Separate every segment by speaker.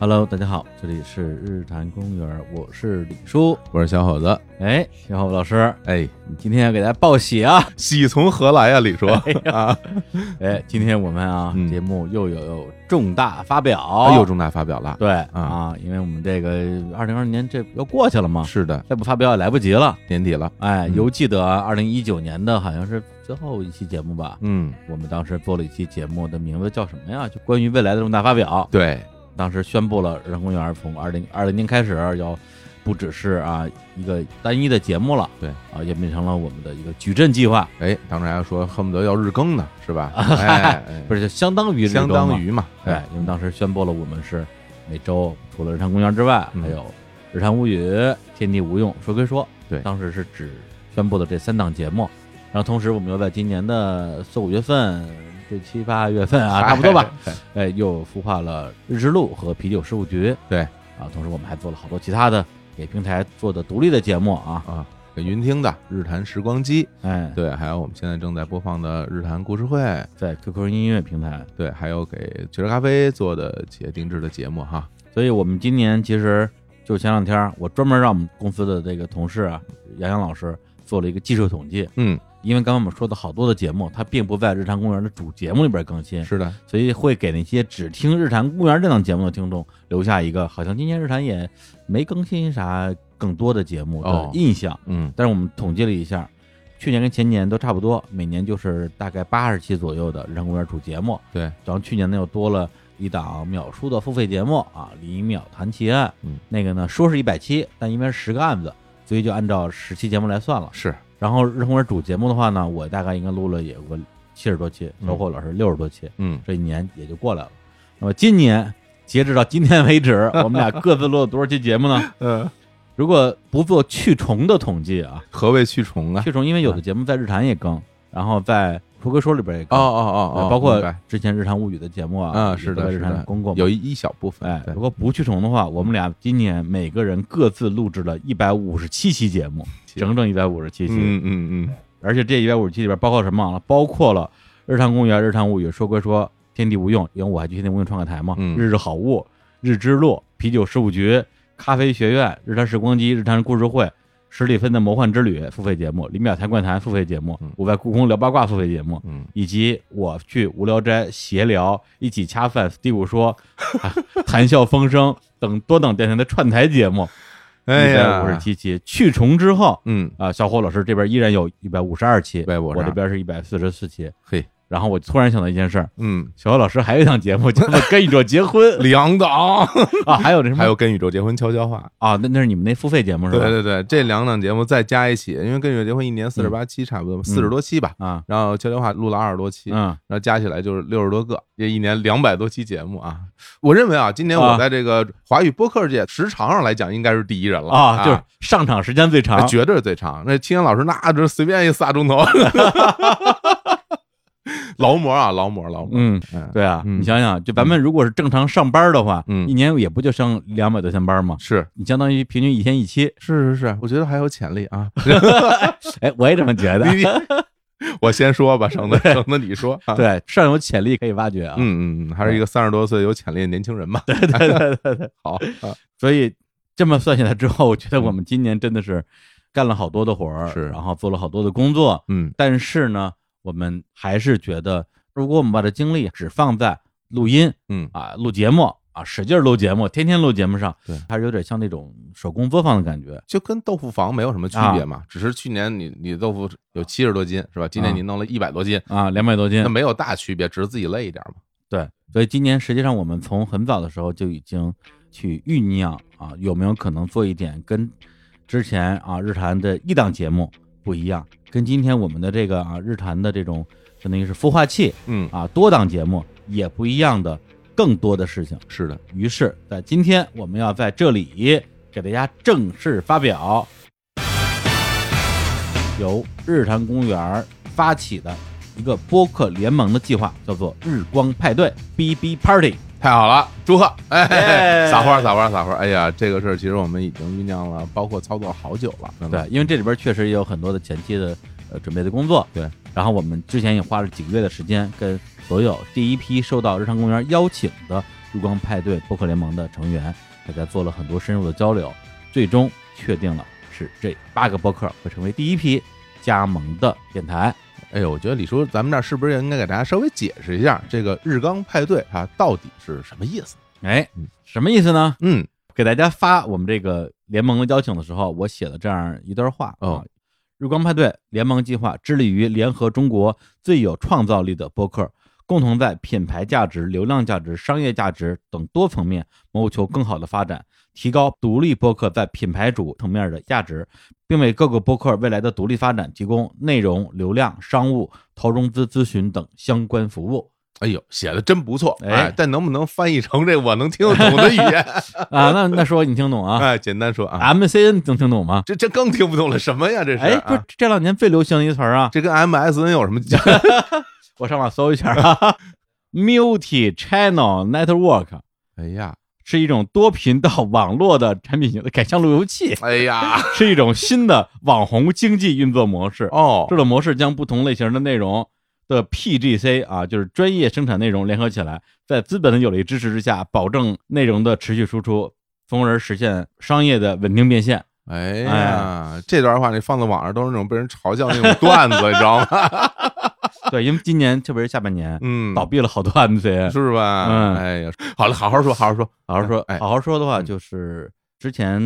Speaker 1: Hello，大家好，这里是日坛公园，我是李叔。
Speaker 2: 我是小伙子。
Speaker 1: 哎，然后老师，
Speaker 2: 哎，
Speaker 1: 你今天要给大家报喜啊！
Speaker 2: 喜从何来啊？李叔啊，
Speaker 1: 哎，今天我们啊、
Speaker 2: 嗯哎
Speaker 1: 节目又有重大发表，
Speaker 2: 又重大发表了。
Speaker 1: 对
Speaker 2: 啊
Speaker 1: 啊，因为我们这个二零二零年这要过去了嘛，
Speaker 2: 是的，
Speaker 1: 再不发表也来不及了。
Speaker 2: 年底了。
Speaker 1: 哎，
Speaker 2: 嗯
Speaker 1: 犹记得二零一九年的好像是最后一期节目吧，
Speaker 2: 嗯，
Speaker 1: 我们当时做了一期节目的名字叫什么呀？就关于未来的重大发表。
Speaker 2: 对，
Speaker 1: 当时宣布了人工园从二零二零年开始要不只是啊一个单一的节目了，
Speaker 2: 对
Speaker 1: 啊，也变成了我们的一个矩阵计划，
Speaker 2: 哎，当时还说恨不得要日更呢，是吧？哎，哎
Speaker 1: 不是就相当于日
Speaker 2: 相
Speaker 1: 更嘛
Speaker 2: 当于嘛？哎
Speaker 1: 对，因为当时宣布了我们是每周除了日常公园之外，
Speaker 2: 嗯
Speaker 1: 还有日常无语、天地无用、说归说。
Speaker 2: 对
Speaker 1: 当时是只宣布的这三档节目，然后同时我们又在今年的四五月份。这七八月份啊，
Speaker 2: 哎
Speaker 1: 差不多吧。。
Speaker 2: 哎
Speaker 1: 哎，又孵化了日之路和啤酒事务局。
Speaker 2: 对
Speaker 1: 啊，同时我们还做了好多其他的给平台做的独立的节目啊。
Speaker 2: 啊，给云听的《日坛时光机》，
Speaker 1: 哎，
Speaker 2: 对，还有我们现在正在播放的《日坛故事会》，
Speaker 1: 在 QQ 音乐平台，
Speaker 2: 对，还有给汽车咖啡做的节定制的节目哈。
Speaker 1: 所以我们今年其实就前两天儿，我专门让我们公司的这个同事啊，杨洋老师做了一个技术统计。
Speaker 2: 嗯，
Speaker 1: 因为刚刚我们说的好多的节目，它并不在日常公园的主节目里边更新，
Speaker 2: 是的，
Speaker 1: 所以会给那些只听日常公园这档节目的听众留下一个好像今年日坛也没更新啥更多的节目的
Speaker 2: 哦
Speaker 1: 印象。
Speaker 2: 嗯，
Speaker 1: 但是我们统计了一下，去年跟前年都差不多，每年就是大概八十期左右的日常公园主节目。
Speaker 2: 对，
Speaker 1: 然后去年呢又多了一档秒叔的付费节目啊，李淼谈奇案。
Speaker 2: 嗯，
Speaker 1: 那个呢说是一百期，但因为是十个案子，所以就按照十期节目来算了。
Speaker 2: 是，
Speaker 1: 然后日常公园主节目的话呢，我大概应该录了也有个七十多期，
Speaker 2: 嗯
Speaker 1: 包括老师六十多期，
Speaker 2: 嗯，
Speaker 1: 这一年也就过来了。那么今年截止到今天为 止，我们俩各自录了多少期节目呢？
Speaker 2: 呃，
Speaker 1: 如果不做去重的统计啊，
Speaker 2: 何谓去虫啊？
Speaker 1: 去重，因为有的节目在日坛也更，然后在说归说里边也
Speaker 2: 哦
Speaker 1: 更，
Speaker 2: 哦哦
Speaker 1: 对
Speaker 2: 哦，
Speaker 1: 包括
Speaker 2: 明白
Speaker 1: 之前日常物语的节目啊，
Speaker 2: 啊，是
Speaker 1: 也都
Speaker 2: 的，
Speaker 1: 在
Speaker 2: 是
Speaker 1: 日
Speaker 2: 的
Speaker 1: 坛，公共。
Speaker 2: 有一一小部分，
Speaker 1: 哎，
Speaker 2: 对
Speaker 1: 如果不去重的话，我们俩今年每个人各自录制了一百五十七期节目，整整一百五十七期，
Speaker 2: 嗯嗯嗯，
Speaker 1: 而且这一百五十期里边包括什么啊？包括了日常公园、日常物语、说归说、天地无用，因为我还去天地无用创个台嘛，
Speaker 2: 嗯
Speaker 1: 日日好物、日之路、啤酒事务局、咖啡学院、日坛时光机、日坛故事会。史蒂芬的魔幻之旅付费节目，林淼谈怪谈付费节目
Speaker 2: 嗯，
Speaker 1: 我在故宫聊八卦付费节目，
Speaker 2: 嗯，
Speaker 1: 以及我去无聊斋闲聊、一起恰饭、嘀咕说、 啊谈笑风生等多档电台的串台节目，
Speaker 2: 哎呀，
Speaker 1: 五十七期去重之后，
Speaker 2: 嗯，
Speaker 1: 啊，小火老师这边依然有一百五十二期，
Speaker 2: 152
Speaker 1: 我这边是一百四十四期。
Speaker 2: 嘿，
Speaker 1: 然后我突然想到一件事儿，
Speaker 2: 嗯，
Speaker 1: 小火老师还有一档节目叫做《跟宇宙结 婚
Speaker 2: 两档，》
Speaker 1: 啊，还有那什么
Speaker 2: 还有跟宇宙结婚悄悄话，
Speaker 1: 啊，那那是你们那付费节目是
Speaker 2: 对
Speaker 1: 吧？
Speaker 2: 对对，这两档节目再加一起，因为跟宇宙结婚一年四十八期差不多，四十多期吧，
Speaker 1: 嗯啊，
Speaker 2: 然后悄悄话录了二十多期，然
Speaker 1: 嗯，
Speaker 2: 后加起来就是六十多个，这一 年两百多期节目啊，我认为啊，今年我在这个华语播客界时长上来讲应该是第一人了哎
Speaker 1: 啊，就是。上场时间最长，
Speaker 2: 绝对是最长，那青年老师那这随便一仨钟头， 劳模啊，劳模，劳模，
Speaker 1: 嗯，
Speaker 2: 嗯，
Speaker 1: 对啊，
Speaker 2: 嗯
Speaker 1: 你想想，就咱们如果是正常上班的话，
Speaker 2: 嗯
Speaker 1: 一年也不就上两百多天班吗？
Speaker 2: 是
Speaker 1: 你相当于平均一天一期，
Speaker 2: 是是是，我觉得还有潜力啊。
Speaker 1: 哎，我也这么觉得。
Speaker 2: 你 你我先 说吧，省得省得你说。啊，
Speaker 1: 对，尚有潜力可以挖掘啊。
Speaker 2: 嗯嗯，嗯，还是一个三十多岁有潜力的年轻人吧。对，
Speaker 1: 对对对对，
Speaker 2: 好，啊嗯
Speaker 1: 所以这么算下来之后，我觉得我们今年真的是干了好多的活儿，
Speaker 2: 是
Speaker 1: 然后做了好多的工作，
Speaker 2: 嗯，
Speaker 1: 但是呢，我们还是觉得，如果我们把这精力只放在录音，
Speaker 2: 嗯
Speaker 1: 啊，录节目啊，使劲儿录节目，天天录节目上，
Speaker 2: 对
Speaker 1: 还是有点像那种手工作坊的感觉。啊
Speaker 2: 就跟豆腐房没有什么区别嘛，只是去年你你豆腐有七十多斤是吧？今年你弄了一百多斤，
Speaker 1: 啊，两百多斤
Speaker 2: 那，没有大区别，只是自己累一点嘛。
Speaker 1: 对，所以今年实际上我们从很早的时候就已经去酝酿啊，有没有可能做一点跟之前啊日坛的一档节目不一样，跟今天我们的这个啊日坛的这种相当于是孵化器
Speaker 2: 嗯，
Speaker 1: 啊多档节目也不一样的更多的事情。
Speaker 2: 是的，
Speaker 1: 于是，在今天我们要在这里给大家正式发表由日坛公园发起的一个播客联盟的计划，叫做“日光派对 ”（BB Party）。
Speaker 2: 太好了，祝贺！哎嘿
Speaker 1: 哎
Speaker 2: 嘿，撒花撒花撒花！哎呀，这个事儿其实我们已经酝酿了，包括操作好久了。真的
Speaker 1: 对，，因为这里边确实也有很多的前期的呃准备的工作。
Speaker 2: 对，
Speaker 1: 然后我们之前也花了几个月的时间，跟所有第一批受到日坛公园邀请的日光派对播客联盟的成员，大家做了很多深入的交流，最终确定了是这八个播客会成为第一批加盟的电台。
Speaker 2: 哎呦，我觉得李叔，咱们这儿是不是也应该给大家稍微解释一下这个日纲派对啊，到底是什么意思？
Speaker 1: 哎
Speaker 2: 嗯，
Speaker 1: 什么意思呢？
Speaker 2: 嗯，
Speaker 1: 给大家发我们这个联盟的邀请的时候，我写了这样一段话啊
Speaker 2: 哦：
Speaker 1: 日光派对联盟计划致力于联合中国最有创造力的播客，共同在品牌价值、流量价值、商业价值等多层面谋求更好的发展，提高独立播客在品牌主层面的价值，并为各个播客未来的独立发展提供内容、流量、商务、投融资咨询等相关服务。
Speaker 2: 哎呦，写的真不错，
Speaker 1: 哎
Speaker 2: 哎，但能不能翻译成这我能听得懂的语言？
Speaker 1: 啊，那那说你听懂啊
Speaker 2: 哎，简单说啊，
Speaker 1: ？MCN 能听懂吗？
Speaker 2: 这这更听不懂了，什么呀？这是
Speaker 1: 哎，不
Speaker 2: 啊
Speaker 1: 是，这两年最流行的一词儿啊，
Speaker 2: 这跟 MSN 有什么关？
Speaker 1: 我上网搜一下啊，Multi Channel Network
Speaker 2: 哎呀，
Speaker 1: 是一种多频道网络的产品型的改向路由器，
Speaker 2: 哎呀，
Speaker 1: 是一种新的网红经济运作模式。
Speaker 2: 哦
Speaker 1: 这，种模式将不同类型的内容的 PGC 啊，就是专业生产内容联合起来，在资本的有力支持之下，保证内容的持续输出，从而实现商业的稳定变现。
Speaker 2: 哎呀，这段话你放在网上都是那种被人嘲笑那种段子，你知道吗？
Speaker 1: 对，因为今年特别是下半年
Speaker 2: 嗯，
Speaker 1: 倒闭了好多 MCN，
Speaker 2: 是吧？
Speaker 1: 嗯
Speaker 2: 哎呀，好了，好好说，好好说，
Speaker 1: 好好说，
Speaker 2: 哎，
Speaker 1: 好好说的话，
Speaker 2: 嗯
Speaker 1: 就是之前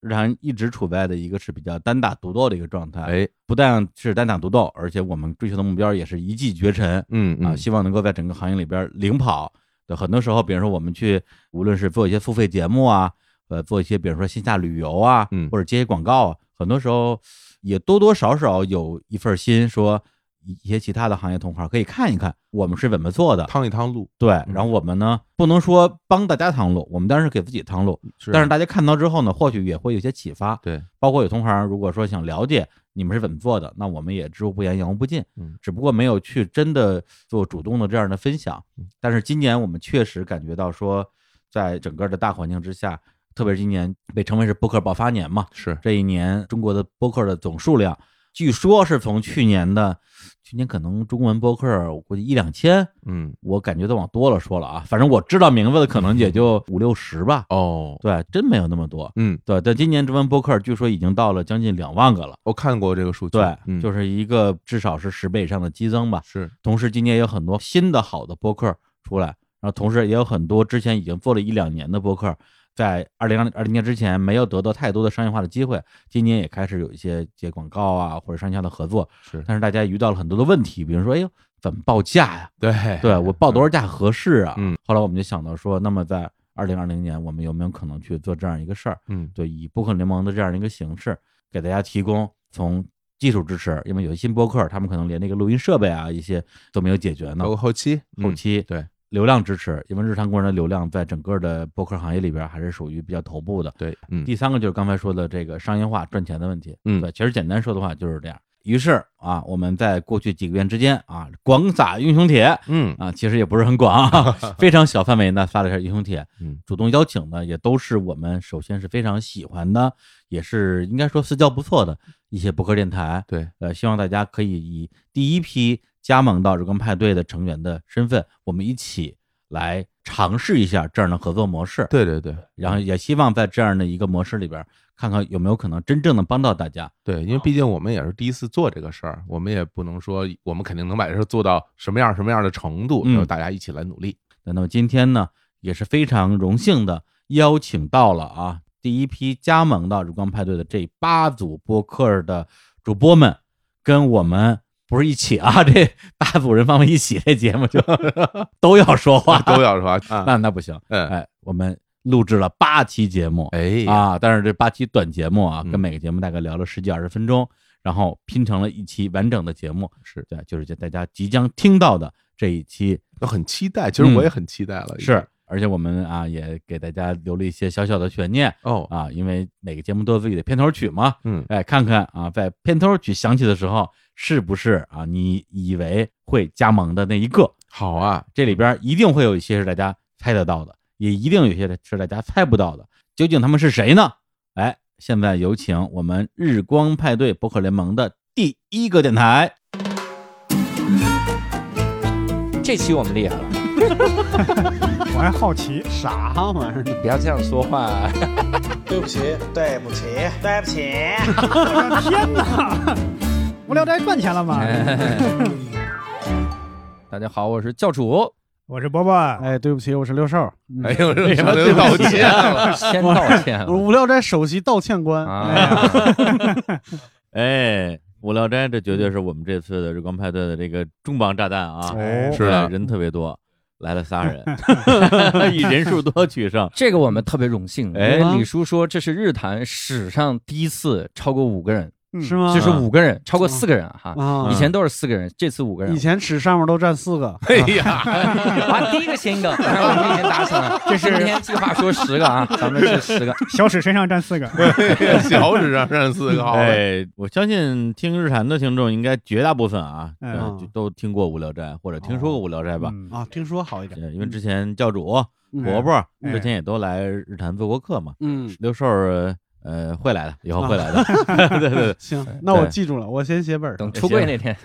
Speaker 1: 日韩一直处在的一个是比较单打独斗的一个状态，
Speaker 2: 哎，
Speaker 1: 不但是单打独斗，而且我们追求的目标也是一骑绝尘
Speaker 2: 嗯
Speaker 1: 啊，
Speaker 2: 嗯，
Speaker 1: 希望能够在整个行业里边领跑。对，很多时候，比如说我们去，无论是做一些付费节目啊，呃，做一些比如说线下旅游啊，
Speaker 2: 嗯
Speaker 1: 或者接一些广告啊，很多时候也多多少少有一份心说。一些其他的行业同行可以看一看我们是怎么做的，
Speaker 2: 趟一趟路，
Speaker 1: 对，然后我们呢不能说帮大家趟路，我们当然是给自己趟路，
Speaker 2: 是
Speaker 1: 但是大家看到之后呢，或许也会有些启发。
Speaker 2: 对，
Speaker 1: 包括有同行如果说想了解你们是怎么做的，那我们也知无不言，言无不尽。
Speaker 2: 嗯，
Speaker 1: 只不过没有去真的做主动的这样的分享
Speaker 2: 嗯。
Speaker 1: 但是今年我们确实感觉到说，在整个的大环境之下，特别是今年被称为是播客爆发年嘛，
Speaker 2: 是
Speaker 1: 这一年中国的播客的总数量，据说是从去年的去年可能中文播客我估计一两千。
Speaker 2: 嗯，
Speaker 1: 我感觉都往多了说了啊，反正我知道名字的可能也就五六十吧，
Speaker 2: 嗯哦，
Speaker 1: 对，真没有那么多。
Speaker 2: 嗯，
Speaker 1: 对，但今年中文播客据说已经到了将近两万个了，
Speaker 2: 我看过这个数据，
Speaker 1: 对，
Speaker 2: 嗯
Speaker 1: 就是一个至少是十倍以上的激增吧。
Speaker 2: 是，
Speaker 1: 同时，今年也有很多新的好的播客出来，然后同时也有很多之前已经做了一两年的播客，在二零二零年之前没有得到太多的商业化的机会，今年也开始有一些接广告啊或者商业化的合作，
Speaker 2: 是
Speaker 1: 但是大家遇到了很多的问题，比如说，哎呦，怎么报价呀、
Speaker 2: 对
Speaker 1: 对我报多少价合适啊？
Speaker 2: 嗯，
Speaker 1: 后来我们就想到说，那么在二零二零年，我们有没有可能去做这样一个事儿？
Speaker 2: 嗯
Speaker 1: 对，以播客联盟的这样一个形式，给大家提供从技术支持，因为有些新播客他们可能连那个录音设备啊一些都没有解决呢
Speaker 2: 包。括后期，
Speaker 1: 后
Speaker 2: 嗯
Speaker 1: 期
Speaker 2: 对
Speaker 1: 流量支持，因为日常公园的流量在整个的播客行业里边还是属于比较头部的。
Speaker 2: 对，嗯，
Speaker 1: 第三个就是刚才说的这个商业化赚钱的问题，
Speaker 2: 嗯
Speaker 1: 对，其实简单说的话就是这样。于是啊，我们在过去几个月之间啊，广撒英雄帖，
Speaker 2: 嗯
Speaker 1: 啊，其实也不是很广 啊，非常小范围呢发了一下英雄帖，
Speaker 2: 嗯，
Speaker 1: 主动邀请的也都是我们首先是非常喜欢的，也是应该说私交不错的一些博客电台，
Speaker 2: 对，
Speaker 1: 呃，希望大家可以以第一批加盟到日光派对的成员的身份，我们一起来尝试一下这样的合作模式，
Speaker 2: 对对对
Speaker 1: 然后也希望在这样的一个模式里边儿，看看有没有可能真正的帮到大家，
Speaker 2: 对，因为毕竟我们也是第一次做这个事儿，我们也不能说我们肯定能把这事儿做到什么样什么样的程度，
Speaker 1: 嗯
Speaker 2: 然后大家一起来努力，
Speaker 1: 那么今天呢，也是非常荣幸的邀请到了啊第一批加盟到日光派对的这八组播客的主播们，跟我们不是一起啊，这八组人放在一起，这节目就 都要说话，
Speaker 2: 都要 是吧？啊，
Speaker 1: 那那不行，
Speaker 2: 嗯，
Speaker 1: 哎，我们录制了八期节目，
Speaker 2: 哎，
Speaker 1: 啊，但是这八期短节目啊，
Speaker 2: 嗯
Speaker 1: 跟每个节目大概聊了十几二十分钟，然后拼成了一期完整的节目，
Speaker 2: 是
Speaker 1: 对，就是大家即将听到的这一期嗯
Speaker 2: 我很期待，其实我也很期待了，已经
Speaker 1: 是，而且我们啊也给大家留了一些小小的悬念
Speaker 2: 哦，
Speaker 1: 啊，因为每个节目都有自己的片头曲嘛，
Speaker 2: 嗯，
Speaker 1: 哎，看看啊，在片头曲响起的时候，是不是啊你以为会加盟的那一个？
Speaker 2: 好啊，
Speaker 1: 这里边一定会有一些是大家猜得到的，也一定有些是大家猜不到的。究竟他们是谁呢？哎，现在有请我们日光派对博客联盟的第一个电台，
Speaker 3: 这期我们厉害了， 我还好奇，
Speaker 4: 啥玩意儿？
Speaker 5: 不要这样说话、
Speaker 6: 对不起，对不起，对不起。
Speaker 3: 我的天哪！无聊斋赚钱了 吗？
Speaker 5: 大家好，我是教主，
Speaker 3: 我是波波，
Speaker 4: 哎，对不起，我是六兽，哎
Speaker 2: 哎呦，这什么都道歉了，
Speaker 5: 先道歉
Speaker 4: 我无聊啊斋首席道歉官。
Speaker 5: 啊，
Speaker 1: 哎，无聊斋，这绝对是我们这次的日光派对的这个重磅炸弹啊！
Speaker 4: 哎
Speaker 2: 是的
Speaker 1: 哎人特别多，来了 仨人， 以人数多取胜。
Speaker 5: 这个我们特别荣幸。
Speaker 1: 哎
Speaker 5: 因为李叔说这是日坛史上第一次超过五个人，
Speaker 3: 嗯
Speaker 4: 是吗？
Speaker 5: 就是五个人超过四个人哈，
Speaker 4: 啊
Speaker 5: 以，前都是四个人，这次五个 人
Speaker 4: 以。前尺上面都站四个，嗯
Speaker 2: 哎呀，
Speaker 5: 啊，第一个心梗，我们已经达成了。
Speaker 3: 这是
Speaker 5: 今天计划说十个啊，咱们是十个。
Speaker 3: 小史身上站四个，
Speaker 2: 小指上站四个，好嘞，
Speaker 1: 哎，我相信听日坛的听众应该绝大部分啊，
Speaker 3: 嗯
Speaker 1: 呃就都听过《无聊斋》或者听说过《无聊斋》吧？
Speaker 3: 嗯
Speaker 4: 啊，听说好一点。
Speaker 1: 呃因为之前教主、
Speaker 4: 嗯
Speaker 1: 伯伯
Speaker 3: 嗯
Speaker 1: 之前也都来日坛做过客嘛。
Speaker 4: 嗯，
Speaker 1: 刘寿儿呃会来的，以后会来 的。 对对对，
Speaker 4: 行，那我
Speaker 1: 对
Speaker 4: 记住了，我先写本儿。
Speaker 5: 等出柜那 天，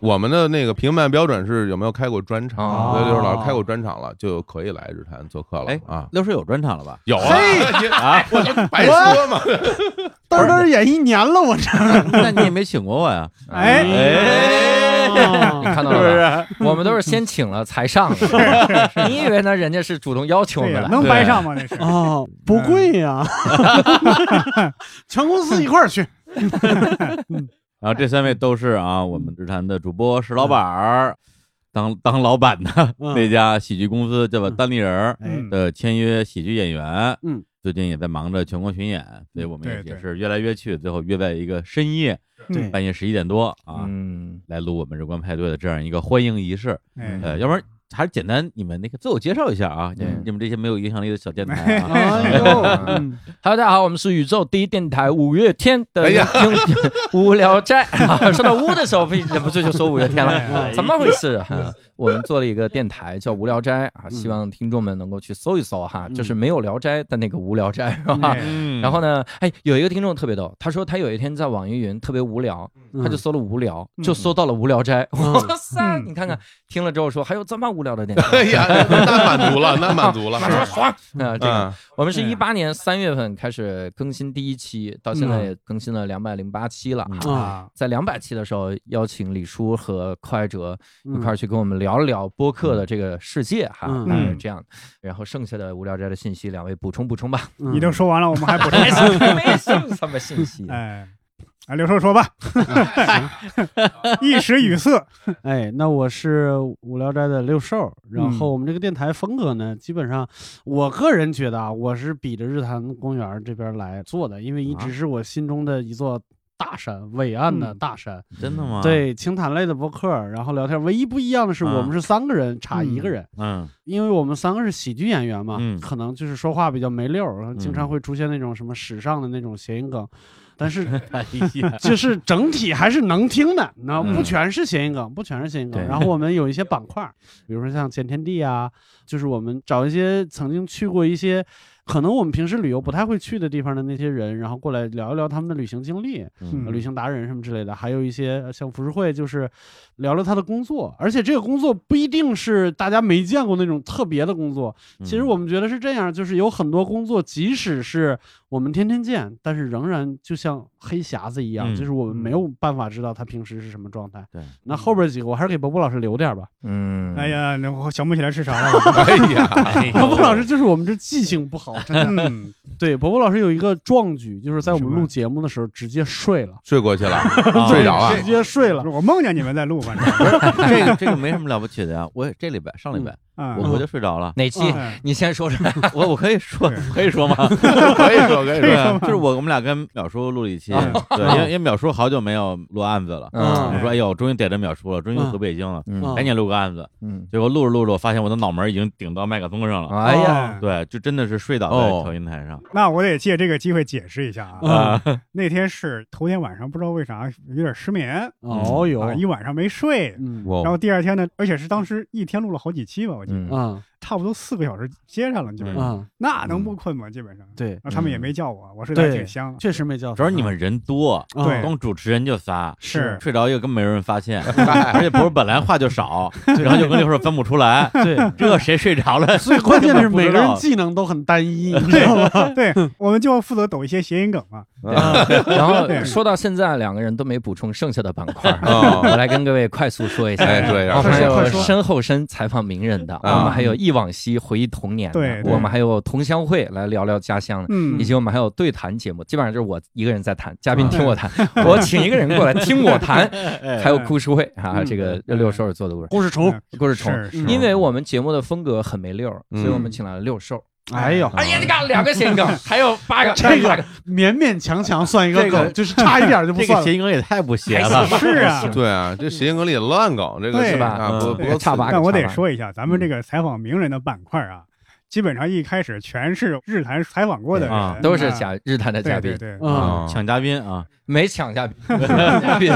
Speaker 2: 我们的那个评判标准是有没有开过专场，
Speaker 5: 哦
Speaker 2: 所以就是老师开过专场了，就可以来日坛做客了
Speaker 1: 哎
Speaker 2: 啊。
Speaker 1: 刘寿有专场了吧？
Speaker 2: 有啊， 你啊，我就白说嘛，
Speaker 4: 嘚儿嘚儿演一年了，我这。
Speaker 1: 那你也没请过我呀？
Speaker 3: 哎
Speaker 5: 你哎看到了吧？我们都是先请了才上的。你以为呢？人家是主动邀请我
Speaker 3: 对
Speaker 5: 们
Speaker 3: 呀，
Speaker 5: 来，
Speaker 3: 能掰上吗？那是。嗯
Speaker 4: 啊，不贵呀， 全公司一块儿 去。
Speaker 1: 然后这三位
Speaker 4: 嗯
Speaker 1: 都是啊，我们日坛的主播石老板儿，当当老板的
Speaker 4: 嗯
Speaker 1: 那家喜剧公司叫做单立人儿
Speaker 4: 哎
Speaker 3: 嗯
Speaker 1: 的签约喜剧演员。
Speaker 4: 嗯，
Speaker 1: 最近也在忙着全国巡演，所以我们也
Speaker 3: 对对
Speaker 1: 也是约来约去，最后约在一个深夜，
Speaker 4: 对
Speaker 1: 半夜十一点多啊，
Speaker 5: 嗯，
Speaker 1: 来录我们日光派对的这样一个欢迎仪式。
Speaker 3: 哎
Speaker 1: 呃，要不然还是简单你们那个自我介绍一下啊，你们
Speaker 5: 嗯
Speaker 1: 你们这些没有影响力的小电台啊。
Speaker 4: 哎呦， 嗯
Speaker 5: 哈喽，大家好，我们是宇宙第一电台五月天的
Speaker 2: 哎呀
Speaker 5: 英无聊斋。哎啊说到“乌”的时候，不忍不住就说五月天了，怎么回事？啊哈我们做了一个电台叫“无聊斋”啊，希望听众们能够去搜一搜哈，就是没有《聊斋》的那个“无聊斋”是吧？
Speaker 3: 哎
Speaker 1: 嗯
Speaker 5: 然后呢，哎，有一个听众特别逗，他说他有一天在网易云特别无聊，他就搜了“无聊”，就搜到了《无聊斋》。 哇塞，
Speaker 3: 嗯
Speaker 5: 你看看，听了之后说还有这么无聊的电台。
Speaker 2: 哎呀，那满足了，那满 足了，
Speaker 5: 马上爽啊！这个
Speaker 2: 嗯
Speaker 5: 我们是
Speaker 3: 对
Speaker 5: 一
Speaker 3: 啊
Speaker 5: 八年三月份开始更新第一期，到
Speaker 3: 嗯
Speaker 5: 现在也更新了两百零八期了啊。
Speaker 4: 啊，
Speaker 5: 在两百期的时候，邀请李叔和寇爱哲一
Speaker 4: 嗯
Speaker 5: 块儿去跟我们聊一聊播客
Speaker 3: 嗯
Speaker 5: 的这个世界哈，
Speaker 4: 嗯
Speaker 5: 大概是这样的。然后剩下的无聊斋的信息，两位补充补充吧。
Speaker 3: 你都说完了，我们还补充
Speaker 5: 没。剩什么信息？啊
Speaker 3: 哎，啊，刘叔 说吧， 一时语塞。
Speaker 4: 哎，那我是无聊斋的六兽，然后我们这个电台风格呢，基本上我个人觉得啊，我是比着日坛公园这边来做的，因为一直是我心中的一座大山，伟岸的
Speaker 3: 嗯
Speaker 4: 大山。
Speaker 1: 真的吗？，
Speaker 4: 对，清谈类的播客，然后聊天，唯一不一样的是，
Speaker 1: 啊
Speaker 4: 我们是三个人差一个人，
Speaker 1: 嗯
Speaker 4: 因为我们三个是喜剧演员嘛，
Speaker 1: 嗯
Speaker 4: 可能就是说话比较没溜儿，然后经
Speaker 1: 嗯
Speaker 4: 常会出现那种什么史上的那种谐音梗，但是
Speaker 1: 哎呀，
Speaker 4: 就是整体还是能听的，那
Speaker 1: 嗯
Speaker 4: 不全是谐音梗，不全是谐音梗。
Speaker 1: 对
Speaker 4: 然后我们有一些板块儿，比如说像见天地啊，就是我们找一些曾经去过一些可能我们平时旅游不太会去的地方的那些人，然后过来聊一聊他们的旅行经历，呃
Speaker 3: 嗯
Speaker 4: 旅行达人什么之类的，还有一些呃像浮世绘，就是聊聊他的工作，而且这个工作不一定是大家没见过那种特别的工作。其
Speaker 2: 嗯
Speaker 4: 实我们觉得是这样，就是有很多工作，即使是我们天天见，但是仍然就像黑匣子一样，
Speaker 1: 嗯
Speaker 4: 就是我们没有办法知道他平时是什么状态。
Speaker 1: 对，
Speaker 4: 那后边几个我还是给波波老师留点吧。
Speaker 5: 嗯，
Speaker 3: 哎，呀，那我想不起来是啥了。
Speaker 2: 哎呀，
Speaker 4: 波啊波老师就是我们这记性不好，真的。
Speaker 3: 嗯，
Speaker 4: 对，波波老师有一个壮举，就是在我们
Speaker 3: 什么
Speaker 4: 录节目的时候直接睡了，
Speaker 2: 睡过 去了，
Speaker 1: 啊
Speaker 2: 睡着了
Speaker 4: 直，接睡了。
Speaker 3: 我梦见你们在录，反正
Speaker 1: 这个这个没什么了不起的呀。我也这礼拜上礼拜
Speaker 3: 啊，
Speaker 1: 我我就睡着了，
Speaker 5: 哪期？
Speaker 3: 哎
Speaker 5: 你先说出来。
Speaker 1: 我我可以说
Speaker 3: 对
Speaker 1: 可 以 说吗？
Speaker 2: 可以说可以
Speaker 3: 可以
Speaker 2: 说，
Speaker 3: 说吗
Speaker 1: 就是我我们俩跟淼叔录了一期，
Speaker 3: 啊
Speaker 1: 对，因为因为淼叔好久没有录案子了，
Speaker 4: 嗯
Speaker 1: 我说哎呦，终于逮着淼叔了，终于回北京了，
Speaker 5: 嗯
Speaker 1: 赶紧录个案子。
Speaker 5: 嗯，
Speaker 1: 结果录着录着，我发现我的脑门已经顶到麦克风上了，
Speaker 5: 哎呀，
Speaker 3: 哦，
Speaker 1: 对，就真的是睡倒在调音台上
Speaker 3: 那我得借这个机会解释一下啊。
Speaker 1: 啊，
Speaker 3: 那天是头天晚上不知道为啥有点失眠啊
Speaker 4: 哦哟，
Speaker 3: 啊，一晚上没睡。
Speaker 4: 嗯
Speaker 3: 然后第二天呢，而且是当时一天录了好几期吧，我记得。
Speaker 5: 嗯
Speaker 4: 啊，
Speaker 3: 差不多四个小时接上了，基本上，
Speaker 4: 啊，
Speaker 3: 那能不困吗？基本上，
Speaker 4: 对，
Speaker 3: 然后他们也没叫我，我睡得还
Speaker 4: 对
Speaker 3: 挺香的，
Speaker 4: 确实没叫。
Speaker 1: 主要是你们人多，
Speaker 4: 啊
Speaker 3: 对
Speaker 1: 光主持人就仨，
Speaker 3: 是
Speaker 1: 睡着一个根本没人发现，而且不是本来话就少，然后就跟那会儿分不出来，
Speaker 4: 对，
Speaker 1: 这谁睡着了？
Speaker 4: 最关键的是
Speaker 1: 不知
Speaker 4: 每
Speaker 1: 道
Speaker 4: 个人技能都很单 一，你知道吗？
Speaker 3: 对，我们就负责抖一些谐音梗嘛。
Speaker 2: 啊
Speaker 5: 啊 然后
Speaker 3: 对
Speaker 5: 说到现在，两个人都没补充剩下的板块儿，
Speaker 2: 哦
Speaker 5: 我来跟各位快速说一下。
Speaker 2: 哎说一下
Speaker 5: 我们还
Speaker 3: 快
Speaker 5: 有
Speaker 3: 说快说
Speaker 5: 身后身采访名人的，我
Speaker 2: 啊
Speaker 5: 们还有忆往昔回忆童年的
Speaker 3: 对，对
Speaker 5: 我们还有同乡会来聊聊家乡的。
Speaker 3: 嗯嗯
Speaker 5: 以，及我们还有对谈节目，基本上就是我一个人在谈，嘉宾听我谈，我请一个人过来听我 谈，
Speaker 3: 哎
Speaker 5: 还有故事会啊，
Speaker 3: 嗯
Speaker 5: 这个六兽做的故事
Speaker 4: 故事虫，
Speaker 5: 故事虫，
Speaker 3: 是嗯是
Speaker 5: 因为我们节目的风格很没溜儿，所以
Speaker 2: 嗯
Speaker 5: 我们请来了六兽。
Speaker 4: 哎呦，
Speaker 5: 哎呀，你看两个谐音 梗，还有八个，
Speaker 4: 这
Speaker 5: 八
Speaker 4: 个勉勉强强算一个
Speaker 1: 这个
Speaker 4: 梗，就是差一点就不
Speaker 1: 这
Speaker 4: 算
Speaker 1: 个
Speaker 4: 了。
Speaker 1: 谐音梗也太不谐了，
Speaker 3: 是啊，
Speaker 2: 对啊，这谐音梗里也乱搞，这个
Speaker 3: 对
Speaker 2: 是吧？
Speaker 5: 是吧
Speaker 2: 啊不
Speaker 1: 嗯
Speaker 2: 不
Speaker 3: 对
Speaker 2: 够
Speaker 5: 差吧
Speaker 2: 刺
Speaker 5: 个
Speaker 2: 激
Speaker 3: 但我得
Speaker 5: 茶碗
Speaker 3: 说一下，咱们
Speaker 5: 嗯
Speaker 3: 这个采访名人的板块啊，基本上一开始全是日坛采访过的
Speaker 1: 对啊
Speaker 3: 人，
Speaker 5: 都是
Speaker 3: 假
Speaker 5: 假日坛的嘉宾，
Speaker 3: 对对
Speaker 4: 嗯，
Speaker 2: 啊
Speaker 1: 抢嘉宾啊！
Speaker 5: 没抢嘉宾，嘉 宾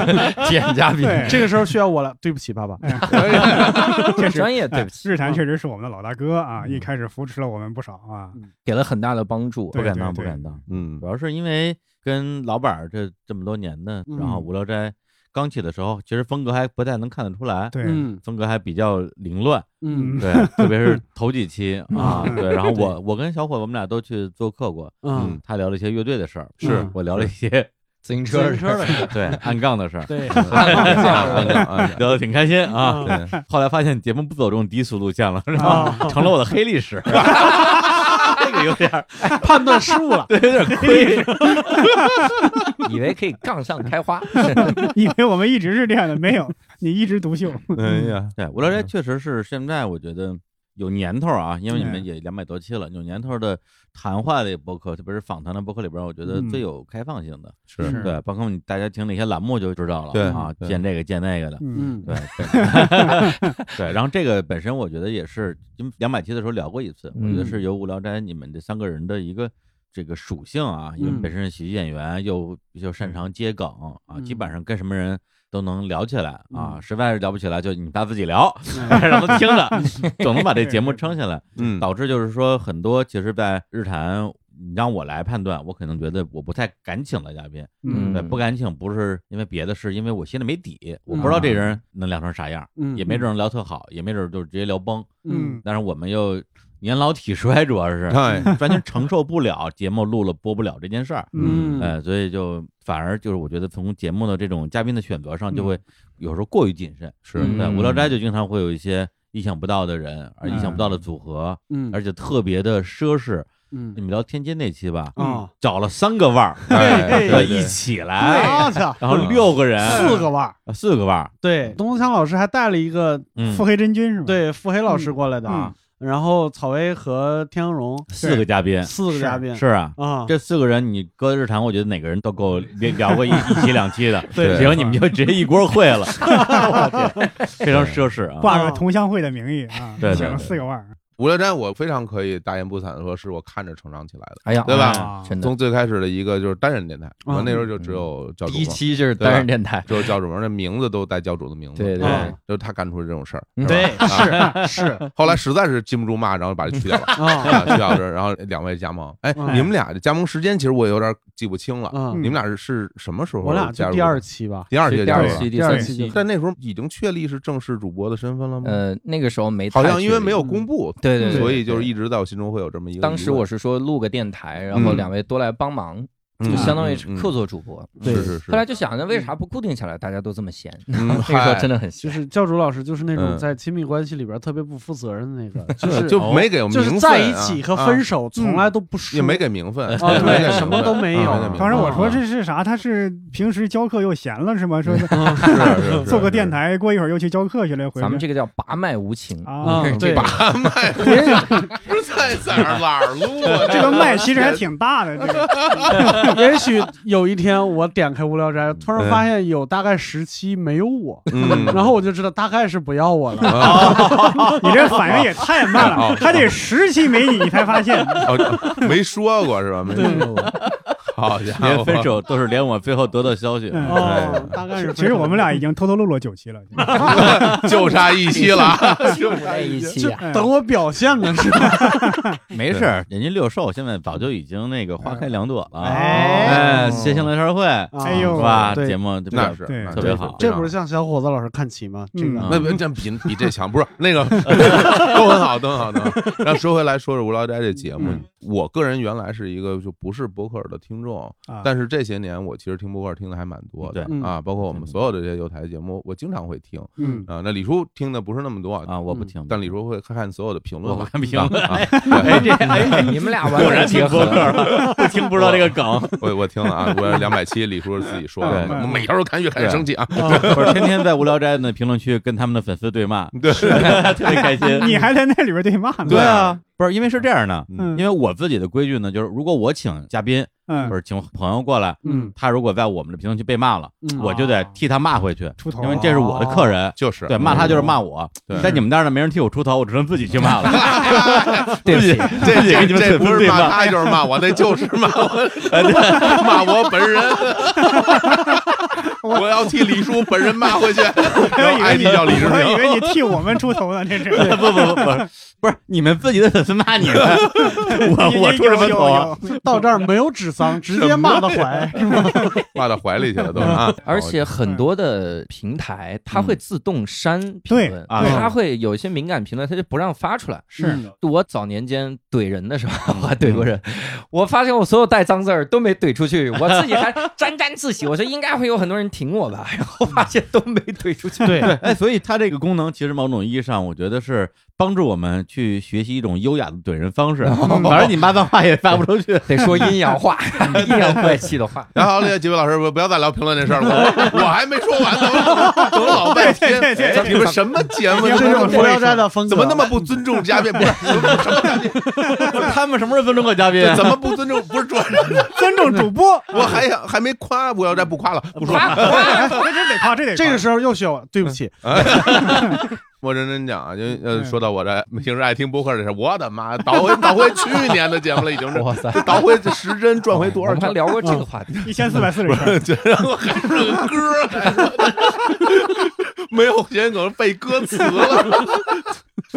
Speaker 5: 点嘉宾，
Speaker 3: 对，哎
Speaker 4: 这个时候需 要我了，对不起，爸爸。
Speaker 3: 确实
Speaker 5: 专业对
Speaker 3: 哎
Speaker 5: 不起，啊嗯
Speaker 4: 嗯
Speaker 3: 日坛确实是我们的老大哥啊，一开始扶持了我们不少啊。
Speaker 5: 给了很大的帮助。
Speaker 1: 不
Speaker 3: 对
Speaker 1: 敢当，不
Speaker 3: 对
Speaker 1: 敢当。
Speaker 2: 嗯
Speaker 1: 主要是因为跟老板儿这这么多年呢，然后
Speaker 4: 嗯
Speaker 1: 无聊斋刚起的时候，其实风格还不太能看得出来，
Speaker 3: 对，
Speaker 4: 嗯
Speaker 1: 风格还比较凌乱，
Speaker 4: 嗯
Speaker 1: 对，特别是头几期 啊，
Speaker 3: 嗯
Speaker 1: 对。然后我我跟小伙我们俩都去做客过，
Speaker 4: 嗯，
Speaker 1: 他聊了一些乐队的事儿，
Speaker 4: 是
Speaker 1: 我聊了一些
Speaker 5: 自行
Speaker 4: 自
Speaker 5: 车
Speaker 4: 行，车的事儿，
Speaker 1: 对按杠的事 儿，
Speaker 4: 对，
Speaker 2: 啊
Speaker 1: 聊
Speaker 2: 啊
Speaker 1: 得挺开心啊。
Speaker 4: 嗯
Speaker 1: 对，后来发现节目不走这种低俗路线了，然
Speaker 4: 啊
Speaker 1: 后成了我的黑 历史。这个有点儿
Speaker 4: 判 断失误了。
Speaker 1: 对，有点儿亏。
Speaker 5: 以为可以杠上开 花，
Speaker 3: 以为我们一直是这样的，没有，你一枝独秀。
Speaker 2: 哎呀，
Speaker 1: 嗯对，无聊斋确实是现在我觉得有年头啊，因为你们
Speaker 3: 嗯
Speaker 1: 也两百多期了，有年头的谈话类播客，特别是访谈的播客里边，我觉得最
Speaker 3: 嗯
Speaker 1: 有开放性的，嗯
Speaker 2: 是
Speaker 3: 是
Speaker 1: 对，包括你大家听那些栏目就知道了，
Speaker 2: 对
Speaker 1: 啊，
Speaker 2: 对
Speaker 1: 见这个见那个的，
Speaker 3: 嗯
Speaker 4: 嗯，
Speaker 1: 对对 对，然后这个本身我觉得也是，因为两百期的时候聊过一次，我觉得
Speaker 5: 嗯
Speaker 1: 是由无聊斋你们这三个人的一个这个属性啊，因为
Speaker 4: 嗯
Speaker 1: 本身是喜剧演员，又又擅长接梗啊，基本上跟什么人。都能聊起来啊，
Speaker 4: 嗯
Speaker 1: 实在是聊不起来，就你爸自己聊， 让他听着，
Speaker 4: 嗯
Speaker 1: 总能把这 节目撑下来。
Speaker 2: 嗯
Speaker 1: 导致就是说，很多其实，在日坛，你让我来判断，我可能觉得我不太敢请的嘉宾，
Speaker 5: 嗯
Speaker 1: 对，不敢请不是因为别的，是因为我心里没底，我不知道这人能聊成啥样，
Speaker 4: 嗯
Speaker 1: 也没准能聊特好，也没准就直接聊崩。
Speaker 3: 嗯，
Speaker 1: 但是我们又年老体衰，主要是
Speaker 2: 哎，
Speaker 1: 完全承受不了节目录了播不了这件事儿，
Speaker 3: 嗯
Speaker 4: 嗯
Speaker 1: 呃，所以就反而就是我觉得从节目的这种嘉宾的选择
Speaker 4: 嗯
Speaker 1: 上，就会有时候过于谨慎。是对，
Speaker 5: 嗯
Speaker 1: 无聊斋就经常会有一些意想不到的人，而
Speaker 3: 嗯
Speaker 1: 意想不到的组合，
Speaker 4: 嗯
Speaker 1: 而且特别的奢侈。
Speaker 4: 嗯
Speaker 1: 你们聊天津那期吧，
Speaker 4: 啊，
Speaker 1: 找了三个腕儿，
Speaker 2: 哎
Speaker 1: 要
Speaker 2: 对
Speaker 1: 一
Speaker 2: 对
Speaker 1: 起来。
Speaker 4: 我操，
Speaker 1: 然后六个人，
Speaker 4: 四个腕儿。
Speaker 1: 啊四个腕儿，
Speaker 4: 对，嗯东强老师还带了一个
Speaker 1: 嗯
Speaker 3: 腹，黑真君是吧？
Speaker 4: 对腹黑老师过来的啊，然后草薇和天阳荣
Speaker 1: 四个嘉宾，
Speaker 4: 四个嘉宾
Speaker 1: 是啊。
Speaker 4: 啊，
Speaker 1: 这四个人，你搁日常，我觉得哪个人都够聊聊过一一期两期的，
Speaker 2: 对
Speaker 1: 结果你们就直接一锅烩 了，我天非常奢侈啊！
Speaker 3: 挂着同乡会的名义啊，
Speaker 1: 对对
Speaker 3: 请了
Speaker 1: 对
Speaker 3: 四个腕儿，
Speaker 2: 无聊斋我非常可以大言不惭的说，是我看着成长起来的。
Speaker 5: 哎呀，
Speaker 2: 对吧
Speaker 5: 啊真的，
Speaker 2: 从最开始的一个就是单人电台，我
Speaker 4: 嗯
Speaker 2: 那时候就只有教主
Speaker 5: 第一，
Speaker 2: 嘛
Speaker 5: 期就是单人电台，
Speaker 2: 就是教主嘛，那名字都带教主的名字，
Speaker 5: 对嗯对
Speaker 2: 啊就是他干出这种事儿。是吧啊
Speaker 5: 对
Speaker 4: 是是
Speaker 2: 后来实在是禁不住骂，然后把这去掉了。
Speaker 4: 啊，
Speaker 2: 啊，去掉这，然后两位加盟，哎，
Speaker 4: 嗯
Speaker 2: 你们俩的加盟时间其实我有点记不清了，
Speaker 4: 嗯
Speaker 2: 你们俩是是什么时候？
Speaker 4: 我俩
Speaker 2: 加
Speaker 4: 就
Speaker 2: 入
Speaker 4: 第
Speaker 2: 的
Speaker 4: 二期吧，
Speaker 2: 第二
Speaker 5: 是
Speaker 2: 届
Speaker 5: 第
Speaker 2: 加入
Speaker 5: 二
Speaker 2: 的
Speaker 5: 期、第
Speaker 4: 第二
Speaker 5: 三
Speaker 4: 期
Speaker 5: 期
Speaker 4: 就，
Speaker 2: 但那时候已经确立是正式主播的身份了吗？
Speaker 5: 呃，那个时候没太
Speaker 2: 好
Speaker 5: 确立，
Speaker 2: 像因为没有公布，
Speaker 5: 对，对对对，
Speaker 2: 所以就是
Speaker 5: 对
Speaker 2: 一直在我心中会有这么一个疑问。
Speaker 5: 当时我是说录个电台，然后
Speaker 2: 嗯
Speaker 5: 两位多来帮忙，
Speaker 2: 嗯
Speaker 5: 就相当于
Speaker 2: 嗯
Speaker 5: 是
Speaker 2: 嗯
Speaker 5: 客座主播。
Speaker 4: 对
Speaker 2: 是是是，
Speaker 5: 后来就想着为啥不固定下来，大家都这么闲？
Speaker 2: 嗯
Speaker 5: 那个时候真的很
Speaker 4: 就
Speaker 5: 闲。
Speaker 4: 是教主老师就是那
Speaker 2: 嗯
Speaker 4: 种在亲密关系里边特别不负责任的那个，就
Speaker 2: 嗨
Speaker 4: 是
Speaker 2: 就没给我们
Speaker 4: 就是
Speaker 2: 名
Speaker 4: 在
Speaker 2: 分
Speaker 4: 一
Speaker 2: 啊
Speaker 4: 起和
Speaker 2: 啊
Speaker 4: 分手从来都不说，
Speaker 2: 也没给名分，
Speaker 4: 哦
Speaker 2: 也没
Speaker 4: 对
Speaker 2: 给
Speaker 4: 什么
Speaker 2: 名分
Speaker 4: 都没有哦
Speaker 2: 啊给名分
Speaker 3: 嗯当时我说
Speaker 2: 啊
Speaker 3: 这是啥？他是平时教课又闲了是吗？说是
Speaker 2: 嗯 是是是
Speaker 3: 做个电台，过一会儿又去教课去了，回
Speaker 5: 咱们
Speaker 3: 去
Speaker 5: 这个叫拔脉无情，
Speaker 3: 啊
Speaker 4: 啊，对，
Speaker 2: 把脉，不是在在哪儿录啊？
Speaker 3: 这个麦其实还挺大的，这 个
Speaker 4: 也许有一天我点开无聊斋，突然发现有大概十期没有我，
Speaker 2: 嗯，
Speaker 4: 然后我就知道大概是不要我了。
Speaker 2: 啊
Speaker 3: 你这反应也太
Speaker 2: 哦
Speaker 3: 慢了，还得十期没你，你才发现。
Speaker 2: 哦没说过是吧？没
Speaker 4: 对
Speaker 2: 说过， 好家伙，
Speaker 1: 连分手都是连我最后得到消息，哎
Speaker 3: 嗯
Speaker 4: 哦，
Speaker 2: 哎
Speaker 4: 大概是。
Speaker 3: 其实我们俩已经偷偷录了九 期了，
Speaker 2: 就差一期 了啊，就差
Speaker 5: 在一
Speaker 4: 就
Speaker 5: 起
Speaker 3: 哎
Speaker 5: 啊，
Speaker 4: 等我表现呢，是吧？
Speaker 1: 没事儿，人家六兽现在早就已经那个花开两朵了，
Speaker 3: 哎
Speaker 1: 哎，谐星联欢会
Speaker 3: 哎呦
Speaker 1: 是吧？
Speaker 4: 对
Speaker 1: 节目就比较
Speaker 2: 那是
Speaker 3: 对
Speaker 2: 那是
Speaker 1: 特别好
Speaker 4: 这不是向小伙子老师看齐吗？这个
Speaker 1: 嗯
Speaker 2: 那不这比比这强，不 是那个 都很好，都很好，都 很好。然后说回来，说说《无聊斋》这节目
Speaker 3: 嗯，
Speaker 2: 我个人原来是一个就不是博客的听众，
Speaker 3: 啊
Speaker 2: 但是这些年我其实听博客听的还蛮多
Speaker 1: 对
Speaker 2: 的
Speaker 4: 嗯
Speaker 2: 啊，包括我们所有的这些有台节目，我经常会听
Speaker 3: 嗯，
Speaker 2: 啊。那李叔听的不是那么多啊，
Speaker 1: 啊！我不听，
Speaker 2: 但李叔会看所有的评论
Speaker 1: 我
Speaker 2: 嘛，
Speaker 1: 看评论
Speaker 2: 啊，
Speaker 1: 哎这哎
Speaker 5: 你们俩 完
Speaker 1: 果
Speaker 5: 美
Speaker 1: 然
Speaker 5: 结
Speaker 1: 听
Speaker 5: 合
Speaker 1: 播客，了， 不听不知道这个梗，
Speaker 2: 我我听了啊，我两百七，李叔是自己说的，
Speaker 1: 嗯
Speaker 3: 对
Speaker 2: 我每条都看越看越生气啊。
Speaker 3: 哦
Speaker 1: 不是天天在无聊斋的评论区跟他们的粉丝对骂，
Speaker 2: 对
Speaker 1: 特别开心。
Speaker 3: 你还在那里边对骂呢，
Speaker 1: 对啊，不是因为是这样的，
Speaker 2: 嗯
Speaker 1: 因为我自己的规矩呢，就是如果我请嘉宾
Speaker 3: 嗯
Speaker 1: 或，者请朋友过来，
Speaker 4: 嗯
Speaker 1: 他如果在我们的评论区被骂了，我就得替他骂回去，
Speaker 3: 嗯啊出头，哦
Speaker 1: 因为这是我的客人。
Speaker 2: 就是
Speaker 1: 对，骂他就是骂我
Speaker 2: 对，
Speaker 1: 在你们那儿呢，没人替我出头，我只能自己去骂了。
Speaker 5: 对不
Speaker 1: 自己
Speaker 5: 起，
Speaker 1: 自己给你们
Speaker 2: 这
Speaker 1: 粉
Speaker 2: 不
Speaker 1: 丝
Speaker 2: 是
Speaker 1: 对
Speaker 2: 骂
Speaker 1: 骂，
Speaker 2: 他就是骂我，那就是骂我，呃骂我本人。我要替李叔本人骂回去，然后 ID 哦哎叫李志
Speaker 3: 我以
Speaker 2: 明。
Speaker 3: 为你替我们出头呢，这 是
Speaker 1: 不不不 不，不是你们自己的粉丝骂你们， 我我出什么头啊？？
Speaker 3: 有有有
Speaker 4: 到这儿没有指桑，直接骂到 怀。
Speaker 2: 骂到怀里去了都啊！
Speaker 5: 嗯而且很多的平台它会自动删评
Speaker 3: 对
Speaker 5: 论，
Speaker 1: 啊
Speaker 5: 它会有一些敏感评论，它就不让发出来。
Speaker 3: 是
Speaker 5: 我早年间怼人的时候，
Speaker 2: 嗯
Speaker 5: 我还 怼过人，我发现我所有带脏字儿都 没怼出去， 我自己还沾沾自喜，我说应该会有很多人挺我吧， 然后发现都没怼出去。
Speaker 4: 对
Speaker 1: 对，哎，所以它这个功能其实某种意义上，我觉得是帮助我们去学习一种优雅的怼人方式。反正你骂脏话也发不出去，
Speaker 5: 哦得说阴阳 话，阴阳怪气的话。
Speaker 2: 然后那几位老师，不不要再聊评论这事儿了， 我我还没说完呢，我等了老半天 哎
Speaker 3: 对对对，对
Speaker 2: 你们什么节目？
Speaker 3: 对
Speaker 4: 这
Speaker 3: 对
Speaker 4: 是我
Speaker 3: 对
Speaker 2: 怎
Speaker 4: 们
Speaker 2: 么
Speaker 4: 无聊斋的风格，
Speaker 2: 怎么那么不尊重嘉宾？不
Speaker 5: 啊
Speaker 2: 是什么什么嘉宾？
Speaker 1: 他们什么时候尊重过嘉宾？啊
Speaker 2: 怎么不尊重？不是主持人，
Speaker 3: 尊重主播，
Speaker 2: 我还想哎还没夸，我要再不夸了，不说了。
Speaker 3: 这这得夸，这得夸
Speaker 4: 这个时候又需要对不起，
Speaker 5: 哎
Speaker 2: 我认真讲啊，因为呃，
Speaker 3: 嗯
Speaker 2: 说到我这平时爱听播客这事儿，我的妈，倒回倒回去年 的节目了，已经是
Speaker 5: 哇塞，
Speaker 2: 这倒回这时针转回多
Speaker 5: 我
Speaker 2: 少
Speaker 5: 们还
Speaker 2: 圈？
Speaker 5: 聊过这个话题，
Speaker 3: 嗯一千四百四十圈，
Speaker 2: 然后还是个歌来着，没有谐梗背歌 词了。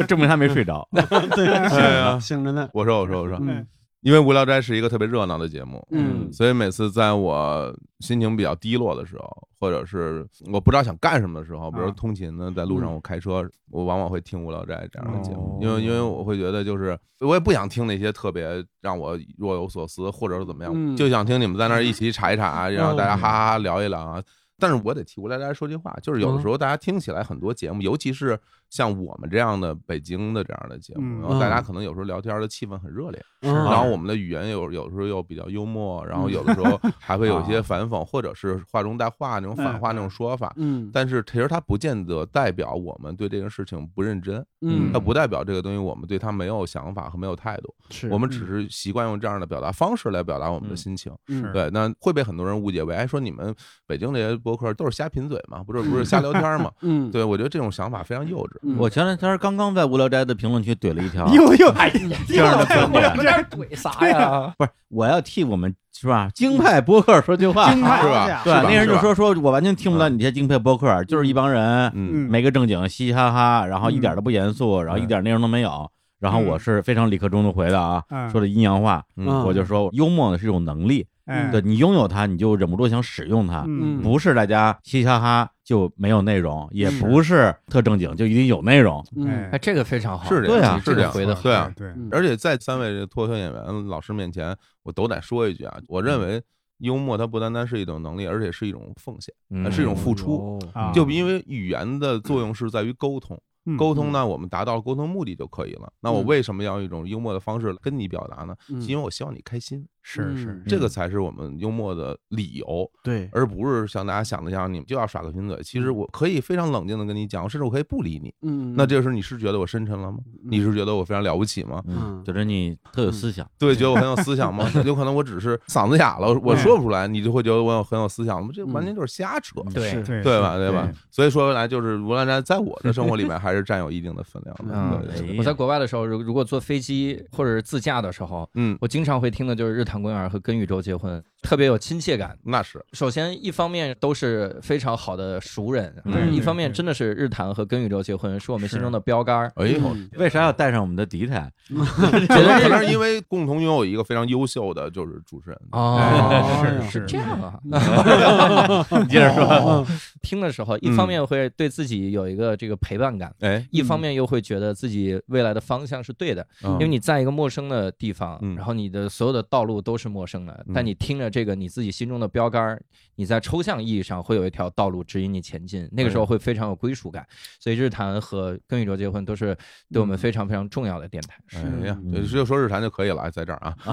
Speaker 1: 证明他没睡 着。
Speaker 2: 哎呀
Speaker 4: 醒着呢。
Speaker 2: 我说我说我说，
Speaker 4: 嗯
Speaker 2: 因为《无聊斋》是一个特别热闹的节目，
Speaker 4: 嗯
Speaker 2: 所以每次在我心情比较低落的时候，或者是我不知道想干什么的时候，比如
Speaker 3: 啊
Speaker 2: 通勤呢，在路上我开车，我往往会听《无聊斋》这样的节
Speaker 4: 嗯
Speaker 2: 目
Speaker 4: 哦，
Speaker 2: 因为因为我会觉得就是我也不想听那些特别让我若有所思或者是怎么样，
Speaker 4: 嗯
Speaker 2: 就想听你们在那儿一起查一查，然后大家
Speaker 4: 嗯
Speaker 2: 哈哈哈聊一聊啊。但是我得替《无聊斋》说句话，就是
Speaker 4: 嗯
Speaker 2: 有的时候大家听起来很多节目，尤其是像我们这样的北京的这样的节目，
Speaker 3: 嗯
Speaker 2: 然后大家可能有时候聊天的气氛很热烈。
Speaker 4: 嗯
Speaker 2: 然后我们的语言有有时候又比较幽默，然后有的时
Speaker 4: 嗯
Speaker 2: 候还会有
Speaker 4: 啊
Speaker 2: 一些反讽，或者是话中带话那种反话那种说法。
Speaker 4: 嗯
Speaker 2: 但是其实它不见得代表我们对这个事情不认真，
Speaker 4: 嗯
Speaker 2: 它，不代表这个东西我们对它没有想法和没有态度，
Speaker 4: 是
Speaker 2: 我们只是习惯用这样的表达方式来表达我们的心情。
Speaker 4: 嗯
Speaker 2: 对，那会被很多人误解为，哎，说你们北京这些博客都是瞎贫嘴嘛，不是不 是瞎聊天嘛？
Speaker 4: 嗯，
Speaker 2: 对，我觉得这种想法非常幼稚。
Speaker 4: 嗯
Speaker 1: 我前两天刚刚在无聊斋的评论区怼了一条，
Speaker 3: 又又
Speaker 5: 哎呀，
Speaker 1: 这样的观点
Speaker 5: 我们在这儿怼啥呀？
Speaker 1: 不是我要替我们是吧？京派播客说句话，
Speaker 3: 惊
Speaker 2: 啊
Speaker 3: 派
Speaker 2: 是吧
Speaker 1: 对，那人
Speaker 2: 是
Speaker 1: 就
Speaker 2: 吧
Speaker 1: 说说我完全听不到你这些京派播客，就是一帮人
Speaker 2: 嗯，
Speaker 1: 没个正经，嘻嘻哈哈，然后一点都不严肃，然后一
Speaker 2: 嗯
Speaker 1: 点内容都没有。然后我是非常理科中的回的啊，
Speaker 3: 嗯
Speaker 1: 说的阴阳话，
Speaker 4: 嗯
Speaker 1: 我就说幽默是一种能力，
Speaker 3: 哎
Speaker 1: 对你拥有它，你就忍不住想使用它，
Speaker 3: 嗯
Speaker 1: 不是大家嘻嘻哈哈就没有内容，也不是特正经就一定有内容。
Speaker 4: 嗯
Speaker 5: 哎，这个非常好，
Speaker 2: 是嗯这
Speaker 1: 对啊
Speaker 2: 样，是
Speaker 5: 这
Speaker 2: 这
Speaker 5: 个
Speaker 2: 样，
Speaker 5: 回的
Speaker 2: 对啊，
Speaker 3: 对
Speaker 4: 嗯
Speaker 2: 而且在三位脱口秀演员老师面前，我都得说一句啊，我认为幽默它不单单是一种能力，而且是一种奉献，是一种付出。
Speaker 5: 出
Speaker 3: 啊
Speaker 2: 就因为语言的作用是在于沟通，
Speaker 3: 嗯
Speaker 2: 沟通呢，我们达到沟通目的就可以了。那我为什么要用一种幽默的方式跟你表达呢？是因为我希望你开心，
Speaker 3: 是嗯是
Speaker 2: 这个才是我们幽默的理由，
Speaker 4: 对，
Speaker 2: 而不是像大家想的一样，你们就要耍个贫嘴。其实我可以非常冷静的跟你讲，甚至我可以不理 你。
Speaker 4: 嗯，
Speaker 2: 那这个时候你是觉得我深沉了吗？你是觉得我非常了不起吗？嗯
Speaker 1: 嗯，
Speaker 4: 嗯
Speaker 1: 就是你特有思想，
Speaker 2: 对，觉得我很有思想吗？有可能我只是嗓子哑了，我我
Speaker 3: 嗯
Speaker 2: 说不出来，你就会觉得我有很有思想吗？这
Speaker 7: 嗯
Speaker 2: 完全就是瞎扯，
Speaker 5: 对
Speaker 4: 是
Speaker 3: 对
Speaker 2: 对吧？对吧
Speaker 1: 对？
Speaker 2: 所以说回来就是无论在在我的生活里面，还是占有一定的分量的。
Speaker 5: 嗯
Speaker 2: 对对对
Speaker 1: 哎呀
Speaker 5: 我在国外的时候，如如果坐飞机或者是自驾的时候，
Speaker 2: 嗯
Speaker 5: 我经常会听的就是日坛公园和跟宇宙结婚。特别有亲切感。
Speaker 2: 那是
Speaker 5: 首先，一方面都是非常好的熟人，
Speaker 2: 嗯
Speaker 5: 一方面真的是日坛和跟宇宙结婚是我们心中的标杆儿。嗯
Speaker 2: 哎呦，
Speaker 1: 为啥要带上我们的迪台？
Speaker 2: 嗯
Speaker 5: 觉得
Speaker 2: 可
Speaker 5: 这
Speaker 2: 能
Speaker 5: 个
Speaker 2: 是因为共同拥有一个非常优秀的就是主持人，
Speaker 5: 哦，
Speaker 3: 是是
Speaker 5: 这样啊。
Speaker 1: 你接着说，
Speaker 2: 哦
Speaker 5: 听的时候，一方面会对自己有一个这个陪伴感，
Speaker 2: 嗯哎，
Speaker 5: 一方面又会觉得自己未来的方向是对的，
Speaker 2: 因
Speaker 5: 因为你在一个陌生的地方，
Speaker 2: 嗯
Speaker 5: 然后你的所有的道路都是陌生的，但
Speaker 2: 嗯
Speaker 5: 你听着这个你自己心中的标杆儿，你在抽象意义上会有一条道路指引你前进，那个
Speaker 2: 哎
Speaker 5: 时候会非常有归属感。所以日坛和跟宇宙结婚都是对我们非常非常重要的电台。
Speaker 2: 嗯哎呀，
Speaker 3: 嗯
Speaker 2: 就就说日坛就可以了，在这儿啊，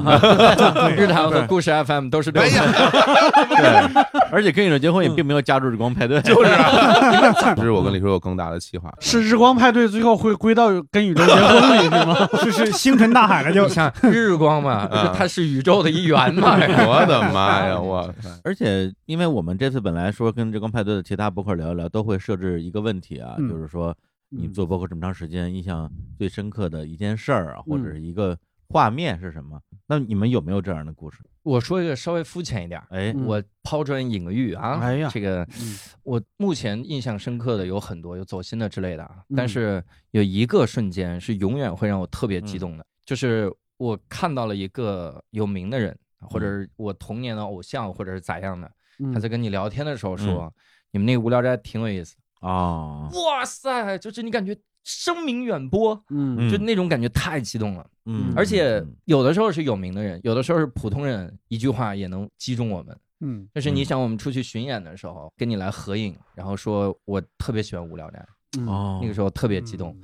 Speaker 2: 哎
Speaker 5: 日坛和故事 FM 都
Speaker 4: 哎
Speaker 5: 是对我们
Speaker 1: 而且跟你说结婚
Speaker 5: 嗯
Speaker 1: 也并没有加入日光派 对，
Speaker 2: 这啊是我跟李叔有更大的计划。
Speaker 4: 是日光派对最后会归到跟宇宙结婚里是吗？
Speaker 3: 是是星辰大海了就
Speaker 5: 你 像日光嘛，
Speaker 4: 嗯
Speaker 2: 啊哎
Speaker 5: 它 是宇宙的一员 嘛。
Speaker 2: 我的 妈呀！我
Speaker 1: 而且，因为我们这次本来说跟日光派对的其他博客聊一聊，都会设置一个问题啊，
Speaker 3: 嗯
Speaker 1: 就是说你
Speaker 4: 嗯
Speaker 1: 做博客这么长时间，印象最深刻的一件事儿啊，或者
Speaker 4: 嗯
Speaker 1: 是一个画面是什么？那你们有没有这样的故事？
Speaker 5: 我说一个稍微肤浅一点儿，
Speaker 1: 哎，
Speaker 4: 嗯
Speaker 5: 我抛砖引玉啊，
Speaker 4: 哎呀
Speaker 5: 这个
Speaker 4: 嗯
Speaker 5: 我目前印象深刻的有很多，有走心的之类的啊，
Speaker 4: 嗯嗯
Speaker 5: 但是有一个瞬间是永远会让我特别
Speaker 1: 嗯
Speaker 5: 激动的，就是我看到了一个有名的人，或者
Speaker 4: 嗯
Speaker 5: 是我童年的偶像，或者是咋样的，他在跟你聊天的
Speaker 4: 嗯
Speaker 5: 时候说，你们那个无聊斋挺有意思，
Speaker 1: 哦，
Speaker 5: 哇塞，就是你感觉声名远播，
Speaker 4: 嗯
Speaker 5: 就那种感觉太激动了。
Speaker 1: 嗯，
Speaker 5: 而且
Speaker 1: 嗯
Speaker 5: 有的时候是有名的人，有的时候是普通人，一句话也能击中我们。
Speaker 3: 嗯，
Speaker 5: 就是你
Speaker 1: 嗯
Speaker 5: 想我们出去巡演的时候，跟你来合影，然后说我特别喜欢《无聊斋》，
Speaker 4: 嗯
Speaker 1: 哦，
Speaker 5: 那个时
Speaker 1: 候
Speaker 5: 候特别激动。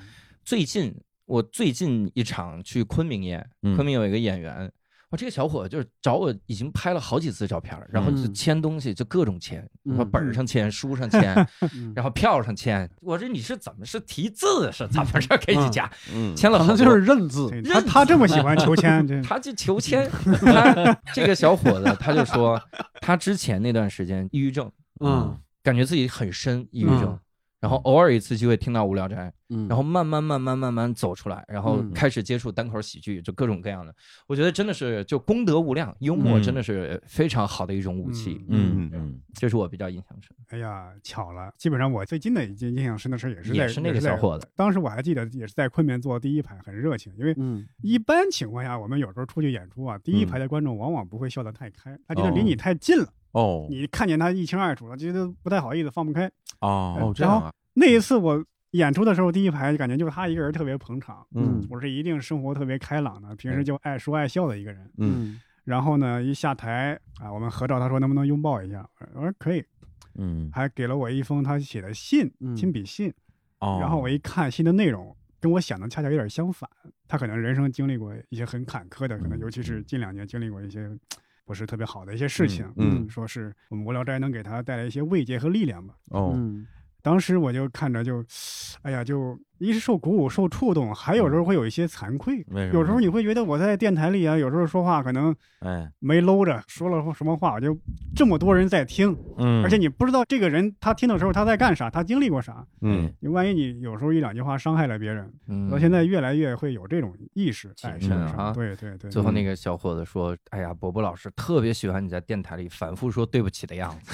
Speaker 5: 最近我最近一场去昆明演，
Speaker 1: 嗯
Speaker 5: 昆明有一个演员，我这个小伙子就是找我已经拍了好几次照片儿，然后就
Speaker 4: 嗯
Speaker 5: 签东西，就各种签，什么
Speaker 4: 嗯
Speaker 5: 本儿上签、书上签，
Speaker 4: 嗯
Speaker 5: 然后票上签。我说你是怎么是题字是怎么着给你
Speaker 4: 嗯
Speaker 5: 加
Speaker 2: 嗯，
Speaker 5: 签了
Speaker 4: 可
Speaker 5: 好
Speaker 4: 能
Speaker 5: 多，
Speaker 4: 就是认字，
Speaker 3: 对
Speaker 5: 认
Speaker 3: 他他这么喜欢 求签，这
Speaker 5: 他就求签，他这个小伙子他就 说，他之前那段时间抑郁症，
Speaker 4: 嗯
Speaker 5: 感觉自己很深抑郁症，
Speaker 4: 嗯
Speaker 5: 然后偶尔一次机会听到《无聊斋》，
Speaker 4: 嗯，
Speaker 5: 然后慢慢慢慢慢慢走出来，然后开始接触单口喜剧，就各种各样的。我觉得真的是就功德无量，幽默
Speaker 1: 嗯
Speaker 5: 真的是非常好的一种武器，
Speaker 1: 嗯嗯
Speaker 5: 这是我比较印象深的。
Speaker 3: 哎呀，巧了！基本上我最近的一件印象深的事儿也是在
Speaker 5: 也是那个小伙子，
Speaker 3: 当时我还记得也是在昆明坐第一排，很热情。因为
Speaker 4: 嗯
Speaker 3: 一般情况下，我们有时候出去演出啊，第一
Speaker 1: 嗯
Speaker 3: 排的观众往往不会笑得太开，他觉得
Speaker 1: 哦
Speaker 3: 离你太近了，
Speaker 1: 哦
Speaker 3: 你看见他一清二楚了，觉得不太好意思，放不开。
Speaker 1: 哦
Speaker 2: 哦，这样啊，
Speaker 3: 嗯那一次我演出的时候，第一排感觉就是他一个人特别捧场。
Speaker 2: 嗯
Speaker 3: 我是一定生活特别开朗的，平时就爱说爱笑的一个人。
Speaker 2: 嗯，
Speaker 3: 然后呢，一下台啊，我们合照，他说能不能拥抱一下？我说可以，
Speaker 1: 嗯
Speaker 3: 还给了我一封他写的信，
Speaker 4: 嗯
Speaker 3: 亲笔信。
Speaker 1: 哦，
Speaker 3: 然后我一看信的内容，跟我想的恰恰有点相反。他可能人生经历过一些很坎坷的，可能
Speaker 1: 嗯
Speaker 3: 尤其是近两年经历过一些不是特别好的一些事情。
Speaker 2: 嗯
Speaker 4: 嗯
Speaker 3: 说是我们无聊斋能给他带来一些慰藉和力量吧。
Speaker 2: 哦，
Speaker 4: 嗯
Speaker 3: 当时我就看着就，哎呀，就一是受鼓舞、受触动，还有
Speaker 5: 嗯
Speaker 3: 时候会有一些惭愧。
Speaker 1: 为什么
Speaker 3: 有时候你会觉得我在电台里啊，有时候说话可能
Speaker 1: 哎
Speaker 3: 没搂着，说了什么话，我就这么多人在听，
Speaker 1: 嗯，
Speaker 3: 而且你不知道这个人他听的时候他在干啥，他经历过啥。
Speaker 2: 嗯，
Speaker 3: 你万一你有时候一两句话伤害了别人，
Speaker 5: 嗯
Speaker 3: 到现在越来越会有这种意识在
Speaker 5: 谨慎
Speaker 1: 嗯
Speaker 3: 身
Speaker 5: 啊
Speaker 3: 上。对对嗯对，
Speaker 5: 最后那
Speaker 3: 个
Speaker 5: 个小伙子说：“哎呀，伯伯老师特别喜欢你在电台里反复说对不起的样子，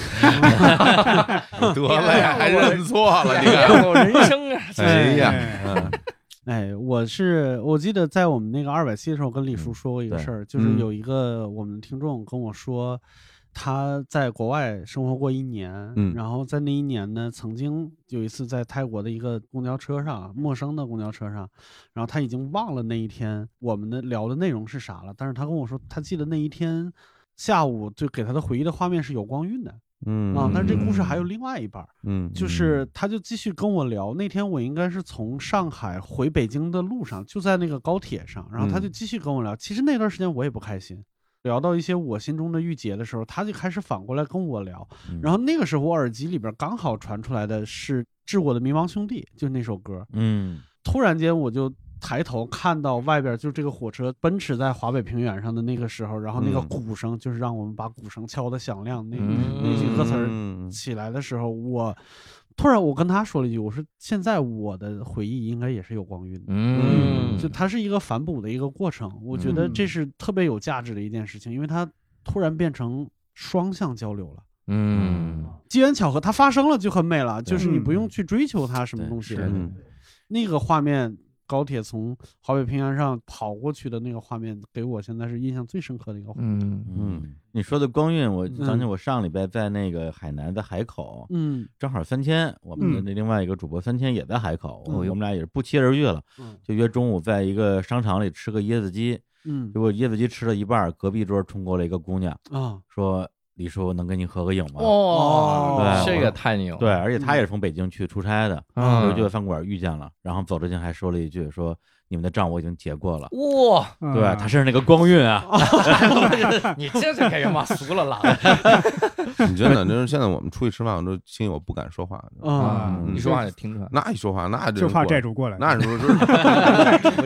Speaker 2: 得了
Speaker 1: 啊
Speaker 2: 呀，还认错了，你看，
Speaker 5: 我人生啊，
Speaker 2: 哎呀，
Speaker 3: 呀，
Speaker 4: 哎，我是我记得在我们那个二百期的时候，跟李叔说过一个
Speaker 1: 对
Speaker 4: 事儿，就是
Speaker 2: 嗯
Speaker 4: 有一个我们听众跟我说，他在国外生活过一年，
Speaker 2: 嗯
Speaker 4: 然后在那一年呢，曾经有一次在泰国的一个公交车上，陌生的公交车上，然后他已经忘了那一天我们的聊的内容是啥了，但是他跟我说，他记得那一天下午就给他的回忆的画面是有光晕的
Speaker 2: 嗯
Speaker 4: 啊，但是这故事还有另外一半儿。
Speaker 2: 嗯
Speaker 4: 就是他就继续跟我聊。那天我应该是从上海回北京的路上，就在那个高铁上，然后他就
Speaker 2: 嗯
Speaker 4: 继续跟我聊。其实那段时间我也不开心，聊到一些我心中的郁结的时候，他就开始反过来跟我聊。
Speaker 2: 嗯
Speaker 4: 然后那个时候我耳机里边刚好传出来的是《致我的迷茫兄弟》，就是那首歌。
Speaker 1: 嗯
Speaker 4: 突然间我就抬头看到外边就这个火车奔驰在华北平原上的那个时候，然后那个
Speaker 2: 嗯
Speaker 4: 鼓声就是让我们把鼓声敲得响亮，那
Speaker 5: 嗯
Speaker 4: 那句歌词儿
Speaker 2: 嗯
Speaker 4: 起来的时候，我突然我跟他说了一句，我说现在我的回忆应该也是有光晕的。
Speaker 5: 嗯，
Speaker 4: 就它是一个反哺的一个过程，我觉得这
Speaker 3: 嗯
Speaker 4: 是特别有价值的一件事情，因为它突然变成双向交流了。
Speaker 5: 嗯，
Speaker 4: 机缘巧合，它发生了就很美了，就是你不
Speaker 3: 嗯
Speaker 4: 用去追求它什么
Speaker 1: 对
Speaker 4: 东西
Speaker 1: 是
Speaker 4: 了。
Speaker 1: 的
Speaker 2: 嗯
Speaker 4: 那个画面，高铁从华北平原上跑过去的那个画面，给我现在是印象最深刻的一个画面。
Speaker 5: 嗯
Speaker 1: 嗯，你说的光晕，我
Speaker 4: 嗯
Speaker 1: 想起我上礼拜在那个海南，在海口，
Speaker 4: 嗯
Speaker 1: 正好三千，我们的
Speaker 3: 嗯
Speaker 1: 那另外一个主播三千也在海口，
Speaker 4: 嗯
Speaker 1: 我我们俩也是不期而遇了，
Speaker 4: 嗯
Speaker 1: 就约中午在一个商场里吃个椰子鸡，
Speaker 4: 嗯
Speaker 1: 结果椰子鸡吃了一半儿，隔壁桌冲过来一个姑娘，
Speaker 4: 啊
Speaker 1: 说：“李叔能跟您合个影吗？”
Speaker 5: 哦
Speaker 1: 对
Speaker 5: 这个太牛了，
Speaker 1: 对，而且她也是从北京去出差的，
Speaker 5: 嗯
Speaker 1: 就就在饭馆遇见了，然后走之前还说了一句：“说你们的账我已经结过了。”
Speaker 5: 哇，
Speaker 3: 嗯
Speaker 1: 对，她身上那个光晕 啊，
Speaker 5: 你这就给人往俗了拉。
Speaker 2: 你真的，就是现在我们出去吃饭，我都心里我不敢说话。嗯
Speaker 4: 啊
Speaker 5: 你说话也听出来，
Speaker 2: 那一说话，那
Speaker 3: 就怕债
Speaker 2: 种，
Speaker 3: 主过来。
Speaker 2: 那时 候就是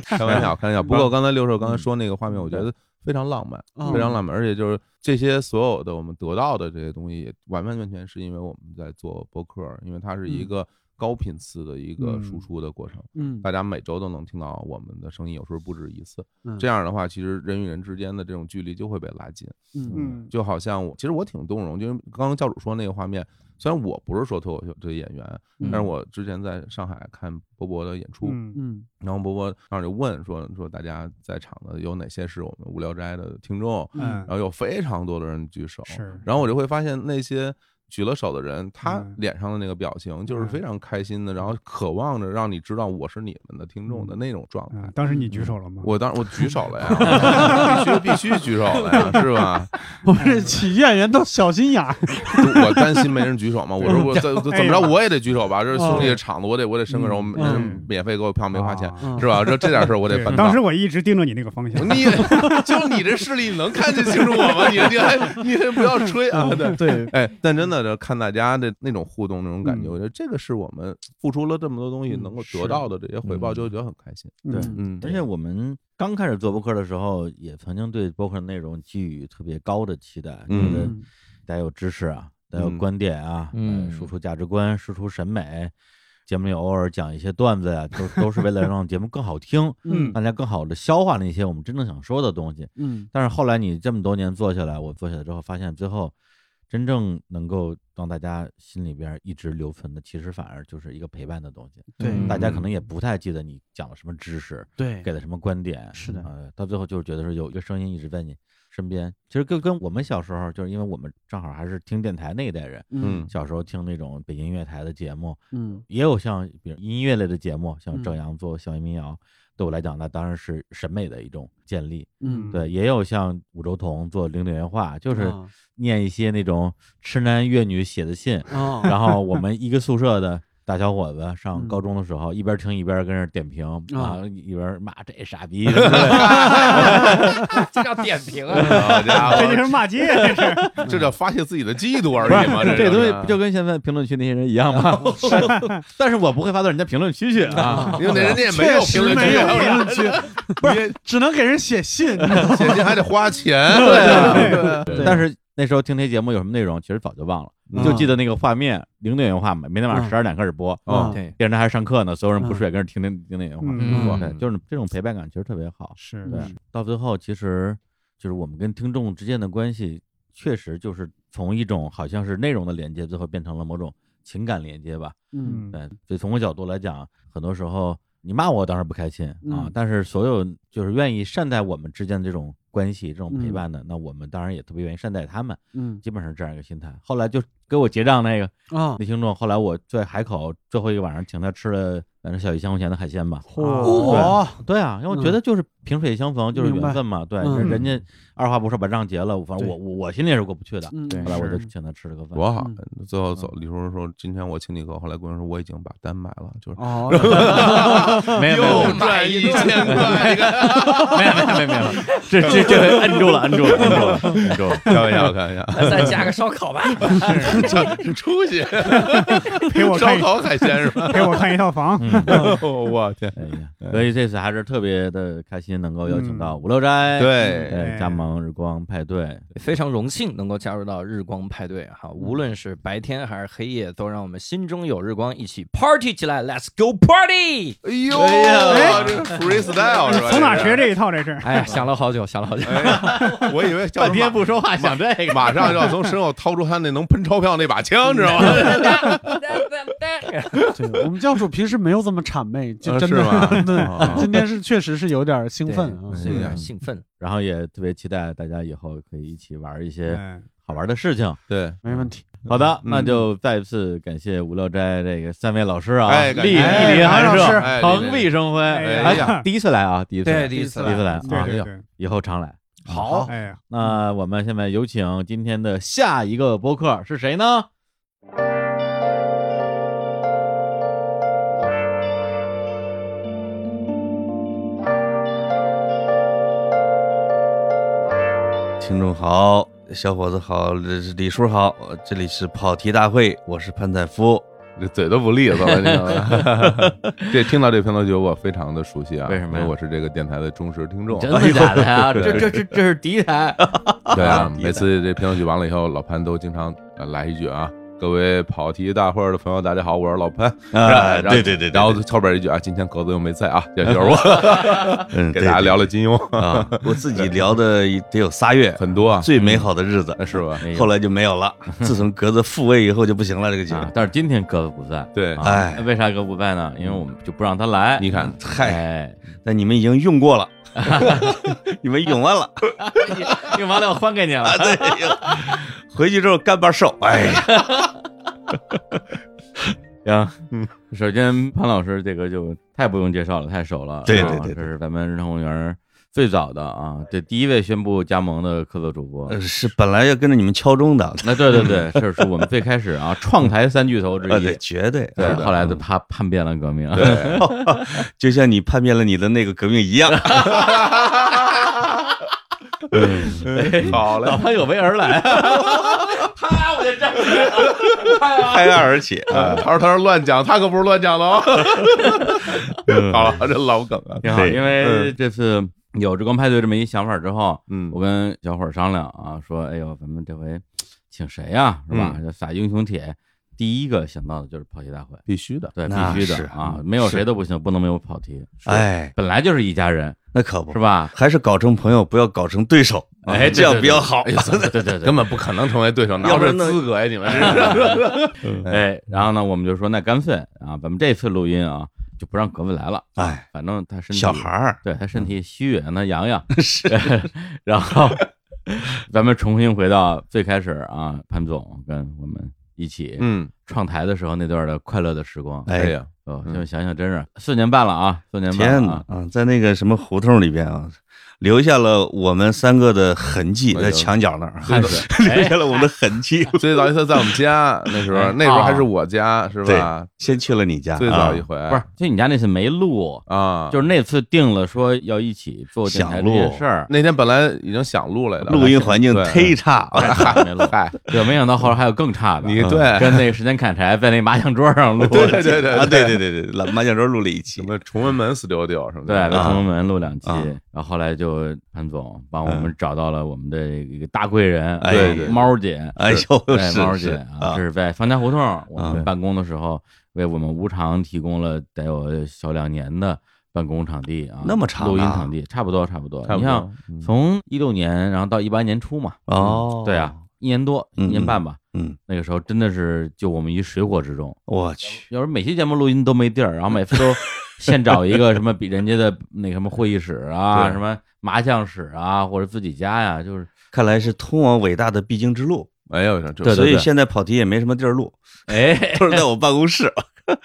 Speaker 2: 开玩笑，
Speaker 1: 嗯
Speaker 2: 开玩笑。不过刚才六兽刚才说那个画面，我觉得非常浪漫，
Speaker 4: 嗯
Speaker 2: 非常浪漫，而且就是这些所有的我们得到的这些东西，也完完全全是因为我们在做播客，因为它是
Speaker 1: 嗯
Speaker 2: 一个高频次的一个
Speaker 4: 嗯
Speaker 2: 输出的过程。
Speaker 4: 嗯
Speaker 2: 大家每周都能听到我们的声音，有时候不止一次。
Speaker 4: 嗯
Speaker 2: 这样的话，其实人与人之间的这种距离就会被拉近。
Speaker 4: 嗯
Speaker 3: 嗯，
Speaker 2: 就好像我，其实我挺动容，就是刚刚教主说那个画面，虽然我不是说脱口秀这演员，
Speaker 4: 嗯
Speaker 2: 但是我之前在上海看波波的演出，
Speaker 3: 嗯
Speaker 4: 嗯
Speaker 2: 然后波波当时就问说说大家在场的有哪些是我们无聊斋的听众，
Speaker 3: 嗯
Speaker 2: 然后有非常多的人举手，
Speaker 3: 是，
Speaker 2: 然后我就会发现那些举了手的人，他
Speaker 3: 嗯
Speaker 2: 脸上的那个表情就是
Speaker 3: 嗯
Speaker 2: 非常开心的，然后渴望着让你知道我是你们的听众的那种状态
Speaker 3: 嗯，。当时你举手了吗？
Speaker 2: 我当我举手了 呀，必须必须举手了呀，是吧？
Speaker 4: 我们这起演员都小心眼儿。嗯哎
Speaker 2: 就我担心没人举手嘛，我说
Speaker 3: 嗯
Speaker 2: 我 怎怎
Speaker 3: 哎
Speaker 2: 么着我也得举手吧，这是兄弟
Speaker 4: 哦
Speaker 2: 的场子我得我得伸个手，
Speaker 4: 嗯
Speaker 2: 人免费给我票没花钱
Speaker 3: 啊
Speaker 4: 嗯
Speaker 2: 是吧？这这点事儿我得
Speaker 3: 对
Speaker 2: 办到。
Speaker 3: 当时我一直盯着你那个方向。
Speaker 2: 你就你这视力，你能看见清楚我吗？你你还你还不要吹
Speaker 3: 嗯
Speaker 2: 啊！对
Speaker 4: 对，
Speaker 2: 哎，但真的，这看大家的那种互动、那种感觉，
Speaker 4: 嗯
Speaker 2: 我觉得这个是我们付出了这么多东西能够得到的这些回报，就会觉得很开心。
Speaker 1: 对
Speaker 4: 嗯
Speaker 2: 嗯
Speaker 1: 而且我们刚开始做播客的时候，也曾经对播客内容寄予特别高的期待，觉得
Speaker 4: 嗯
Speaker 1: 得有知识啊，得有
Speaker 2: 嗯
Speaker 1: 观点啊，
Speaker 5: 嗯
Speaker 1: 呃输出价值观，输出审美。节目里偶尔讲一些段子呀、都都是为了让节目更好听，
Speaker 4: 嗯
Speaker 1: 大家更好的消化那些我们真正想说的东西。
Speaker 4: 嗯
Speaker 1: 但是后来你这么多年做下来，我做下来之后，发现最后真正能够让大家心里边一直留存的，其实反而就是一个陪伴的东西。
Speaker 4: 对
Speaker 5: 嗯
Speaker 1: 大家可能也不太记得你讲了什么知识，
Speaker 4: 对
Speaker 1: 给的什么观点，
Speaker 4: 是的
Speaker 1: 呃，到最后就是觉得是有一个声音一直在你身边。其实跟跟我们小时候，就是因为我们正好还是听电台那一代人，
Speaker 2: 嗯
Speaker 1: 小时候听那种北京音乐台的节目，
Speaker 4: 嗯
Speaker 1: 也有像比如音乐类的节目，像郑
Speaker 4: 嗯
Speaker 1: 阳做校园民谣，对我来讲那当然是审美的一种建立。
Speaker 4: 嗯
Speaker 1: 对，也有像五洲同做零点原话，就是
Speaker 4: 啊
Speaker 3: 哦
Speaker 1: 念一些那种痴男怨女写的信，
Speaker 3: 哦
Speaker 4: 啊
Speaker 1: 然后我们一个宿舍的大小伙子上
Speaker 4: 嗯
Speaker 1: 高中的时候，一边听一边跟着点评
Speaker 4: 啊
Speaker 3: 哦
Speaker 1: 啊，一边骂这傻 逼什么之类的，
Speaker 5: 这叫点评啊！
Speaker 2: 好家
Speaker 3: 这就
Speaker 2: 伙，
Speaker 3: 是 骂街，啊这是。
Speaker 2: 这叫发泄自己的嫉妒而
Speaker 1: 不
Speaker 2: 已嘛！
Speaker 1: 是这
Speaker 2: 个，
Speaker 1: 东
Speaker 4: 啊
Speaker 1: 西不就跟现在评论区那些人一样吗？
Speaker 4: 哦
Speaker 1: 但是我不会发到人家评论区去啊
Speaker 2: 因为人家也没
Speaker 4: 确
Speaker 2: 有
Speaker 4: 实
Speaker 2: 评论
Speaker 4: 没
Speaker 2: 区
Speaker 4: 有
Speaker 2: 啊，
Speaker 4: 评论区，不是只能给人写信。
Speaker 2: 写信还得 花钱，对啊
Speaker 1: 但是。那时候听这节目有什么内容，其实早就忘
Speaker 4: 嗯
Speaker 1: 了，就记得那个画面，零点原画嘛，每天晚上十二点开始播，
Speaker 4: 嗯
Speaker 2: 哦
Speaker 5: 对，
Speaker 1: 电视台还上课呢，所有人不睡，跟着听零零点原画，
Speaker 5: 嗯
Speaker 1: 对，就是这种陪伴感其实特别好。
Speaker 3: 是
Speaker 1: 对，到最后其实就是我们跟听众之间的关系，确实就是从一种好像是内容的连接，最后变成了某种情感连接吧。
Speaker 4: 嗯
Speaker 3: 嗯，
Speaker 1: 对，所以从我角度来讲，很多时候你骂我当然不开心啊
Speaker 4: 嗯，
Speaker 1: 但是所有就是愿意善待我们之间的这种关系、这种陪
Speaker 4: 嗯
Speaker 1: 伴的，那我们当然也特别愿意善待他们，
Speaker 4: 嗯
Speaker 1: 基本上是这样一个心态。后来就给我结账那个
Speaker 4: 啊
Speaker 1: 那听众，后来我在海口最后一个晚上请他吃了。反正小一千块钱的海鲜吧，
Speaker 2: 哦
Speaker 4: 嚯
Speaker 1: 对啊，因为我觉得就是萍水相逢，就是
Speaker 4: 啊嗯明白
Speaker 1: 缘分嘛。对，
Speaker 4: 嗯
Speaker 1: 人家二话不说把账结了，反正
Speaker 5: 对
Speaker 1: 我我我心里也是过不去的。
Speaker 4: 嗯
Speaker 5: 对
Speaker 1: 后来我就是请他吃了个饭。
Speaker 2: 多好
Speaker 4: 嗯！
Speaker 2: 最后走，李叔叔说：“今天我请你喝。”后来姑娘说：“我已经把单买了。”就是
Speaker 4: 哦，
Speaker 1: 没有没有
Speaker 2: 又赚一千块，
Speaker 1: 没有没有没有没有，这这这回摁住了，摁住了，摁住 了，摁住了。
Speaker 2: 开玩笑，开玩笑。
Speaker 5: 再加个烧烤吧。
Speaker 2: 这出息，
Speaker 3: 陪我
Speaker 2: 烧
Speaker 3: 看一
Speaker 2: 烤海 鲜是吧？哦
Speaker 3: 陪我看一套房。
Speaker 1: 嗯，
Speaker 2: 我天！哎
Speaker 1: 哎呀，所以这次还是特别的开心心能够邀请
Speaker 3: 嗯
Speaker 1: 到五六斋，
Speaker 2: 对
Speaker 1: 哎加盟日光派对，
Speaker 5: 非常荣幸能够加入到日光派对啊哈，无论是白天还是黑夜，都让我们心中有日光，一起 party 起来，Let's go party！
Speaker 2: 哎呦，
Speaker 1: 哎呀
Speaker 2: 这个 freestyle 是吧？
Speaker 3: 从哪
Speaker 2: 这
Speaker 3: 学
Speaker 2: 是？
Speaker 3: 这一套？这是
Speaker 5: 哎呀，想了好久，想了好久，
Speaker 2: 哎呀我以为叫
Speaker 1: 半天
Speaker 2: 什么
Speaker 1: 不说话 想这个，
Speaker 2: 马上 就要从身后掏出他那能喷钞票那把 枪，知道吗？
Speaker 4: 对我们教主平时没有这么谄媚，就
Speaker 2: 呃
Speaker 4: 真
Speaker 2: 是
Speaker 4: 的、
Speaker 2: 吗
Speaker 4: 对
Speaker 2: 哦，
Speaker 4: 今天是确实是有点兴奋啊。
Speaker 5: 是有点兴奋。
Speaker 1: 然后也特别期待大家以后可以一起玩一些
Speaker 3: 嗯，
Speaker 1: 好玩的事情。
Speaker 2: 对，
Speaker 4: 没问题，
Speaker 1: 好的，那就再次感谢五六斋这个三位老师啊，
Speaker 2: 哎
Speaker 1: 莅
Speaker 2: 感谢
Speaker 1: 莅
Speaker 4: 哎
Speaker 1: 临寒
Speaker 4: 老
Speaker 1: 舍，
Speaker 2: 哎
Speaker 1: 蓬荜生辉。
Speaker 2: 哎呀
Speaker 1: 第一次来啊，第一次来，
Speaker 5: 对第一次
Speaker 1: 第一次来
Speaker 3: 对
Speaker 1: 啊，
Speaker 3: 对对，
Speaker 1: 以后常来。
Speaker 5: 好，
Speaker 3: 哎呀，
Speaker 1: 那我们现在有请今天的下一个播客是谁呢？
Speaker 8: 听众好，小伙子好，李李叔好，这里是跑题大会，我是潘采夫。
Speaker 2: 这嘴都不利啊索了，你知道吗？ 这听到这片头曲，我非常的熟悉啊，
Speaker 8: 为什么呀
Speaker 2: 因我是这个电台的忠实听众。
Speaker 5: 真的假的 啊？
Speaker 2: 对
Speaker 5: 这这这这是敌台，
Speaker 2: 对啊，
Speaker 8: 第一
Speaker 2: 每次这评论曲完了以后，老潘都经常呃来一句啊。各位跑题大会儿的朋友，大家好，我是老潘。
Speaker 8: 啊
Speaker 2: 然后
Speaker 8: 对对对对
Speaker 2: 然后后边一句啊，今天格子又没在啊，也就是我
Speaker 8: 嗯，
Speaker 2: 给大家
Speaker 8: 对
Speaker 2: 聊聊金庸，
Speaker 8: 对啊，我自己聊的得有仨月，
Speaker 2: 很多啊，
Speaker 8: 最美好的日子
Speaker 2: 呃是吧？
Speaker 8: 后来就没有了。自从 格子复位以后就不行了，这个节目
Speaker 1: 啊，。但是今天哥哥不在，
Speaker 2: 对
Speaker 1: 啊
Speaker 8: 哎
Speaker 1: 为啥哥不在呢？因为我们就不让他来。
Speaker 2: 你看，
Speaker 8: 嗨，
Speaker 1: 哎，
Speaker 8: 那你们已经用过了，你们用完了
Speaker 1: 用完了我还给你 了。
Speaker 8: 啊？对，回去之后干巴瘦，哎 呀，
Speaker 1: 行，嗯首先潘老师这个就太不用介绍了，太熟了。
Speaker 8: 对
Speaker 1: 啊
Speaker 8: 对对对
Speaker 1: 这是咱们日坛公园最早的啊，这第一位宣布加盟的客座主播。
Speaker 8: 呃是本来要跟着你们敲钟
Speaker 2: 啊
Speaker 8: 的，
Speaker 1: 那对对对，是是我们最开始啊创台三巨 头之
Speaker 8: 啊，
Speaker 1: 一
Speaker 8: 对，。绝对，
Speaker 1: 对，
Speaker 8: 是的
Speaker 1: 后来就叛叛变了革命。
Speaker 8: 嗯 就像你叛变了你的那个革命一样。嗯
Speaker 2: 好嘞
Speaker 1: 老，潘有备而来，
Speaker 8: 拍案而起
Speaker 2: 啊他说他说乱讲，他可不是乱讲的哦。 好了，这老梗啊，
Speaker 1: 挺好。
Speaker 8: 对
Speaker 1: 因为这次有这光派对这么一想法之后，
Speaker 2: 嗯
Speaker 1: 我跟小伙儿商量啊，说，哎呦，咱们这回请谁呀、是吧？这撒英雄帖，第一个想到的就是跑题大会，
Speaker 2: 必须的，
Speaker 1: 对，
Speaker 8: 那
Speaker 1: 必须
Speaker 8: 是
Speaker 1: 的啊，没有谁都不行，不能没有跑题。
Speaker 8: 哎，
Speaker 1: 本来就是一家人，
Speaker 8: 那可不
Speaker 1: 是吧？
Speaker 8: 还是搞成朋友，不要搞成对手，啊
Speaker 2: 啊
Speaker 1: 哎，
Speaker 8: 这样比较好。
Speaker 1: 对对对对对对
Speaker 2: 根本不可能成为对 手，哪
Speaker 8: 要
Speaker 2: 有
Speaker 8: 不
Speaker 2: 这
Speaker 8: 然呢
Speaker 2: 资格呀？你们
Speaker 8: 嗯
Speaker 1: 对。哎，然后呢，我们就说，那干脆啊，咱们这次录音啊，就不让格子来了，
Speaker 8: 哎，
Speaker 1: 反正他身体
Speaker 8: 小孩儿，
Speaker 1: 对他身体虚弱，让他养养。是， 然后咱们重新回到最开始啊，潘总跟我们一起
Speaker 2: 嗯，
Speaker 1: 创台的时候那段的快乐的时光。
Speaker 8: 哎
Speaker 2: 哎呀，
Speaker 1: 哦，
Speaker 2: 嗯
Speaker 1: 就想想真是四年半了啊，四年半
Speaker 8: 天
Speaker 1: 了
Speaker 8: 哪
Speaker 1: 啊，！
Speaker 8: 啊，在那个什么胡同里边啊，留下了我们三个的痕迹，
Speaker 2: 哎呦
Speaker 8: 在墙角那儿
Speaker 1: 汗水
Speaker 8: 留下了我们
Speaker 2: 哎
Speaker 8: 的痕迹。哎啊
Speaker 2: 最早一次在我 们家那时候，那时候还是我家是吧？
Speaker 8: 先去了你家，
Speaker 2: 最早一
Speaker 8: 啊
Speaker 2: 回
Speaker 1: 不是，就你家那次没录，
Speaker 2: 啊，
Speaker 1: 就是那次定了说要一起做电台这件事儿，
Speaker 2: 那天本来已经想录来的，
Speaker 8: 录音环境
Speaker 2: 对哎
Speaker 8: 忒差，
Speaker 1: 没录。 哎对，没想到后来还有更差的，
Speaker 2: 你对
Speaker 1: 跟那个时间砍柴在那麻将桌上录，
Speaker 2: 对对对对
Speaker 8: 啊，对对对对，老麻将桌录了一期
Speaker 2: 什，么崇文门四六六什么
Speaker 1: 对，
Speaker 2: 的，
Speaker 1: 在
Speaker 8: 啊
Speaker 1: 崇文门录两期，
Speaker 8: 啊嗯
Speaker 1: 然后后来就潘总帮我们找到了我们的一个大贵人，
Speaker 8: 哎
Speaker 1: 对
Speaker 8: 对对
Speaker 1: 猫姐，
Speaker 8: 哎呦
Speaker 1: 对，
Speaker 8: 是
Speaker 1: 猫
Speaker 8: 是
Speaker 1: 姐啊，
Speaker 8: 啊
Speaker 1: 这是在方家胡同我们
Speaker 8: 啊
Speaker 1: 办公的时候，为我们无偿提供了得有小两年的办公场地啊，
Speaker 8: 那么长啊
Speaker 1: 录音场地，差不多差不多。
Speaker 2: 差不
Speaker 1: 你像
Speaker 2: 多。嗯
Speaker 1: 从一六年，然后到一八年初嘛，
Speaker 8: 哦
Speaker 1: 对啊，，一年多，一
Speaker 8: 嗯
Speaker 1: 年半吧。
Speaker 8: 嗯嗯
Speaker 1: 那个时候真的是救我们于水火之中。
Speaker 8: 我去，
Speaker 1: 要是每期节目录音都没地儿，然后每 次都现找一个什么比人家的那什么会议室啊，
Speaker 2: 对
Speaker 1: 什么麻将室啊，或者自己家呀，就是
Speaker 8: 看来是通往伟大的必经之路，
Speaker 2: 哎呦，这
Speaker 1: 对对
Speaker 8: 所以现在跑题也没什么地儿录，
Speaker 1: 哎，
Speaker 8: 都是在我办公室。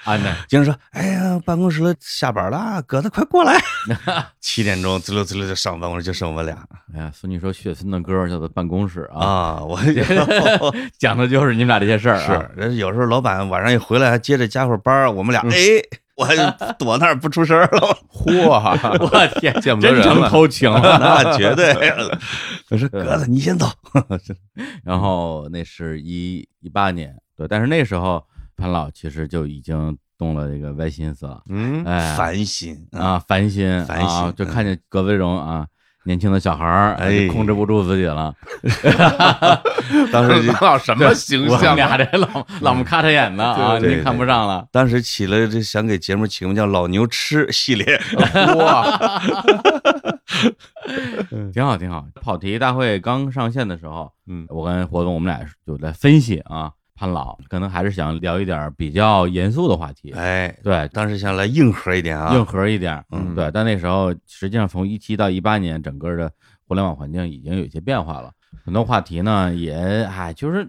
Speaker 1: 安娜，
Speaker 8: 经常说：“哎呀，办公室下班了，格子快过来。”七点钟滋溜滋溜就上办公室，就剩我们俩
Speaker 1: 哎呀，孙女说雪村的歌叫做办公室啊，
Speaker 8: 啊！我 是，
Speaker 1: 讲的就是你们俩这些事儿啊。嗯
Speaker 8: 人有时候老板晚上一回来，还接着加会儿班儿，我们俩哎，我还躲那儿不出声儿 了，
Speaker 1: 我
Speaker 8: 啊
Speaker 2: 嚯，
Speaker 1: 天，
Speaker 2: 见不得
Speaker 1: 真
Speaker 2: 人
Speaker 1: 成
Speaker 2: 了，
Speaker 1: 偷情啊了。
Speaker 8: 那绝对。我说格子，你先走。
Speaker 1: 然后那是一一八年，对，但是那时候潘老其实就已经动了这个歪心思了，
Speaker 2: 嗯，
Speaker 1: 哎，
Speaker 8: 烦心
Speaker 1: 啊，，烦心，
Speaker 8: 烦
Speaker 1: 啊，
Speaker 8: 心
Speaker 1: 就
Speaker 8: 嗯
Speaker 1: 看见葛卫荣啊，年轻的小孩儿，
Speaker 8: 哎
Speaker 1: 控制不住自己了，
Speaker 8: 当时 就
Speaker 2: 咱俩什么形
Speaker 1: 我们
Speaker 2: 象？
Speaker 1: 俩这啊老老么咔嚓眼的啊，
Speaker 8: 嗯对对
Speaker 1: 您看不上了，
Speaker 8: 当时起了这想给节目起个名叫“老牛吃”系 列，
Speaker 2: 哇，
Speaker 8: 嗯
Speaker 1: 挺好，挺好。跑题大会刚上线的时候，
Speaker 2: 嗯
Speaker 1: 我跟活动我们俩就在分析啊，潘老可能还是想聊一点比较严肃的话题，
Speaker 8: 哎，
Speaker 1: 对，
Speaker 8: 当时想来硬核一点啊，
Speaker 1: 硬核一点，
Speaker 8: 嗯
Speaker 1: 对。但那时候实际上从一七到一八年，整个的互联网环境已经有一些变化了，很多话题呢也哎就是。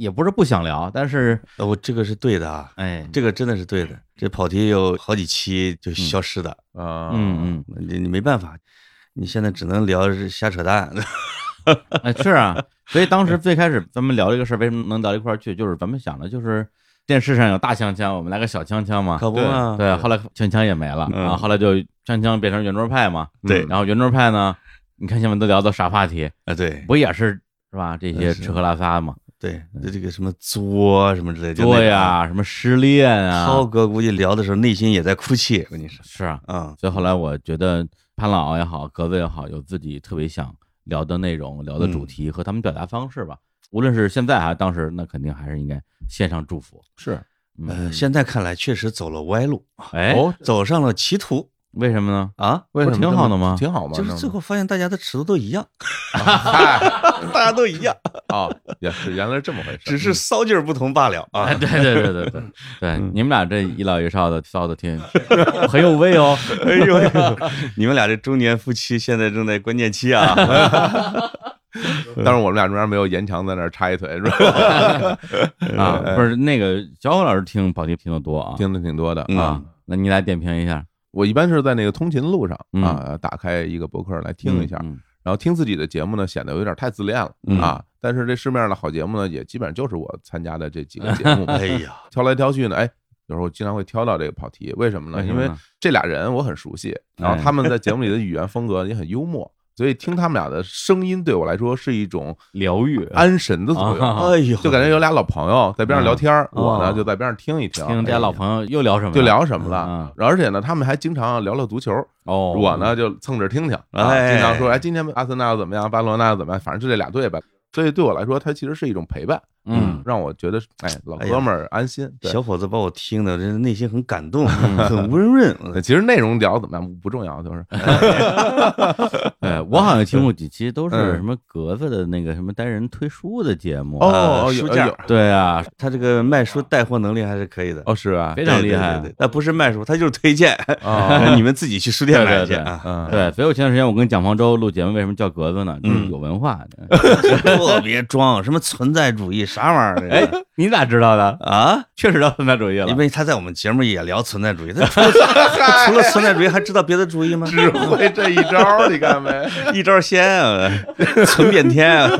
Speaker 1: 也不是不想聊，但是
Speaker 8: 呃我这个是对的啊，
Speaker 1: 哎，
Speaker 8: 这个真的是对的。这跑题有好几期就消失的，
Speaker 2: 啊，
Speaker 1: 嗯
Speaker 8: 你你没办法，你现在只能聊是瞎扯淡。
Speaker 1: 嗯，哎是啊，所以当时最开始咱们聊这个事儿，为什么能聊一块儿去？就是咱们想的就是电视上有大枪枪，我们来个小枪枪嘛。
Speaker 8: 可不嘛，
Speaker 1: 对，后来枪枪也没了，
Speaker 8: 嗯
Speaker 1: 然后后来就枪枪变成圆桌派嘛。
Speaker 8: 对
Speaker 1: 然后圆桌派呢，你看现在都聊的啥话题？
Speaker 8: 啊，对嗯
Speaker 1: 不也是是吧？这些
Speaker 8: 是
Speaker 1: 吃喝拉撒嘛，
Speaker 8: 对，这个什么作啊什么之类的，
Speaker 1: 对呀，什么失恋啊，
Speaker 8: 涛哥估计聊的时候内心也在哭泣，我跟你说，
Speaker 1: 是啊。
Speaker 8: 啊，
Speaker 1: 所以后来我觉得潘老也好，格子也好，有自己特别想聊的内容、聊的主题和他们表达方式吧。无论是现在还是当时，那肯定还是应该献上祝福。
Speaker 2: 是，
Speaker 1: 嗯
Speaker 8: 呃，，现在看来确实走了歪路，
Speaker 1: 哎，
Speaker 2: 哦
Speaker 8: 走上了歧途
Speaker 1: 为什么呢？
Speaker 8: 啊，
Speaker 2: 为什么
Speaker 1: 不挺好的吗
Speaker 2: 挺好吗？
Speaker 8: 就是最后发现大家的尺度都 一样，
Speaker 2: 嗨，
Speaker 8: 大家都一样，
Speaker 2: 哦，也是，原来是这么回事，
Speaker 8: 只是骚劲儿不同罢 了啊
Speaker 1: 嗯
Speaker 8: 嗯
Speaker 1: 哎，。对对对对 对对，你们俩这一老一少的骚的挺 很有味哦。
Speaker 8: 哎呦，哎呦你们俩这中年夫妻现在正在关键期 啊！
Speaker 2: 嗯，但是我们俩中间没有严强在那儿插一腿，是吧？
Speaker 8: 嗯
Speaker 1: 啊，不是那个小虎老师听跑题听得多啊
Speaker 2: 听的挺多的
Speaker 8: 嗯
Speaker 2: 啊
Speaker 1: 啊。，那你来点评一下，
Speaker 2: 我一般是在那个通勤路上啊，打开一个博客来听一下，
Speaker 1: 嗯
Speaker 2: 然后听自己的节目呢，显得有点太自恋了啊。但是这市面上的好节目呢，也基本上就是我参加的这几个节 目，
Speaker 8: 哎呀，
Speaker 2: 挑来挑去呢，哎，有时候我经常会挑到这个跑题，为什么呢？
Speaker 1: 为什
Speaker 2: 因
Speaker 1: 么呢哎
Speaker 2: 为这俩人我很熟悉，然后他们在节目里的语言风格也很幽默，所以听他们俩的声音对我来说是一种
Speaker 1: 疗愈
Speaker 2: 安神的作用，
Speaker 1: 啊
Speaker 8: 哎呦，
Speaker 2: 就感觉有俩老朋友在边上聊天儿，
Speaker 8: 嗯
Speaker 2: 我呢
Speaker 8: 哦
Speaker 2: 就在边上听一听，哎
Speaker 1: 听这些老朋友又聊什么了？
Speaker 2: 就聊什么
Speaker 1: 嗯
Speaker 2: 了。而且呢，他们还经常聊聊足球，
Speaker 1: 哦，
Speaker 2: 我呢就蹭着听听啊，
Speaker 8: 哎
Speaker 2: 经常说哎，今天阿森纳又怎么样，巴塞罗那又怎么样，反正就这俩队呗。所以对我来说，它其实是一种陪伴，
Speaker 1: 嗯，
Speaker 2: 让我觉得哎，老
Speaker 8: 哎呀
Speaker 2: 哥们儿安心。对，
Speaker 8: 小伙子把我听的，这内心很感动，
Speaker 1: 嗯
Speaker 8: 很 温润。
Speaker 2: 呃其实内容聊得怎么样不重要，就是
Speaker 1: 哎，我好像听过几期都是
Speaker 2: 嗯
Speaker 1: 什么格子的那个什么单人推书的节目，
Speaker 2: 哦
Speaker 8: 呃
Speaker 2: 有
Speaker 8: 书架
Speaker 2: 有
Speaker 1: 对啊，
Speaker 8: 他这个卖书带货能力还是可以的，
Speaker 2: 哦是啊
Speaker 1: 非常厉
Speaker 8: 对
Speaker 1: 害
Speaker 8: 对对。对那不是卖书，他就是推荐，
Speaker 2: 啊，
Speaker 8: 哦 你们自己去书店买
Speaker 1: 对
Speaker 8: 去
Speaker 1: 对
Speaker 8: 啊，
Speaker 2: 嗯，
Speaker 1: 对，所以我前段时间我跟蒋方舟录节目，为什么叫格子呢？就是
Speaker 8: 嗯
Speaker 1: 有文化。
Speaker 8: 特别装 什么存在主义啥玩意儿的？
Speaker 1: 哎，你咋知道的？
Speaker 8: 啊，
Speaker 1: 确实到存在主义了
Speaker 8: 因。为他在我们节目也聊存在主义，他 除了除了存在主义还知道别的主义吗？
Speaker 2: 只会这一招儿，你看没？
Speaker 8: 一招鲜 啊，存变天啊！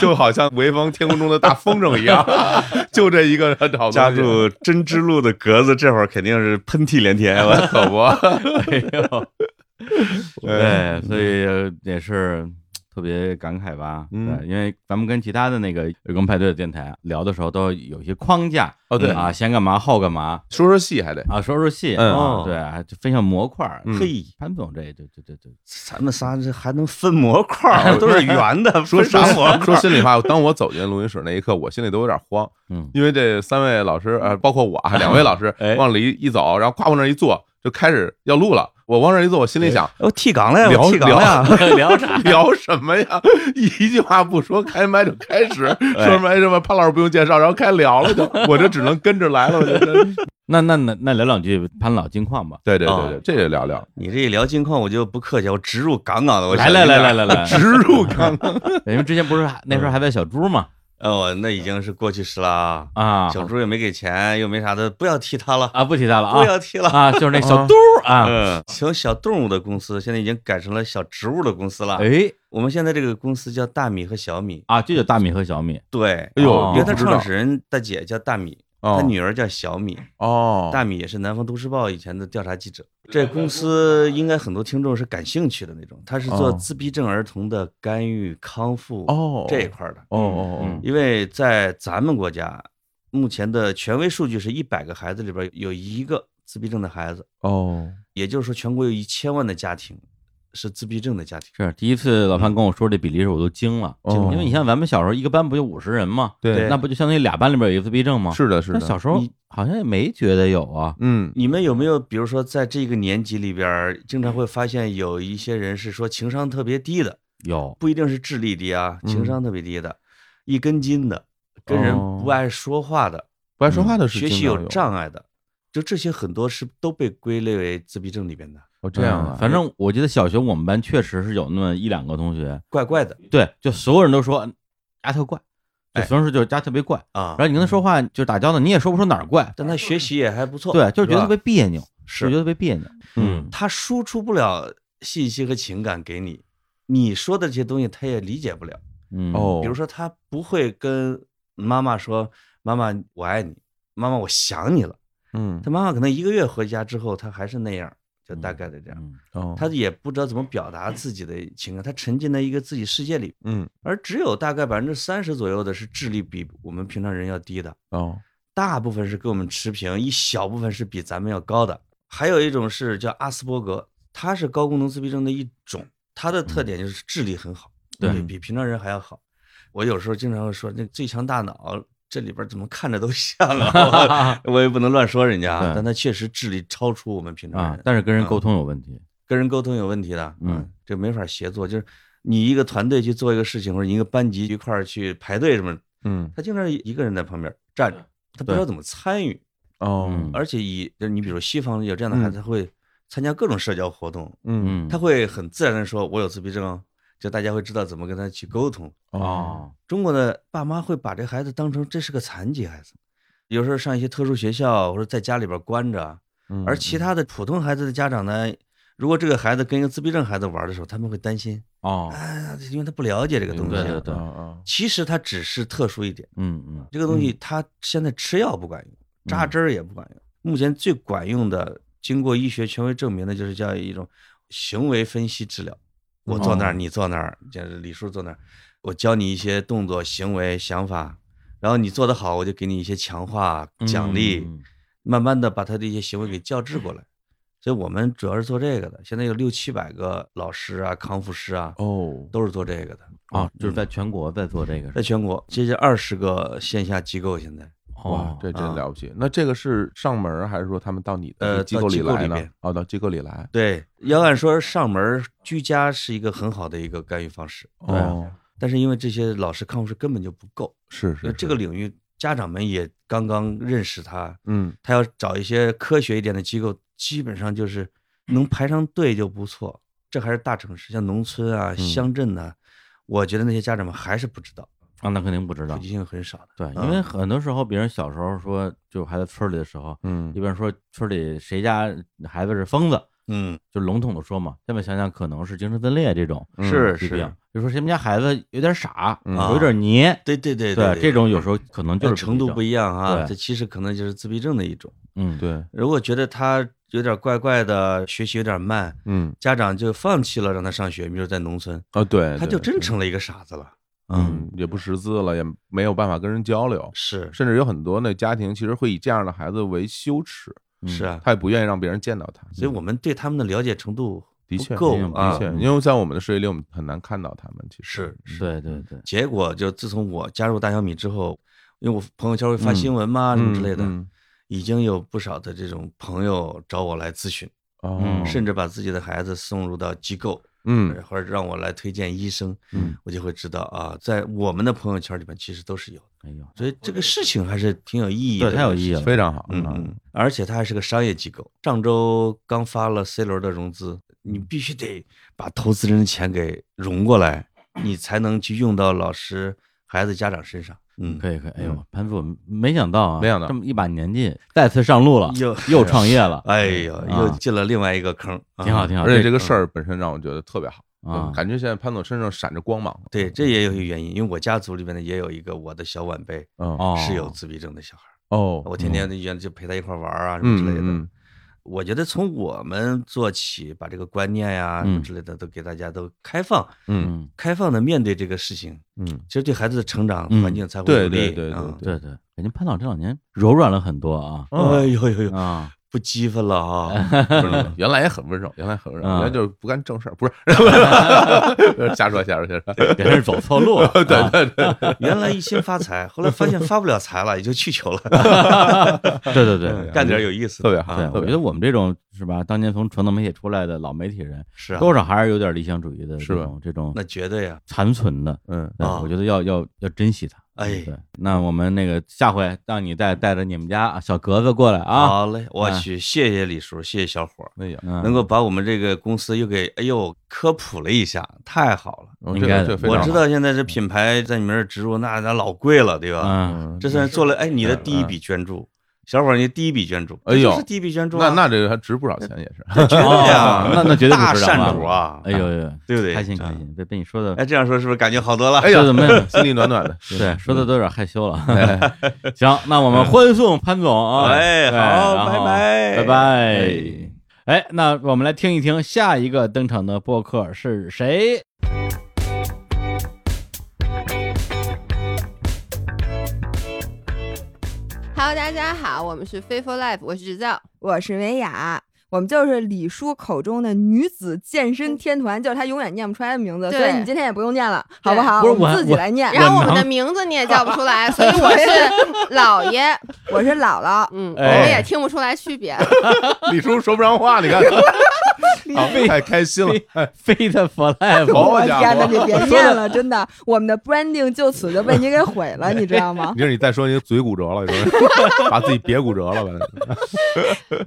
Speaker 2: 就好像潍坊天空中的大风筝一样， 就这一个好
Speaker 8: 加入真之路的格子，这会儿肯定是喷嚏连 天啊了。
Speaker 2: 可不，
Speaker 1: 哎呦， 对，哎所以
Speaker 8: 嗯
Speaker 1: 也是特别感慨吧。
Speaker 2: 嗯
Speaker 1: 对，因为咱们跟其他的那个月光派对的电台聊的时候，都有一些框架。
Speaker 2: 哦对
Speaker 1: 啊，先干嘛后干嘛
Speaker 2: 说说戏还得
Speaker 1: 啊，说说戏
Speaker 2: 嗯
Speaker 1: 啊，对啊，就分享模块儿。
Speaker 2: 嗯
Speaker 8: 嘿，
Speaker 1: 潘总这这这这这
Speaker 8: 咱们仨这还能分模块 儿，都是圆的，
Speaker 2: 说
Speaker 8: 分啥模块
Speaker 2: 说
Speaker 8: 儿？啊
Speaker 2: 心里话，当我走进录音室那一刻，我心里都有点慌，
Speaker 1: 嗯
Speaker 2: 因为这三位老师，呃，包括我 啊，两位老师
Speaker 1: 哎
Speaker 2: 往里一走，然后咵往那儿一坐，就开始要录了。我往这儿一坐，我心里想，
Speaker 8: 哎我剃岗了呀，
Speaker 2: 聊
Speaker 8: 我剃岗了呀！
Speaker 1: 聊啥？
Speaker 2: 聊什么呀？一句话不说，开麦就开始 说什么哎什么，潘老师不用介绍，然后开聊 了就，我这只能跟着来了。我觉得，
Speaker 1: 那那那那聊两句潘老近况吧。
Speaker 2: 对对对
Speaker 8: 哦
Speaker 2: 对，这也聊聊，
Speaker 8: 你这一聊金矿，我就不客气，我直入杠杠的。我
Speaker 1: 来来来来来
Speaker 8: 来，
Speaker 1: 来，
Speaker 2: 植入刚 刚，
Speaker 1: 因为之前不是还那时候还在小猪嘛
Speaker 8: 呃，我那已经是过去式了啊。
Speaker 1: 啊
Speaker 8: 小猪也没给钱，又没啥的，不要提他了，
Speaker 1: 啊，不提他了
Speaker 8: 不
Speaker 1: 啊
Speaker 8: 要提了。
Speaker 1: 啊，就是那小嘟儿啊，
Speaker 8: 嗯，从小动物的公司现在已经改成了小植物的公司了。
Speaker 1: 哎
Speaker 8: 我们现在这个公司叫大米和小米，
Speaker 1: 啊，这就大米和小米
Speaker 8: 对，
Speaker 2: 哎
Speaker 1: 哦
Speaker 2: 呦，
Speaker 8: 因为
Speaker 2: 他
Speaker 8: 他创始人大姐叫大米，他女儿叫小米，
Speaker 2: 哦，
Speaker 8: 大米也是南方都市报以前的调查记者。这公司应该很多听众是感兴趣的那种，他是做
Speaker 2: 哦
Speaker 8: 自闭症儿童的干预康复
Speaker 2: 哦
Speaker 8: 这一块儿的。
Speaker 2: 哦哦
Speaker 1: 嗯
Speaker 2: 哦，
Speaker 8: 因为在咱们国家，目前的权威数据是一百个孩子里边有一个自闭症的孩子，
Speaker 2: 哦，
Speaker 8: 也就是说全国有一千万的家庭是自闭症的家庭。
Speaker 1: 是第一次老潘跟我说这比例时，我都惊了，
Speaker 2: 哦
Speaker 1: 因为你像咱们小时候一个班不就五十人吗？
Speaker 2: 对，
Speaker 1: 那不就相当于俩班里边有一个自闭症吗？
Speaker 2: 是的，是
Speaker 1: 那
Speaker 2: 的，
Speaker 1: 小时候
Speaker 8: 你
Speaker 1: 好像也没觉得有啊。
Speaker 2: 嗯，
Speaker 8: 你们有没有比如说在这个年级里边儿，经常会发现有一些人是说情商特别低的，
Speaker 1: 有，
Speaker 8: 不一定是智力低啊，
Speaker 2: 嗯
Speaker 8: 情商特别低的，一根筋的，跟人
Speaker 1: 哦
Speaker 8: 不爱说话的，嗯
Speaker 2: 不爱说话的是
Speaker 8: 学习
Speaker 2: 经常
Speaker 8: 有障碍的，就这些很多是都被归类为自闭症里边的，
Speaker 2: 哦，这样啊，
Speaker 1: 嗯反正我记得小学我们班确实是有那么一两个同学，
Speaker 8: 怪怪的
Speaker 1: 对，就所有人都说嗯丫特怪，就
Speaker 8: 哎
Speaker 1: 所有人说就是丫特别怪，
Speaker 8: 啊
Speaker 1: 然。后你跟他说话就是打交道，你也说不出哪儿怪，
Speaker 8: 但他学习也还不错，
Speaker 1: 对，就是觉得
Speaker 8: 吧
Speaker 1: 特别别扭，就是觉得特别别扭。
Speaker 2: 嗯，
Speaker 8: 他输出不了信息和情感给你，你说的这些东西他也理解不了。
Speaker 1: 嗯，
Speaker 2: 哦，
Speaker 8: 比如说，他不会跟妈妈说：“妈妈，我爱你，妈妈，我想你了。”
Speaker 2: 嗯，
Speaker 8: 他妈妈可能一个月回家之后，他还是那样，就大概的这样。
Speaker 1: 嗯，
Speaker 2: 哦，
Speaker 8: 他也不知道怎么表达自己的情感，他沉浸在一个自己世界里，
Speaker 2: 嗯，
Speaker 8: 而只有大概百分之三十左右的是智力比我们平常人要低的，
Speaker 2: 哦，
Speaker 8: 大部分是跟我们持平，一小部分是比咱们要高的。还有一种是叫阿斯伯格，它是高功能自闭症的一种，它的特点就是智力很好，
Speaker 1: 嗯对
Speaker 8: 比比平常人还要好。我有时候经常会说，那最强大脑这里边怎么看着都像 啊，我也不能乱说人家啊
Speaker 1: 对，
Speaker 8: 但他确实智力超出我们平常
Speaker 1: 啊
Speaker 8: 人，，
Speaker 1: 但是跟人
Speaker 8: 啊
Speaker 1: 沟通有问题，
Speaker 8: 跟人沟通有问题的，啊
Speaker 1: 嗯，
Speaker 8: 这没法协作，就是你一个团队去做一个事情，或者你一个班级一块儿去排队什么的，
Speaker 2: 嗯，
Speaker 8: 他经常一个人在旁边站着，他不知道怎么参与，
Speaker 2: 哦，
Speaker 8: 而且以就是你比如西方有这样的孩子，他会参加各种社交活动，
Speaker 2: 嗯，
Speaker 1: 嗯，
Speaker 8: 他会很自然的说“我有自闭症哦”，就大家会知道怎么跟他去沟通。
Speaker 2: 哦，
Speaker 1: 哦，
Speaker 8: 中国的爸妈会把这孩子当成这是个残疾孩子，有时候上一些特殊学校或者在家里边关着，啊
Speaker 2: 嗯
Speaker 8: 而其他的普通孩子的家长呢，如果这个孩子跟一个自闭症孩子玩的时候，他们会担心，
Speaker 1: 哦，嗯
Speaker 8: 哎呀，因为他不了解这个东西
Speaker 1: 对对
Speaker 8: 啊。
Speaker 1: 对
Speaker 2: 啊啊，
Speaker 8: 其实他只是特殊一点。
Speaker 1: 嗯嗯，
Speaker 8: 这个东西它现在吃药不管用，扎针儿也不管用。目前最管用的，经过医学权威证明的，就是叫一种行为分析治疗。我坐那
Speaker 1: 哦
Speaker 8: 儿，你坐那儿，就是李叔坐那儿，我教你一些动作、行为、想法，然后你做得好，我就给你一些强化奖励，
Speaker 1: 嗯
Speaker 8: 慢慢的把他的一些行为给校治过来。所以我们主要是做这个的。现在有六七百个老师啊、康复师啊，
Speaker 2: 哦，啊
Speaker 8: 都是做这个的。嗯
Speaker 1: 哦，就是在全国在做这个
Speaker 8: 在
Speaker 1: 事，
Speaker 8: 全国接近二十个线下机构，现在
Speaker 2: 哇
Speaker 1: 哦，，
Speaker 2: 这
Speaker 8: 啊
Speaker 2: 真了不起！那这个是上门儿还是说他们到你
Speaker 8: 呃
Speaker 2: 的机
Speaker 8: 到
Speaker 2: 构
Speaker 8: 机
Speaker 2: 里
Speaker 8: 构
Speaker 2: 来
Speaker 8: 里
Speaker 2: 呢
Speaker 8: 边？
Speaker 2: 哦，到机构里来。
Speaker 8: 对，要按说上门儿居家是一个很好的一个干预方式，
Speaker 1: 对啊
Speaker 2: 哦，
Speaker 8: 但是因为这些老师康复师根本就不够，
Speaker 2: 是
Speaker 8: 因
Speaker 2: 是
Speaker 8: 为这个
Speaker 2: 是
Speaker 8: 领域家长们也刚刚认识他，
Speaker 2: 嗯
Speaker 8: 他要找一些科学一点的机构，基本上就是能排上队就不错。这还是大城市，像农村啊、乡镇呐、我觉得那些家长们还是不知道，
Speaker 1: 啊，那肯定不知
Speaker 8: 普
Speaker 1: 道
Speaker 8: 及，性很少的。
Speaker 1: 对，
Speaker 8: 嗯
Speaker 1: 因为很多时候别人小时候说，就还在村里的时候，
Speaker 2: 嗯
Speaker 1: 一，般说村里谁家孩子是疯子，
Speaker 8: 嗯，
Speaker 1: 就笼统的说嘛，现在想想可能是精神分裂这种
Speaker 2: 嗯
Speaker 8: 是
Speaker 1: 疾
Speaker 8: 是啊
Speaker 1: 病，，就说谁们家孩子有点傻，
Speaker 2: 嗯
Speaker 1: 有点黏，
Speaker 8: 对对对嗯哎
Speaker 1: 对，这种有时候可能就是
Speaker 8: 程度不
Speaker 1: 一，
Speaker 8: 一样啊，
Speaker 1: 对
Speaker 8: 这其实可能就是自闭症的一种。
Speaker 1: 嗯，，
Speaker 2: 对，
Speaker 8: 如果觉得他有点怪怪的，学习有点慢，
Speaker 2: 嗯
Speaker 8: 家长就放弃了让他上学，比如在农村，
Speaker 2: 啊，对，
Speaker 8: 他就
Speaker 2: 对
Speaker 8: 真
Speaker 2: 是
Speaker 8: 成了一个傻子了。
Speaker 2: 嗯，也不识字了，也没有办法跟人交流，
Speaker 8: 是
Speaker 2: 甚至有很多那家庭其实会以这样的孩子为羞耻，
Speaker 8: 是啊，
Speaker 2: 他也不愿意让别人见到他。嗯
Speaker 8: 所以我们对他们的了解程度
Speaker 2: 的
Speaker 8: 不
Speaker 2: 确
Speaker 8: 够
Speaker 1: 嗯
Speaker 8: 啊
Speaker 2: 的确，因为在我们的世界里，我们很难看到他们。其实嗯
Speaker 8: 是是。
Speaker 1: 对对对，
Speaker 8: 结果就自从我加入大小米之后，因为我朋友圈会发新闻嘛、
Speaker 2: 嗯
Speaker 8: 什么之类的，
Speaker 2: 嗯
Speaker 8: 已经有不少的这种朋友找我来咨询，
Speaker 2: 哦
Speaker 1: 嗯，
Speaker 8: 甚至把自己的孩子送入到机构，呃
Speaker 2: 嗯
Speaker 8: 或者让我来推荐医生，
Speaker 2: 嗯
Speaker 8: 我就会知道啊，在我们的朋友圈里面其实都是有的，
Speaker 1: 哎呦，
Speaker 8: 所以这个事情还是挺有意义的，
Speaker 1: 对，太有意义了，
Speaker 2: 非常好。
Speaker 8: 嗯
Speaker 2: 啊
Speaker 8: 嗯，而且它还是个商业机构。上周刚发了 C 轮的融资，你
Speaker 1: 嗯
Speaker 8: 必须得把投资人的钱给融过来，你才能去用到老师、孩子、家长身上。嗯，
Speaker 1: 可以可以，哎呦
Speaker 2: 嗯，
Speaker 1: 潘总没想到啊，
Speaker 2: 没想到
Speaker 1: 这么一把年纪再次上路了，
Speaker 8: 又
Speaker 1: 又创业了， 嗯啊
Speaker 8: 哎呦，又进了另外一个坑，啊
Speaker 1: 挺好挺好，
Speaker 2: 而且这
Speaker 1: 个
Speaker 2: 个事儿本身让我觉得特别好嗯
Speaker 1: 啊
Speaker 2: 感觉现在潘总身上闪着光芒。
Speaker 8: 对，这也有一个原因，因为我家族里面呢也有一个我的小晚辈
Speaker 2: 哦
Speaker 1: 哦
Speaker 8: 是有自闭症的小孩，
Speaker 2: 哦，
Speaker 8: 我天天就就陪他一块玩啊什么
Speaker 2: 嗯
Speaker 8: 之类的。
Speaker 2: 嗯
Speaker 8: 我觉得从我们做起，把这个观念呀、什
Speaker 1: 嗯
Speaker 8: 么之类的都给大家都开放，
Speaker 2: 嗯
Speaker 1: 嗯，
Speaker 8: 开放的面对这个事情，
Speaker 2: 嗯嗯，
Speaker 8: 其实对孩子的成长
Speaker 1: 嗯
Speaker 8: 环境才会有
Speaker 2: 对
Speaker 8: 利。
Speaker 2: 对对
Speaker 8: 啊
Speaker 2: 对
Speaker 1: 对对，感觉潘导这两年柔软了很多啊
Speaker 8: 哎呦呦呦，
Speaker 1: 啊，
Speaker 8: 不激愤了啊！
Speaker 2: 不是原来也很温柔，原来很温柔，
Speaker 1: 嗯
Speaker 2: 原来就是不干正事儿，不 是瞎说瞎说瞎说，
Speaker 1: 别人走错路 了，对对
Speaker 8: 啊原来一心发财，后来发现发不了财了，也就气球了，
Speaker 1: 对对对，
Speaker 8: 嗯 干点有意思
Speaker 2: 特别
Speaker 8: 的
Speaker 2: 好
Speaker 1: 对，
Speaker 8: 啊！
Speaker 1: 我觉得我们这种是吧，当年从传统媒体出来的老媒体人，
Speaker 8: 是啊，
Speaker 1: 多少还是有点理想主义的
Speaker 2: 是
Speaker 1: 这
Speaker 2: 吧
Speaker 1: 种这种
Speaker 8: 那绝对啊！
Speaker 1: 残存的，
Speaker 2: 嗯，
Speaker 1: 对
Speaker 8: 啊
Speaker 1: 我觉得要要要珍惜它。
Speaker 8: 哎
Speaker 1: 对，那我们那个下回让你带带着你们家小格子过来啊，
Speaker 8: 好嘞，我去，谢谢李叔，谢谢小伙儿，
Speaker 2: 嗯哎呀，
Speaker 1: 能
Speaker 8: 能够把我们这个公司又给哎呦科普了一下，太好了。
Speaker 2: 我
Speaker 1: 嗯应
Speaker 2: 哦这
Speaker 1: 该
Speaker 2: 个
Speaker 1: 的
Speaker 2: 这个非
Speaker 8: 我
Speaker 2: 常
Speaker 8: 知
Speaker 2: 好，
Speaker 8: 道现在这品牌在你们这儿植入，那那老贵了，对吧？
Speaker 1: 嗯，
Speaker 8: 这算是做了哎你的第一笔捐助，小伙儿你第一笔捐助，
Speaker 2: 嗯哎呦
Speaker 8: 这就是第一笔捐助
Speaker 2: 那
Speaker 8: 啊，
Speaker 2: 那这个还值不少钱也是，
Speaker 8: 绝对
Speaker 1: 哦
Speaker 8: 啊，
Speaker 1: 那那绝对
Speaker 8: 大
Speaker 1: 不值当
Speaker 8: 善
Speaker 1: 了
Speaker 8: 主啊，
Speaker 1: 哎呦呦，
Speaker 8: 对不对？
Speaker 1: 开心
Speaker 8: 啊
Speaker 1: 开心，被被你说的
Speaker 8: 哎，这样说是不是感觉好多了？
Speaker 2: 哎呀
Speaker 1: 这怎么样，
Speaker 2: 心里暖暖的， 哎
Speaker 1: 对，说的都有点害羞了。
Speaker 8: 嗯
Speaker 1: 行，那我们欢送潘总啊！
Speaker 8: 哎
Speaker 1: 对
Speaker 8: 好
Speaker 1: 然后
Speaker 8: 拜拜
Speaker 1: 拜拜
Speaker 8: 哎。
Speaker 1: 哎，那我们来听一听下一个登场的播客是谁？
Speaker 9: Hello，大家好，我们是 f a i t f u l Life，我是制造。
Speaker 10: 我是维雅，我们就是李叔口中的女子健身天团，就是他永远念不出来的名字，
Speaker 9: 嗯对
Speaker 10: 所以你今天也不用念了，
Speaker 9: 对
Speaker 10: 好不好？
Speaker 1: 不是
Speaker 10: 我们
Speaker 1: 我
Speaker 10: 自己来念。
Speaker 9: 然后我们的
Speaker 1: 能
Speaker 9: 名字你也叫不出来，所以我 是姥爷。
Speaker 10: 我是姥姥，
Speaker 9: 嗯，我
Speaker 1: 哎
Speaker 9: 们也听不出来区别。
Speaker 2: 李叔说不上话， 你看，好太开心了，
Speaker 1: 飞 的 for life，
Speaker 2: 好
Speaker 10: 我
Speaker 2: 家伙
Speaker 10: 天哪，你别念了，真的，我们的 branding 就此就被你给毁了，你知 道吗？
Speaker 2: 你这你再说你就嘴骨折了，你说把自己别骨折了吧？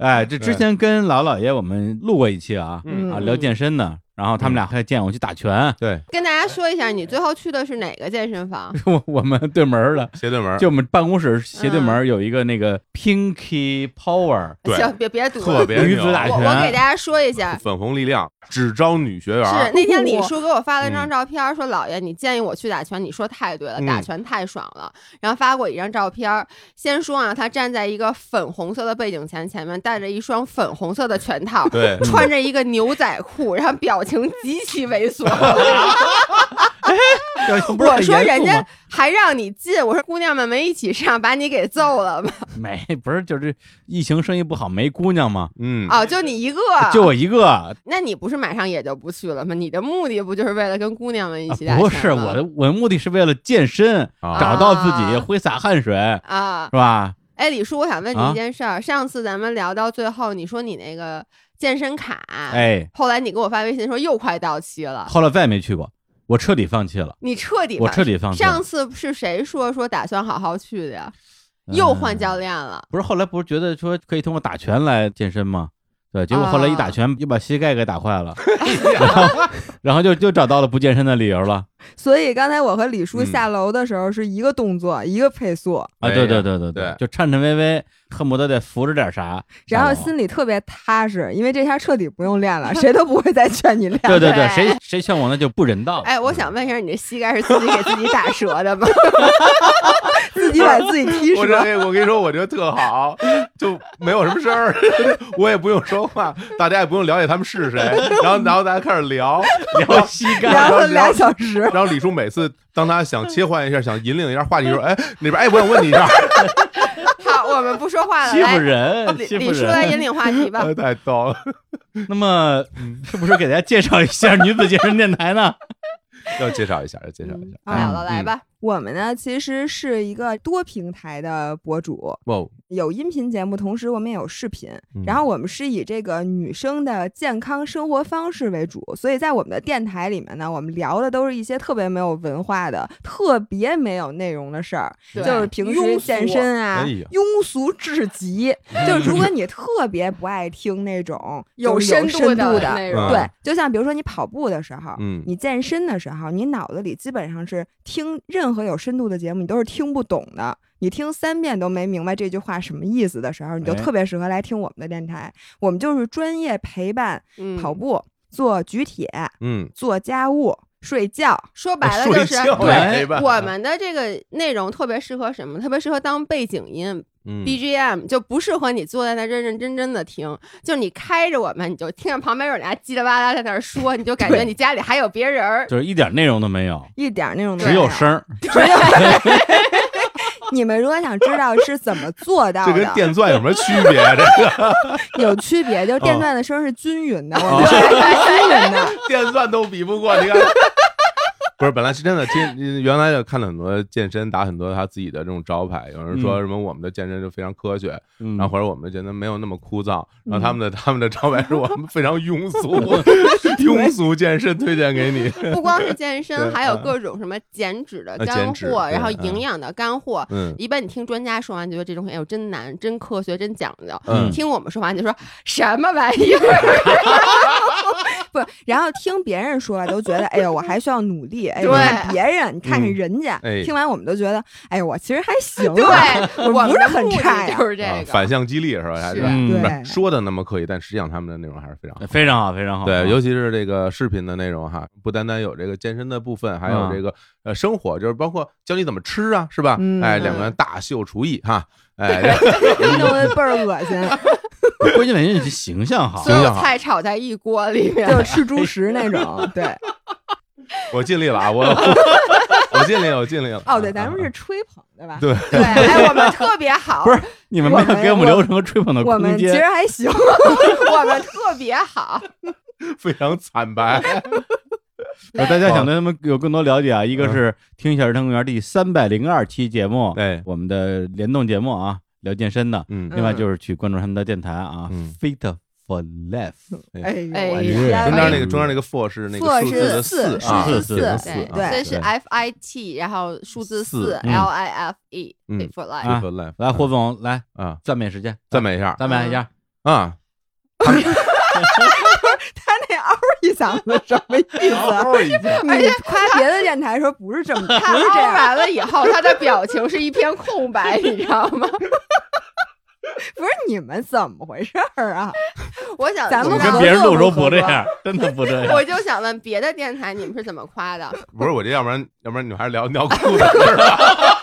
Speaker 1: 哎，这之前跟老姥爷我们录过一期啊，
Speaker 10: 嗯
Speaker 1: 啊聊健身的，然后他们俩还见我去打拳，
Speaker 2: 嗯对，
Speaker 9: 跟大家说一下，你最后去的是哪个健身房？
Speaker 1: 我我们对门儿的，
Speaker 2: 斜对门儿
Speaker 1: 就我们办公室斜对
Speaker 9: 嗯
Speaker 1: 门儿有一个那个 Pinky Power
Speaker 2: 对
Speaker 9: 行，别别堵
Speaker 2: 特
Speaker 9: 了。
Speaker 2: 别
Speaker 1: 女
Speaker 2: 牛
Speaker 1: 子打
Speaker 9: 我
Speaker 1: 拳，
Speaker 9: 我给大家说一下，
Speaker 2: 粉红力 量只招女学员
Speaker 9: 是
Speaker 2: 儿，
Speaker 9: 那天
Speaker 1: 哦
Speaker 9: 李叔给我发了一
Speaker 1: 嗯
Speaker 9: 张照片，说姥爷，你建议我去打拳，你说太对了，打拳太爽了。然后发过一张照片，先说啊，他站在一个粉红色的背景前，前面戴着一双粉红色的拳套，
Speaker 2: 对，
Speaker 9: 穿着一个牛仔裤，然后表情极其猥琐。
Speaker 1: 不是
Speaker 9: 我
Speaker 1: 很
Speaker 9: 说
Speaker 1: 严
Speaker 9: 人
Speaker 1: 肃
Speaker 9: 家
Speaker 1: 吗
Speaker 9: 还让你进，我说姑娘们没一起上，把你给揍了吧？
Speaker 1: 没不是就是疫情生意不好没姑娘吗？
Speaker 2: 嗯，
Speaker 9: 哦，就你一个，
Speaker 1: 就我一个，
Speaker 9: 那你不是马上也就不去了吗？你的目的不就是为了跟姑娘们一
Speaker 1: 啊
Speaker 9: 起打、
Speaker 1: 不是我的，我的目的是为了健身，
Speaker 2: 啊
Speaker 1: 找到自己，
Speaker 9: 啊
Speaker 1: 挥洒汗水，是
Speaker 9: 啊，
Speaker 1: 吧？
Speaker 9: 哎，李叔，我想问你
Speaker 1: 啊
Speaker 9: 一件事儿。上次咱们聊到最后，你说你那个健身卡，
Speaker 1: 哎，
Speaker 9: 后来你给我发微信说又快到期了，
Speaker 1: 后来再也没去过，我彻底放弃了，
Speaker 9: 你彻底
Speaker 1: 我
Speaker 9: 放
Speaker 1: 彻底放弃了
Speaker 9: 上。次是谁说说打算好好去的呀？
Speaker 1: 嗯
Speaker 9: 又换教练了，
Speaker 1: 不是后来不是觉得说可以通过打拳来健身吗？对，结果后来一打
Speaker 9: 啊
Speaker 1: 拳又把膝盖给打坏了，然后然后就就找到了不健身的理由了
Speaker 10: 所以刚才我和李叔下楼的时候是一个动作，一个配速，
Speaker 1: 嗯啊！
Speaker 2: 哎
Speaker 1: 对对
Speaker 2: 呀
Speaker 1: 对对
Speaker 2: 对
Speaker 1: 就颤颤巍巍，恨不得得扶着点啥，
Speaker 10: 然后
Speaker 1: 下楼
Speaker 10: 心里特别踏实，因为这下彻底不用练了，谁都不会再劝你练。
Speaker 1: 对对对，
Speaker 9: 对
Speaker 1: 谁谁劝我那就不人道。
Speaker 9: 哎，我想问一下，你这膝盖是自己给自己打折的吗？
Speaker 10: 自己把自己踢
Speaker 2: 我这
Speaker 10: 折。
Speaker 2: 哎我跟你说，我觉得特好，就没有什么事儿，我也不用说话，大家也不用了解他们是谁，然后然后大家开始聊聊膝盖
Speaker 10: 聊了俩小时，
Speaker 2: 然后李叔每次当他想切换一下，想引领一下话题的时候，哎，那边哎，我想问你一 下，
Speaker 9: 好，我们不说话了，
Speaker 1: 欺负
Speaker 9: 来，哦
Speaker 1: 人，
Speaker 9: 李
Speaker 1: 欺负
Speaker 9: 李叔来
Speaker 1: 人。
Speaker 9: 引领话题 吧。
Speaker 2: 太逗了，嗯
Speaker 1: 那么，是不是给大家介绍一下女子健身电台 呢？
Speaker 2: 要介绍一下，要介绍一下，
Speaker 3: 嗯
Speaker 9: 好
Speaker 10: 啊
Speaker 9: 了，来吧，
Speaker 10: 我们呢其实是一个多平台的博主，
Speaker 2: 哇哦，
Speaker 10: 有音频节目，同时我们也有视频。
Speaker 2: 嗯
Speaker 10: 然后我们是以这个女生的健康生活方式为主，所以在我们的电台里面呢，我们聊的都是一些特别没有文化的、特别没有内容的事儿，
Speaker 9: 对
Speaker 10: 就是平时
Speaker 9: 庸俗嗯
Speaker 10: 健身啊
Speaker 2: 哎呀，
Speaker 10: 庸俗至极。就 是如果你特别不爱听那种就是
Speaker 9: 深
Speaker 10: 有深
Speaker 9: 的
Speaker 10: 的
Speaker 9: 内容，
Speaker 10: 对，就像比如说你跑步的时候，
Speaker 2: 嗯
Speaker 10: 你健身的时候，你脑子里基本上是听任何有深度的节目，你都是听不懂的。你听三遍都没明白这句话什么意思的时候，你就
Speaker 1: 哎
Speaker 10: 特别适合来听我们的电台。我们就是专业陪伴
Speaker 9: 嗯
Speaker 10: 跑步、做举铁、
Speaker 2: 嗯，
Speaker 10: 做家务、睡觉。
Speaker 9: 说白了就是
Speaker 2: 睡觉
Speaker 1: 对
Speaker 2: 陪伴
Speaker 9: 我们的这个内容特别适合什么？特别适合当背景音
Speaker 2: 嗯
Speaker 9: BGM，就不适合你坐在那认认真真的听。就你开着我们，你就听着旁边有人家叽里哇啦在那儿说，你就感觉你家里还有别人儿。啊
Speaker 1: 就是一点内容都没有，
Speaker 10: 一点儿那种都
Speaker 1: 只有
Speaker 10: 没
Speaker 1: 声儿。
Speaker 10: 只有你们如果想知道是怎么做到
Speaker 2: 这跟
Speaker 10: 的，
Speaker 2: 电钻有什么区别？这个
Speaker 10: 有区别，就是电
Speaker 2: 哦
Speaker 10: 钻的声是均匀的，我们是
Speaker 2: 嗯
Speaker 10: 均匀的。
Speaker 2: 电 钻都比不过，你看。不是，本来是真的，今原来就看了很多健身打很多他自己的这种招牌，有人
Speaker 9: 嗯
Speaker 2: 说什么我们的健身就非常科学，
Speaker 4: 嗯
Speaker 2: 然后或者我们觉得没有那么枯燥，然后
Speaker 9: 嗯
Speaker 2: 他们的他们的招牌是我们非常庸 俗庸俗健身推荐给你，
Speaker 9: 不光是健
Speaker 2: 对
Speaker 9: 身，还有
Speaker 2: 嗯
Speaker 9: 各种什么减脂的
Speaker 2: 呃减
Speaker 9: 干
Speaker 2: 脂
Speaker 9: 货，
Speaker 2: 对
Speaker 9: 然后
Speaker 2: 嗯
Speaker 9: 营养的干货。
Speaker 2: 嗯，
Speaker 9: 一般你听专家说完，你觉得这东西哎呦真难，真科学，真讲究。
Speaker 2: 嗯
Speaker 9: 听我们说完，你就说什么玩 意儿？
Speaker 10: 不，然后听别人说都觉得，哎呦，我还需要努力。哎，
Speaker 9: 对
Speaker 10: 你看别人，你看看
Speaker 2: 嗯
Speaker 10: 人家，
Speaker 2: 哎
Speaker 10: 听完我们都觉得，哎呦，我其实还行、啊，
Speaker 9: 对，我
Speaker 10: 我
Speaker 9: 们
Speaker 10: 不是
Speaker 9: 的
Speaker 10: 很
Speaker 9: 目的
Speaker 10: 差呀、
Speaker 9: 就是这
Speaker 2: 啊
Speaker 9: 个。
Speaker 2: 反向激励是吧？还是
Speaker 9: 是
Speaker 2: 吧
Speaker 10: 对
Speaker 1: 嗯
Speaker 2: 不是说的那么刻意，但实际上他们的内容还是非常好。
Speaker 1: 非常好，非常好。
Speaker 2: 对，尤其是这个视频的内容哈，不单单有这个健身的部分，还有
Speaker 1: 嗯
Speaker 2: 这个呃生活，就是包括教你怎么吃啊，是吧？
Speaker 10: 嗯
Speaker 2: 哎，两个人大秀厨艺哈，哎，
Speaker 10: 弄得倍儿恶心，
Speaker 1: 关键人家形象好
Speaker 9: 所，
Speaker 2: 形
Speaker 9: 有
Speaker 2: 象好
Speaker 9: 菜炒在一锅里面，
Speaker 10: 就是 吃猪食 那种。哦对，
Speaker 2: 我尽力了啊，我 我尽力了，我尽力了。
Speaker 10: 哦，对，咱们是吹捧对吧？
Speaker 2: 对
Speaker 10: 对，哎，我们特别好，
Speaker 1: 不是你们没有给我们留什么吹捧的
Speaker 10: 我们
Speaker 1: 空
Speaker 10: 其实
Speaker 1: 间，
Speaker 10: 还行。
Speaker 9: 我们特别好。
Speaker 2: 非常 惨白，
Speaker 1: 呃大家想对他们有更多了解啊，一
Speaker 2: 嗯
Speaker 1: 个是听一下儿童公园第三百零二期节目，
Speaker 2: 对，
Speaker 1: 我们的联动节目啊，聊健身的，
Speaker 2: 嗯
Speaker 1: 另外就是去关注他们的电台啊
Speaker 2: 嗯
Speaker 1: ，Fit for Life，
Speaker 10: 哎呦，
Speaker 9: 哎
Speaker 10: 我
Speaker 9: 呀
Speaker 10: 天
Speaker 2: 中
Speaker 10: 哪
Speaker 2: 间那个中间那个 four 是那个
Speaker 10: 错
Speaker 2: 数字的
Speaker 10: 是
Speaker 2: 四
Speaker 10: 数
Speaker 2: 啊，
Speaker 10: 字
Speaker 1: 是是
Speaker 10: 四，
Speaker 1: 是
Speaker 9: 对，
Speaker 10: 对
Speaker 9: 所以是
Speaker 1: 对
Speaker 9: F I T，然后数字
Speaker 1: 四
Speaker 9: 四
Speaker 1: 嗯
Speaker 9: ，L I F E
Speaker 2: 嗯
Speaker 9: for
Speaker 1: 啊
Speaker 9: life。
Speaker 2: 和 life 嗯
Speaker 1: 来霍总来
Speaker 2: 啊，
Speaker 1: 赞美时间，
Speaker 2: 赞美一下
Speaker 1: 赞美一下，
Speaker 2: 啊，
Speaker 10: 他那嗷一嗓子什么意思？啊
Speaker 2: 嗷一下
Speaker 10: 你夸别的电台的时候不是这么，
Speaker 9: 哎他
Speaker 10: 不是这
Speaker 9: 凹
Speaker 10: 样，
Speaker 9: 完了以后，他的 表情是一片空白，你知道吗？
Speaker 10: 不是你们怎么回事儿啊？
Speaker 9: 我想
Speaker 10: 咱
Speaker 9: 知
Speaker 10: 们
Speaker 9: 道
Speaker 10: 跟别人录时候不这样，
Speaker 1: 真的不这，
Speaker 9: 我。就想问别的电台你们是怎么夸的？
Speaker 2: 不是我这，要不然要不然你们还是聊尿裤子的事儿吧。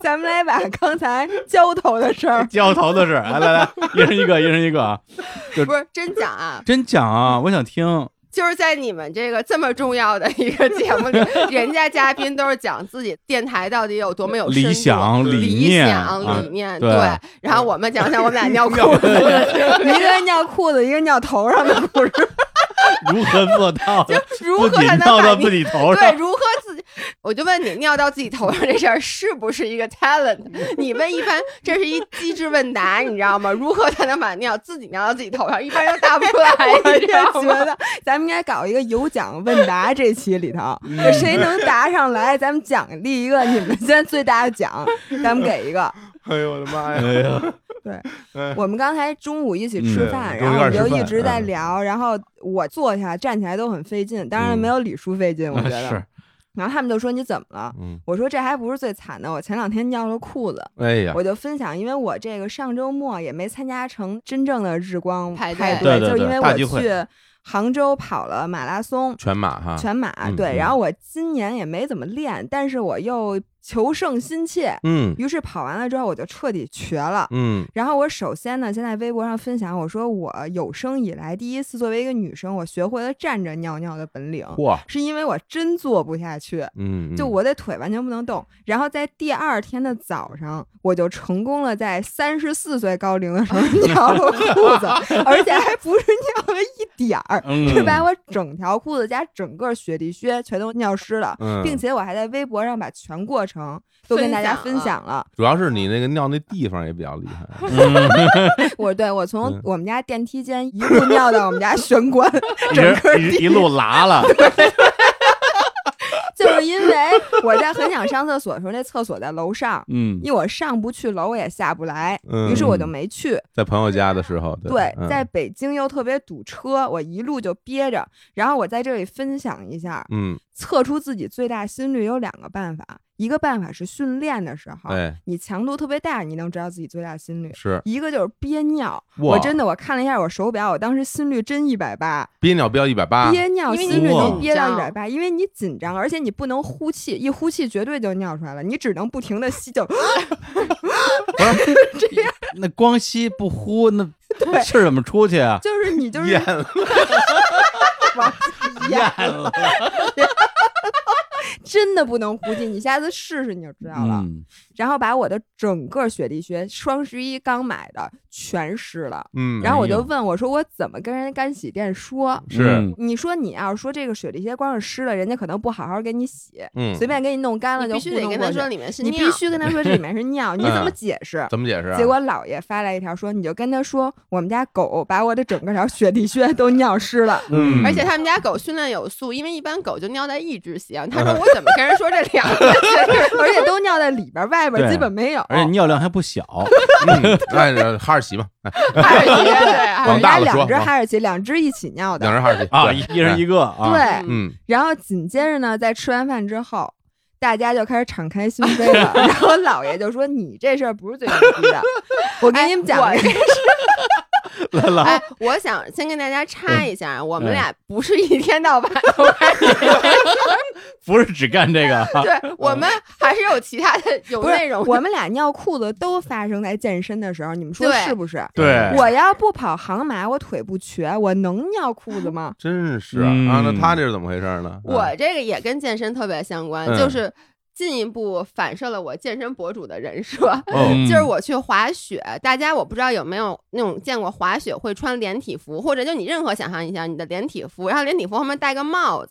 Speaker 10: 咱们来把啊刚才浇头的事儿
Speaker 1: 教头 的事，来来来，一人一个，一人一个啊！
Speaker 9: 不是真讲啊，
Speaker 1: 真讲啊，我想听。
Speaker 9: 就是在你们这个这么重要的一个节目里，人家嘉宾都是讲自己电台到底有多么有
Speaker 1: 理
Speaker 9: 深度
Speaker 1: 想理
Speaker 9: 理
Speaker 1: 念啊
Speaker 9: 想、理念，
Speaker 1: 对
Speaker 9: 然后我们讲讲我们俩尿裤 子，
Speaker 10: 一个尿裤子，一个尿头上的故事，
Speaker 1: 如何做到
Speaker 9: 如
Speaker 1: 不
Speaker 9: 何
Speaker 1: 仅
Speaker 9: 才能
Speaker 1: 闹
Speaker 9: 把
Speaker 1: 到
Speaker 9: 你
Speaker 1: 自己头
Speaker 9: 对
Speaker 1: 上？
Speaker 9: 如何自己？我就问你，尿到自己头上这事儿是不是一个 talent？你们一般这是一机智问答，你知道吗？如何才能把尿自己尿到自己头上？一般人答不出来，
Speaker 10: 我
Speaker 9: 你
Speaker 10: 就
Speaker 9: 知 道
Speaker 10: 觉
Speaker 9: 吗？
Speaker 10: 得咱们应该搞一个有奖 问答这期里头，
Speaker 9: 啊
Speaker 2: 嗯
Speaker 10: 就谁能 答上来，咱们奖励一个你们现在最大的 奖，咱们给一个。
Speaker 2: 哎呦我的妈
Speaker 1: 哎
Speaker 2: 呀！ 哎
Speaker 1: 呀，
Speaker 10: 我们刚才中午一起吃饭，
Speaker 2: 嗯
Speaker 10: 然后我们
Speaker 2: 中午一块儿吃饭
Speaker 10: 就一直在聊，然后我坐下站起来都很费劲，
Speaker 2: 嗯
Speaker 10: 当然没有李叔费劲，我 觉得。
Speaker 1: 是
Speaker 10: 然后他们就说你怎么了？
Speaker 2: 嗯，
Speaker 10: 我说这还不是最惨的，我前两天尿了裤子。
Speaker 2: 哎呀，
Speaker 10: 我就分享，因为我这个上周末也没参加成真正的日光
Speaker 9: 派
Speaker 10: 派
Speaker 1: 对
Speaker 9: 对
Speaker 1: 对
Speaker 10: 就
Speaker 1: 对
Speaker 10: 因为
Speaker 1: 大聚
Speaker 10: 我
Speaker 1: 会
Speaker 10: 去杭州跑了马拉松。
Speaker 2: 全马哈，
Speaker 10: 全马
Speaker 2: 嗯
Speaker 10: 对，
Speaker 2: 嗯
Speaker 10: 然后我今年也没怎么练，但是我又求胜心切，
Speaker 2: 嗯
Speaker 10: 于是跑完了之后我就彻底瘸了。
Speaker 2: 嗯
Speaker 10: 然后我首先呢，先在微博上分享，我说我有生以来第一次作为一个女生，我学会了站着尿尿的本领，
Speaker 2: 嚯，
Speaker 10: 是因为我真坐不下去，
Speaker 2: 嗯，
Speaker 10: 就
Speaker 2: 嗯
Speaker 10: 我的腿完全不能动。然后在第二天的早上，我就成功了，在三十四岁高龄的 时候尿了裤子，而且还不是尿了一点儿，
Speaker 1: 嗯
Speaker 10: 是把我整条裤子加整个雪地靴全都尿湿了，
Speaker 2: 嗯
Speaker 10: 并且我还在微博上把全过程都跟大家分
Speaker 9: 分享
Speaker 10: 享了。
Speaker 2: 主要是你那个尿那地方也比较厉 害，
Speaker 10: 我对我从
Speaker 2: 嗯
Speaker 10: 我们家电梯间一路尿到我们家玄关，
Speaker 1: 一
Speaker 10: 整
Speaker 1: 人
Speaker 10: 个
Speaker 1: 一
Speaker 10: 地
Speaker 1: 一路拉了，
Speaker 10: 就是因为我在很想上厕所的时候，那厕所在楼上，
Speaker 1: 嗯，
Speaker 10: 因为我上不去楼，我也下不来，
Speaker 2: 嗯
Speaker 10: 于是我就没去。
Speaker 2: 在朋友家的时候，
Speaker 10: 对，
Speaker 2: 嗯
Speaker 10: 在北京又特别堵车，我一路就憋着。然后我在这里分享一下，
Speaker 2: 嗯，
Speaker 10: 测出自己最大心率有两个办法，一个办法是训练的时候，
Speaker 2: 哎，
Speaker 10: 你强度特别大，你能知道自己最大心率。
Speaker 2: 是
Speaker 10: 一个就是憋尿，
Speaker 2: 哇
Speaker 10: 我真的我看了一下我手表，我当时心率真一百八，
Speaker 2: 憋尿飙一百八，
Speaker 10: 憋尿
Speaker 9: 因为
Speaker 10: 心
Speaker 1: 你
Speaker 10: 率能
Speaker 1: 紧
Speaker 10: 憋到一
Speaker 9: 张
Speaker 10: 百八，因为你紧张，而且你不能呼气，一呼气绝对就尿出来了，你只能不停的吸就
Speaker 1: 那光吸不呼， 那
Speaker 10: 对
Speaker 1: 气儿怎么出去啊？
Speaker 10: 就是你就是
Speaker 2: 咽了，
Speaker 10: 往咽了，真真的不能忽进，你下次试试你就知道了。
Speaker 1: 嗯
Speaker 10: 然后把我的整个雪地靴，双十一刚买的全湿了。
Speaker 2: 嗯，
Speaker 10: 然后我就
Speaker 1: 哎呦
Speaker 10: 问我说我怎么跟人家干洗店说？
Speaker 2: 是，
Speaker 10: 你说你要、是说这个雪地靴光是湿了，人家可能不好好给你洗，
Speaker 2: 嗯，
Speaker 10: 随便给你弄干了
Speaker 9: 你
Speaker 10: 就
Speaker 9: 必须
Speaker 10: 糊
Speaker 9: 得
Speaker 10: 弄
Speaker 9: 跟
Speaker 10: 过
Speaker 9: 他
Speaker 10: 去
Speaker 9: 说里面是
Speaker 10: 你
Speaker 9: 尿，
Speaker 10: 必须跟他说这里面是尿，你怎么解释？
Speaker 2: 嗯怎么解释啊？
Speaker 10: 结果姥爷发来一条说，你就跟他说，我们家狗把我的整个条雪地靴都尿湿了。
Speaker 2: 嗯，
Speaker 9: 而且他们家狗训练有素，因为一般狗就尿在一只鞋。他说我怎么跟人说这两个鞋？
Speaker 10: 而且都尿在里边，外边
Speaker 1: 对
Speaker 10: 基本没有。
Speaker 1: 而且尿量还不小，
Speaker 2: 嗯哎，哈士奇 嘛，
Speaker 9: 哈尔奇 对，
Speaker 10: 我
Speaker 2: 往
Speaker 10: 们
Speaker 2: 大
Speaker 10: 家
Speaker 2: 了说
Speaker 10: 两只
Speaker 2: 往
Speaker 10: 哈士奇，两只一起尿
Speaker 2: 两
Speaker 10: 的。
Speaker 2: 只哈士奇
Speaker 1: 啊，
Speaker 2: 对哎
Speaker 1: 一一人一个啊，
Speaker 10: 对，
Speaker 2: 嗯，
Speaker 10: 然后紧接着呢，在吃完饭之后，大家就开始敞开心扉 了。然后姥爷就说：“你这事儿不是最牛逼的，我给你们讲
Speaker 9: 哎
Speaker 10: 一个。
Speaker 9: 哎，我想先跟大家
Speaker 10: 嗯
Speaker 9: 插一下，我们俩不是一天到晚都在这个，
Speaker 1: 不是只干这个啊，
Speaker 9: 对我们还是有其他的有
Speaker 10: 不
Speaker 9: 内
Speaker 10: 是
Speaker 9: 容，
Speaker 10: 我们俩尿裤子都发生在健身的时候，你们说
Speaker 9: 对
Speaker 10: 是不是？
Speaker 2: 对，
Speaker 10: 我要不跑航马，我腿不瘸，我能尿裤子吗？
Speaker 2: 真是啊，啊那
Speaker 1: 嗯
Speaker 2: 他这是怎么回事呢？
Speaker 9: 我这个也跟健身特别相关，
Speaker 2: 嗯
Speaker 9: 就是进一步反射了我健身博主的人设。
Speaker 2: 哦，
Speaker 9: 就是我去滑雪，大家我不知道有没有那种见过滑雪会穿连体服，或者就你任何想象一下你的连体服，然后连体服后面戴个帽子，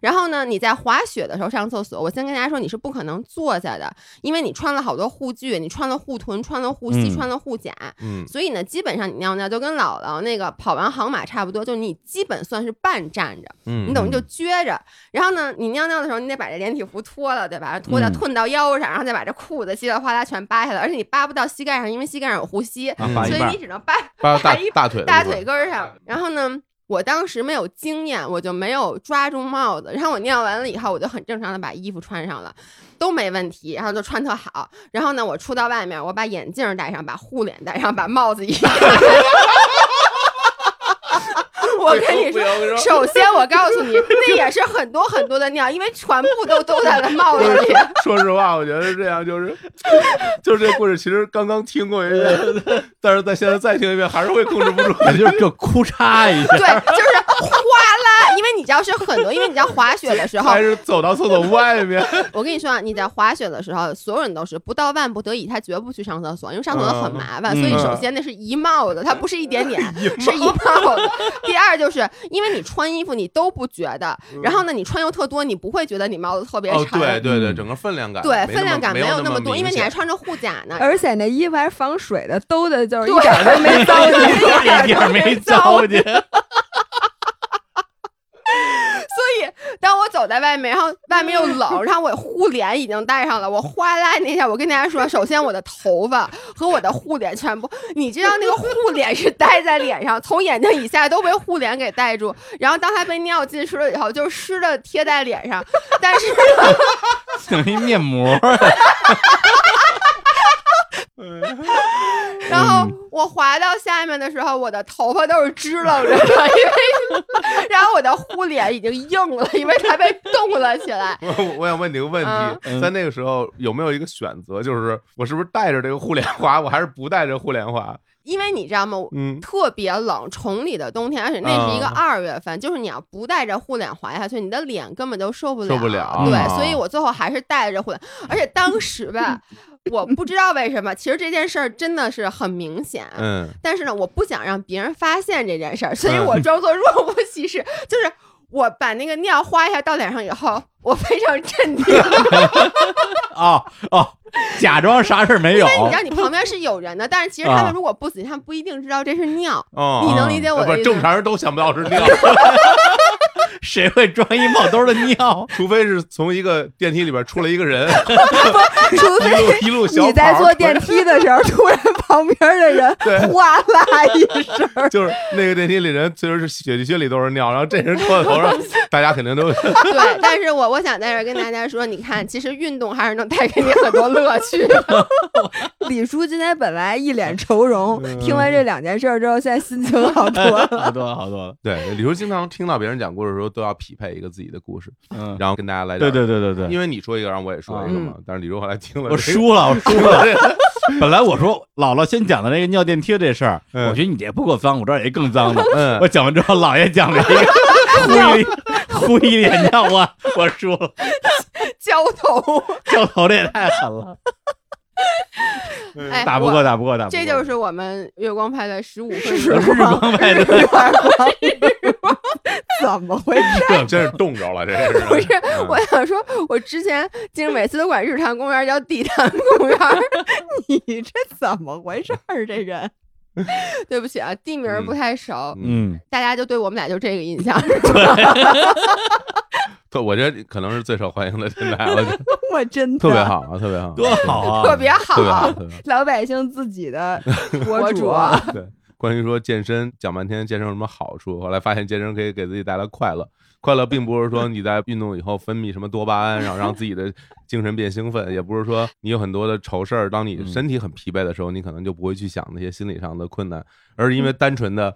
Speaker 9: 然后呢你在滑雪的时候上厕所，我先跟大家说你是不可能坐下的，因为你穿了好多护具，你穿了护臀，穿了护膝，
Speaker 1: 嗯
Speaker 9: 穿了护甲，
Speaker 2: 嗯
Speaker 9: 所以呢基本上你尿尿就跟姥姥那个跑完航马差不多，就你基本算是半站着。
Speaker 2: 嗯，
Speaker 9: 你等于就撅着，然后呢，你尿尿的时候，你得把这连体服脱了，对吧？脱掉
Speaker 1: 嗯
Speaker 9: 褪到腰上，然后再把这裤子稀里哗啦全扒下来，而且你扒不到膝盖上，因为膝盖上有护膝，
Speaker 1: 啊
Speaker 2: 嗯
Speaker 1: 拔
Speaker 9: 所
Speaker 1: 一
Speaker 9: 以
Speaker 1: 半
Speaker 9: 你只能扒
Speaker 2: 把大
Speaker 9: 把一
Speaker 2: 大腿的
Speaker 9: 大
Speaker 2: 部分
Speaker 9: 腿根儿上。然后呢，我当时没有经验，我就没有抓住帽子，然后我尿完了以后，我就很正常的把衣服穿上了，都没问题，然后就穿特好。然后呢，我出到外面，我把眼镜戴上，把护脸戴上，把帽子一戴。 我跟你说，首先我告诉你，那也是很多很多的尿，因为全部都都在了帽子里。
Speaker 2: 说实话，我觉得这样就是，就是这故事其实刚刚听过一遍， 但是在现在再听一遍还是会控制不住。
Speaker 1: 也就是就哭嚓 一下，
Speaker 9: 对，就是哗啦，因为你知道是很多，因为你知道滑雪的时候
Speaker 2: 还，是走到厕所外面，
Speaker 9: 我跟你说啊，你在滑雪的时候，所有人都是不到万不得已，他绝不去上厕所，因为上厕所很麻烦。
Speaker 1: 嗯
Speaker 9: 所以
Speaker 1: 嗯
Speaker 9: 首先那是一帽子，它不是一点点，是一帽子。第二就是因为你穿衣服你都不觉得，然后呢你穿又特多，你不会觉得你帽子特别
Speaker 2: 嗯哦，
Speaker 9: 长。
Speaker 2: 对对对，
Speaker 1: 嗯
Speaker 2: 整个分量感，
Speaker 9: 对
Speaker 2: 没那么
Speaker 9: 分量感
Speaker 2: 没有
Speaker 9: 有
Speaker 2: 那
Speaker 9: 么多，因为
Speaker 2: 明
Speaker 9: 你还
Speaker 2: 显
Speaker 9: 穿着护甲呢。
Speaker 10: 而且那衣服还防水的，兜的就是一
Speaker 9: 对
Speaker 10: 点儿都没糟 践。
Speaker 1: 一点儿没糟践，
Speaker 9: 当我走在外面，然后外面又冷，然后我护脸已经戴上了，我哗啦那下，我跟大家说，首先我的头发和我的护脸全部，你知道那个护脸是戴在脸上，从眼睛以下都被护脸给盖住，然后当它被尿浸湿了以后，就湿的贴在脸上，但是
Speaker 1: 等于面膜。
Speaker 9: 然
Speaker 2: 嗯
Speaker 9: 后我滑到下面的时候，我的头发都是支棱着的，因为 然后我的护脸已经硬了，因为它被冻了 起来。
Speaker 2: 我我想问你个问题，
Speaker 1: 嗯
Speaker 2: 在那个时候有没有一个选择，就是我是不是带着这个互联滑，我还是不带着互联滑？
Speaker 9: 因为你知道吗？
Speaker 2: 嗯，
Speaker 9: 特别冷，崇礼的冬天，而且那是一个
Speaker 2: 啊
Speaker 9: 二月份，就是你要不带着护脸滑下去，你的脸根本就受不了。
Speaker 2: 受不了
Speaker 9: 对，
Speaker 2: 啊
Speaker 9: 所以我最后还是带着护脸，而且当时吧，我不知道为什么，其实这件事儿真的是很明显。
Speaker 2: 嗯，
Speaker 9: 但是呢，我不想让别人发现这件事 儿，所以
Speaker 2: 嗯
Speaker 9: 我装作若无其事， 就是我把那个尿哗一下到脸上以后，我非常镇定，
Speaker 1: 哦哦，假装啥事儿 没有
Speaker 9: 因为你知道你旁边是有人的，但是其实他们如果不仔细，他们不一定知道这是尿。
Speaker 1: 啊
Speaker 2: 哦，
Speaker 9: 你能理解我
Speaker 2: 不
Speaker 9: 的
Speaker 2: 是
Speaker 9: 意思
Speaker 2: 正
Speaker 9: 吗？
Speaker 2: 常人都想不到是尿，
Speaker 1: 谁会装一帽兜的尿？
Speaker 2: 除非是从一个电梯里边出来一个人，
Speaker 10: 除
Speaker 2: 一
Speaker 10: 非
Speaker 2: 路一路小
Speaker 10: 你在
Speaker 2: 跑
Speaker 10: 坐电梯 的时候，突然旁边的人
Speaker 2: 对
Speaker 10: 哗啦一声，
Speaker 2: 就是那个电梯里人，虽然是雪地靴里都是尿，然后这人拖在头上，大家肯定都
Speaker 9: 对，但是我我想在这儿跟大家说，你看，其实运动还是能带给你很多乐趣。
Speaker 10: 李叔今天本来一脸愁容，听完这两件事儿之后，现在心情好多 了。
Speaker 1: 好多了好多了，
Speaker 2: 对。李叔经常听到别人讲故事的时候，都要匹配一个自己的故事，
Speaker 1: 嗯，
Speaker 2: 然后跟大家来
Speaker 1: 对
Speaker 2: 点
Speaker 1: 对对对对，
Speaker 2: 因为你说一个，然后我也说一个嘛。但是李叔后来听了，
Speaker 1: 我输了，我输了。 本来我说姥姥先讲的那个尿电梯这事儿，
Speaker 2: 嗯
Speaker 1: 我觉得你这不够脏，我这儿有一更脏的。
Speaker 2: 嗯
Speaker 1: 我讲完之后， 姥爷讲了一个呼一呼一脸尿，我我输了。
Speaker 9: 浇头。
Speaker 1: 掉头这也太狠了，
Speaker 2: 嗯
Speaker 9: 哎，
Speaker 1: 嗯打不
Speaker 9: 我
Speaker 1: 过，打不过，打不过。
Speaker 9: 这就是我们月光派对十五分
Speaker 10: 是
Speaker 9: 钟
Speaker 10: 日光
Speaker 1: 派对
Speaker 10: 日光 怎么回事？
Speaker 2: 这 真是冻着了，这是嗯
Speaker 9: 不是，我想说，我之前竟每次都管日坛公园叫地坛公园儿，
Speaker 10: 你这怎么回事儿？这人
Speaker 9: 啊对不起啊，地名儿不太熟，
Speaker 2: 嗯，
Speaker 1: 嗯，
Speaker 9: 大家就对我们俩就这个印象。
Speaker 2: 特我觉得可能是最受欢迎的电台了，
Speaker 10: 我真的
Speaker 2: 特别好啊，特别好，
Speaker 1: 多好啊！
Speaker 9: 特别好，
Speaker 2: 特别好，特别好。
Speaker 10: 老百姓自己 的博
Speaker 9: 博
Speaker 10: 主
Speaker 9: 主
Speaker 10: 啊，
Speaker 2: 关于说健身，讲半天健身有什么好处，后来发现健身可以给自己带来快乐。快乐并不是说你在运动以后分泌什么多巴胺，然后让自己的精神变兴奋，也不是说你有很多的愁事儿。当
Speaker 1: 嗯
Speaker 2: 你身体很疲惫的时候，你可能就不会去想那些心理上的困难，而是因为单纯的
Speaker 9: 嗯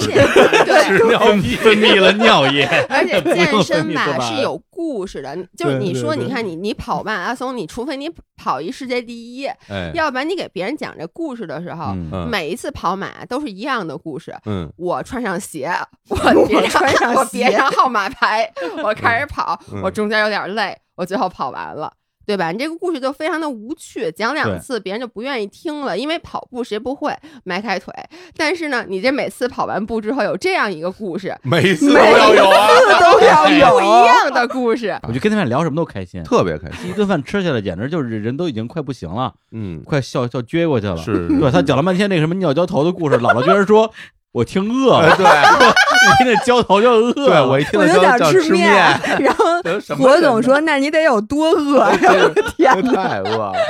Speaker 9: 且对，
Speaker 2: 屎尿屁
Speaker 1: 分泌了尿液，
Speaker 9: 而且健身
Speaker 1: 不
Speaker 9: 吧
Speaker 1: 用分泌多巴胺
Speaker 9: 是 有故事的，就是你
Speaker 4: 对
Speaker 9: 说，
Speaker 4: 对
Speaker 9: 你看你你跑马拉松，你除非你跑一世界第一，
Speaker 2: 哎，
Speaker 9: 要不然你给别人讲这故事的时候，
Speaker 1: 嗯
Speaker 2: 嗯
Speaker 9: 每一次跑马都是一样的故事。
Speaker 2: 嗯
Speaker 9: 我穿上鞋，我别上，
Speaker 10: 穿上鞋
Speaker 9: 我别上号码牌，我开始跑，
Speaker 2: 嗯
Speaker 9: 我中间有点累，我最后跑完了。对吧？你这个故事就非常的无趣，讲两
Speaker 1: 对
Speaker 9: 次别人就不愿意听了，因为跑步谁不会迈开腿？但是呢，你这每次跑完步之后有这样一个故事，
Speaker 2: 每一次都要有啊，
Speaker 10: 这都要
Speaker 9: 不一
Speaker 10: 有。
Speaker 9: 样的故事。
Speaker 1: 我就跟他们俩聊什么都开心。
Speaker 2: 特别开心。
Speaker 1: 一顿饭吃下来，简直就是人都已经快不行了，
Speaker 2: 嗯，
Speaker 1: 快笑笑撅过去了。
Speaker 2: 是
Speaker 1: 对他讲了半天那个什么尿浇头的故事，姥姥居然说：“我听饿
Speaker 2: 哎
Speaker 1: 了，
Speaker 2: 对
Speaker 1: 你那浇头就饿
Speaker 2: 对，
Speaker 1: 了。”
Speaker 2: 我一听
Speaker 10: 我
Speaker 2: 到
Speaker 10: 就想
Speaker 2: 叫
Speaker 10: 吃面，
Speaker 2: 面，
Speaker 10: 然后
Speaker 2: 这什么
Speaker 10: 火
Speaker 2: 人
Speaker 10: 总
Speaker 2: 呢
Speaker 10: 说：“那你得有多饿呀？”我的天
Speaker 2: 这太饿了。哎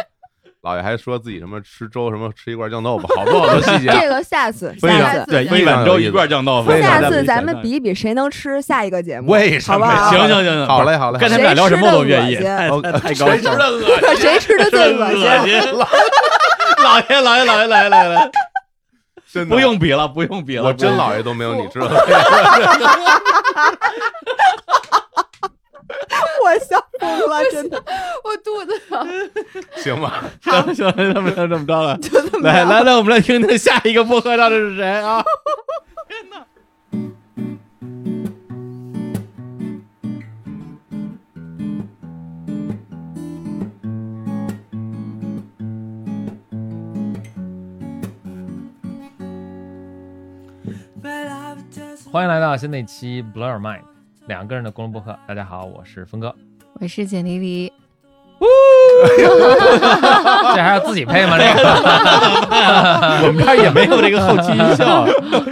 Speaker 2: 老爷还说自己什么吃粥，什么吃一罐酱豆腐，好多好多细节啊。
Speaker 10: 这个下次，
Speaker 2: 非常
Speaker 10: 下次，
Speaker 1: 对
Speaker 2: 非
Speaker 1: 一碗
Speaker 2: 常
Speaker 1: 粥
Speaker 2: 有意
Speaker 1: 一
Speaker 2: 思
Speaker 1: 罐酱豆腐，
Speaker 2: 非常
Speaker 10: 下
Speaker 2: 有
Speaker 10: 次
Speaker 2: 意
Speaker 10: 咱们比一比谁能吃下一个节目，
Speaker 2: 为什
Speaker 10: 好不
Speaker 2: 么
Speaker 10: 好？
Speaker 1: 行行行行，
Speaker 2: 好嘞，好嘞，
Speaker 1: 跟他们俩聊什么我都愿意，
Speaker 10: 谁吃
Speaker 1: 太
Speaker 2: 得恶心
Speaker 1: 太太高兴了，
Speaker 10: 谁吃的最恶心？
Speaker 1: 心！老爷，老爷，老爷，老爷，老爷，
Speaker 2: 真的
Speaker 1: 不，用比了，不用比了，
Speaker 2: 我真
Speaker 1: 不用比了
Speaker 2: 姥爷都没有你 知道。哎
Speaker 10: 我笑疯了，真的。
Speaker 9: 我肚子 疼，
Speaker 2: 行吧，
Speaker 1: 行行，那么着这么着了，
Speaker 10: 就这 么
Speaker 1: 来
Speaker 10: 着
Speaker 1: 来来，我们来听听下一个不合照的是谁啊？
Speaker 7: 欢迎来到新的一期 Blur Mind，两个人的公路播客。大家好，我是 峰哥。
Speaker 11: 我是简黎黎，
Speaker 7: 这还要自己配吗？这个
Speaker 1: 我们这儿也没有这个后期音效，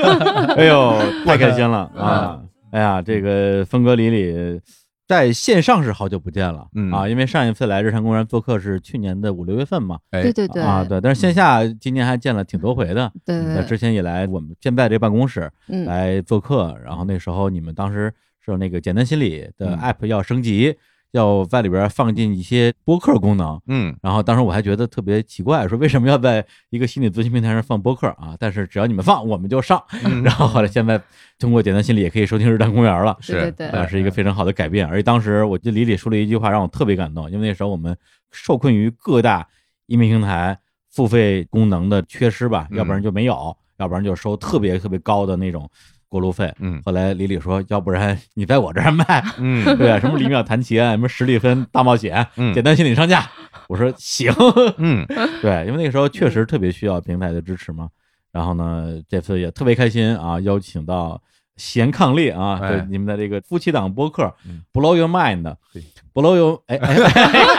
Speaker 1: 哎呦，太开心了啊！哎呀，这个峰哥李李在线上是好久不见了，
Speaker 2: 嗯
Speaker 1: 啊，因为上一次来日坛公园做客是去年的五六月份嘛，
Speaker 2: 哎
Speaker 11: 对对对，
Speaker 1: 啊对，但是线下今年还见了挺多回的。
Speaker 11: 对
Speaker 1: 那
Speaker 11: 对
Speaker 1: 之
Speaker 11: 对，
Speaker 1: 前也来我们现在这办公室
Speaker 11: 嗯，
Speaker 1: 来做客，然后那时候你们当时是那个简单心理的
Speaker 2: 嗯
Speaker 1: app 要升级，要在里边放进一些播客功能，
Speaker 2: 嗯，
Speaker 1: 然后当时我还觉得特别奇怪，说为什么要在一个心理咨询平台上放播客啊？但是只要你们放，我们就上。
Speaker 2: 嗯
Speaker 1: 然后后来现在通过简单心理也可以收听《日坛公园》了，
Speaker 11: 对对对，
Speaker 1: 啊，是
Speaker 2: 嗯
Speaker 1: 一个非常好的改变。而且当时我记得李李说了一句话让我特别感动，因为那时候我们受困于各大音频平台付费功能的缺失吧，
Speaker 2: 嗯
Speaker 1: 要不然就没有，要不然就收特别特别高的那种过路费。
Speaker 2: 嗯
Speaker 1: 后来李李说，要不然你在我这儿卖，
Speaker 2: 嗯
Speaker 1: 对，啊什么李淼弹琴，什么史蒂芬大冒险，
Speaker 2: 嗯
Speaker 1: 简单心理上架。我 说行，
Speaker 2: 嗯，
Speaker 1: 对，因为那个时候确
Speaker 7: 嗯
Speaker 1: 实特别需要平台的支持嘛。然后呢，这次也特别开心啊，邀请到贤伉俪啊，
Speaker 2: 哎
Speaker 1: 对你们的这个夫妻档播客
Speaker 2: 嗯
Speaker 1: 《Blow Your Mind
Speaker 2: 嘿》
Speaker 1: ，Blow Your 哎哎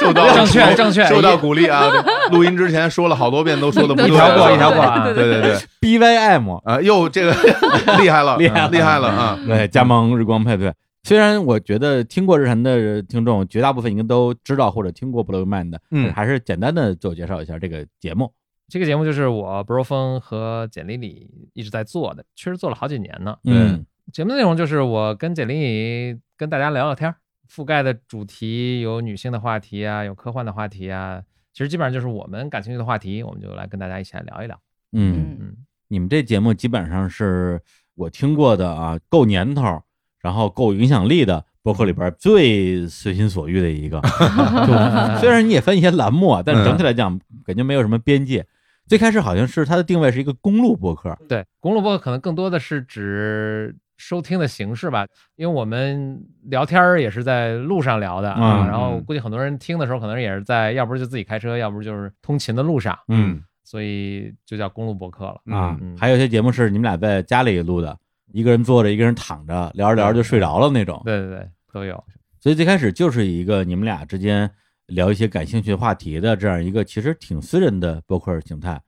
Speaker 2: 受到
Speaker 7: 正确正确
Speaker 2: 受到鼓励 啊！录音之前说了好多遍，都说的不对
Speaker 7: 一条过
Speaker 2: 啊
Speaker 7: 一条过啊
Speaker 2: 对对对，
Speaker 1: B Y M
Speaker 2: 啊，哟，这个 厉害了，
Speaker 1: 厉害了
Speaker 2: 厉害了啊！
Speaker 1: 对加盟日光派对。虽然我觉得听过日坛的听众，绝大部分应该都知道或者听过《Blow Your Mind》，
Speaker 2: 嗯
Speaker 1: 还是简单的自我介绍一下这个节目。
Speaker 7: 这个节目就是我 Bro 峰和简丽丽一直在做的，确实做了好几年呢。
Speaker 1: 嗯
Speaker 7: 节目内容就是我跟简丽跟大家聊聊天儿，覆盖的主题有女性的话题啊，有科幻的话题啊，其实基本上就是我们感兴趣的话题，我们就来跟大家一起来聊一聊。
Speaker 1: 嗯，
Speaker 11: 嗯，
Speaker 7: 嗯，
Speaker 1: 你们这节目基本上是我听过的啊，够年头，然后够影响力的播客里边最随心所欲的 一个。就虽然你也分一些栏目啊，但是整体来
Speaker 2: 嗯
Speaker 1: 讲感觉没有什么边界。最开始好像是它的定位是一个公路播客，
Speaker 7: 对，公路播客可能更多的是指收听的形式吧，因为我们聊天儿也是在路上聊的啊，
Speaker 1: 嗯
Speaker 7: 然后
Speaker 1: 嗯
Speaker 7: 估计很多人听的时候可能也是在，要不是就自己开车，要不就是通勤的路上，
Speaker 1: 嗯，
Speaker 7: 所以就叫公路博客了
Speaker 1: 啊
Speaker 7: 嗯，
Speaker 1: 还有一些节目是你们俩在家里录的，一个人坐着，一个人躺着，聊着聊着就睡着了那种。
Speaker 7: 对对对，都有。
Speaker 1: 所以最开始就是一个你们俩之间聊一些感兴趣的话题的这样一个其实挺私人的博客形态，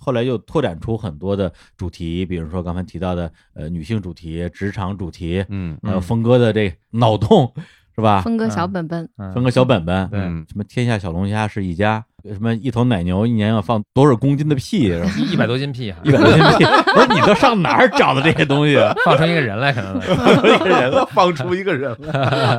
Speaker 1: 后来又拓展出很多的主题，比如说刚才提到的呃女性主题、职场主题，
Speaker 2: 嗯
Speaker 1: 还有
Speaker 7: 嗯
Speaker 1: 峰哥的这脑洞是吧？
Speaker 11: 峰哥小本本，
Speaker 7: 嗯
Speaker 1: 分个小本本，
Speaker 7: 对
Speaker 1: 嗯什么天下小龙虾是一家，什么一头奶牛一年要放多少公斤的屁，是吧
Speaker 7: 一百多斤屁哈，啊
Speaker 1: 一百多斤屁，不是你都上哪儿找的这些东西啊？
Speaker 7: 放出一个人来可能来。
Speaker 2: 一个人了， 放出一个人了，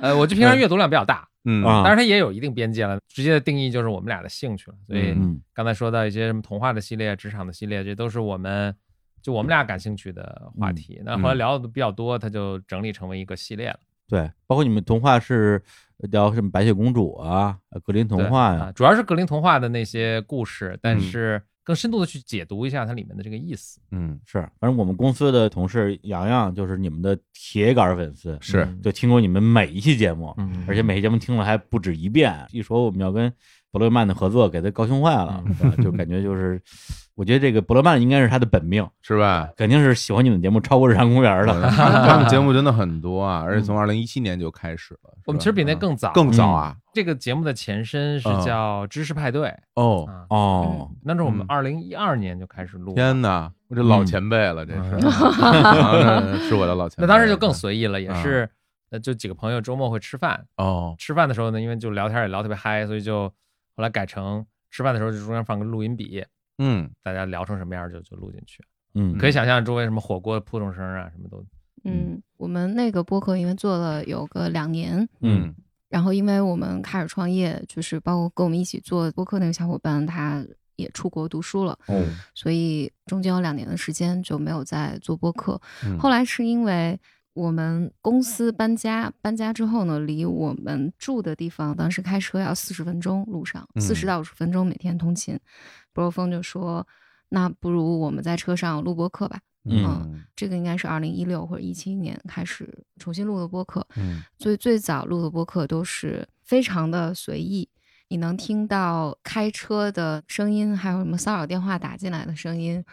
Speaker 7: 呃，我就平常阅读量比较大，
Speaker 2: 嗯
Speaker 1: 啊
Speaker 7: 当然它也有一定边界了。直接的定义就是我们俩的兴趣了。所以
Speaker 1: 嗯
Speaker 7: 刚才说到一些什么童话的系列、职场的系列，啊这都是我们就我们俩感兴趣的话
Speaker 2: 嗯
Speaker 7: 题。那后来聊的比较多，它就整理成为一个系列了。
Speaker 1: 对，包括你们童话是聊什么白雪公主啊、呃格林童
Speaker 7: 对
Speaker 1: 话呀、
Speaker 7: 啊，主要是格林童话的那些故事，但
Speaker 1: 嗯
Speaker 7: 是更深度的去解读一下它里面的这个意思。
Speaker 2: 嗯，
Speaker 1: 是，反正我们公司的同事洋洋就是你们的铁杆粉丝，
Speaker 2: 是
Speaker 1: 就听过你们每一期节目，
Speaker 7: 嗯，
Speaker 1: 而且每期节目听了还不止一遍。一说我们要跟伯乐曼的合作，给他高兴坏了，
Speaker 11: 嗯
Speaker 1: 是吧就感觉就是，我觉得这个伯乐曼应该是他的本命，
Speaker 2: 是吧？
Speaker 1: 肯定是喜欢你们节目超过日常公园嗯了。
Speaker 2: 他们他们 节目真的很多啊，而且从二零一七年就开始了。是吧嗯
Speaker 7: 我们其实比那更早，嗯
Speaker 2: 更早啊！
Speaker 7: 这个节目的前身是
Speaker 2: 嗯
Speaker 7: 叫《知识派对》
Speaker 2: 哦，
Speaker 7: 啊，
Speaker 1: 哦，
Speaker 7: 那是我们
Speaker 2: 嗯
Speaker 7: 二零一二年就开始录了。
Speaker 2: 天哪，我这老
Speaker 1: 嗯
Speaker 2: 前辈了，这
Speaker 7: 嗯
Speaker 2: 是 啊 是我的老前辈。 嗯
Speaker 7: 那当时就更随意了，也是呃，就几个朋友周末会吃饭，
Speaker 2: 哦，
Speaker 7: 吃饭的时候呢，因为就聊天也聊特别嗨，所以就后来改成吃饭的时候就中间放个录音笔，
Speaker 2: 嗯，
Speaker 7: 大家聊成什么样就就录进去。
Speaker 1: 嗯，
Speaker 7: 可以想象周围什么火锅扑通声啊，什么都
Speaker 11: 嗯，我们那个播客因为做了有个两年，
Speaker 1: 嗯
Speaker 11: 然后因为我们开始创业，就是包括跟我们一起做播客那个小伙伴，他也出国读书了，
Speaker 1: 哦，
Speaker 11: 所以中间有两年的时间就没有再做播客。
Speaker 2: 嗯
Speaker 11: 后来是因为我们公司搬家，搬家之后呢，离我们住的地方，当时开车要四十分钟，路上
Speaker 2: 嗯
Speaker 11: 四十到五十分钟每天通勤。博若峰就说：“那不如我们在车上录播客吧。”啊
Speaker 2: 嗯
Speaker 11: 这个应该是二零一六或者一七年开始重新录的播客，
Speaker 2: 嗯
Speaker 11: 所以最早录的播客都是非常的随意，你能听到开车的声音，还有什么骚扰电话打进来的声音。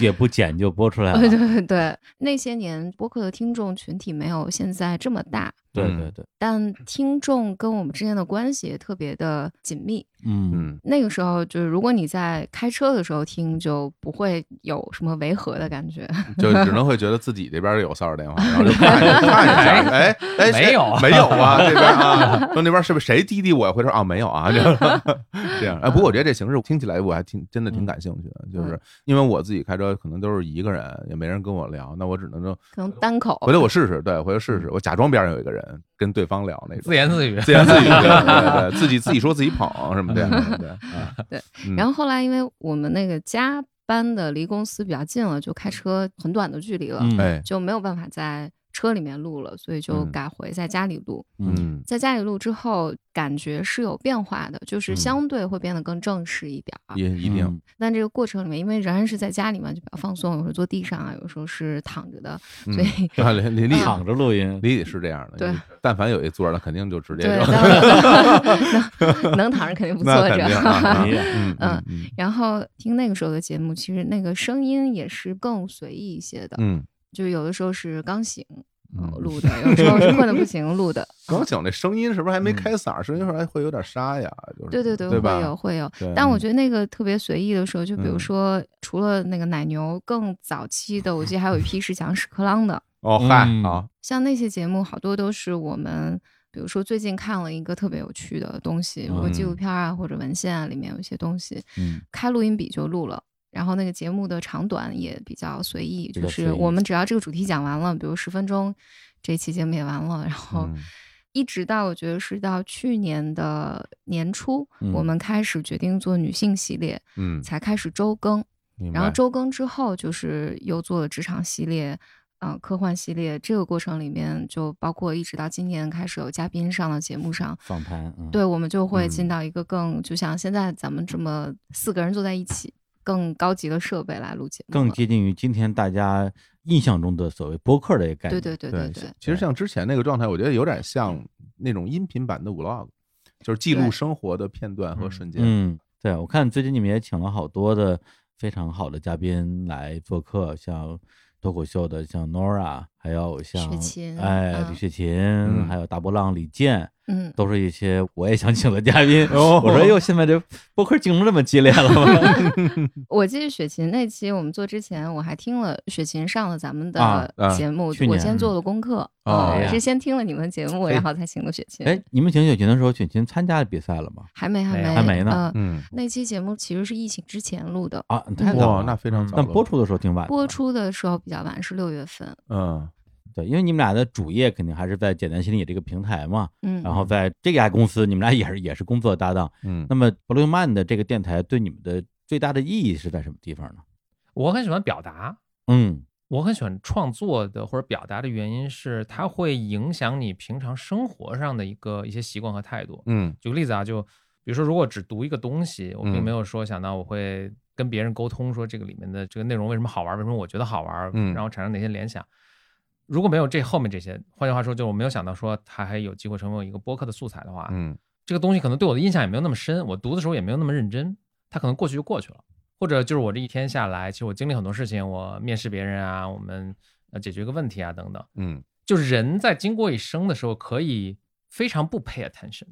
Speaker 1: 也不剪就播出来 了。
Speaker 11: 哦对对对，那些年播客的听众群体没有现在这么大，
Speaker 1: 对对对，
Speaker 11: 但
Speaker 2: 嗯
Speaker 11: 听众跟我们之间的关系也特别的紧密。
Speaker 1: 嗯
Speaker 2: 嗯
Speaker 11: 那个时候就是，如果你在开车的时候听，就不会有什么违和的感觉。
Speaker 2: 嗯 就只能会觉得自己这边有骚扰电话，然后就看 一下看一下，哎哎，谁
Speaker 7: 没有
Speaker 2: 没有啊，这边啊，说那边是不是谁滴滴我？回头啊，没有 啊，这样这样。哎，不过我觉得这形式听起来我还挺真的
Speaker 7: 嗯
Speaker 2: 挺感兴趣的，就是因为我自己开车可能都是一个人，也没人跟我聊，那我只能就
Speaker 11: 可能单口
Speaker 2: 回头我试试，对，回头试试，我假装边上有一个人跟对方聊那种
Speaker 7: 嗯自言自语。
Speaker 2: 自言自语，对对对，自己自己说自己捧什么这样 的，对啊
Speaker 11: 对
Speaker 2: 嗯
Speaker 11: 然后后来因为我们那个家搬的离公司比较近了，就开车很短的距离了，
Speaker 1: 嗯
Speaker 2: 哎
Speaker 11: 就没有办法在车里面录了，所以就
Speaker 2: 嗯
Speaker 11: 改回在家里录。
Speaker 1: 嗯
Speaker 11: 在家里录之后，感觉是有变化的，就是
Speaker 1: 嗯
Speaker 11: 相对会变得更正式一点
Speaker 12: 啊
Speaker 11: 儿。
Speaker 2: 也一定
Speaker 11: 但这个过程里面，因为仍然是在家里嘛，就比较放松，有时候坐地上啊，有时候是躺着的，所以、 嗯
Speaker 2: 啊，李 李丽
Speaker 1: 躺着录
Speaker 7: 嗯
Speaker 1: 音，
Speaker 2: 李李是这样的，
Speaker 11: 对，
Speaker 2: 但凡有一座儿，那肯定就直接
Speaker 11: 对，
Speaker 2: 就
Speaker 11: 当 能能躺着肯定不
Speaker 2: 那
Speaker 11: 坐
Speaker 2: 肯
Speaker 11: 着。
Speaker 2: 定啊，
Speaker 1: 哎呀
Speaker 2: 嗯嗯嗯
Speaker 11: 然后听那个时候的节目，其实那个声音也是更随意一些的，
Speaker 2: 嗯
Speaker 11: 就是有的时候是刚醒、呃
Speaker 2: 嗯
Speaker 11: 录的，有时候是困得不行录 的。啊
Speaker 2: 刚讲那声音是不是还
Speaker 7: 嗯
Speaker 2: 没开嗓儿？声音是不是还会有点沙哑？啊就是
Speaker 11: 对对对，
Speaker 2: 对吧
Speaker 11: 会有会有
Speaker 2: 对。
Speaker 11: 但我觉得那个特别随意的时候，就比如
Speaker 2: 嗯
Speaker 11: 说除了那个奶牛，更早期的，我记得还有一批是讲屎壳郎的，
Speaker 2: 哦嗨
Speaker 1: 嗯
Speaker 2: 啊，
Speaker 11: 像那些节目，好多都是我们。比如说，最近看了一个特别有趣的东西，如果纪
Speaker 2: 嗯
Speaker 11: 录片啊或者文献啊里面有一些东西，
Speaker 1: 嗯
Speaker 11: 开录音笔就录了。然后那个节目的长短也比较随意，
Speaker 1: 比
Speaker 11: 就
Speaker 1: 较随
Speaker 11: 是
Speaker 1: 意
Speaker 11: 我们只要这个主题讲完了，比如十分钟，这期节目也完了。然后
Speaker 2: 嗯
Speaker 11: 一直到我觉得是到去年的年初，
Speaker 1: 嗯
Speaker 11: 我们开始决定做女性系列，
Speaker 2: 嗯，
Speaker 11: 才开始周更。
Speaker 2: 明白
Speaker 11: 然后周更之后，就是又做了职场系列，呃，科幻系列。这个过程里面，就包括一直到今年开始有嘉宾上到节目上，
Speaker 1: 访谈，嗯
Speaker 11: 对，我们就会
Speaker 2: 嗯
Speaker 11: 进到一个更，就像现在咱们这么四个人坐在一起，更高级的设备来录节目了。
Speaker 1: 更接近于今天大家印象中的所谓播客的一个概念。
Speaker 11: 对对对对对
Speaker 2: 其实像之前那个状态，我觉得有点像那种音频版的 vlog，就是记录
Speaker 11: 对
Speaker 2: 生活的片段和瞬间。
Speaker 1: 嗯，对，我看最近你们也请了好多的非常好的嘉宾来做客，像脱口秀的，像 Nora，还有像
Speaker 11: 琴
Speaker 1: 哎
Speaker 11: 嗯
Speaker 1: 李雪琴，还有大波浪李健，
Speaker 11: 嗯
Speaker 1: 都是一些我也想请的 嘉宾。
Speaker 2: 哦
Speaker 1: 我说哟，现在这播客竞争这么激烈了吗？
Speaker 12: 嗯
Speaker 11: 我记得雪琴那期我们做之前，我还听了雪琴上了咱们
Speaker 1: 啊
Speaker 11: 的
Speaker 1: 啊
Speaker 11: 节目，
Speaker 1: 去
Speaker 11: 我
Speaker 1: 年
Speaker 11: 先做了功课，
Speaker 1: 哦
Speaker 11: 嗯
Speaker 1: 哎
Speaker 11: 我
Speaker 1: 呀
Speaker 11: 是先听了你们的节目，
Speaker 1: 哎
Speaker 11: 然后才请的雪琴。
Speaker 1: 哎，你们请雪琴的时候，雪琴参加比赛了吗？
Speaker 11: 还没，还没，
Speaker 1: 还没呢。
Speaker 11: 嗯，那期节目其实是疫情之前录的嗯
Speaker 1: 啊，太早
Speaker 2: 哇
Speaker 1: 了，
Speaker 2: 那非常早
Speaker 1: 但
Speaker 2: 了
Speaker 1: 播出的时候挺晚的。
Speaker 11: 播出的时候比较晚，是六月份。
Speaker 1: 嗯，对，因为你们俩的主业肯定还是在简单心理这个平台嘛，
Speaker 11: 嗯
Speaker 1: 然后在这家公司，你们俩也是也是工作搭档，
Speaker 2: 嗯，
Speaker 1: 那么伯乐曼的这个电台对你们的最大的意义是在什么地方呢？
Speaker 7: 我很喜欢表达，
Speaker 1: 嗯
Speaker 7: 我很喜欢创作的或者表达的原因是，它会影响你平常生活上的一个一些习惯和态度。
Speaker 2: 嗯
Speaker 7: 举个例子啊，就比如说，如果只读一个东西，我并
Speaker 2: 嗯
Speaker 7: 没有说想到我会跟别人沟通，说这个里面的这个内容为什么好玩，为什么我觉得好玩，
Speaker 2: 嗯
Speaker 7: 然后产生哪些联想。如果没有这后面这些，换句话说，就是我没有想到说它还有机会成为一个播客的素材的话，
Speaker 2: 嗯
Speaker 7: 这个东西可能对我的印象也没有那么深，我读的时候也没有那么认真，它可能过去就过去了。或者就是我这一天下来，其实我经历很多事情，我面试别人啊，我们呃解决一个问题啊等等，
Speaker 2: 嗯
Speaker 7: 就是人在经过一生的时候，可以非常不 pay attention，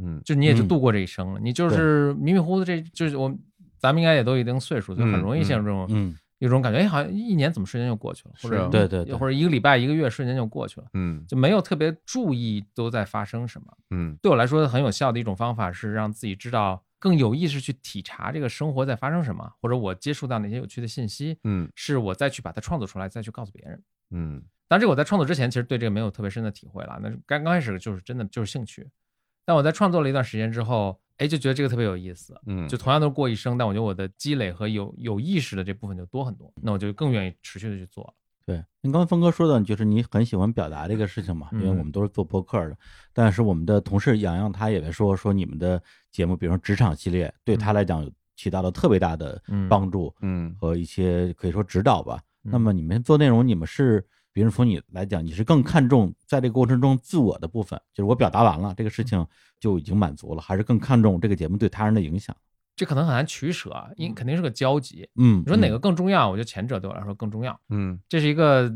Speaker 2: 嗯，
Speaker 7: 就你也就
Speaker 2: 嗯
Speaker 7: 度过这一生了，你就是迷迷糊糊的这，就是我咱们应该也都一定岁数，就很容易陷入这种
Speaker 1: 嗯嗯
Speaker 7: 有种感觉，哎，好像一年怎么瞬间就过去了，或
Speaker 2: 是啊
Speaker 7: 者
Speaker 1: 对对对
Speaker 7: 或者一个礼拜一个月瞬间就过去了，
Speaker 2: 嗯
Speaker 7: 就没有特别注意都在发生什么。
Speaker 2: 嗯
Speaker 7: 对我来说很有效的一种方法是让自己知道更有意识去体察这个生活在发生什么，或者我接触到哪些有趣的信息，
Speaker 2: 嗯
Speaker 7: 是我再去把它创作出来，再去告诉别人。
Speaker 2: 嗯
Speaker 7: 当然，这个我在创作之前其实对这个没有特别深的体会了，那刚刚开始就是真的就是兴趣，但我在创作了一段时间之后，哎，就觉得这个特别有意思。
Speaker 2: 嗯，
Speaker 7: 就同样都是过一生，但我觉得我的积累和有有意识的这部分就多很多，那我就更愿意持续的去做了。
Speaker 1: 对，你刚才峰哥说的，就是你很喜欢表达这个事情嘛，因为我
Speaker 7: 嗯
Speaker 1: 们都是做播客的。但是我们的同事洋洋他也在说，说你们的节目，比如说职场系列，对他来讲有起到了特别大的
Speaker 7: 嗯
Speaker 1: 帮助，
Speaker 2: 嗯
Speaker 1: 和一些可以说指导吧。那么你们做内容，你们是，比如从你来讲，你是更看重在这个过程中自我的部分，就是我表达完了这个事情就已经满足了，还是更看重这个节目对他人的影响？
Speaker 7: 这可能很难取舍啊，因为肯定是个交集。
Speaker 1: 嗯
Speaker 7: 你说哪
Speaker 1: 嗯
Speaker 7: 个更重要？我觉得前者对我来说更重要。
Speaker 2: 嗯
Speaker 7: 这是一个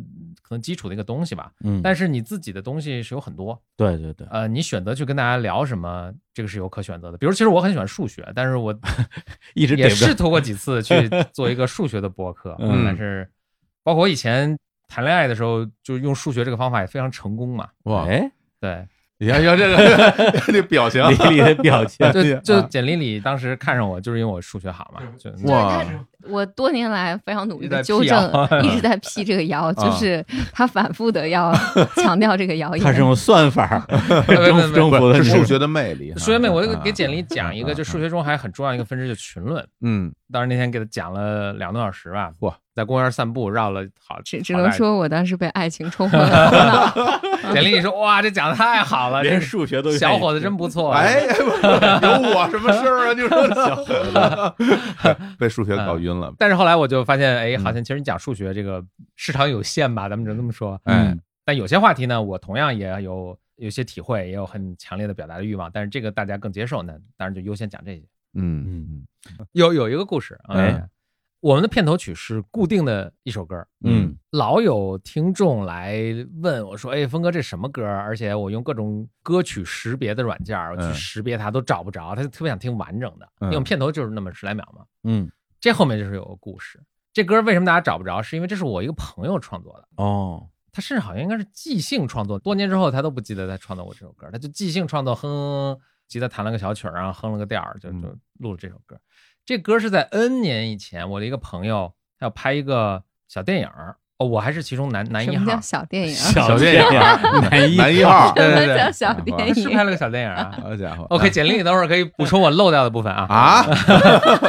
Speaker 7: 可能基础的一个东西吧。
Speaker 1: 嗯
Speaker 7: 但是你自己的东西是有很多，
Speaker 1: 对对对，
Speaker 7: 呃，你选择去跟大家聊什么，这个是有可选择的。比如，其实我很喜欢数学，但是我
Speaker 1: 一直
Speaker 7: 也
Speaker 1: 逮不着
Speaker 7: 试图过几 次去做一个数学的博客，
Speaker 1: 嗯
Speaker 7: 但是包括我以前谈恋爱的时候，就用数学这个方法也非常成功嘛。
Speaker 2: 哇，
Speaker 1: 哎，
Speaker 7: 对，
Speaker 2: 你 看要 这个这表情，
Speaker 1: 李李的表情啊
Speaker 7: 就就简丽丽当时看上我，就是因为我数学好嘛，就
Speaker 2: 哇，
Speaker 11: 我多年来非常努力
Speaker 7: 一直在
Speaker 11: 的纠
Speaker 7: 辟谣啊
Speaker 11: 正， 一直在辟这个谣，就是他反复的要强调这个谣言。
Speaker 1: 他是用算法 儿征征服
Speaker 2: 不
Speaker 1: 了
Speaker 2: 是
Speaker 1: 你
Speaker 2: 是数学的魅力哈，
Speaker 7: 数学妹，我
Speaker 2: 啊
Speaker 7: 给简丽讲一个，就数学中还很重要一个分支，就群论。
Speaker 2: 嗯
Speaker 7: 当时那天给他讲了两个多小时吧，
Speaker 2: 哇，
Speaker 7: 在公园散步绕了好，
Speaker 11: 只只
Speaker 7: 好
Speaker 11: 能
Speaker 7: 大一
Speaker 11: 说我当时被爱情冲昏了头脑。
Speaker 7: 简历一说，哇，这讲的太好了，
Speaker 1: 连
Speaker 7: 这
Speaker 1: 数学都愿意
Speaker 7: 小伙子真不错。啊
Speaker 2: 哎，有我什么事 儿啊？你说小伙子被数学搞晕了，
Speaker 7: 但是后来我就发现，哎，好像其实你讲数学这个市场有限吧，咱们只能这么说。
Speaker 2: 哎，
Speaker 7: 但有些话题呢，我同样也有有些体会，也有很强烈的表达的欲望，但是这个大家更接受呢，当然就优先讲这些。
Speaker 2: 嗯
Speaker 7: 有有一个故事啊，
Speaker 1: 哎
Speaker 7: 我们的片头曲是固定的一首歌，
Speaker 1: 嗯，
Speaker 7: 老有听众来问我说：“哎，峰哥，这什么歌？”而且我用各种歌曲识别的软件儿，我
Speaker 2: 嗯
Speaker 7: 去识别它都找不着，他就特别想听完整的，
Speaker 2: 嗯
Speaker 7: 因为我们片头就是那么十来秒嘛。
Speaker 1: 嗯
Speaker 7: 这后面就是有个故事，这歌为什么大家找不着？是因为这是我一个朋友创作的，
Speaker 1: 哦，
Speaker 7: 他甚至好像应该是即兴创作，多年之后他都不记得他创作过这首歌，他就即兴创作，哼哼哼，吉他弹了个小曲儿，然后哼了个调儿，就就
Speaker 2: 嗯
Speaker 7: 录了这首歌。这歌是在 N 年以前，我的一个朋友他要拍一个小电影儿，哦，我还是其中男男一
Speaker 11: 什么
Speaker 7: 号
Speaker 11: 叫，小电影？
Speaker 1: 小电影儿男 一
Speaker 2: 男一号
Speaker 7: 对对
Speaker 11: 什么叫
Speaker 7: 对，
Speaker 11: 小电
Speaker 7: 是
Speaker 11: 影
Speaker 7: 拍？了个小电影儿啊。
Speaker 2: 好家伙
Speaker 7: OK，简历，等会儿可以补充我漏掉的部分啊。
Speaker 2: 啊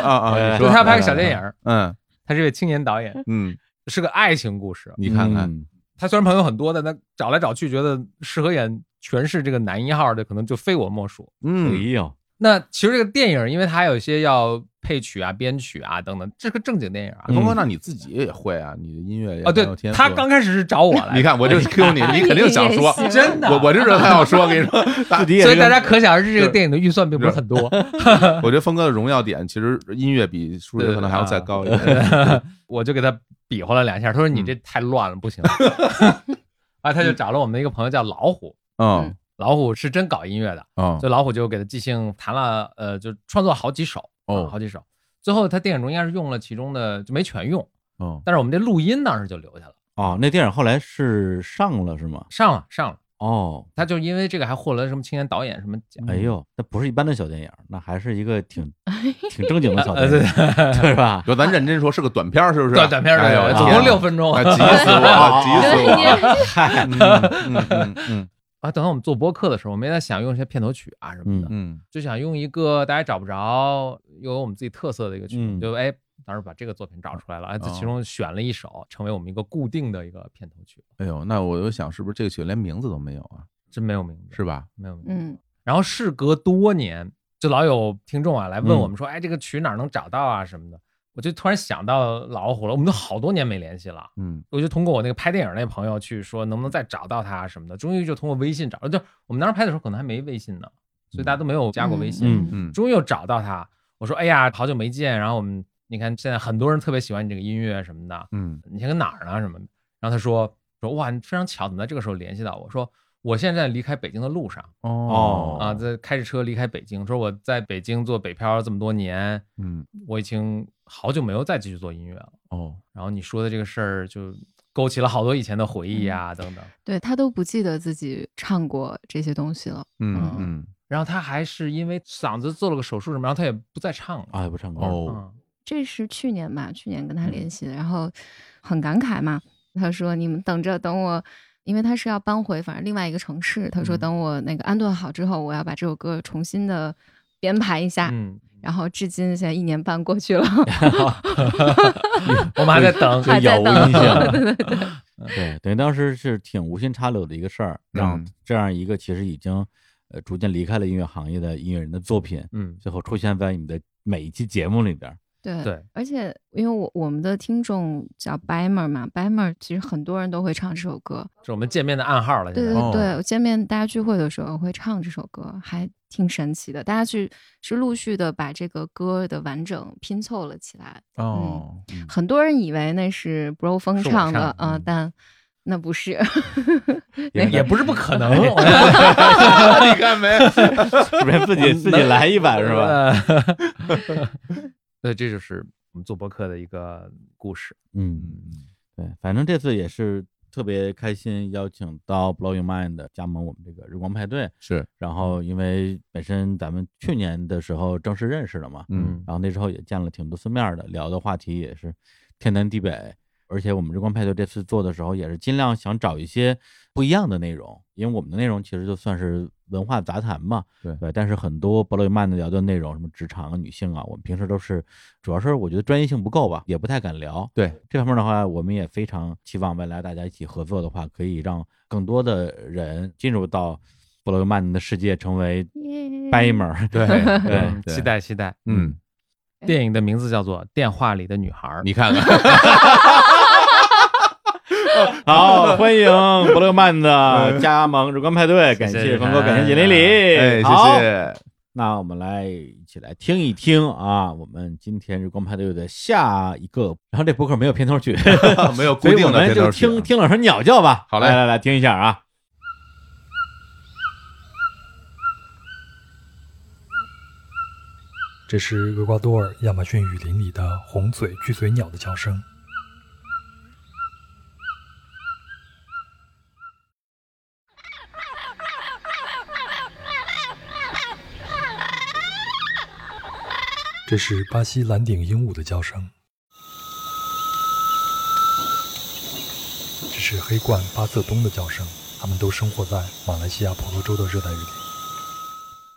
Speaker 2: 啊啊！ 你
Speaker 7: 就
Speaker 2: 说
Speaker 7: 他要拍个小电影儿，
Speaker 2: 嗯
Speaker 7: 他是一位青年导演，
Speaker 2: 嗯，
Speaker 7: 是个爱情故事。
Speaker 2: 你看看，
Speaker 1: 嗯
Speaker 7: 他虽然朋友很多，但他找来找去，觉得适合演全是这个男一号的，可能就非我莫属。
Speaker 1: 哎
Speaker 2: 嗯
Speaker 1: 呦，
Speaker 7: 那其实这个电影，因为它有一些要配曲啊、编曲啊等等，这是个正经电影啊。
Speaker 2: 东哥，那你自己也会啊？你的音乐也
Speaker 7: 啊，对
Speaker 2: 很有天，赋
Speaker 7: 他刚开始是找我来的，，
Speaker 2: 你看我就是 Q 你，你肯定想说
Speaker 7: 真的，
Speaker 2: 我我就知道他要说，我跟你 说，
Speaker 7: 所以大家可想而知，这个电影的预算并不是很多。
Speaker 2: 我觉得峰哥的荣耀点其实音乐比数学可能还要再高一 点。嗯
Speaker 7: 我就给他比划了两下，他说你这太乱了，不行。 啊，他就找了我们的一个朋友叫老虎，
Speaker 2: 嗯，
Speaker 7: 老虎是真搞音乐的，
Speaker 2: 嗯
Speaker 7: 所以老虎就给他即兴弹了，呃，就创作好几首，
Speaker 2: 哦
Speaker 7: 啊好几首。最后他电影中应该是用了其中的，就没全用，
Speaker 1: 哦
Speaker 7: 但是我们这录音当时就留下了，
Speaker 1: 哦，那电影后来是上了是吗？
Speaker 7: 上了上了。
Speaker 1: 哦，
Speaker 7: 他就因为这个还获了什么青年导演什么奖。
Speaker 1: 哎呦，那不是一般的小电影，那还是一个挺挺正经的 小电
Speaker 7: 呃
Speaker 1: 影，
Speaker 7: 哎对
Speaker 1: 对吧？
Speaker 2: 咱认真说，是个短片儿是不是？
Speaker 7: 对短片儿
Speaker 2: 哎呦
Speaker 7: 对
Speaker 2: 我
Speaker 7: 总共
Speaker 2: 天
Speaker 7: 六分钟。
Speaker 2: 哎急死我 了，急死我了嗨嗯嗯嗯嗯
Speaker 7: 啊，等到我们做播客的时候，我们也在想用一些片头曲啊什么的，
Speaker 2: 嗯，
Speaker 7: 就想用一个大家找不着又有我们自己特色的一个曲目，
Speaker 2: 嗯哦
Speaker 7: 就哎，当时把这个作品找出来了，哎，这其中选了一首，成为我们一个固定的一个片头曲，
Speaker 2: 哎呦，那我就想，是不是这个曲连名字都没有啊？
Speaker 7: 真没有名字，
Speaker 2: 是吧？
Speaker 7: 没有名字。
Speaker 11: 嗯，
Speaker 7: 然后事隔多年，就老有听众啊来问
Speaker 2: 嗯
Speaker 7: 我们说，哎，这个曲哪儿能找到啊什么的，我就突然想到老虎了，我们都好多年没联系了。
Speaker 2: 嗯
Speaker 7: 我就通过我那个拍电影那朋友去说能不能再找到他啊什么的，终于就通过微信找，就我们当时拍的时候可能还没微信呢，所以大家都没有加过微信。
Speaker 1: 嗯
Speaker 2: 嗯
Speaker 7: 终于又找到他，我说哎呀，好久没见，然后我们你看现在很多人特别喜欢你这个音乐什么的，
Speaker 2: 嗯
Speaker 7: 你现在哪儿呢什么的。然后他说说哇，你非常巧，怎么在这个时候联系到我？说我现在离开北京的路上，
Speaker 2: 哦
Speaker 7: 啊，在开着车离开北京，说我在北京做北漂这么多年，
Speaker 2: 嗯
Speaker 7: 我已经好久没有再继续做音乐了。
Speaker 2: 哦，
Speaker 7: 然后你说的这个事儿就勾起了好多以前的回忆啊，等等。
Speaker 11: 对他都不记得自己唱过这些东西了。
Speaker 2: 嗯嗯，
Speaker 7: 啊然后他还是因为嗓子做了个手术什么，然后他也不再唱了。嗯
Speaker 1: 啊，也不唱歌
Speaker 2: 哦，
Speaker 11: 这是去年吧，去年跟他联系的，然后很感慨嘛。他说：“你们等着，等我，因为他是要搬回反正另外一个城市。他说
Speaker 7: 嗯
Speaker 11: 等我那个安顿好之后，我要把这首歌重新的编排一下。
Speaker 7: 嗯，
Speaker 11: 然后至今现在一年半过去 了，
Speaker 7: 我们还在等，
Speaker 11: 还在等，对对 对，
Speaker 7: 嗯
Speaker 1: 对，等于当时是挺无心插柳的一个事儿，让这样一个其实已经呃逐渐离开了音乐行业的音乐人的作品，
Speaker 7: 嗯
Speaker 1: 最后出现在你们的每一期节目里边儿。
Speaker 11: 对
Speaker 7: 对
Speaker 11: 而且因为我我们的听众叫 Baimer 嘛，Baimer 其实很多人都会唱这首歌。
Speaker 7: 这是我们见面的暗号了。
Speaker 11: 对
Speaker 7: 现在
Speaker 11: 对对，我见面大家聚会的时候会唱这首歌，还挺神奇的。大家去是陆续的把这个歌的完整拼凑了起来。嗯
Speaker 2: 哦，
Speaker 11: 很多人以为那是 Bro 风
Speaker 7: 嗯是我
Speaker 11: 唱的
Speaker 7: 唱
Speaker 11: 啊、但那不 是。
Speaker 7: 也哎也不是 不可能。
Speaker 2: 你看 没？
Speaker 1: 是不是自
Speaker 7: 嗯
Speaker 1: 己自己来一版是吧？
Speaker 7: 吧？ 对，这就是我们做嗯播客的一个故事。
Speaker 1: 嗯，对，反正这次也是特别开心，邀请到 Blowing Mind 加盟我们这个日光派对。
Speaker 2: 是，
Speaker 1: 然后因为本身咱们去年的时候正式认识了嘛，
Speaker 2: 嗯
Speaker 1: 然后那时候也见了挺多次面儿的，聊的话题也是天南地北。而且我们日光派对这次做的时候，也是尽量想找一些不一样的内容，因为我们的内容其实就算是文化杂谈嘛，
Speaker 2: 对
Speaker 1: 对。但是很多伯乐曼的聊的内容，什么职场啊、女性啊，我们平时都是，主要是我觉得专业性不够吧，也不太敢聊。
Speaker 2: 对
Speaker 1: 这方面的话，我们也非常期望未来大家一起合作的话，可以让更多的人进入到布罗格曼的世界，成为
Speaker 11: 耶
Speaker 1: Baimer。
Speaker 2: 对
Speaker 1: 对
Speaker 7: 期待期待。
Speaker 2: 嗯，
Speaker 7: 电影的名字叫做《电话里的女 孩》。
Speaker 2: 你看看，
Speaker 7: 哦
Speaker 1: 好，欢迎布罗格曼
Speaker 2: 嗯
Speaker 1: 的加盟日光派对，感谢峰哥，感谢简丽丽，
Speaker 2: 哎，
Speaker 1: 好
Speaker 2: 谢谢。
Speaker 1: 那我们来一起来听一听啊，我们今天日光派对的下一个，然后这博客没有片头曲，
Speaker 2: 嗯没有固
Speaker 1: 所以
Speaker 2: 定
Speaker 1: 我
Speaker 2: 的
Speaker 1: 们
Speaker 2: 片头
Speaker 1: 就
Speaker 2: 曲啊
Speaker 1: 听听两声鸟叫吧。
Speaker 2: 好嘞
Speaker 1: 来来来，听一下啊。
Speaker 13: 这是厄瓜多尔亚马逊雨林里的红嘴巨嘴鸟的叫声。这是巴西蓝顶鹦鹉的叫声。这是黑冠巴色东的叫声。它们都生活在马来西亚婆罗洲的热带雨林。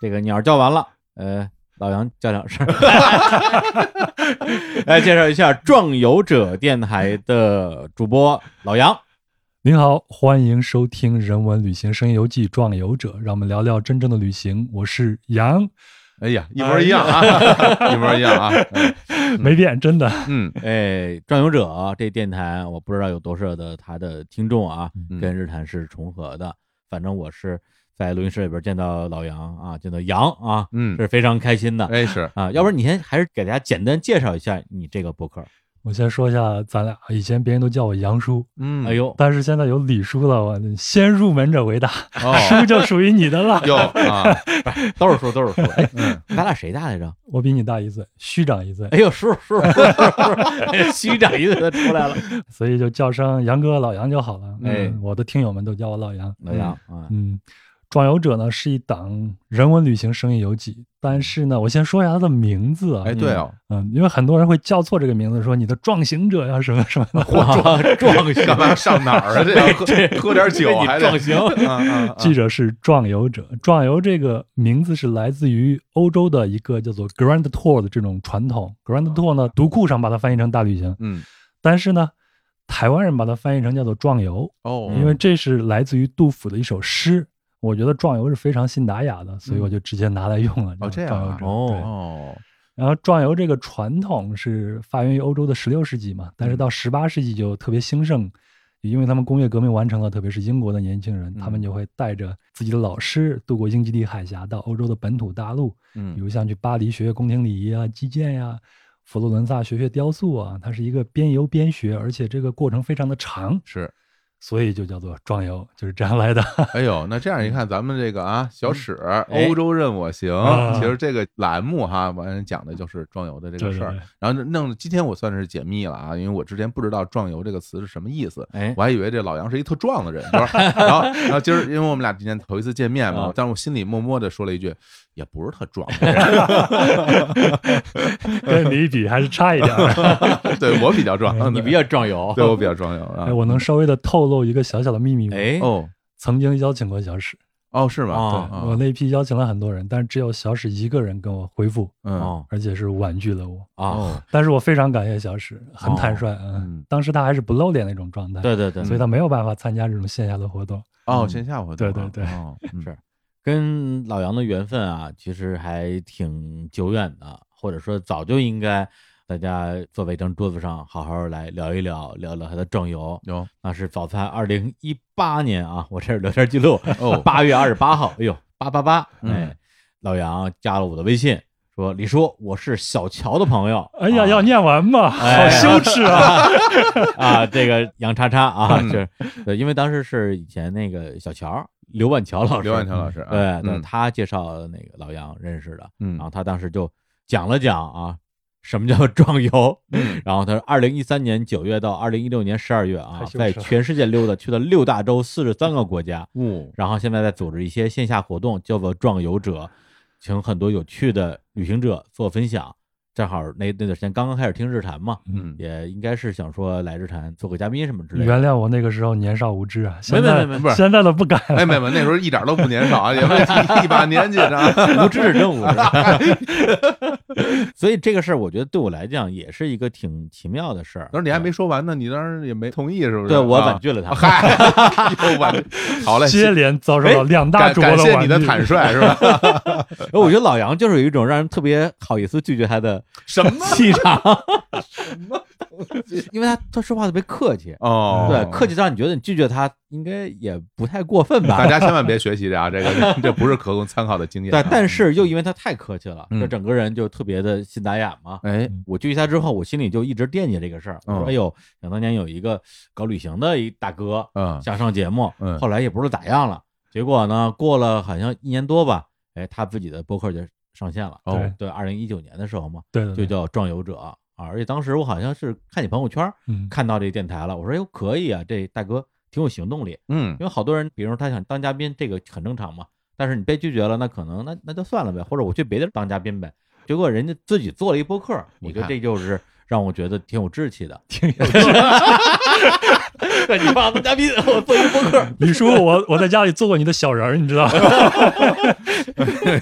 Speaker 1: 这个鸟叫完了，呃，老杨叫两 声。 来介绍一下壮游者电台的主播老杨。
Speaker 13: 您好，欢迎收听《人文旅行声游记·壮游者》，让我们聊聊真正的旅行。我是杨，
Speaker 2: 哎呀，一模一样啊， 一模一 样啊，
Speaker 13: 没变，真的。
Speaker 2: 嗯，
Speaker 1: 哎，壮游者这电台，我不知道有多少的他的听众啊，
Speaker 2: 嗯
Speaker 1: 跟日坛是重合的。反正我是在录音室里边见到老杨啊，见到杨啊，
Speaker 2: 嗯
Speaker 1: 是非常开心的。
Speaker 2: 哎，是
Speaker 1: 啊，要不然你先还是给大家简单介绍一下你这个博客。
Speaker 13: 我先说一下，咱俩以前别人都叫我杨叔，
Speaker 2: 嗯
Speaker 1: 哎呦，。
Speaker 13: 但是现在有李叔了，我先入门者为大，
Speaker 2: 哦
Speaker 13: 叔就属于你的了
Speaker 1: 哟 啊，都是叔，都是叔。哎，
Speaker 2: 嗯
Speaker 1: 咱俩谁大来着？
Speaker 13: 我比你大一岁，虚长一岁。
Speaker 1: 哎呦，叔叔叔叔 叔，虚长一岁都出来了。
Speaker 13: 所以就叫声杨哥、老杨就好了。
Speaker 1: 哎
Speaker 13: 嗯，我的听友们都叫我老杨。
Speaker 1: 老杨啊
Speaker 13: 嗯，壮游者呢是一档人文旅行声音游记，但是呢，我先说一下它的名字啊。
Speaker 2: 哎对哦，
Speaker 13: 嗯，因为很多人会叫错这个名字，说你的壮行者呀、什么什么的。
Speaker 1: 啊
Speaker 2: 哇壮行干嘛上哪 儿啊这要喝喝点酒
Speaker 13: 被你
Speaker 2: 还得
Speaker 13: 壮行
Speaker 2: 啊啊啊
Speaker 13: 记者是壮游者，壮游这个名字是来自于欧洲的一个叫做 Grand Tour 的这种传统。Grand Tour 呢，读库上把它翻译成大旅行。
Speaker 2: 嗯，
Speaker 13: 但是呢，台湾人把它翻译成叫做壮游。
Speaker 2: 哦
Speaker 13: 因为这是来自于杜甫的一首诗。我觉得壮游是非常信达雅的，所以我就直接拿来用了。
Speaker 2: 嗯哦这样
Speaker 13: 壮游
Speaker 2: 啊
Speaker 13: 者对
Speaker 2: 哦
Speaker 13: 然后壮游这个传统是发源于欧洲的十六世纪嘛，
Speaker 2: 嗯
Speaker 13: 但是到十八世纪就特别兴盛，也因为他们工业革命完成了，特别是英国的年轻人，他
Speaker 2: 嗯
Speaker 13: 们就会带着自己的老师渡过英吉利海峡到欧洲的本土大陆，
Speaker 1: 嗯
Speaker 13: 比如像去巴黎学学宫廷礼仪啊、击剑呀、佛罗伦萨学学雕塑啊，它是一个边游边学，而且这个过程非常的长，
Speaker 2: 是，
Speaker 13: 所以就叫做壮游，就是这样来的。 嗯
Speaker 2: 哎呦，那这样一看，咱们这个啊，小史
Speaker 13: 哎
Speaker 2: 欧洲任我行
Speaker 13: 啊，
Speaker 2: 其实这个栏目哈，完了讲的就是壮游的这个事儿
Speaker 13: 对对对。
Speaker 2: 然后弄，今天我算是解密了啊，因为我之前不知道“壮游”这个词是什么意思，
Speaker 1: 哎
Speaker 2: 我还以为这老杨是一特壮的人。就是 然后，然后今儿因为我们俩今天头一次见面嘛
Speaker 1: 啊，
Speaker 2: 但是我心里默默的说了一句，也不是特壮，
Speaker 13: 跟你比还是差一点儿。 嗯
Speaker 2: 对我比较壮，
Speaker 1: 你比较壮游
Speaker 2: 对我比较壮游啊
Speaker 13: 哎，。我能稍微的透露一个小小的秘密吗？
Speaker 1: 哎
Speaker 2: 哦，
Speaker 13: 曾经邀请过小史。
Speaker 2: 哦，是吗？
Speaker 13: 我那批邀请了很多人，但是只有小史一个人跟我回复，
Speaker 2: 嗯，
Speaker 13: 而且是婉拒了我
Speaker 1: 哦。
Speaker 13: 但是我非常感谢小史，很坦率，
Speaker 2: 嗯，
Speaker 13: 当时他还是不露脸那种状态，
Speaker 1: 对对对
Speaker 13: 所以他没有办法参加这种线下的活动。
Speaker 2: 哦，
Speaker 13: 嗯
Speaker 2: 线下活动
Speaker 13: 对
Speaker 2: 啊，
Speaker 13: 对对，
Speaker 2: 哦嗯
Speaker 1: 是 跟老杨的缘分啊，其实还挺久远的，或者说早就应该大家坐在一张桌子上，好好来聊一聊，聊聊他的壮游。
Speaker 2: 有，
Speaker 1: 那是早餐二零一八年啊，我这儿聊天记录
Speaker 2: 哦，
Speaker 1: 八月二十八号，哎呦，八八八，哎
Speaker 2: 嗯，
Speaker 1: 老杨加了我的微信，说李叔，我是小乔的朋友，
Speaker 13: 哎
Speaker 2: 啊
Speaker 13: 呀，要念完嘛，好
Speaker 1: 哎
Speaker 13: 羞 耻啊！
Speaker 1: 啊，这个杨叉叉啊，
Speaker 2: 嗯
Speaker 1: 就是对，因为当时是以前那个小乔儿刘万乔老师，
Speaker 2: 刘万乔老师啊
Speaker 1: 对，对
Speaker 2: 嗯
Speaker 1: 他介绍那个老杨认识的，
Speaker 2: 嗯
Speaker 1: 然后他当时就讲了讲啊，什么叫壮游，
Speaker 2: 嗯，
Speaker 1: 然后他说二零一三年九月到二零一六年十二月啊
Speaker 13: 太，羞耻
Speaker 1: 在
Speaker 13: 了
Speaker 1: 全世界溜达，去了六大洲四十三个国家，
Speaker 2: 哦，
Speaker 1: 然后现在在组织一些线下活动，叫做壮游者，请很多有趣的旅行者做分享。正好那那段时间刚刚开始听日坛嘛，
Speaker 2: 嗯，
Speaker 1: 也应该是想说来日坛做个嘉宾什么之类的。
Speaker 13: 原谅我那个时候年少无知啊，
Speaker 1: 没
Speaker 13: 现
Speaker 1: 没
Speaker 13: 在
Speaker 1: 没
Speaker 2: 不是
Speaker 13: 现在都不敢了。
Speaker 2: 哎，妹妹，那时候一点都不年少啊，也不是一把年纪呢。
Speaker 1: 没， 无知是真无知。所以这个事儿，我觉得对我来讲也是一个挺奇妙的事儿。
Speaker 2: 当时你还没说完呢，你当时也没同意，是不是？
Speaker 1: 对我
Speaker 2: 啊
Speaker 1: 婉拒了他
Speaker 2: 嗨， 又婉拒。好嘞，哎
Speaker 13: 接连遭受到两大
Speaker 2: 感
Speaker 13: 主播
Speaker 2: 感谢
Speaker 13: 婉
Speaker 2: 你的
Speaker 13: 拒
Speaker 2: 坦率，是 吧？
Speaker 1: 哎我觉得老杨就是有一种让人特别好意思拒绝他的
Speaker 2: 什么？
Speaker 1: 气场， 因为他他说话特别客气。
Speaker 2: 哦，
Speaker 1: 对，客气到你觉得你拒绝他应该也不太过分吧？
Speaker 2: 大家千万别学习这啊，这个这不是可供参考的经验啊。
Speaker 1: 对，但是又因为他太客气了，
Speaker 2: 嗯
Speaker 1: 就整个人就特别的信达雅嘛。
Speaker 2: 哎，
Speaker 1: 我拒绝他之后，我心里就一直惦记这个事儿。我说：“
Speaker 2: 嗯
Speaker 1: 哎呦，想当年有一个搞旅行的一大哥
Speaker 2: 嗯
Speaker 1: 想上节目，
Speaker 2: 嗯
Speaker 1: 后来也不知道咋样了。结果呢，过了好像一年多吧，哎，他自己的播客就上线了。
Speaker 2: 哦
Speaker 1: 对，二零一九年的时候嘛，
Speaker 13: 对对
Speaker 1: 就
Speaker 13: 对，
Speaker 1: 叫《壮游者》啊。而且当时我好像是看你朋友圈
Speaker 13: 嗯，
Speaker 1: 看到这电台了，我说：“哎呦，可以啊，这大哥挺有行动力。”
Speaker 2: 嗯
Speaker 1: 因为好多人，比如说他想当嘉宾，这个很正常嘛。但是你被拒绝了，那可能那那就算了呗，或者我去别的当嘉宾呗。结果人家自己做了一播客，我觉
Speaker 2: 你
Speaker 1: 得
Speaker 2: 看
Speaker 1: 这就是让我觉得挺有志 气的。
Speaker 13: 挺有趣。
Speaker 1: 对你把我当嘉宾，我做一播 客，
Speaker 13: 李叔，我我在家里做过你的小人儿，你知道吗？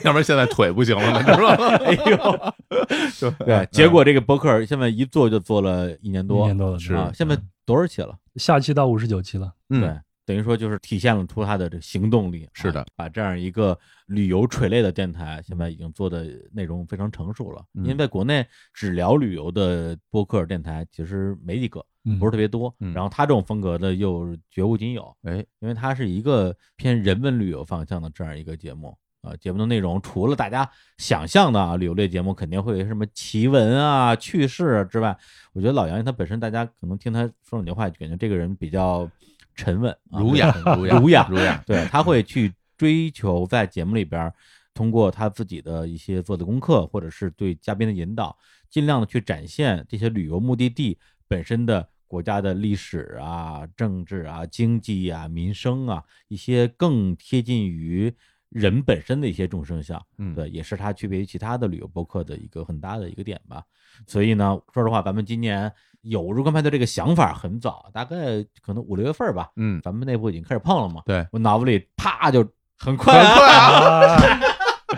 Speaker 2: 要不然现在腿不行了，是吧？
Speaker 1: 哎呦， 对，结果这个播客现在一做就做了一年多，
Speaker 13: 一年多了
Speaker 1: 啊，
Speaker 13: 是
Speaker 1: 现在多少期了？
Speaker 13: 下期到五十九期了，
Speaker 2: 嗯
Speaker 1: 对，等于说就是体现了出它的这行动力。是的，把这样一个旅游垂类的电台，现在已经做的内容非常成熟了。因为在国内只聊旅游的播客电台其实没几个，
Speaker 13: 嗯
Speaker 1: 不是特别多。然后他这种风格的又绝无仅有，哎，因为它是一个偏人文旅游方向的这样一个节目。啊，节目的内容除了大家想象的啊旅游类节目肯定会有什么奇闻啊、趣事啊之外，我觉得老杨他本身大家可能听他说两句话，就感觉这个人比较沉稳、啊，
Speaker 2: 儒雅儒
Speaker 1: 儒
Speaker 2: 雅
Speaker 1: 雅，
Speaker 2: 儒雅
Speaker 1: 对，他会去追求在节目里边儿通过他自己的一些做的功课，或者是对嘉宾的引导，尽量的去展现这些旅游目的地本身的国家的历史啊、政治啊、经济啊、民生啊一些更贴近于人本身的一些众生相。
Speaker 2: 嗯
Speaker 1: 对，也是它区别于其他的旅游播客的一个很大的一个点吧。所以呢，说实话，咱们今年有入关派对这个想法很早，大概可能五六月份吧。
Speaker 2: 嗯，
Speaker 1: 咱们内部已经开始碰了嘛。
Speaker 2: 对，
Speaker 1: 我脑子里啪就很快、
Speaker 2: 很快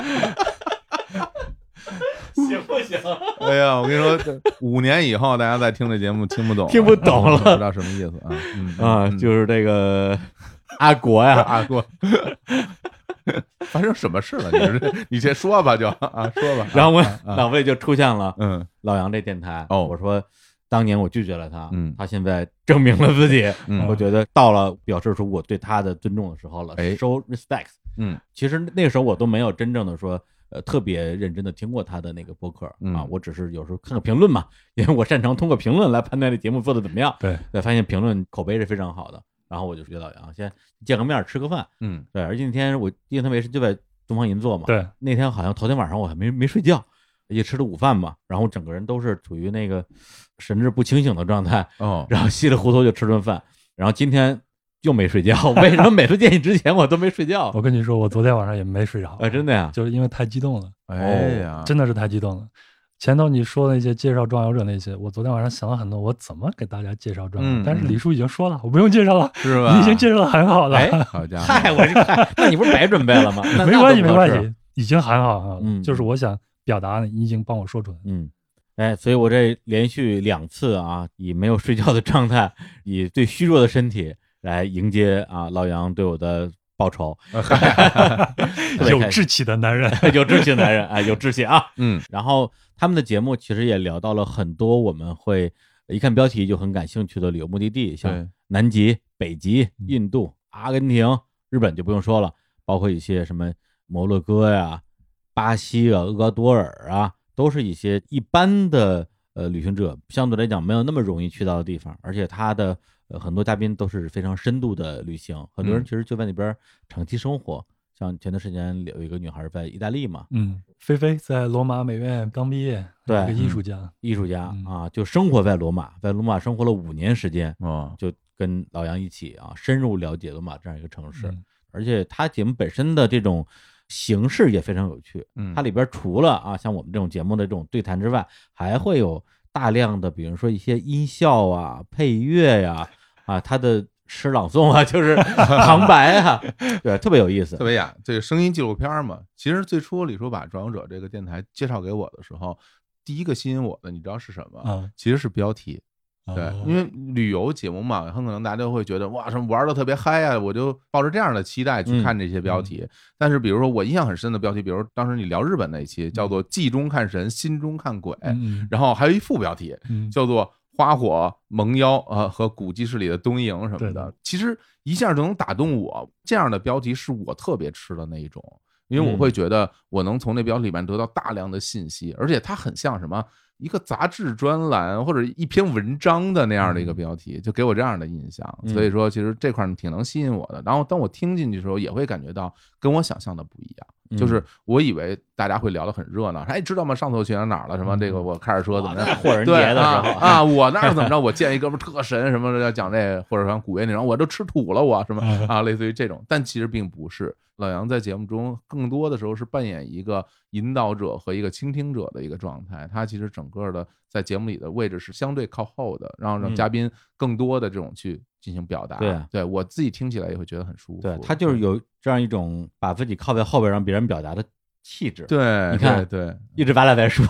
Speaker 4: 嗯
Speaker 2: 啊
Speaker 1: 嗯 行不行？
Speaker 2: 哎呀，我跟你说，这五年以后大家再听这节目听不懂，
Speaker 1: 听不懂了
Speaker 2: 不知道什么意思啊。嗯
Speaker 1: 啊，就是这个阿国呀，
Speaker 2: 阿国， 发生什么事了？你是你先说吧，就啊，说吧。
Speaker 1: 然后我
Speaker 2: 啊啊
Speaker 1: 脑子里就出现了，
Speaker 2: 嗯，
Speaker 1: 老杨这电台
Speaker 2: 哦
Speaker 1: 我说当年我拒绝了他，
Speaker 2: 嗯
Speaker 1: 他现在证明了自己，
Speaker 2: 嗯
Speaker 1: 我觉得到了表示出我对他的尊重的时候了，show respect。
Speaker 2: 哎嗯，
Speaker 1: 其实那个时候我都没有真正的说。呃，特别认真的听过他的那个播客、啊，
Speaker 2: 嗯
Speaker 1: 我只是有时候看看评论嘛，因为我擅长通过评论来判断这节目做的怎么样。
Speaker 13: 对，
Speaker 1: 对，发现评论口碑是非常好的，然后我就约老杨先见个面儿吃个饭，
Speaker 2: 嗯，
Speaker 1: 对，而且那天我印象特别深，就在东方银座嘛。
Speaker 13: 对，
Speaker 1: 那天好像头天晚上我还没没睡觉，也吃了午饭嘛，然后整个人都是处于那个神志不清醒的状态。
Speaker 2: 哦，
Speaker 1: 然后稀里糊涂就吃顿饭，然后今天又没睡觉。 为 什么每次见你之前我都没睡觉？
Speaker 13: 我跟你说，我昨天晚上也没睡着。
Speaker 1: 啊，真的呀，哦
Speaker 13: 就是因为太激动了。
Speaker 2: 哎呀
Speaker 13: 真的是太激动了。前头你说的那些介绍壮游者那些，我昨天晚上想了很多，我怎么给大家介绍壮游者？
Speaker 2: 嗯
Speaker 13: 但是
Speaker 2: 嗯
Speaker 13: 李叔已经说了，我不用介绍了，
Speaker 2: 是吧
Speaker 13: 你已经介绍的很好了。
Speaker 2: 哎好家伙
Speaker 1: 嗨我这嗨那你不是白准备了吗那
Speaker 13: 没
Speaker 1: 那
Speaker 13: 关
Speaker 1: 都
Speaker 13: 系，
Speaker 1: 不
Speaker 13: 没
Speaker 1: 合
Speaker 13: 关
Speaker 1: 适
Speaker 13: 系，已经很好了。
Speaker 1: 嗯
Speaker 13: 就是我想表达的，你已经帮我说出来了。，
Speaker 1: 嗯，哎，所以我这连续两次啊，以没有睡觉的状态，以最虚弱的身体来迎接啊老杨对我的报仇
Speaker 13: 有志气的男人
Speaker 1: 有志气的男人啊，有志气啊，
Speaker 2: 嗯。
Speaker 1: 然后他们的节目其实也聊到了很多我们会一看标题就很感兴趣的旅游目的地，
Speaker 2: 对嗯
Speaker 1: 像南极、北极、印度、阿根廷、日本就不用说了，包括一些什么摩洛哥呀、巴西啊、厄瓜多尔啊，都是一些一般的呃旅行者相对来讲没有那么容易去到的地方，而且他的、呃、很多嘉宾都是非常深度的旅行，很多人
Speaker 2: 嗯
Speaker 1: 其实就在那边长期生活。像前段时间有一个女孩在意大利嘛，
Speaker 13: 嗯，菲菲在罗马美院刚毕业，
Speaker 1: 对，嗯
Speaker 13: 一个艺术家。嗯
Speaker 1: 艺术家啊，就生活在罗马，在罗马生活了五年时间，
Speaker 13: 哦
Speaker 1: 就跟老杨一起啊，深入了解罗马这样一个城市
Speaker 13: 嗯，
Speaker 1: 而且他节目本身的这种形式也非常有趣，
Speaker 2: 嗯
Speaker 1: 它里边除了啊像我们这种节目的这种对谈之外，还会有大量的比如说一些音效啊、配乐呀、啊，他的诗朗诵啊，就是 旁白啊，对，特别有意思
Speaker 2: 特，别雅，这个声音纪录片嘛。其实最初李叔把《壮游者》这个电台介绍给我的时候，第一个吸引我的，你知道是什么？
Speaker 13: 嗯
Speaker 2: 其实是标题。对
Speaker 13: 哦，
Speaker 2: 因为旅游节目嘛，很可能大家都会觉得哇，什么玩的特别嗨啊，我就抱着这样的期待去看这些标题。但是，比如说我印象很深的标题，比如当时你聊日本那一期，叫做“记中看神，心中看鬼”，
Speaker 4: 哎
Speaker 13: 嗯嗯
Speaker 2: 然后还有一副标题
Speaker 13: 嗯
Speaker 2: 叫做“花火、蒙妖”啊和古迹市里的东营什么
Speaker 13: 对
Speaker 2: 的
Speaker 13: 的。
Speaker 2: 其实一下就能打动我。这样的标题是我特别吃的那一种，因
Speaker 13: 嗯
Speaker 2: 为我会觉得我能从那标题里面得到大量的信息，而且它很像什么一个杂志专栏或者一篇文章的那样的一个标
Speaker 13: 嗯
Speaker 2: 题，就给我这样的印象。
Speaker 1: 嗯
Speaker 2: 所以说，其实这块儿挺能吸引我的。然后当我听进去的时候，也会感觉到跟我想象的不一样，
Speaker 1: 嗯
Speaker 2: 就是我以为大家会聊得很热闹，哎，知道吗？上次我去哪儿哪儿了？什
Speaker 1: 嗯
Speaker 2: 么这个我开始说怎么样
Speaker 1: 哇那霍尔人节
Speaker 2: 对
Speaker 1: 的时候
Speaker 2: 啊啊，我那儿怎么着？我见一哥们儿特神什么的，要讲这或者讲古乐那种，我都吃土了我什么
Speaker 1: 嗯
Speaker 2: 啊，类似于这种，但其实并不是。老杨在节目中更多的时候是扮演一个引导者和一个倾听者的一个状态，他其实整个的在节目里的位置是相对靠后的，然后让
Speaker 1: 嗯
Speaker 2: 嘉宾更多的这种去进行表达。
Speaker 1: 对啊
Speaker 2: 对我自己听起来也会觉得很舒服。嗯
Speaker 1: 对他就是有这样一种把自己靠在后边让别人表达的气质。
Speaker 2: 对
Speaker 1: 你看，
Speaker 2: 对，
Speaker 1: 一直完了再说。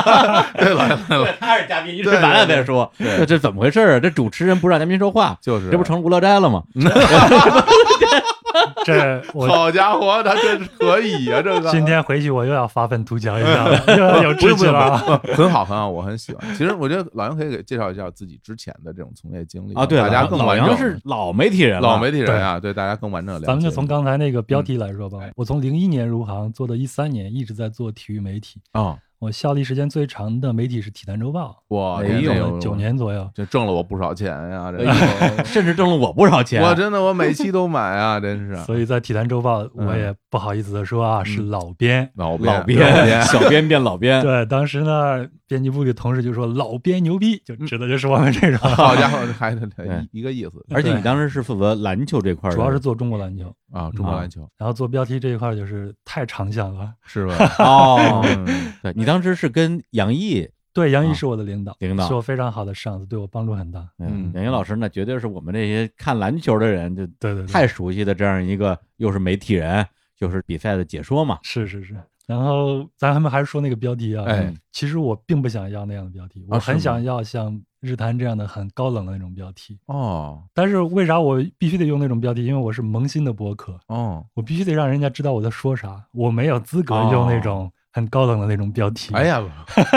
Speaker 2: 对了，
Speaker 1: 他是嘉宾，一直
Speaker 2: 对
Speaker 1: 完了再说。
Speaker 2: 对对
Speaker 1: 这这怎么回事啊？这主持人不让嘉宾说话，
Speaker 2: 就是
Speaker 1: 这不成了无聊斋了吗？
Speaker 13: 这 我
Speaker 2: 好家伙，他这是可以呀、这个
Speaker 13: 今天回去我又要发愤图强一 下了，又要有
Speaker 2: 不
Speaker 13: 志
Speaker 2: 用不
Speaker 13: 气
Speaker 2: 用
Speaker 13: 了啊。
Speaker 2: 不 用 很好很好，我很喜欢。其实我觉得老杨可以给介绍一下自己之前的这种从业经历
Speaker 1: 啊对
Speaker 2: 大家更
Speaker 1: 老
Speaker 2: 完
Speaker 1: 杨
Speaker 2: 整。
Speaker 1: 是老媒体人了
Speaker 2: 老媒体人啊，对大家更完整的了解。
Speaker 13: 咱们就从刚才那个标题来说
Speaker 2: 嗯
Speaker 13: 吧。我从零一年入行，做到一三年，一直在做体育媒体。
Speaker 2: 啊，
Speaker 13: 我效力时间最长的媒体是《体坛周报》，
Speaker 2: 哇，
Speaker 13: 哎
Speaker 2: 呦
Speaker 13: 呦九年左右，
Speaker 2: 这挣了我不少钱呀，这
Speaker 13: 哎呦
Speaker 1: 甚至挣了我不少钱
Speaker 2: 我真的我每期都买 啊，真是。嗯
Speaker 13: 所以在《体坛周报》我也不好意思的说啊，是老编，
Speaker 2: 老
Speaker 1: 编老编老编小编变老编
Speaker 13: 对，当时呢，编辑部的同事就说老编牛逼，就指的就是我们这种。
Speaker 2: 嗯好家伙，还得
Speaker 1: 对
Speaker 2: 一个意思。
Speaker 1: 而且你当时是负责篮球这块儿的，
Speaker 13: 主要是做中国篮球
Speaker 2: 啊中国篮球
Speaker 13: 然后做标题这一块儿就是太长项了，
Speaker 2: 是吧 嗯
Speaker 1: 哦，对你当时是跟杨毅，
Speaker 13: 对，杨毅
Speaker 1: 啊
Speaker 13: 是我的领导，
Speaker 1: 领导
Speaker 13: 是我非常好的上司，对我帮助很大。
Speaker 1: 嗯，杨毅老师那绝对是我们这些看篮球的人就
Speaker 13: 对对
Speaker 1: 太熟悉的这样一个，又是媒体人，又是比赛的解说嘛，
Speaker 13: 是是是。然后咱们还是说那个标题啊，
Speaker 1: 哎
Speaker 13: 其实我并不想要那样的标题，
Speaker 1: 啊
Speaker 13: 我
Speaker 1: 是
Speaker 13: 很
Speaker 1: 吗
Speaker 13: 想要像日坛这样的很高冷的那种标题。
Speaker 2: 哦，
Speaker 13: 但是为啥我必须得用那种标题？因为我是萌新的博客，
Speaker 2: 哦，
Speaker 13: 我必须得让人家知道我在说啥，我没有资格用那种很高冷的那种标题。
Speaker 2: 哦哎 呀，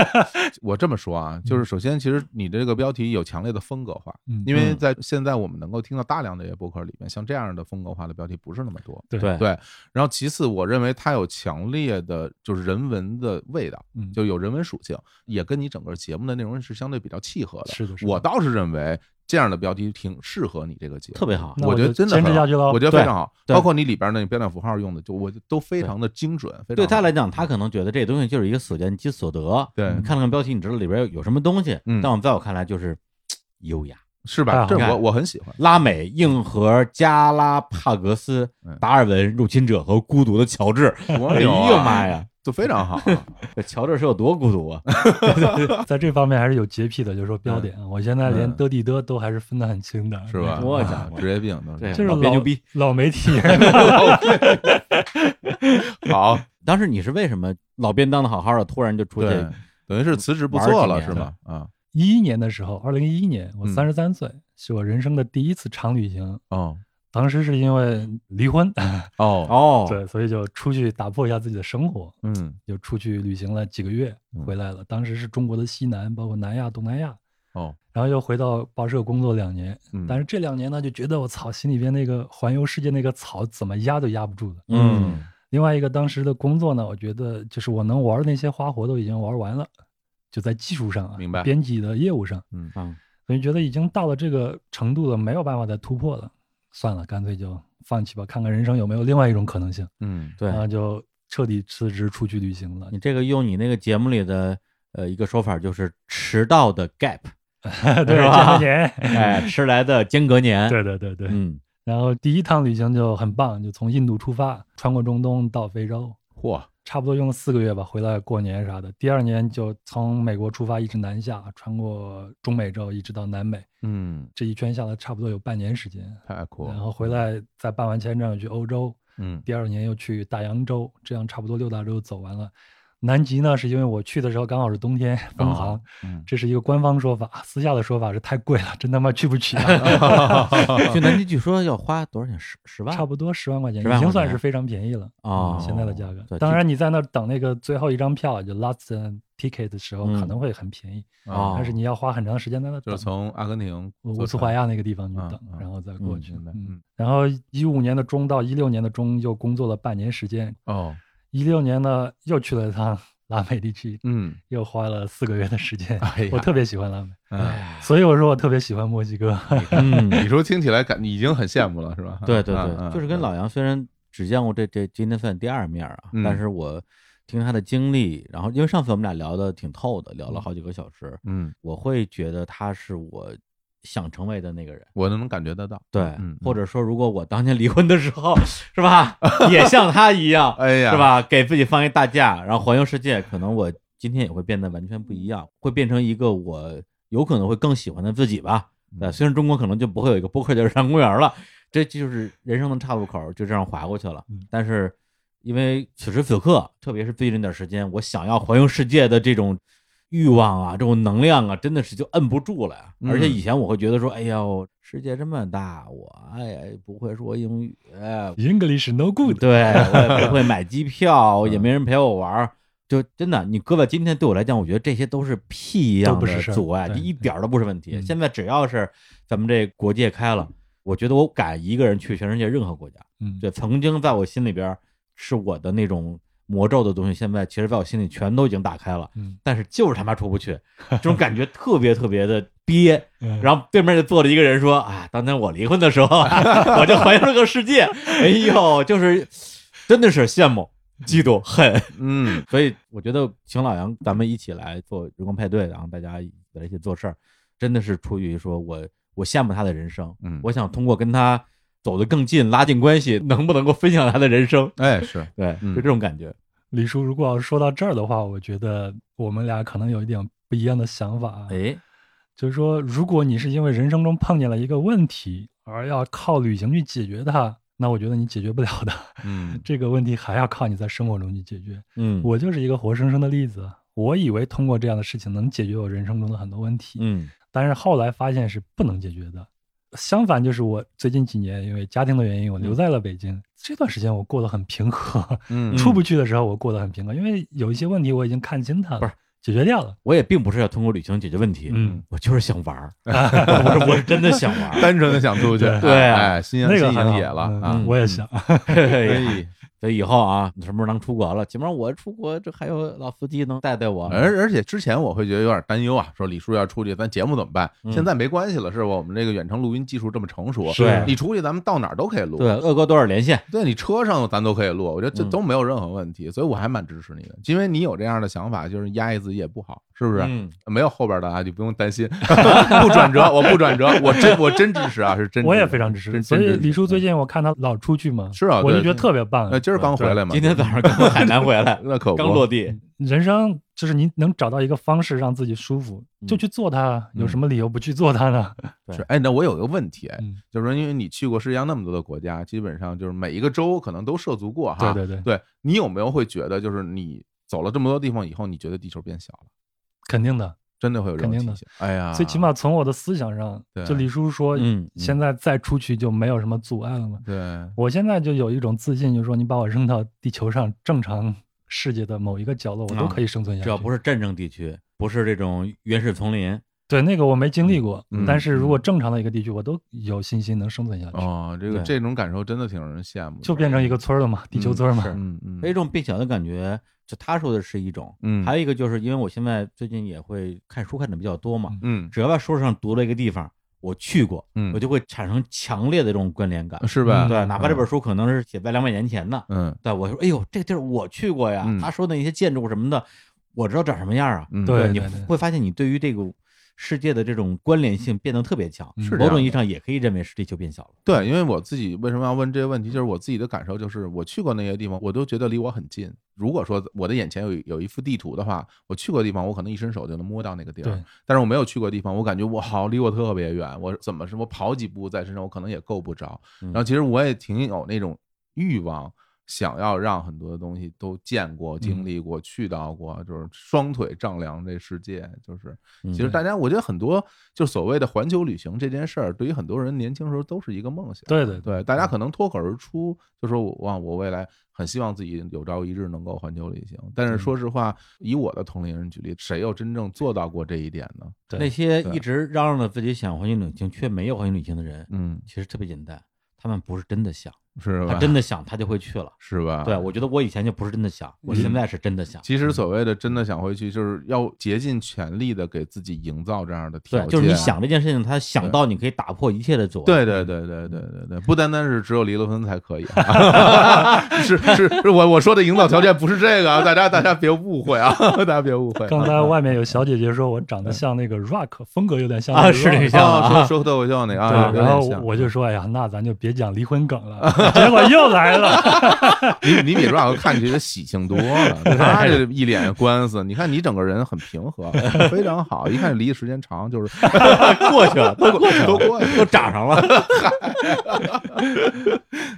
Speaker 2: 我这么说啊，就是首先，其实你的这个标题有强烈的风格化
Speaker 13: 嗯，
Speaker 2: 因为在现在我们能够听到大量的这些博客里面，像这样的风格化的标题不是那么多。
Speaker 13: 对
Speaker 1: 对
Speaker 2: 对。然后其次，我认为它有强烈的就是人文的味道
Speaker 13: 嗯，
Speaker 2: 就有人文属性，也跟你整个节目的内容是相对比较契合的。
Speaker 13: 是的是的
Speaker 2: 我倒是认为。这样的标题挺适合你这个节目，
Speaker 1: 特别好
Speaker 13: 那
Speaker 2: 我
Speaker 13: 我
Speaker 2: 觉得
Speaker 13: 就
Speaker 2: 真的
Speaker 13: 坚持
Speaker 2: 很好
Speaker 13: 下去喽
Speaker 2: 我觉得
Speaker 1: 对
Speaker 2: 非常好。
Speaker 1: 对
Speaker 2: 包括你里边那标点符号用的，就我都非常的精准，非常
Speaker 1: 对他
Speaker 2: 好
Speaker 1: 来讲，他可能觉得这东西就是一个所见即所得。
Speaker 2: 对
Speaker 1: 你看了看标题，你知道里边有有什么东西。
Speaker 2: 嗯
Speaker 1: 但我们在我看来就是嘖优雅，
Speaker 2: 是吧？这
Speaker 1: 你看
Speaker 2: 我我很喜欢。
Speaker 1: 拉美硬核加拉帕格斯、
Speaker 2: 嗯
Speaker 1: 达尔文、入侵者和孤独的乔治。
Speaker 2: 多
Speaker 1: 哎
Speaker 2: 牛啊
Speaker 1: 呦妈呀，
Speaker 2: 就非常好。啊
Speaker 1: 这乔治是有多孤独啊？
Speaker 13: 在这方面还是有洁癖的，就是说标点，我现在 连
Speaker 2: 嗯
Speaker 13: 的地的都还是分得很清的，
Speaker 2: 是吧？
Speaker 1: 哎我
Speaker 2: 啊
Speaker 1: 讲
Speaker 2: 职业病都
Speaker 1: 对
Speaker 2: 是
Speaker 13: 就是
Speaker 1: 老
Speaker 13: 老
Speaker 1: 别牛逼
Speaker 13: 老媒体 人。
Speaker 2: 好，
Speaker 1: 当时你是为什么老便当的好好的，突然就出去
Speaker 2: 对，等于是辞职不
Speaker 1: 玩儿
Speaker 2: 做
Speaker 1: 几
Speaker 2: 了
Speaker 1: 年嗯
Speaker 2: 是吗？啊，
Speaker 13: 一一年的时候，二零一一年，我
Speaker 2: 嗯
Speaker 13: 三十三岁，是我人生的第一次长旅行。
Speaker 2: 哦
Speaker 13: 当时是因为离婚，
Speaker 2: 哦
Speaker 1: 哦
Speaker 13: 对，所以就出去打破一下自己的生活，
Speaker 2: 嗯，
Speaker 13: 就出去旅行了几个月，回来了。当时是中国的西南，包括南亚、东南亚，
Speaker 2: 哦，
Speaker 13: 然后又回到报社工作两年。
Speaker 2: 嗯
Speaker 13: 但是这两年呢，就觉得我操，心里边那个环游世界那个草怎么压都压不住的。
Speaker 1: 嗯，
Speaker 13: 另外一个当时的工作呢，我觉得就是我能玩的那些花活都已经玩完了，就在技术上啊，
Speaker 2: 明白
Speaker 13: 编辑的业务上，
Speaker 2: 嗯
Speaker 1: 啊，
Speaker 13: 所以觉得已经到了这个程度了，没有办法再突破了，算了，干脆就放弃吧，看看人生有没有另外一种可能性。
Speaker 2: 嗯，
Speaker 1: 对
Speaker 13: 然后就啊彻底辞职出去旅行了。
Speaker 1: 你这个用你那个节目里的呃一个说法，就是迟到的 gap，
Speaker 13: 对
Speaker 1: 是吧？
Speaker 13: 间隔年
Speaker 1: 哎，迟来的间隔年，
Speaker 13: 对对对对，
Speaker 1: 嗯。
Speaker 13: 然后第一趟旅行就很棒，就从印度出发，穿过中东到非洲，
Speaker 2: 嚯，
Speaker 13: 差不多用了四个月吧，回来过年啥的。第二年就从美国出发，一直南下，穿过中美洲，一直到南美，
Speaker 2: 嗯，
Speaker 13: 这一圈下来差不多有半年时间。
Speaker 2: 太酷
Speaker 13: 然
Speaker 2: 了。
Speaker 13: 后回来再办完签证又去欧洲，
Speaker 2: 嗯
Speaker 13: 第二年又去大洋洲，这样差不多六大洲走完了。南极呢，是因为我去的时候刚好是冬天封
Speaker 2: 哦
Speaker 13: 航，
Speaker 2: 嗯
Speaker 13: 这是一个官方说法，私下的说法是太贵了，真他妈去不起、
Speaker 1: 去南极据说要花多少钱？十十万？
Speaker 13: 差不多十万块钱，
Speaker 1: 10万
Speaker 13: 已经
Speaker 1: 块
Speaker 13: 算
Speaker 1: 钱
Speaker 13: 是非常便宜了
Speaker 1: 哦
Speaker 13: 嗯现在的价格
Speaker 1: 对。
Speaker 13: 当然，你在那儿等那个最后一张票，就 last ticket 的时候，
Speaker 1: 嗯
Speaker 13: 可能会很便宜，
Speaker 1: 哦
Speaker 13: 但是你要花很长时间在那
Speaker 2: 就
Speaker 13: 等
Speaker 2: 是。从阿根廷
Speaker 13: 乌
Speaker 2: 坐
Speaker 13: 乌斯
Speaker 2: 船
Speaker 13: 怀亚那个地方去
Speaker 2: 啊
Speaker 13: 等，然后再过去。
Speaker 2: 明白嗯
Speaker 13: 然后一五年的中到一六年的中又工作了半年时间，
Speaker 2: 哦，
Speaker 13: 一六年呢又去了一趟 拉美地区，
Speaker 2: 嗯，
Speaker 13: 又花了四个月的时间。
Speaker 2: 哎呀
Speaker 13: 我特别喜欢拉美，
Speaker 2: 哎
Speaker 13: 所以我说我特别喜欢墨西哥。
Speaker 1: 嗯，
Speaker 2: 你说听起来感你已经很羡慕了是吧？
Speaker 1: 对对
Speaker 2: 啊
Speaker 1: 对，
Speaker 2: 啊
Speaker 1: 就是跟老杨虽然只见过这这今天算第二面啊，
Speaker 2: 嗯
Speaker 1: 但是我听他的经历，然后因为上次我们俩聊的挺透的，聊了好几个小时，
Speaker 2: 嗯，
Speaker 1: 我会觉得他是我想成为的那个人。
Speaker 2: 我都能感觉得到。
Speaker 1: 对，
Speaker 2: 嗯，
Speaker 1: 或者说，如果我当年离婚的时候，是 吧，也像他一样，
Speaker 2: 哎呀
Speaker 1: 是吧，给自己放一大假，然后环游世界，可能我今天也会变得完全不一样，会变成一个我有可能会更喜欢的自己吧。
Speaker 2: 嗯
Speaker 1: 呃，虽然中国可能就不会有
Speaker 2: 嗯
Speaker 1: 一个播客叫日坛公园了，这就是人生的岔路口，就这样划过去了。但是因为此时此刻，特别是最近一段时间，我想要环游世界的这种欲望啊，这种能量啊，真的是就摁不住了呀。
Speaker 5: 嗯
Speaker 1: 而且以前我会觉得说，哎呦，世界这么大，我哎也不会说英 语
Speaker 13: ，English no good，嗯
Speaker 1: 对我也不会买机 票，也没人陪我玩儿。就真的，你搁在今天对我来讲，我觉得这些都是屁一样
Speaker 13: 都不是事
Speaker 1: 的
Speaker 13: 儿
Speaker 1: 阻碍，这
Speaker 13: 对嗯
Speaker 1: 一点儿都不是问题。现在只要是咱们这国界开了，我觉得我敢一个人去全世界任何国家。
Speaker 13: 嗯
Speaker 1: 对，曾经在我心里边儿是我的那种魔咒的东西，现在其实在我心里全都已经打开了，
Speaker 13: 嗯
Speaker 1: 但是就是他妈出不去，这种感觉特别特别的憋。
Speaker 13: 嗯
Speaker 1: 然后对面就坐着一个人说：“啊，当年我离婚的时候啊， 我就环游了个世 界。”哎呦，就是真的是羡慕。嫉妒恨，
Speaker 2: 嗯，
Speaker 1: 所以我觉得请老杨，咱们一起来做人工派对，然后大家在一起做事儿，真的是出于说我我羡慕他的人生，
Speaker 2: 嗯
Speaker 1: 我想通过跟他走得更近，拉近关系，能不能够分享他的人生？
Speaker 2: 哎，是
Speaker 1: 对，
Speaker 2: 嗯
Speaker 1: 就这种感觉。
Speaker 13: 李叔，如果要说到这儿的话，我觉得我们俩可能有一点不一样的想法。啊
Speaker 1: 哎，
Speaker 13: 就是说，如果你是因为人生中碰见了一个问题而要靠旅行去解决它，那我觉得你解决不了的。
Speaker 2: 嗯，
Speaker 13: 这个问题还要靠你在生活中去解决。
Speaker 1: 嗯
Speaker 13: 我就是一个活生生的例子。我以为通过这样的事情能解决我人生中的很多问题，
Speaker 1: 嗯，
Speaker 13: 但是后来发现是不能解决的。相反，就是我最近几年因为家庭的原因，
Speaker 1: 嗯
Speaker 13: 我留在了北京。这段时间我过得很平和，
Speaker 2: 嗯
Speaker 13: 出不去的时候我过得很平和，因为有一些问题我已经看清它了，不是解决掉了。
Speaker 1: 我也并不是要通过旅行解决问题，
Speaker 13: 嗯，
Speaker 1: 我就是想玩 儿，我 是我是真的想玩儿，
Speaker 2: 单纯地想出去
Speaker 1: 对，啊
Speaker 2: 哎心
Speaker 13: 那个很好嗯
Speaker 2: 啊
Speaker 1: 嗯
Speaker 13: 我也想。
Speaker 2: 哎
Speaker 1: 嘿哎所以以后啊，你什么时候能出国了？起码我出国，这还有老司机能带带我。
Speaker 2: 嗯
Speaker 1: 啊
Speaker 2: 而而且之前我会觉得有点担忧啊，说李叔要出去，咱节目怎么办？
Speaker 1: 嗯
Speaker 2: 现在没关系了，是吧？我们这个远程录音技术这么成熟，
Speaker 1: 是
Speaker 2: 你出去咱们到哪儿都可以录，
Speaker 1: 对厄瓜多尔连线，
Speaker 2: 对你车上咱都可以录，我觉得这
Speaker 1: 嗯
Speaker 2: 都没有任何问题，所以我还蛮支持你的，因为你有这样的想法，就是压抑自己也不好，是不是？
Speaker 1: 嗯
Speaker 2: 没有后边的啊，你不用担心， 不转折，我不转折，我真我真支持啊，是真支持，
Speaker 13: 我也非常支持。
Speaker 2: 真
Speaker 13: 所
Speaker 2: 真
Speaker 13: 以
Speaker 2: 支持嗯
Speaker 13: 李叔最近我看他老出去嘛，
Speaker 2: 是啊，
Speaker 13: 我就
Speaker 2: 对
Speaker 13: 觉得特别棒。
Speaker 2: 呃今儿刚回来嘛，，
Speaker 1: 今天早上刚从海南回来
Speaker 2: 那可不
Speaker 1: 刚落地。
Speaker 13: 人生就是你能找到一个方式让自己舒服，
Speaker 1: 嗯
Speaker 13: 就去做它，有什么理由不去做它呢？
Speaker 2: 是，哎，那我有个问题，
Speaker 13: 嗯
Speaker 2: 哎，就是说，因为你去过世界上那么多的国家，基本上就是每一个州可能都涉足过哈。
Speaker 13: 对对对
Speaker 2: 你有没有会觉得，就是你走了这么多地方以后，你觉得地球变小了？
Speaker 13: 肯定的，
Speaker 2: 真的会有这种
Speaker 13: 肯定
Speaker 2: 情
Speaker 13: 的
Speaker 2: 形哎呀，
Speaker 13: 最起码从我的思想上
Speaker 2: 对，
Speaker 13: 就李叔说
Speaker 2: 嗯嗯，
Speaker 13: 现在再出去就没有什么阻碍了嘛。
Speaker 2: 对，
Speaker 13: 我现在就有一种自信，就是说你把我扔到地球上正常世界的某一个角落，我都可以生存下
Speaker 1: 只
Speaker 13: 去。
Speaker 1: 要啊不是战争地区，不是这种原始丛林，
Speaker 13: 对，那个我没经历过
Speaker 1: 嗯，
Speaker 13: 但是如果正常的一个地区，我都有信心能生存下去。
Speaker 2: 哦，这个
Speaker 13: 对
Speaker 2: 这种感受真的挺让人羡慕的。
Speaker 13: 就变成一个村儿了嘛，地球村儿嘛。
Speaker 2: 嗯嗯，
Speaker 1: 有一种变小的感觉，就他说的是一种，
Speaker 2: 嗯
Speaker 1: 还有一个就是因为我现在最近也会看书看的比较多嘛，
Speaker 2: 嗯
Speaker 1: 只要在书上读了一个地方，我去过，
Speaker 2: 嗯
Speaker 1: 我就会产生强烈的这种关联感，
Speaker 2: 是吧
Speaker 1: 对，
Speaker 2: 嗯
Speaker 1: 哪怕这本书可能是写在两百年前的，
Speaker 2: 嗯，
Speaker 1: 对我说，哎呦，这个地儿我去过呀，
Speaker 2: 嗯
Speaker 1: 他说的那些建筑什么的，我知道长什么样啊，
Speaker 2: 嗯
Speaker 1: 对，
Speaker 2: 对
Speaker 1: 你
Speaker 2: 对对
Speaker 1: 会发现你对于这个。世界的这种关联性变得特别强，
Speaker 2: 嗯是这样的啊
Speaker 1: 某种意义上也可以认为是地球变小了。
Speaker 2: 对，因为我自己为什么要问这些问题，就是我自己的感受，就是我去过那些地方，我都觉得离我很近。如果说我的眼前有一有一幅地图的话，我去过的地方，我可能一伸手就能摸到那个地儿
Speaker 13: 对。
Speaker 2: 但是我没有去过的地方，我感觉我好离我特别远，我怎么是我跑几步在身上，我可能也够不着。
Speaker 1: 然
Speaker 2: 后其实我也挺有那种欲望。想要让很多的东西都见过、
Speaker 1: 嗯
Speaker 2: 经历过、去到过，就是双腿丈量这世界，就是
Speaker 1: 嗯
Speaker 2: 其实大家，我觉得很多就所谓的环球旅行这件事儿，对于很多人年轻时候都是一个梦想。啊
Speaker 13: 对对
Speaker 2: 对，大家可能脱口而出就说我哇，我未来很希望自己有朝一日能够环球旅行。但是说实话，以我的同龄人举例，谁又真正做到过这一点呢？
Speaker 1: 那些
Speaker 2: 对
Speaker 1: 一直嚷嚷着自己想环球旅行却没有环球旅行的人，
Speaker 2: 嗯，
Speaker 1: 其实特别简单，他们不是真的想，
Speaker 2: 是吧
Speaker 1: 他真的想，他就会去了，
Speaker 2: 是吧
Speaker 1: 对，我觉得我以前就不是真的想，我现在是真的想。
Speaker 2: 其实所谓的真的想回去，就是要竭尽全力的给自己营造这样的条
Speaker 1: 对，
Speaker 2: 件。
Speaker 1: 就是你想这件事情，他想到你可以打破一切的阻碍。嗯
Speaker 2: 对对对对对对对，不单单是只有离了婚才可以、啊， 是是是我我说的营造条件不是这个，啊，大家大家别误会啊， 大家别误会。
Speaker 13: 刚才外面有
Speaker 2: 嗯
Speaker 13: 小姐姐说我长
Speaker 2: 哎
Speaker 13: 得像那个 rock，风格有点像那个 rock 啊
Speaker 2: 哦说说脱口秀那个啊，
Speaker 13: 对，然后
Speaker 2: 有点像
Speaker 13: 我就说，哎呀，那咱就别讲离婚梗了，结果又来了。
Speaker 2: 你你比 Rock 看起来喜庆多了，他这一脸官司，你看你整个人很平和，非常好，一看离的时间长就是
Speaker 1: 过去了都过去了
Speaker 2: 都过去了，
Speaker 1: 都长上了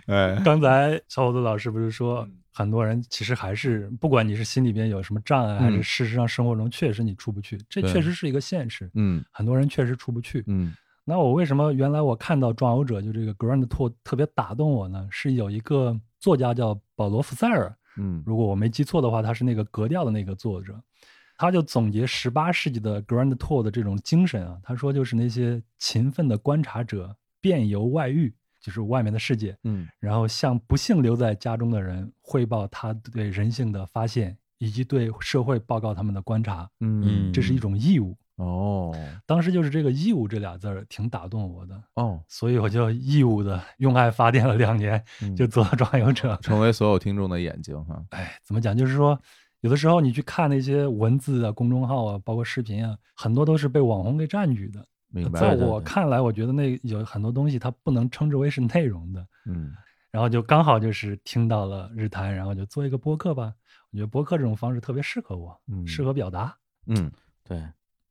Speaker 2: 哎， 嗯
Speaker 13: 刚才小伙子老师不是说，很多人其实还是不管你是心里边有什么障碍，还是
Speaker 2: 嗯
Speaker 13: 事实上生活中确实你出不去，这
Speaker 2: 对
Speaker 13: 确实是一个现实。
Speaker 2: 嗯，
Speaker 13: 很多人确实出不去。
Speaker 2: 嗯，
Speaker 13: 那我为什么原来我看到《壮游者》就这个 Grand Tour 特别打动我呢？是有一个作家叫保罗·福塞尔，
Speaker 2: 嗯
Speaker 13: 如果我没记错的话，他是那个《格调》的那个作者，他就总结十八世纪的 Grand Tour 的这种精神啊，他说就是那些勤奋的观察者遍游外域，就是外面的世界，
Speaker 2: 嗯，
Speaker 13: 然后向不幸留在家中的人汇报他对人性的发现，以及对社会报告他们的观察，
Speaker 2: 嗯
Speaker 13: 这是一种义务。
Speaker 2: 哦，
Speaker 13: 当时就是这个“义务”这俩字儿挺打动我的
Speaker 2: 哦，
Speaker 13: 所以我就义务的用爱发电了两年，
Speaker 2: 嗯
Speaker 13: 就做了壮游者。
Speaker 2: 成为所有听众的眼睛哈。
Speaker 13: 哎，怎么讲？就是说，有的时候你去看那些文字啊、公众号啊，包括视频啊，很多都是被网红给占据的。
Speaker 2: 明白
Speaker 13: 在
Speaker 2: 对对
Speaker 13: 我
Speaker 2: 对
Speaker 13: 看来，我觉得那有很多东西它不能称之为是内容的。
Speaker 2: 嗯，
Speaker 13: 然后就刚好就是听到了日谈，然后就做一个播客吧。我觉得播客这种方式特别适合我，
Speaker 2: 嗯
Speaker 13: 适合表达。
Speaker 2: 嗯，
Speaker 1: 对，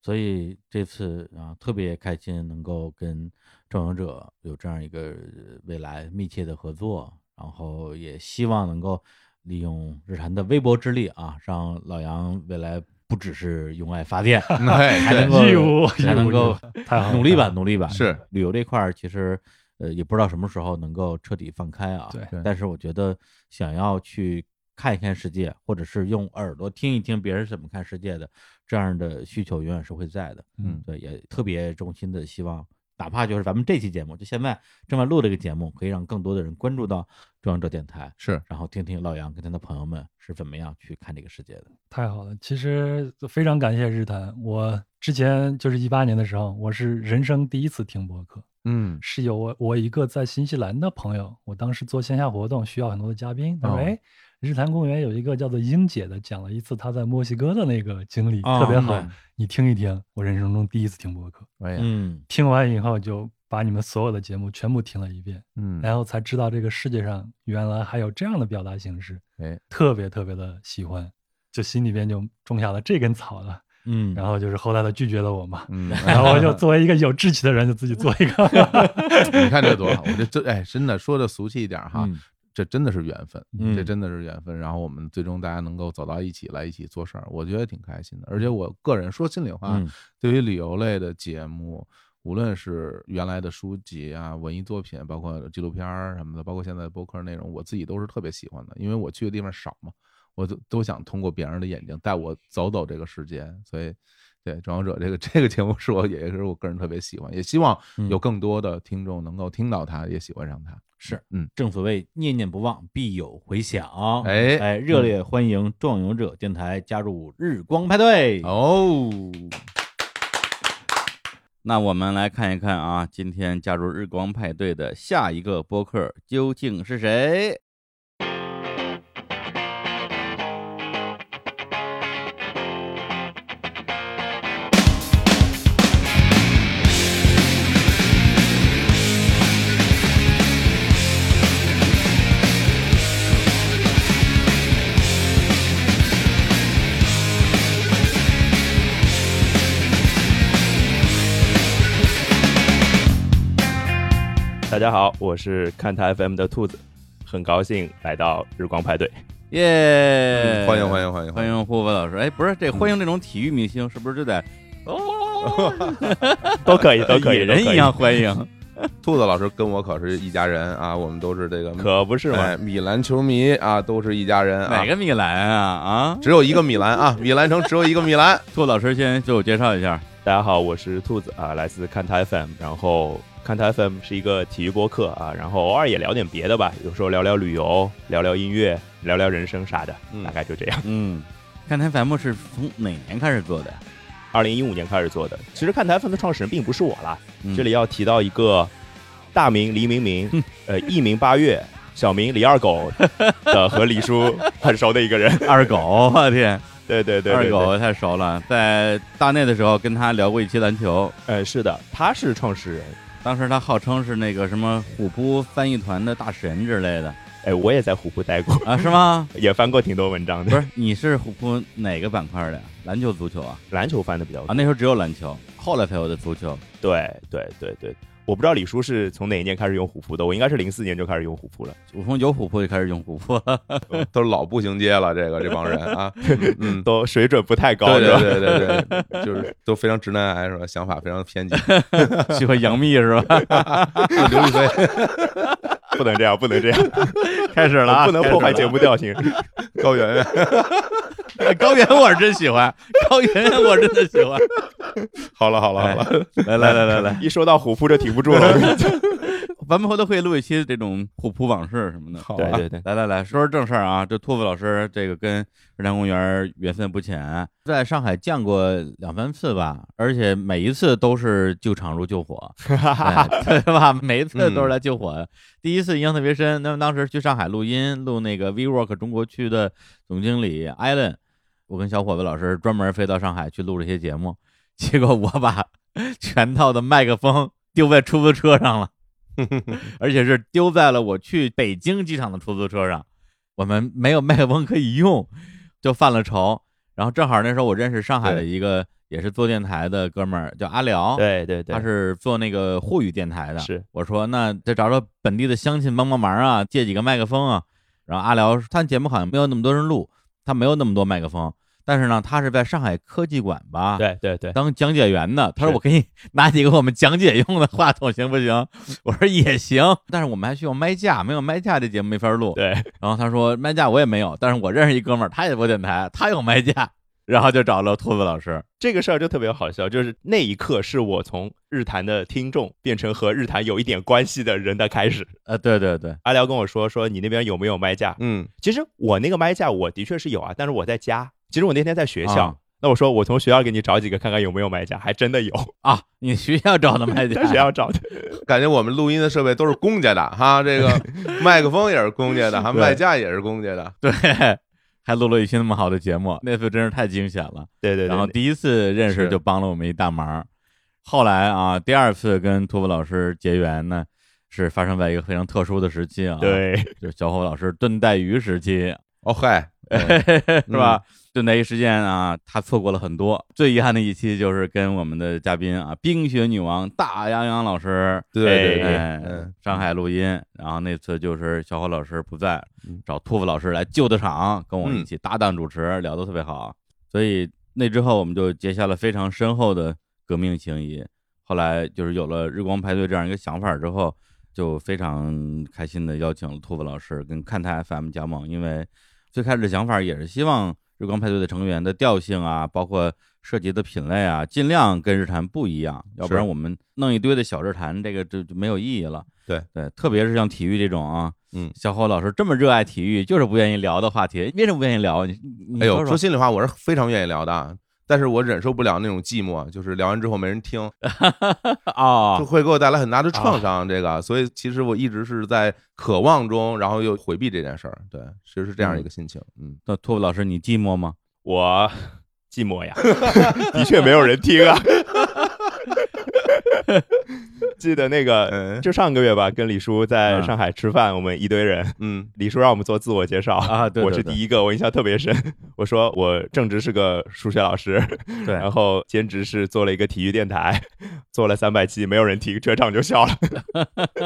Speaker 1: 所以这次啊，特别开心能够跟郑勇者有这样一个呃未来密切的合作，然后也希望能够利用日坛的微薄之力啊，让老杨未来。不只是用爱发电，
Speaker 2: 哎
Speaker 1: 还能够
Speaker 2: 对义务
Speaker 1: 还能够
Speaker 2: 义务太好了
Speaker 1: 努力吧，努力吧。
Speaker 2: 是
Speaker 1: 旅游这块儿，其实呃也不知道什么时候能够彻底放开啊。
Speaker 13: 对
Speaker 1: 但是我觉得想要去看一看世界，或者是用耳朵听一听别人是怎么看世界的，这样的需求永远是会在的。
Speaker 2: 嗯
Speaker 1: 对，也特别衷心的希望，哪怕就是咱们这期节目，就现在正在录这个节目，可以让更多的人关注到中央这电台，
Speaker 2: 是，
Speaker 1: 然后听听老杨跟他的朋友们是怎么样去看这个世界的。
Speaker 13: 太好了，其实非常感谢日坛。我之前就是一八年的时候，我是人生第一次听播客，
Speaker 2: 嗯，
Speaker 13: 是有我我一个在新西兰的朋友，我当时做线下活动需要很多的嘉宾，他说：“
Speaker 2: 哦
Speaker 13: 哎，日坛公园有一个叫做英姐的，讲了一次她在墨西哥的那个经历，
Speaker 2: 哦
Speaker 13: 特别好
Speaker 2: 对，
Speaker 13: 你听一听。”我人生中第一次听播客，
Speaker 2: 哎呀
Speaker 1: 嗯，
Speaker 13: 听完以后就把你们所有的节目全部听了一遍，
Speaker 2: 嗯
Speaker 13: 然后才知道这个世界上原来还有这样的表达形式，
Speaker 2: 哎，
Speaker 13: 特别特别的喜欢，就心里边就种下了这根草了。
Speaker 1: 嗯，
Speaker 13: 然后就是后来他拒绝了我嘛，
Speaker 2: 嗯
Speaker 13: 然后我就作为一个有志气的人，就自己做一个。
Speaker 2: 你看这多好，我这真哎，真的说的俗气一点哈
Speaker 13: 嗯，
Speaker 2: 这真的是缘分，
Speaker 13: 嗯
Speaker 2: 这真的是缘分。然后我们最终大家能够走到一起来一起做事儿，我觉得挺开心的。而且我个人说心里话
Speaker 1: 嗯，
Speaker 2: 对于旅游类的节目。无论是原来的书籍啊、文艺作品，包括纪录片儿什么的，包括现在的播客内容，我自己都是特别喜欢的，因为我去的地方少嘛，我都都想通过别人的眼睛带我走走这个世界，所以对《装者》这个这个节目是我也是我个人特别喜欢，也希望
Speaker 1: 嗯
Speaker 2: 有更多的听众能够听到它，也喜欢上它。
Speaker 1: 是，
Speaker 2: 嗯，
Speaker 1: 正所谓念念不忘，必有回响。
Speaker 2: 哎
Speaker 1: 哎，热烈欢迎壮游者电台加入日光派对
Speaker 2: 哦。
Speaker 12: 那我们来看一看啊，今天加入日光派对的下一个播客究竟是谁？
Speaker 14: 大家好，我是看台 FM 的兔子，很高兴来到日光派对。嗯
Speaker 12: 耶！
Speaker 2: 嗯欢迎欢迎欢迎
Speaker 12: 欢迎霍霍老师！哎，不是这欢迎这种体育明星，是不是就得
Speaker 14: 都可以，都 可以，
Speaker 12: 野人一样欢 迎。
Speaker 2: 兔子老师跟我可是一家人啊，我们都是这个，
Speaker 14: 可不是
Speaker 2: 嘛，米兰球迷啊，都是一家人啊。
Speaker 12: 哪个米兰啊？啊，
Speaker 2: 只有一个米兰啊，米兰城只有一个米兰。
Speaker 12: 兔老师先自我介绍一下。
Speaker 14: 大家好，我是兔子啊，来自看台 FM，然后看台 FM 是一个体育播客啊，然后偶尔也聊点别的吧，有时候聊聊旅游，聊聊音乐，聊聊人生啥的，大概就这样。
Speaker 12: 嗯，看台 FM 是从哪年开始做的？
Speaker 14: 二零一五年开始做的。其实看台 FM 的创始人并不是我啦，
Speaker 12: 嗯
Speaker 14: 这里要提到一个大名黎明明，呃，艺名八月，小名李二狗的和李叔很熟的一个人。
Speaker 12: 二狗，我天！
Speaker 14: 对对对对
Speaker 12: 二
Speaker 14: 对
Speaker 12: 狗太熟了，在大内的时候跟他聊过一期篮球。
Speaker 14: 哎呃，是的，他是创始人，
Speaker 1: 当时他号称是那个什么虎扑翻译团的大神之类的。
Speaker 14: 哎，我也在虎扑待过
Speaker 1: 啊，是吗？
Speaker 14: 也翻过挺多文章的。
Speaker 1: 不是，你是虎扑哪个板块的呀？篮球、足球啊？
Speaker 14: 篮球翻的比较多
Speaker 1: 啊，那时候只有篮球，后来才有的足球。
Speaker 14: 对对对对，我不知道李叔是从哪一年开始用虎扑的，我应该是零四年就开始用虎扑了。
Speaker 1: 我从有虎扑就开始用虎扑 了，
Speaker 2: 都是老步行街了，这个这帮人 啊，嗯，
Speaker 14: 都水准不太高，
Speaker 2: 对
Speaker 14: 是吧
Speaker 2: 对对对对对，就是都非常直男癌是吧？想法非常偏激，
Speaker 1: 喜欢杨幂是吧？
Speaker 2: 刘亦菲，
Speaker 14: 不能这 样，不能这样，
Speaker 1: 开始了啊
Speaker 14: 不能破坏节目调性。
Speaker 2: 高圆
Speaker 1: 圆， 高圆我是真喜欢，高圆我真的喜欢。
Speaker 2: 好了好了好了，
Speaker 1: 来来来来来，
Speaker 14: 一说到虎扑就停不住了。
Speaker 1: 咱们回头可以录一期这种虎扑往事什么的。
Speaker 14: 好啊对对对
Speaker 1: 来来来说说正事儿啊，这托付老师这个跟日坛公园缘分不浅，在上海见过两三次吧，而且每一次都是救场如救 火，哎对吧？ 每一次都是来救火的。第一次印象特别深，那么当时去上海录音，录那个 VWork 中国区的总经理 Allen，我跟小伙子老师专门飞到上海去录了一些节目，结果我把 全套的麦克风丢在出租车上了。而且是丢在了我去北京机场的出租车上，我们没有麦克风可以用，就犯了愁。然后正好那时候我认识上海的一个也是做电台的哥们儿，叫阿辽，
Speaker 14: 对对对
Speaker 1: 他是做那个沪语电台的。
Speaker 14: 是，
Speaker 1: 我说那再找找本地的乡亲帮帮忙啊，借几个麦克风啊。然后阿辽他节目好像没有那么多人录，他没有那么多麦克风，但是呢，他是在上海科技馆吧，
Speaker 14: 对对对，
Speaker 1: 当讲解员的。他说
Speaker 14: 是
Speaker 1: 我给你 拿几个我们讲解用的话筒行不行？我说也行，但是我们还需要麦架，没有麦架这节目没法录。
Speaker 14: 对，
Speaker 1: 然后他说麦架我也没有，但是我认识一哥们儿，他也播电台，他有麦架，然后就找了兔子老师。
Speaker 14: 这个事儿就特别好笑，就是那一刻是我从日坛的听众变成和日坛有一点关系的人的开始。
Speaker 1: 呃，对对对，
Speaker 14: 阿辽跟我说说你那边有没有麦架？
Speaker 2: 嗯，
Speaker 14: 其实我那个麦架我的确是有啊，但是我在家。其实我那天在学校，
Speaker 1: 啊
Speaker 14: 那我说我从学校给你找几个看看有没有麦架，还真的有
Speaker 1: 啊。你学校找的麦 啊
Speaker 14: 在学校找的。
Speaker 2: 感觉我们录音的设备都是公家的哈，这个 麦克风也是公家的，哈，
Speaker 1: 对
Speaker 2: 麦架也是公家的。
Speaker 1: 对，还录了一期那么好的节目，那次真是太惊险了。
Speaker 14: 对对对
Speaker 1: 然后第一次认识
Speaker 14: 是
Speaker 1: 就帮了我们一大忙。后来啊，第二次跟托福老师结缘呢，是发生在一个非常特殊的时期啊，
Speaker 14: 对，
Speaker 1: 就是小伙老师炖带鱼时期。
Speaker 2: 哦嗨，
Speaker 1: 是
Speaker 14: 嗯
Speaker 1: 吧？炖带鱼时间啊，他错过了很多。最遗憾的一期就是跟我们的嘉宾啊，冰雪女王大洋洋老师，
Speaker 2: 对对对
Speaker 1: 哎
Speaker 2: 嗯
Speaker 1: 上海录音。然后那次就是小伙老师不在，
Speaker 2: 嗯
Speaker 1: 找托福老师来救的场，跟我一起搭档主持，聊得特别好。所以那之后我们就结下了非常深厚的革命情谊。后来就是有了日光派对这样一个想法之后，就非常开心的邀请了托福老师跟看台 FM 加盟，因为最开始的想法也是希望日光派对的成员的调性啊，包括涉及的品类啊，尽量跟日坛不一样，要不然
Speaker 2: 是
Speaker 1: 我们 弄一堆的小日坛，这个就就没有意义了。
Speaker 2: 对
Speaker 1: 对，特别是像体育这种啊，
Speaker 2: 嗯，
Speaker 1: 小侯老师这么热爱体育，就是不愿意聊的话题，为什么不愿意聊？你你
Speaker 2: 哎呦，
Speaker 1: 说
Speaker 2: 说心里话，我是非常愿意聊的啊，但是我忍受不了那种寂寞，啊就是聊完之后没 人听，
Speaker 1: 啊，
Speaker 2: 就会给我带来很大的
Speaker 1: 哦
Speaker 2: 创伤。这个，所以其实我一直是在渴望中，然后又回避这件事儿。对，其实是这样一个心情。嗯，
Speaker 1: 那托福老师，你寂寞吗？
Speaker 14: 我寂寞 呀， 的确没有人听啊。 记得那个，
Speaker 1: 嗯
Speaker 14: 就上个月吧，跟李叔在上海吃饭，我们一堆人，
Speaker 2: 嗯，
Speaker 14: 李叔让我们做自我介绍
Speaker 1: 啊对对
Speaker 14: 我是
Speaker 1: 对
Speaker 14: 第一个，我印象特别深。 我说我正职是个数学老师，
Speaker 1: 对
Speaker 14: 然后兼职是做了一个体育电台，做了三百期，没有人听，全场就笑了。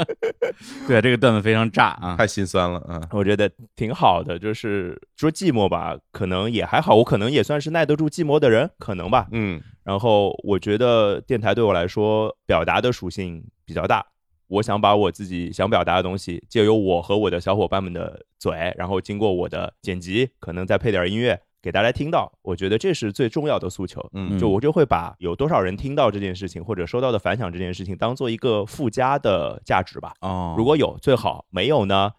Speaker 1: 对，这个段子非常炸啊，
Speaker 2: 太心酸了啊！
Speaker 14: 我觉得挺好的，就是说寂寞吧，可能也还好，我可能也算是耐得住寂寞的人，可能吧，
Speaker 2: 嗯。
Speaker 14: 然后我觉得电台对我来说，表达的属性比较大，我想把我自己想表达的东西，借由我和我的小伙伴们的嘴，然后经过我的剪辑，可能再配点音乐。给大家听到，我觉得这是最重要的诉求。
Speaker 2: 嗯
Speaker 14: 就我就会把有多少人听到这件事情，或者收到的反响这件事情，当做一个附加的价值吧。
Speaker 1: 哦，
Speaker 14: 如果有最好，没有呢，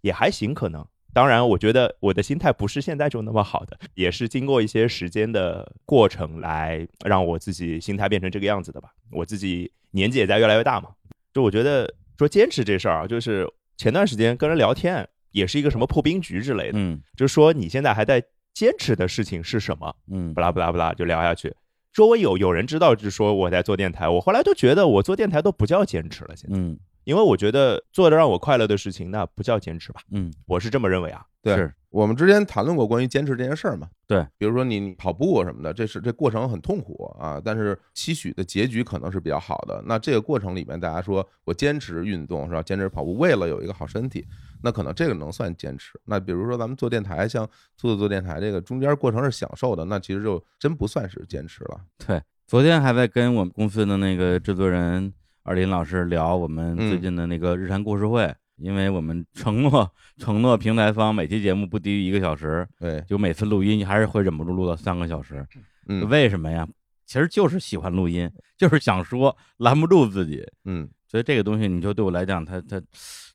Speaker 14: 也还行，可能。当然，我觉得我的心态不是现在就那么好的，也是经过一些时间的过程来让我自己心态变成这个样子的吧。我自己年纪也在越来越大嘛，就我觉得说坚持这事儿啊，就是前段时间跟人聊天，也是一个什么破冰局之类的，
Speaker 1: 嗯，
Speaker 14: 就说你现在还在坚持的事情是什么，
Speaker 1: 嗯，
Speaker 14: 不啦不啦不啦就聊下去。周围有有人知道，就说我在做电台。我后来就觉得，我做电台都不叫坚持了，现在，
Speaker 1: 嗯
Speaker 14: 因为我觉得做的让我快乐的事情，那不叫坚持吧，
Speaker 1: 嗯，
Speaker 14: 我是这么认为啊。
Speaker 2: 对，我们之前谈论过关于坚持这件事儿嘛，
Speaker 1: 对，
Speaker 2: 比如说你你跑步啊什么的，这是这过程很痛苦啊，但是期许的结局可能是比较好的。那这个过程里面，大家说我坚持运动是吧？坚持跑步，为了有一个好身体，那可能这个能算坚持。那比如说咱们做电台，像做做电台这个中间过程是享受的，那其实就真不算是坚持了。
Speaker 1: 对，昨天还在跟我们公司的那个制作人二林老师聊我们
Speaker 2: 嗯
Speaker 1: 最近的那个日常故事会，因为我们承诺承诺平台方每期节目不低于一个小时，
Speaker 2: 对，
Speaker 1: 就每次录音还是会忍不住录到三个小时，
Speaker 2: 嗯
Speaker 1: 为什么呀？其实就是喜欢录音，就是想说，拦不住自己，
Speaker 2: 嗯，
Speaker 1: 所以这个东西，你就对我来讲，它它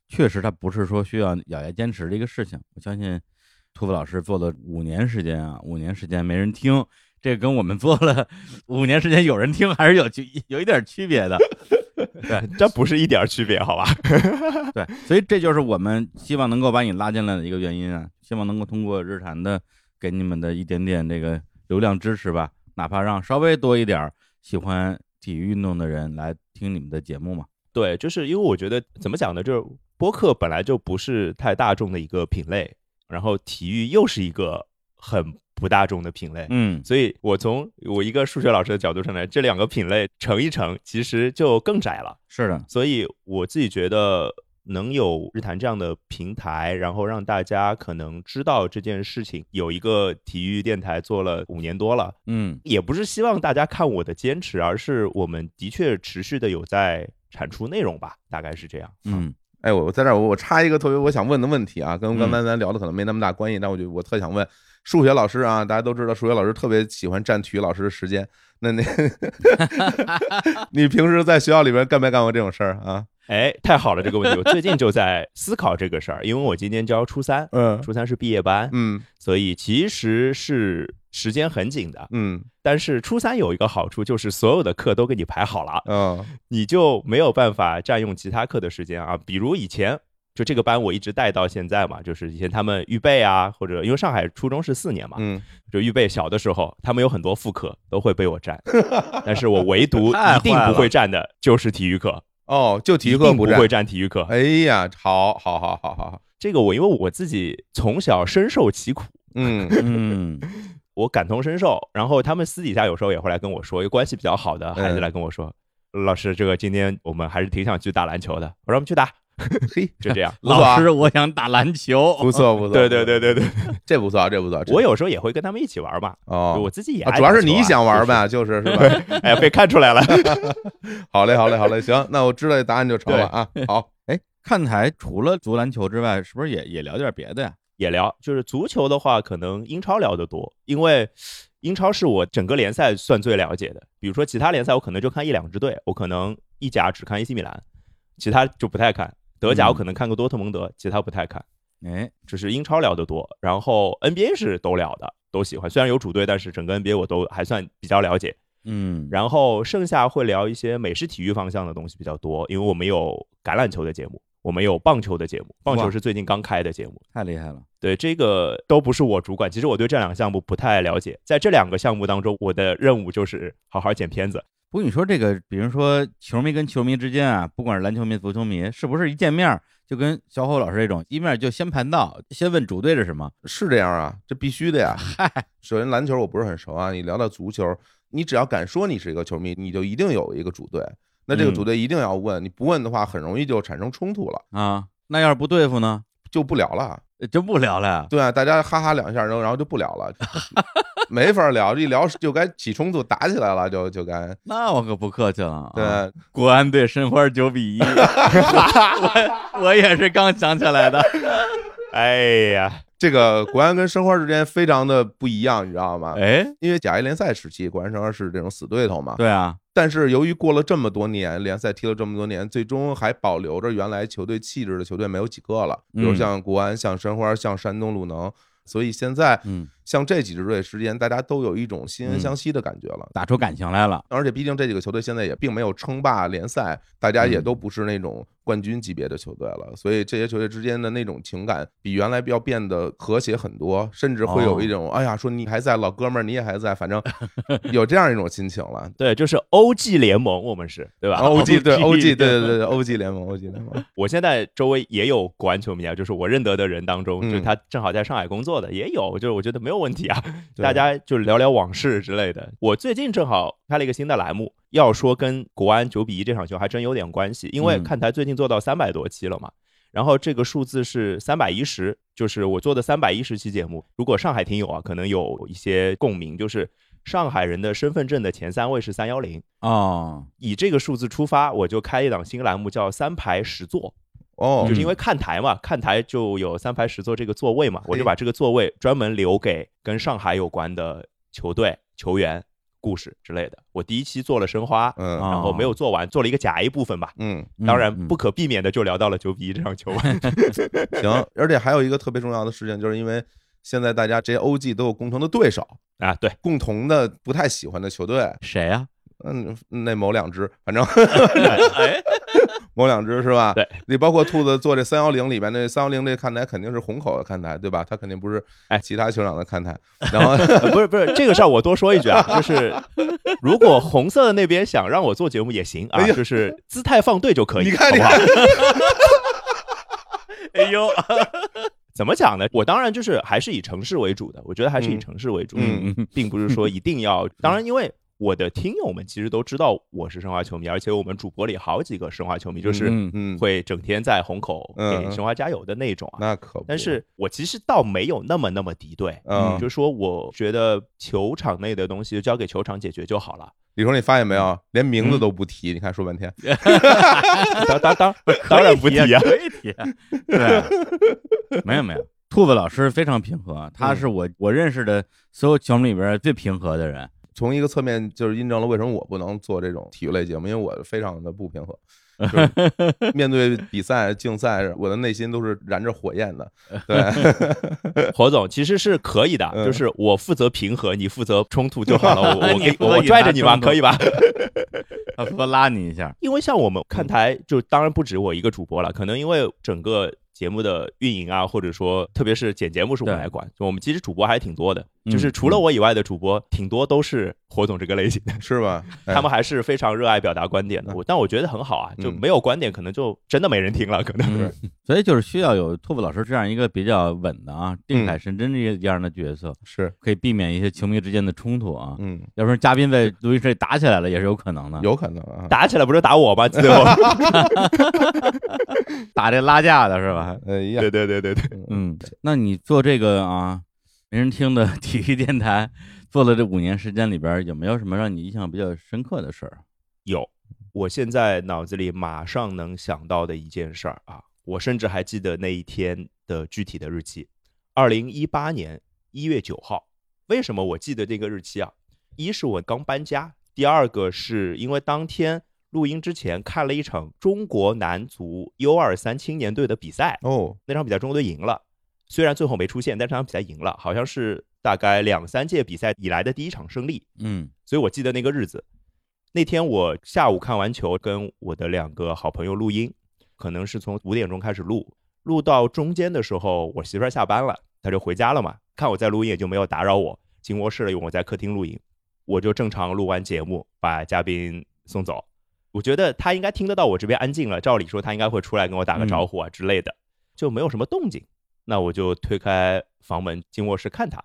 Speaker 1: 确实它不是说需要咬牙坚持的一个事情，我相信。兔子老师做了五年时间啊，五年时间没人听，这跟我们做了 五年时间有人听还是有区有一点区别的。对，
Speaker 14: 这不是一点区别，好吧？
Speaker 1: 对，所以这就是我们希望能够把你拉进来的一个原因啊，希望能够通过日坛的给你们的一点点这个流量支持吧，哪怕让稍微多一点儿喜欢体育运动的人来听你们的节目嘛。
Speaker 14: 对，就是因为我觉得怎么讲呢，就是播客本来就不是太大众的一个品类，然后体育又是一个很不大众的品类，
Speaker 1: 嗯
Speaker 14: 所以我从我一个数学老师的角度上来，这两个品类乘一乘，其实就更窄了。
Speaker 1: 是的，
Speaker 14: 所以我自己觉得能有日坛这样的平台，然后让大家可能知道这件事情，有一个体育电台做了五年多了，
Speaker 1: 嗯，
Speaker 14: 也不是希望大家看我的坚持，而是我们的确持续的有在产出内容吧，大概是这样。
Speaker 1: 嗯，
Speaker 2: 哎，我我在这儿我我插一个特别我想问的问题啊，跟
Speaker 14: 嗯
Speaker 2: 刚才咱聊的可能没那么大关系，但我就我特想问数学老师啊，大家都知道数学老师特别喜欢占体育老师的时间，那 那你平时在学校里边干没干过这种事儿啊？
Speaker 14: 哎，太好了，这个问题，我最近就在思考这个事儿，因为我今年教初三，
Speaker 2: 嗯，
Speaker 14: 初三是毕业班，
Speaker 2: 嗯，
Speaker 14: 所以其实是时间很紧的，
Speaker 2: 嗯，
Speaker 14: 但是初三有一个好处就是所有的课都给你排好了，
Speaker 2: 嗯，
Speaker 14: 你就没有办法占用其他课的时间啊，比如以前。就这个班我一直带到现在嘛，就是以前他们预备啊，或者因为上海初中是四年嘛，
Speaker 2: 嗯，
Speaker 14: 就预备小的时候，他们有很多副课都会被我占， 但是我唯独一定不会占的就是体育课。
Speaker 2: 哦，就体育课
Speaker 14: 一定不
Speaker 2: 占
Speaker 14: 会占体育课。
Speaker 2: 哎呀，好，好，好，好，好，
Speaker 14: 这个我因为我自己从小深受其苦，
Speaker 2: 嗯
Speaker 1: 嗯，
Speaker 14: 我感同身受。然后他们私底下有时候也会来跟我说，有关系比较好的孩子
Speaker 2: 嗯
Speaker 14: 来跟我说，老师，这个今天我们还是挺想去打篮球的，我说我们去打，
Speaker 2: 嘿， 啊
Speaker 14: 就 这样。
Speaker 1: 老师，我想打篮球，
Speaker 2: 不错，不 错，
Speaker 14: 对对对对对，
Speaker 2: 这不错，这不错。
Speaker 14: 我有时候也会跟他们一起玩嘛，
Speaker 2: 哦，
Speaker 14: 我自己也
Speaker 2: 啊
Speaker 14: 爱
Speaker 2: 主要
Speaker 14: 打
Speaker 2: 是
Speaker 14: 球
Speaker 2: 你
Speaker 14: 啊
Speaker 2: 想 玩呗，就是是吧？
Speaker 14: 哎呀，被看出来了。
Speaker 2: 好嘞，好嘞，好嘞，行，那我知道答案就成了啊。好，
Speaker 1: 哎，看台除了足篮球之外，是不是也也聊点别的呀？
Speaker 14: 也聊，就是足球的话，可能英超聊得多，因为英超是我整个联赛算最了解的。比如说其他联赛，我可能就看一两支队，我可能意甲只看 AC 米兰，其他就不太看。德甲我可能看个多特蒙德，其他不太看。
Speaker 1: 嗯哎，
Speaker 14: 只是英超聊得多，然后 NBA 是都聊的，都喜欢。虽然有主队，但是整个 NBA 我都还算比较了解。
Speaker 1: 嗯，
Speaker 14: 然后剩下会聊一些美式体育方向的东西比较多，因为我们有橄榄球的节目，我们有棒球的节目，棒球
Speaker 1: 哇
Speaker 14: 是最近刚开的节目。
Speaker 1: 太厉害了。
Speaker 14: 对，这个都不是我主管。其实我对这两个项目不太了解，在这两个项目当中，我的任务就是好好剪片子。
Speaker 1: 不过你说这个，比如说球迷跟球迷之间啊，不管是篮球迷、足球迷，是不是一见面儿就跟小伙老师这种一面儿就先盘道，先问主队是什么？
Speaker 2: 是这样啊，这必须的呀。嗨，首先篮球我不是很熟啊，你聊到足球，你只要敢说你是一个球迷，你就一定有一个主队。那这个
Speaker 1: 嗯
Speaker 2: 主队一定要问，你不问的话，很容易就产生冲突了。
Speaker 1: 啊，那要是不对付呢，
Speaker 2: 就不聊了，
Speaker 1: 就不聊了。
Speaker 2: 对啊，大家哈哈两下，然后然后就不聊 了，没法聊，一聊就该起冲突，打起来了，就就该。
Speaker 1: 那我可不客气了、啊。
Speaker 2: 对，
Speaker 1: 国安队申花九比一，我 我也是刚想起来 的。
Speaker 14: 哎呀，
Speaker 2: 这个国安跟申花之间非常的不一样，你知道吗？
Speaker 1: 哎，
Speaker 2: 因为甲 A 联赛时期，国安申花是这种死对头嘛。
Speaker 1: 对啊。
Speaker 2: 但是由于过了这么多年，联赛踢了这么多年，最终还保留着原来球队气质的球队没有几个了，比如
Speaker 1: 嗯
Speaker 2: 像国安、像申花、像山东鲁能，所以现在，
Speaker 1: 嗯，
Speaker 2: 像这几支队之间，大家都有一种惺惺相惜的感觉了，
Speaker 1: 打出感情来了。
Speaker 2: 而且毕竟这几个球队现在也并没有称霸联赛，大家
Speaker 1: 嗯
Speaker 2: 也都不是那种冠军级别的球队了，所以这些球队之间的那种情感比原来要变得和谐很多，甚至会
Speaker 1: 哦
Speaker 2: 有一种、哎呀，说你还在，老哥们儿你也还在，反正有这样一种心情了。
Speaker 14: 对，就是欧 G 联盟，我们是对吧
Speaker 2: ？OG 对 OG 对对对对 OG 联盟 OG 联盟。
Speaker 14: 我现在周围也有国安球迷啊，就是我认得的人当中，
Speaker 2: 嗯
Speaker 14: 就他正好在上海工作的也有，就是我觉得没有问题啊，
Speaker 2: 对
Speaker 14: 大家就聊聊往事之类的。我最近正好开了一个新的栏目，要说跟国安九比一这场球还真有点关系，因为
Speaker 2: 嗯
Speaker 14: 看台最近做到三百多期了嘛。然后这个数字是三百一十，就是我做的三百一十期节目。如果上海听友啊，可能有一些共鸣，就是上海人的身份证的前三位是三幺零，
Speaker 1: 哦，
Speaker 14: 以这个数字出发，我就开一档新栏目叫“三排十座”。
Speaker 2: 哦
Speaker 14: 就是因为看台嘛，看台就有三排十座这个座位嘛，我就把这个座位专门留给跟上海有关的球队、球员、故事之类的。我第一期做了申花，
Speaker 2: 嗯，
Speaker 14: 然后没有做完，做了一个假一部分吧，
Speaker 2: 嗯，
Speaker 14: 当然不可避免的就聊到了九比一这场 球嘛。
Speaker 2: 行，而且还有一个特别重要的事情，就是因为现在大家这些 OG 都有共同的对手
Speaker 14: 啊，对，啊
Speaker 2: 共同的不太喜欢的球队，
Speaker 1: 谁呀、
Speaker 2: 嗯，那某两支，反正
Speaker 14: 哎
Speaker 2: 某两支是吧？对，你包括兔子做这三幺零里边那三幺零这看台肯定是虹口的看台，对吧？他肯定不是
Speaker 14: 哎
Speaker 2: 其他球场的 看台。然后
Speaker 14: 不是不是这个事儿，我多说一句啊，就是如果红色的那边想让我做节目也行啊，就是姿态放对就可以，
Speaker 2: 哎你看 你
Speaker 14: 好不好？
Speaker 12: 哎呦，
Speaker 14: 怎么讲呢？我当然就是还是以城市为主的，我觉得还是以城市为主，
Speaker 12: 嗯
Speaker 14: 并不是说一定 要。当然，因为我的听友们其实都知道我是申花球迷，而且我们主播里好几个申花球迷，就是
Speaker 2: 嗯嗯
Speaker 14: 会整天在虹口
Speaker 2: 嗯
Speaker 14: 给申花加油的那种啊。
Speaker 2: 那可不
Speaker 14: 但是我其实倒没有那么那么敌对，
Speaker 2: 嗯
Speaker 14: 就是说我觉得球场内的东西就交给球场解决就好了。嗯
Speaker 2: 李叔，你发现没有，连名字都不提，你看说半天。
Speaker 14: 当当当，当然不提啊，
Speaker 1: 可以提 啊，对， 没有没有，兔子老师非常平和，他
Speaker 2: 嗯
Speaker 1: 是我我认识的所有球迷里边最平和的人。
Speaker 2: 从一个侧面就是印证了为什么我不能做这种体育类节目，因为我非常的不 平和。就是面对比赛、竞赛，我的内心都是燃着火焰的。对，
Speaker 14: 侯总其实是可以的，
Speaker 2: 嗯
Speaker 14: 就是我负责平和，你负责冲突就好了。我我
Speaker 12: 你
Speaker 14: 给
Speaker 12: 负责
Speaker 14: 我
Speaker 12: 引
Speaker 14: 拽
Speaker 12: 发
Speaker 14: 着你吧，
Speaker 12: 冲突
Speaker 14: 可以吧？
Speaker 1: 他说拉你一下，
Speaker 14: 因为像我们看台，就当然不止我一个主播了，可能因为整个节目的运营啊，或者说特别是剪节目是我们来管，就我们其实主播还挺多的，
Speaker 2: 嗯
Speaker 14: 就是除了我以外的主播，挺多都是火总这个类型的，
Speaker 2: 是吧？哎
Speaker 14: 他们还是非常热爱表达观点的，我但我觉得很好啊，就没有观点可能就真的没人听了，可能
Speaker 1: 嗯所以就是需要有兔子老师这样一个比较稳的啊，定海神针这样的角色，
Speaker 2: 嗯是
Speaker 1: 可以避免一些球迷之间的冲突啊。
Speaker 2: 嗯，
Speaker 1: 要不然嘉宾在录音室里打起来了也是有可能的，
Speaker 2: 有可能啊。
Speaker 14: 打起来不是打我吗？最后
Speaker 1: 打这拉架的是吧？
Speaker 2: 哎呀，
Speaker 14: 对对对对对，
Speaker 1: 嗯，那你做这个啊，没人听的体育电台， 做了这五年时间里边，有没有什么让你印象比较深刻的事儿？
Speaker 14: 有，我现在脑子里马上能想到的一件事儿啊，我甚至还记得那一天的具体的日期，二零一八年一月九号。为什么我记得这个日期啊？一是我刚搬家，第二个是因为当天录音之前看了一场中国男足 U 二三青年队的比赛
Speaker 2: 哦，
Speaker 14: 那场比赛中国队赢了，虽然最后没出现，但是那场比赛赢了，好像是大概两三届比赛以来的第一场胜利。
Speaker 1: 嗯
Speaker 14: 所以我记得那个日子。那天我下午看完球，跟我的两个好朋友录音，可能是从五点钟开始录，录到中间的时候，我媳妇儿下班了，她就回家了嘛。看我在录音，也就没有打扰我，进卧室了，因为我在客厅录音，我就正常录完节目，把嘉宾送走。我觉得她应该听得到我这边安静了，照理说她应该会出来跟我打个招呼啊之类的，就没有什么动静。那我就推开房门进卧室看她，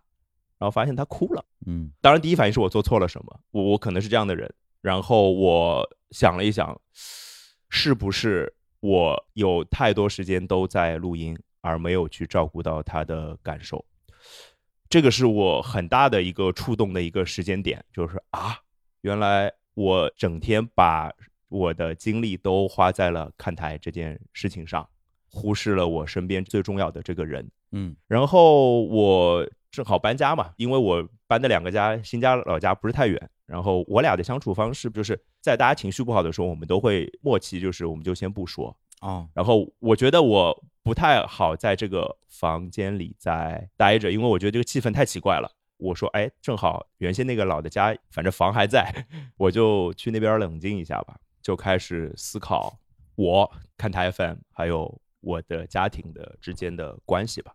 Speaker 14: 然后发现她哭了。
Speaker 1: 嗯
Speaker 14: 当然，第一反应是我做错了什么，我我可能是这样的人。然后我想了一想，是不是我有太多时间都在录音，而没有去照顾到他的感受？这个是我很大的一个触动的一个时间点，就是啊，原来我整天把我的精力都花在了看台这件事情上，忽视了我身边最重要的这个人。
Speaker 1: 嗯
Speaker 14: 然后我正好搬家嘛，因为我搬的两个家，新家老家不是太远。然后我俩的相处方式就是在大家情绪不好的时候，我们都会默契，就是我们就先不说，
Speaker 1: 哦，
Speaker 14: 然后我觉得我不太好在这个房间里再待着，因为我觉得这个气氛太奇怪了。我说，哎，正好原先那个老的家，反正房还在， 我就去那边冷静一下吧。就开始思考我看台 FM 还有我的家庭的之间的关系吧。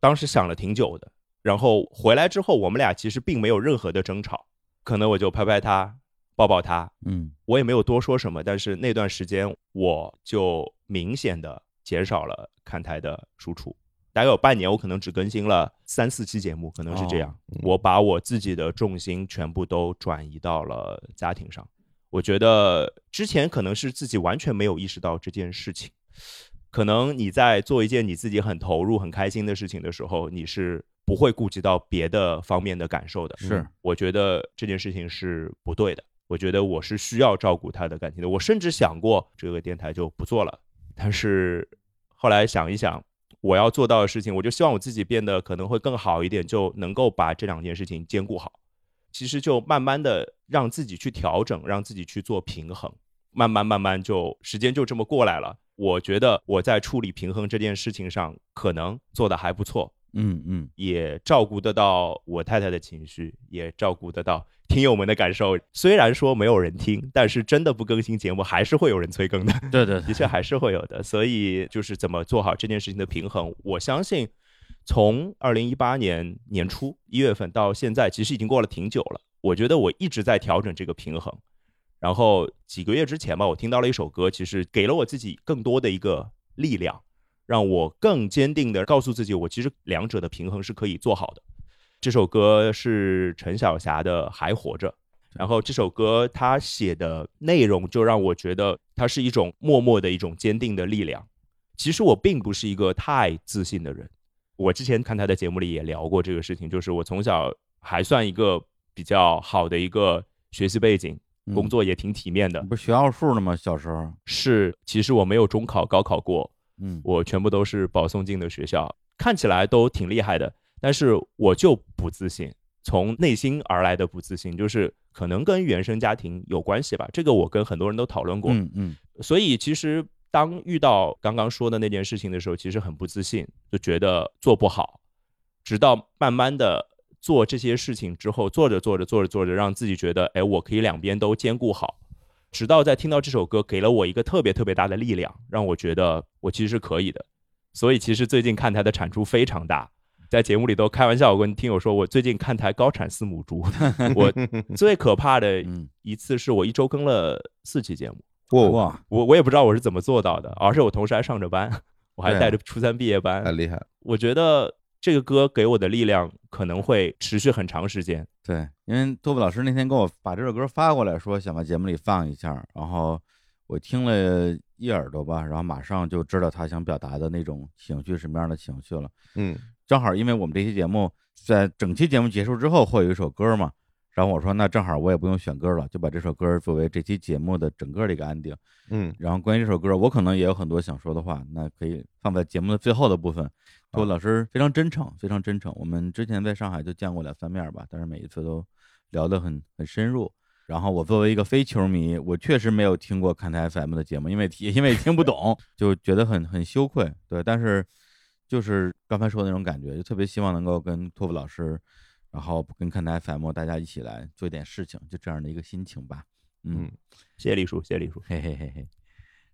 Speaker 14: 当时想了挺久的，然后回来之后，我们俩其实并没有任何的争吵，可能我就拍拍他，抱抱他，
Speaker 1: 嗯，
Speaker 14: 我也没有多说什么，但是那段时间我就明显的减少了看台的输出，大概有半年，我可能只更新了三四期节目，可能是这样。
Speaker 1: 哦
Speaker 14: 我把我自己的重心全部都转移到了家庭上，我觉得之前可能是自己完全没有意识到这件事情，可能你在做一件你自己很投入、很开心的事情的时候，你是不会顾及到别的方面的感受的。
Speaker 1: 是
Speaker 14: 嗯我觉得这件事情是不对的。我觉得我是需要照顾他的感情的。我甚至想过这个电台就不做了，但是后来想一想，我要做到的事情，我就希望我自己变得可能会更好一点，就能够把这两件事情兼顾好。其实就慢慢的让自己去调整，让自己去做平衡，慢慢慢慢就时间就这么过来了。我觉得我在处理平衡这件事情上，可能做的还不错，
Speaker 1: 嗯嗯，
Speaker 14: 也照顾得到我太太的情绪，也照顾得到听友们的感受。虽然说没有人听，但是真的不更新节目，还是会有人催更的。
Speaker 1: 对对，
Speaker 14: 的确还是会有的。所以就是怎么做好这件事情的平衡，我相信从二零一八年年初一月份到现在，其实已经过了挺久了。我觉得我一直在调整这个平衡。然后几个月之前吧，我听到了一首歌，其实给了我自己更多的一个力量，让我更坚定的告诉自己，我其实两者的平衡是可以做好的。这首歌是陈小霞的《还活着》，然后这首歌她写的内容就让我觉得它是一种默默的一种坚定的力量。其实我并不是一个太自信的人，我之前看他的节目里也聊过这个事情，就是我从小还算一个比较好的一个学习背景，
Speaker 1: 嗯
Speaker 14: 工作也挺体面的。
Speaker 1: 不是学奥数的吗？小时候，
Speaker 14: 是，其实我没有中考、高考过，
Speaker 1: 嗯
Speaker 14: 我全部都是保送进的学校，看起来都挺厉害的，但是我就不自信，从内心而来的不自信，就是可能跟原生家庭有关系吧。这个我跟很多人都讨论过，
Speaker 1: 嗯嗯，
Speaker 14: 所以其实当遇到刚刚说的那件事情的时候，其实很不自信，就觉得做不好。直到慢慢的做这些事情之后，做着做着做着做着，让自己觉得，哎，我可以两边都兼顾好。直到在听到这首歌，给了我一个特别特别大的力量，让我觉得我其实是可以的。所以其实最近看台的产出非常大，在节目里都开玩笑，我跟听友说，我最近看台高产四母猪，我最可怕的一次是我一周更了四期节目。
Speaker 1: 哇，
Speaker 14: 我我也不知道我是怎么做到的，而且我同时还上着班，我还
Speaker 1: 对啊
Speaker 14: 带着初三毕业班，
Speaker 2: 太厉害了。
Speaker 14: 我觉得这个歌给我的力量可能会持续很长时间。
Speaker 1: 对，因为托布老师那天给我把这首歌发过来，说想把节目里放一下儿，然后我听了一耳朵吧，然后马上就知道他想表达的那种情绪什么样的情绪了。
Speaker 2: 嗯，
Speaker 1: 正好因为我们这期节目在整期节目结束之后会有一首歌嘛，然后我说那正好我也不用选歌了，就把这首歌作为这期节目的整个的一个安定。
Speaker 2: 嗯，
Speaker 1: 然后关于这首歌，我可能也有很多想说的话，那可以放在节目的最后的部分。托布老师非常真诚，非常真诚。我们之前在上海就见过两三面吧，但是每一次都聊得很很深入。然后我作为一个非球迷，我确实没有听过看台 FM 的节目，因为也因为听不懂，就觉得很很羞愧。对，但是就是刚才说的那种感觉，就特别希望能够跟托布老师，然后跟看台 FM 大家一起来做一点事情，就这样的一个心情吧。嗯，
Speaker 14: 谢谢李叔，谢谢李叔，
Speaker 1: 嘿嘿嘿嘿。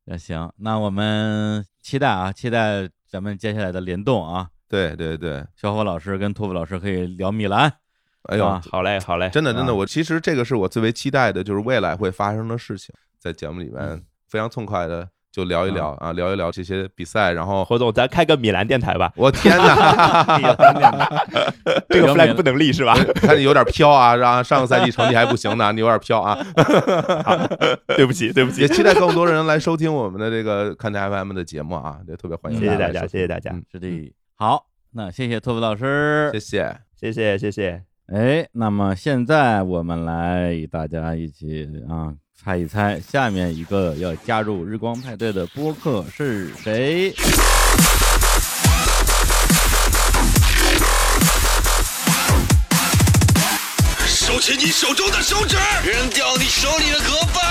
Speaker 1: 那行，那我们期待啊，期待咱们接下来的联动啊。
Speaker 2: 对对对，
Speaker 1: 小伙老师跟托布老师可以聊米兰。
Speaker 2: 哎呦，
Speaker 1: 啊
Speaker 14: 好嘞，好嘞，
Speaker 2: 真的真的，
Speaker 1: 啊
Speaker 2: 我其实这个是我最为期待的，就是未来会发生的事情，在节目里
Speaker 14: 嗯
Speaker 2: 面非常痛快的就聊一聊啊，聊一聊这些比赛，然后
Speaker 14: 侯总，咱开个米兰电台吧。
Speaker 2: 我天 哪
Speaker 14: 米兰电台， 这个 flag 不能立是吧？
Speaker 2: 看你有点飘啊，然后上个赛季成绩还不行呢，你有点 飘啊。
Speaker 14: 对不起，对不起
Speaker 2: 也期待更多人来收听我们的这个看台 FM 的节目啊，也特别欢迎
Speaker 14: 谢谢大
Speaker 2: 来
Speaker 14: 家
Speaker 2: 收听
Speaker 14: 谢谢大家
Speaker 2: 嗯
Speaker 1: 是的，好，那谢谢托布老师，
Speaker 2: 谢谢，
Speaker 14: 谢谢，谢谢。
Speaker 1: 哎，那么现在我们来大家一起啊猜一猜，下面一个要加入日光派对的播客是谁？
Speaker 4: 收起你手中的手指，扔掉你手里的盒饭，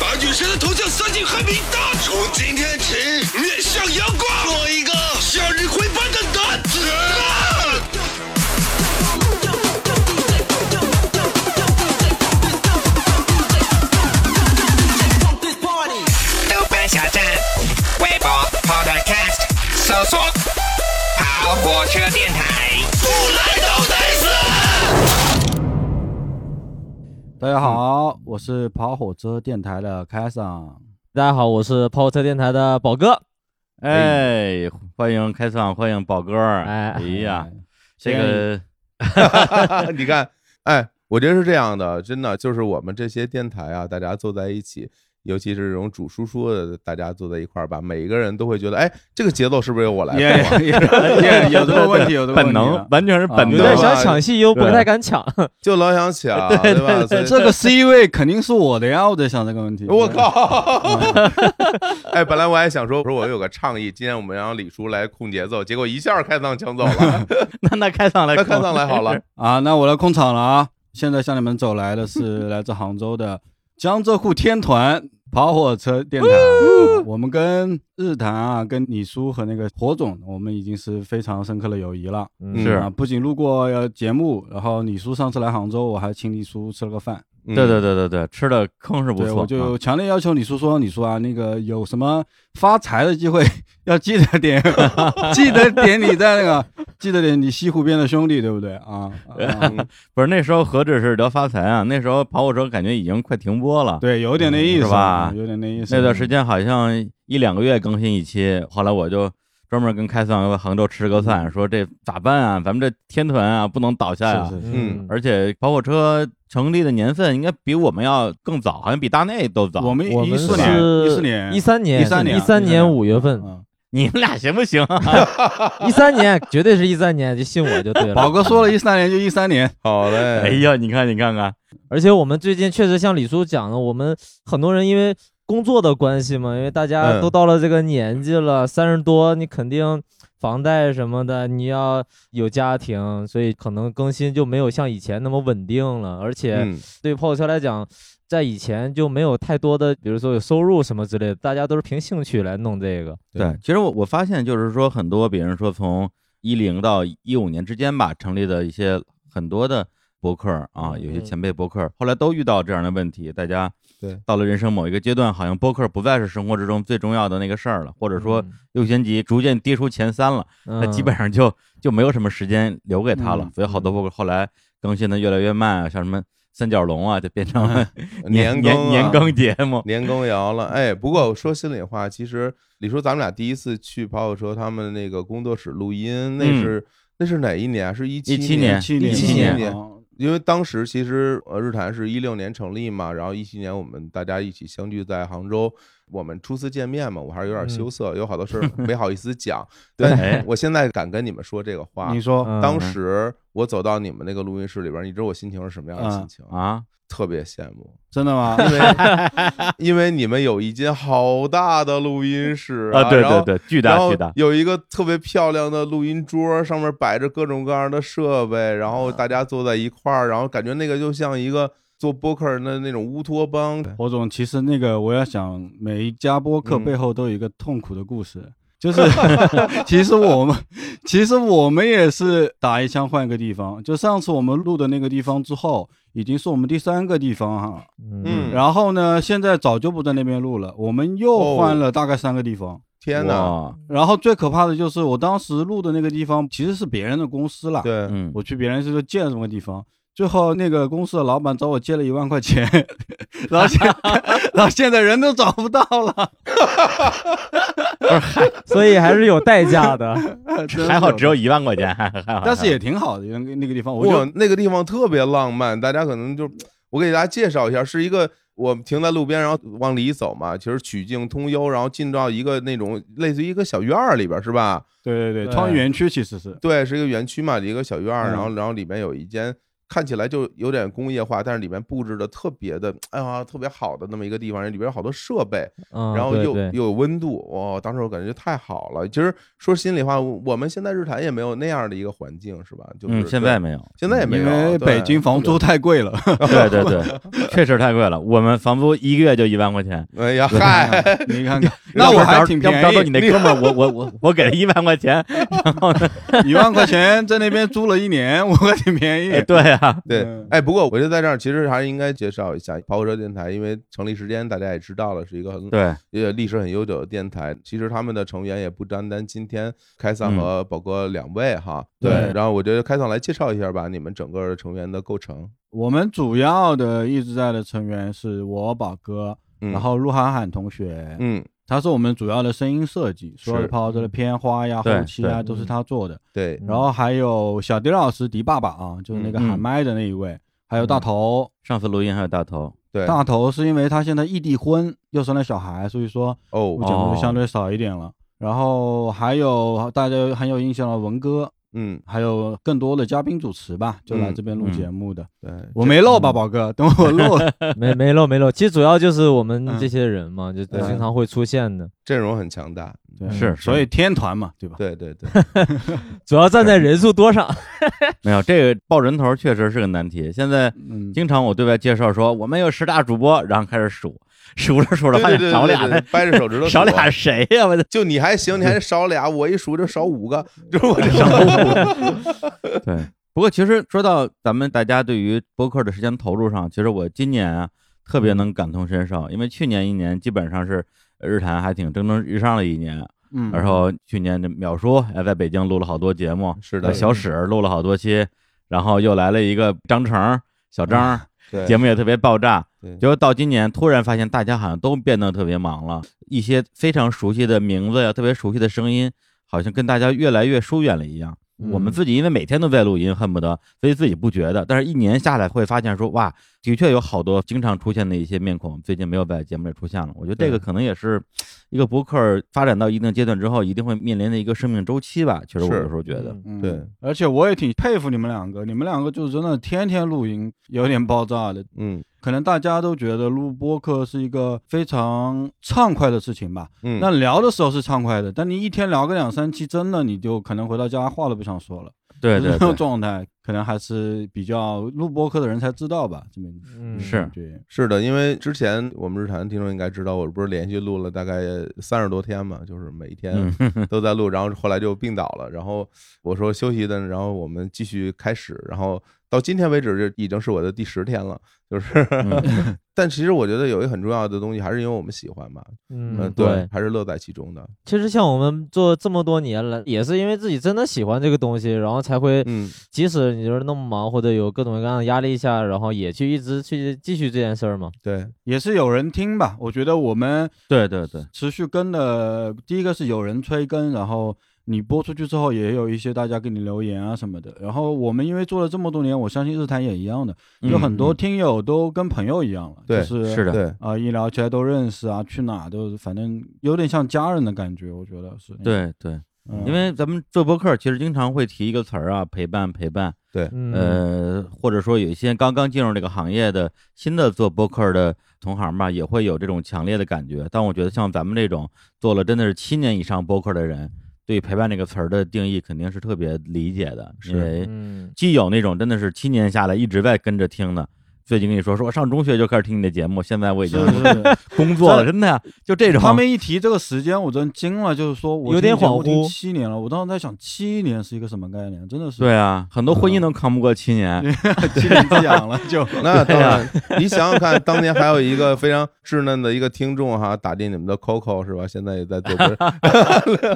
Speaker 15: 把女神的头像塞进黑名单。从今天起，面向阳光，做一个向日葵般的男子。豆瓣小站、微博、Podcast，搜索“跑火车电台”，不来都得死。
Speaker 1: 大家
Speaker 2: 嗯
Speaker 1: 好，我是跑火车电台的开桑。
Speaker 16: 大家好，我是跑火车电台的宝哥。
Speaker 1: 哎，欢迎开桑，欢迎宝哥。哎，哎呀，这个
Speaker 2: 你看，哎，我觉得是这样的，真的就是我们这些电台啊，大家坐在一起，尤其是这种主叔叔的，大家坐在一块儿吧，每一个人都会觉得，哎，这个节奏是不是由我来做啊？
Speaker 1: 也也也有这个问题有这个问题啊本能完全是本能有啊点想抢戏又不太敢抢，
Speaker 2: 就老想抢，
Speaker 16: 对
Speaker 2: 啊吧？
Speaker 16: 对对
Speaker 2: 所以
Speaker 16: 这个
Speaker 1: C 位肯定是我的呀，我在想这个问题。
Speaker 2: 我靠！哎，本来我还想说，我说我有个倡议，今天我们让李叔来控节奏，结果一下开嗓抢走了。
Speaker 1: 那那开上来，
Speaker 2: 那开上来好了
Speaker 17: 啊，那我来控场了啊！现在向你们走来的是来自杭州的江浙沪天团跑火车电台。我们跟日坛啊，跟李叔和那个火总，我们已经是非常深刻的友谊了。
Speaker 1: 嗯是
Speaker 17: 啊，不仅录过呃节目，然后李叔上次来杭州，我还请李叔吃了个饭。
Speaker 1: 嗯对对对对对，吃的坑是不
Speaker 17: 嗯对，
Speaker 1: 错。嗯啊
Speaker 17: 我就强烈要求李叔说，李叔啊，那个有什么发财的机会，要记得点， 记得点你在那个，记得点你西湖边的兄弟，对不对啊？啊
Speaker 1: 不是那时候何止是聊发财啊，那时候跑火车感觉已经快停播了，嗯
Speaker 17: 对，有点那意思
Speaker 1: 是吧？
Speaker 17: 有点那意思
Speaker 1: 那段时间好像一两个月更新一期，后来我就专门跟开桑杭州吃个
Speaker 17: 嗯
Speaker 1: 饭，说这咋办啊？咱们这天团啊不能倒下呀、
Speaker 17: 是是是
Speaker 1: 嗯，而且跑火车成立的年份应该比我们要更早，好像比大内都早。我
Speaker 17: 们我们14年是14年
Speaker 16: 13年
Speaker 1: 13
Speaker 16: 13年五月份，
Speaker 1: 嗯你们俩行不啊行、
Speaker 16: 一三年绝对是一三年，就信我就对了。
Speaker 17: 宝哥说了一三年就一三年，
Speaker 2: 好嘞
Speaker 1: 哎呀，你看你看看，
Speaker 16: 而且我们最近确实像李叔讲的，我们很多人因为工作的关系嘛，因为大家
Speaker 5: 嗯
Speaker 16: 都到了这个年纪了，三十、多，你肯定房贷什么的，你要有家庭，所以可能更新就没有像以前那么稳定了。而且
Speaker 5: 嗯
Speaker 16: 对于跑火车来讲，在以前就没有太多的，比如说有收入什么之类的，大家都是凭兴趣来弄这个。
Speaker 1: 对，其实我我发现就是说，很多比如说从一零到一五年之间吧，成立的一些很多的博客啊，有些前辈博客，后来都遇到这样的问题，大家
Speaker 2: 对
Speaker 1: 到了人生某一个阶段，好像播客不再是生活之中最重要的那个事儿了，或者说
Speaker 12: 嗯
Speaker 1: 优先级逐渐跌出前三了，那基
Speaker 12: 嗯
Speaker 1: 本上就就没有什么时间留给他了
Speaker 12: 嗯，
Speaker 1: 所以好多博客后来更新的越来越慢啊，像什么。三角龙啊，就变成了
Speaker 2: 年
Speaker 1: 年
Speaker 2: 更啊
Speaker 1: 年更节目，
Speaker 2: 年羹尧了。哎，不过我说心里话，其实你说咱们俩第一次去跑火车他们那个工作室录音，那
Speaker 1: 嗯
Speaker 2: 是、那是哪一年啊？是一
Speaker 1: 17
Speaker 2: 年，
Speaker 1: 年
Speaker 2: 一
Speaker 1: 17
Speaker 2: 年，哦
Speaker 1: 年
Speaker 2: 因为当时其实呃日坛是一六年成立嘛，然后一七年我们大家一起相聚在杭州，我们初次见面嘛，我还是有点
Speaker 12: 嗯
Speaker 2: 羞涩，有好多事儿没好意思讲。
Speaker 12: 对
Speaker 2: 但我现在敢哎跟你们说这个话，
Speaker 12: 你说
Speaker 2: 当
Speaker 12: 嗯
Speaker 2: 时我走到你们那个录音室里边，你知道我心情是什么样的心情
Speaker 1: 啊？
Speaker 2: 特别羡慕，
Speaker 17: 真的 吗？
Speaker 2: 因 为 因为你们有一间好大的录音室
Speaker 1: 啊对
Speaker 2: 然后
Speaker 1: 对对巨大
Speaker 2: 然后
Speaker 1: 巨大
Speaker 2: 有一个特别漂亮的录音桌，上面摆着各种各样的设备，然
Speaker 1: 嗯
Speaker 2: 后大家坐在一块儿，然后感觉那个就像一个做播客人的那种乌托邦。
Speaker 17: 侯总，其实那个我要想，每一家播客
Speaker 2: 嗯
Speaker 17: 背后都有一个痛苦的故事，就是 其实我们其实我们也是打一枪换一个地方。就上次我们录的那个地方之后，已经是我们第三个地方哈。
Speaker 2: 嗯
Speaker 17: 然后呢，现在早就不在那边录了，我们又换了大概三个地方。
Speaker 2: 哦天哪！
Speaker 17: 然后最可怕的就是我当时录的那个地方其实是别人的公司啦，
Speaker 2: 对，
Speaker 1: 嗯，
Speaker 17: 我去别人是借了什么地方，最后那个公司的老板找我借了一万块钱， 然后现然后现在人都找不到了，
Speaker 16: 所以还是有代价的
Speaker 17: 真，
Speaker 1: 还好只有一万块钱，
Speaker 17: 但
Speaker 1: 啊
Speaker 17: 是也挺好的，那个那个地方，我
Speaker 2: 哇
Speaker 17: 就，
Speaker 2: 那个地方特别浪漫，大家可能就我给大家介绍一下，是一个我们停在路边，然后往里走嘛，其实曲径通幽，然后进到一个那种类似于一个小院儿里边，是吧？
Speaker 17: 对对对，
Speaker 2: 对
Speaker 17: 创园区其实是
Speaker 2: 对，是一个园区嘛，一个小院儿，
Speaker 17: 嗯
Speaker 2: 然后然后里面有一间看起来就有点工业化，但是里面布置的特别的，哎呀，特别好的那么一个地方，里边有好多设备，
Speaker 16: 嗯
Speaker 2: 然后
Speaker 16: 对
Speaker 2: 又
Speaker 16: 对
Speaker 2: 又有温度，哇、当时我感觉太好了。其实说心里话，我们现在日坛也没有那样的一个环境，是吧？就是、
Speaker 1: 嗯现在没有
Speaker 2: 现在也没有，
Speaker 1: 因为
Speaker 2: 对
Speaker 1: 北京房租
Speaker 17: 太贵了
Speaker 1: 对对 对，确实太贵了。我们房租一个月就一万块钱。
Speaker 2: 哎呀嗨
Speaker 17: 你看看
Speaker 1: 要不
Speaker 17: 那我还
Speaker 1: 找
Speaker 17: 挺
Speaker 1: 要不
Speaker 17: 便
Speaker 1: 找到
Speaker 17: 宜
Speaker 1: 你那哥们 儿，我我我我给了一万块钱，然后呢，
Speaker 17: 一万块钱在那边租了一年，我还挺便宜。嗯
Speaker 1: 啊，
Speaker 2: 对，哎，不过我觉得在这儿其实还是应该介绍一下跑火车电台，因为成立时间大家也知道了，是一个很
Speaker 1: 对
Speaker 2: 呃历史很悠久的电台。其实他们的成员也不单单今天
Speaker 1: 嗯
Speaker 2: 开桑和宝哥两位哈，
Speaker 17: 对
Speaker 2: 然后我觉得开桑来介绍一下吧，你们整个成员的构成。
Speaker 17: 我们主要的一直在的成员是我宝哥，
Speaker 2: 嗯
Speaker 17: 然后陆涵涵同学，
Speaker 2: 嗯，
Speaker 17: 他是我们主要的声音设计，所有
Speaker 2: 是
Speaker 17: 跑
Speaker 1: 嗯
Speaker 17: 的片花呀、
Speaker 2: 对
Speaker 17: 后期啊
Speaker 2: 对
Speaker 17: 都是他做的。
Speaker 2: 对
Speaker 17: 然后还有小迪老师迪爸爸啊，就是那个喊
Speaker 1: 嗯
Speaker 17: 麦的那一位，还有大头，
Speaker 1: 上次录音还有大头，
Speaker 2: 对
Speaker 17: 大头是因为他现在异地婚，又生了小孩，所以说
Speaker 2: 哦
Speaker 17: 我节目就相对少一点了。然后还有大家很有印象的文哥，
Speaker 2: 嗯，
Speaker 17: 还有更多的嘉宾主持吧，就来
Speaker 16: 嗯
Speaker 17: 这边录
Speaker 16: 嗯
Speaker 17: 节目的。
Speaker 2: 对嗯
Speaker 17: 我没漏吧，宝哥？ 等我嗯漏了。
Speaker 16: 没没漏没漏，其实主要就是我们这些人嘛，就经常会出现的，
Speaker 2: 阵容很强大，嗯
Speaker 17: 对是所以天团嘛，对吧？
Speaker 2: 对对 对，
Speaker 16: 主要站在人数多上。
Speaker 1: 没有这个报人头确实是个难题。现在
Speaker 16: 嗯
Speaker 1: 经常我对外介绍说我们有十大主播，然后开始数，数着数着发
Speaker 2: 对对
Speaker 1: 现
Speaker 2: 对
Speaker 1: 少
Speaker 2: 对
Speaker 1: 俩
Speaker 2: 对
Speaker 1: 呢，
Speaker 2: 掰着手指头数
Speaker 1: 少
Speaker 2: 啊
Speaker 1: 俩谁呀？我的
Speaker 2: 就你还行，你还少俩，我一数就少五个， 就是我这少 五个。
Speaker 1: 对，不过其实说到咱们大家对于播客的时间投入上，其实我今年啊特
Speaker 2: 嗯
Speaker 1: 别能感同身受，因为去年一年基本上是呃日坛还挺蒸蒸日上的一年。
Speaker 17: 嗯
Speaker 1: 然后去年这淼叔哎在北京录了好多节目，
Speaker 2: 是的
Speaker 1: 呃小史录了好多期，然后又来了一个张成小张，
Speaker 2: 啊对
Speaker 1: 节目也特别爆炸
Speaker 2: 对。
Speaker 1: 结果到今年突然发现大家好像都变得特别忙了，一些非常熟悉的名字呀、特别熟悉的声音，好像跟大家越来越疏远了一样。
Speaker 2: 嗯
Speaker 1: 我们自己因为每天都在录音，恨不得，所以自己不觉得。但是，一年下来会发现说，哇，的确有好多经常出现的一些面孔，最近没有在节目里出现了。我觉得这个
Speaker 12: 对
Speaker 1: 可能也是一个博客发展到一定阶段之后，一定会面临的一个生命周期吧。其实我
Speaker 17: 是
Speaker 1: 有时候觉得，
Speaker 17: 嗯对，而且我也挺佩服你们两个，你们两个就真的天天录音，有点爆炸的。
Speaker 2: 嗯，
Speaker 17: 可能大家都觉得录播客是一个非常畅快的事情吧。
Speaker 2: 嗯
Speaker 17: 那聊的时候是畅快的，但你一天聊个两三期，真的你就可能回到家话都不想说了。
Speaker 1: 对
Speaker 17: 就是
Speaker 1: 对
Speaker 17: 这
Speaker 1: 对
Speaker 17: 种状态可能还是比较录播客的人才知道吧。这边嗯对，
Speaker 2: 是的，因为之前我们日坛听众应该知道，我不是连续录了大概三十多天嘛，就是每一天
Speaker 1: 嗯
Speaker 2: 都在录，然后后来就病倒了，然后我说休息一顿，然后我们继续开始，然后到今天为止这已经是我的第十天了，就是， 但其实我觉得有一个很重要的东西，还是因为我们喜欢吧，
Speaker 16: 嗯
Speaker 2: 呃
Speaker 16: 对
Speaker 2: 对，还是乐在其中的，
Speaker 16: 其实像我们做这么多年了，也是因为自己真的喜欢这个东西，然后才会，
Speaker 2: 嗯
Speaker 16: 即使你就是那么忙或者有各种各样的压力下，然后也去一直去继续这件事儿嘛。
Speaker 2: 对，
Speaker 17: 也是有人听吧。我觉得我们
Speaker 1: 对对对，
Speaker 17: 持续跟的，第一个是有人催更，然后你播出去之后，也有一些大家给你留言啊什么的。然后我们因为做了这么多年，我相信日坛也一样的，
Speaker 1: 嗯
Speaker 17: 有很多听友都跟朋友一样了，
Speaker 1: 对
Speaker 17: 就是
Speaker 1: 是的对
Speaker 17: 啊、一聊起来都认识啊，去哪都反正有点像家人的感觉，我觉得是。嗯
Speaker 1: 对对，因为咱们做播客其实经常会提一个词儿啊，陪伴陪伴。
Speaker 2: 对
Speaker 16: 嗯
Speaker 1: 呃，或者说有一些刚刚进入这个行业的新的做播客的同行吧，也会有这种强烈的感觉。但我觉得像咱们这种做了真的是七年以上播客的人，对“陪伴”这个词儿的定义肯定是特别理解的，因为
Speaker 16: 嗯
Speaker 1: 既有那种真的是七年下来一直在跟着听的。最近跟你说，说我上中学就开始听你的节目，现在我已经
Speaker 17: 是是是
Speaker 1: 工作了，真的呀，就这种。
Speaker 17: 他们一提这个时间，我真惊了，就是说我
Speaker 1: 有点
Speaker 17: 听节目
Speaker 1: 恍
Speaker 17: 听
Speaker 1: 惚
Speaker 17: 七年了，我当时在想，七年是一个什么概念？真的是。嗯
Speaker 1: 对啊，很多婚姻都扛不过七年，
Speaker 17: 七年之痒了 就
Speaker 2: 那当然
Speaker 1: 对，啊
Speaker 2: 你想想看，当年还 有一个非常稚嫩的一个听众哈，打进你们的 Coco 是吧？现在也在做播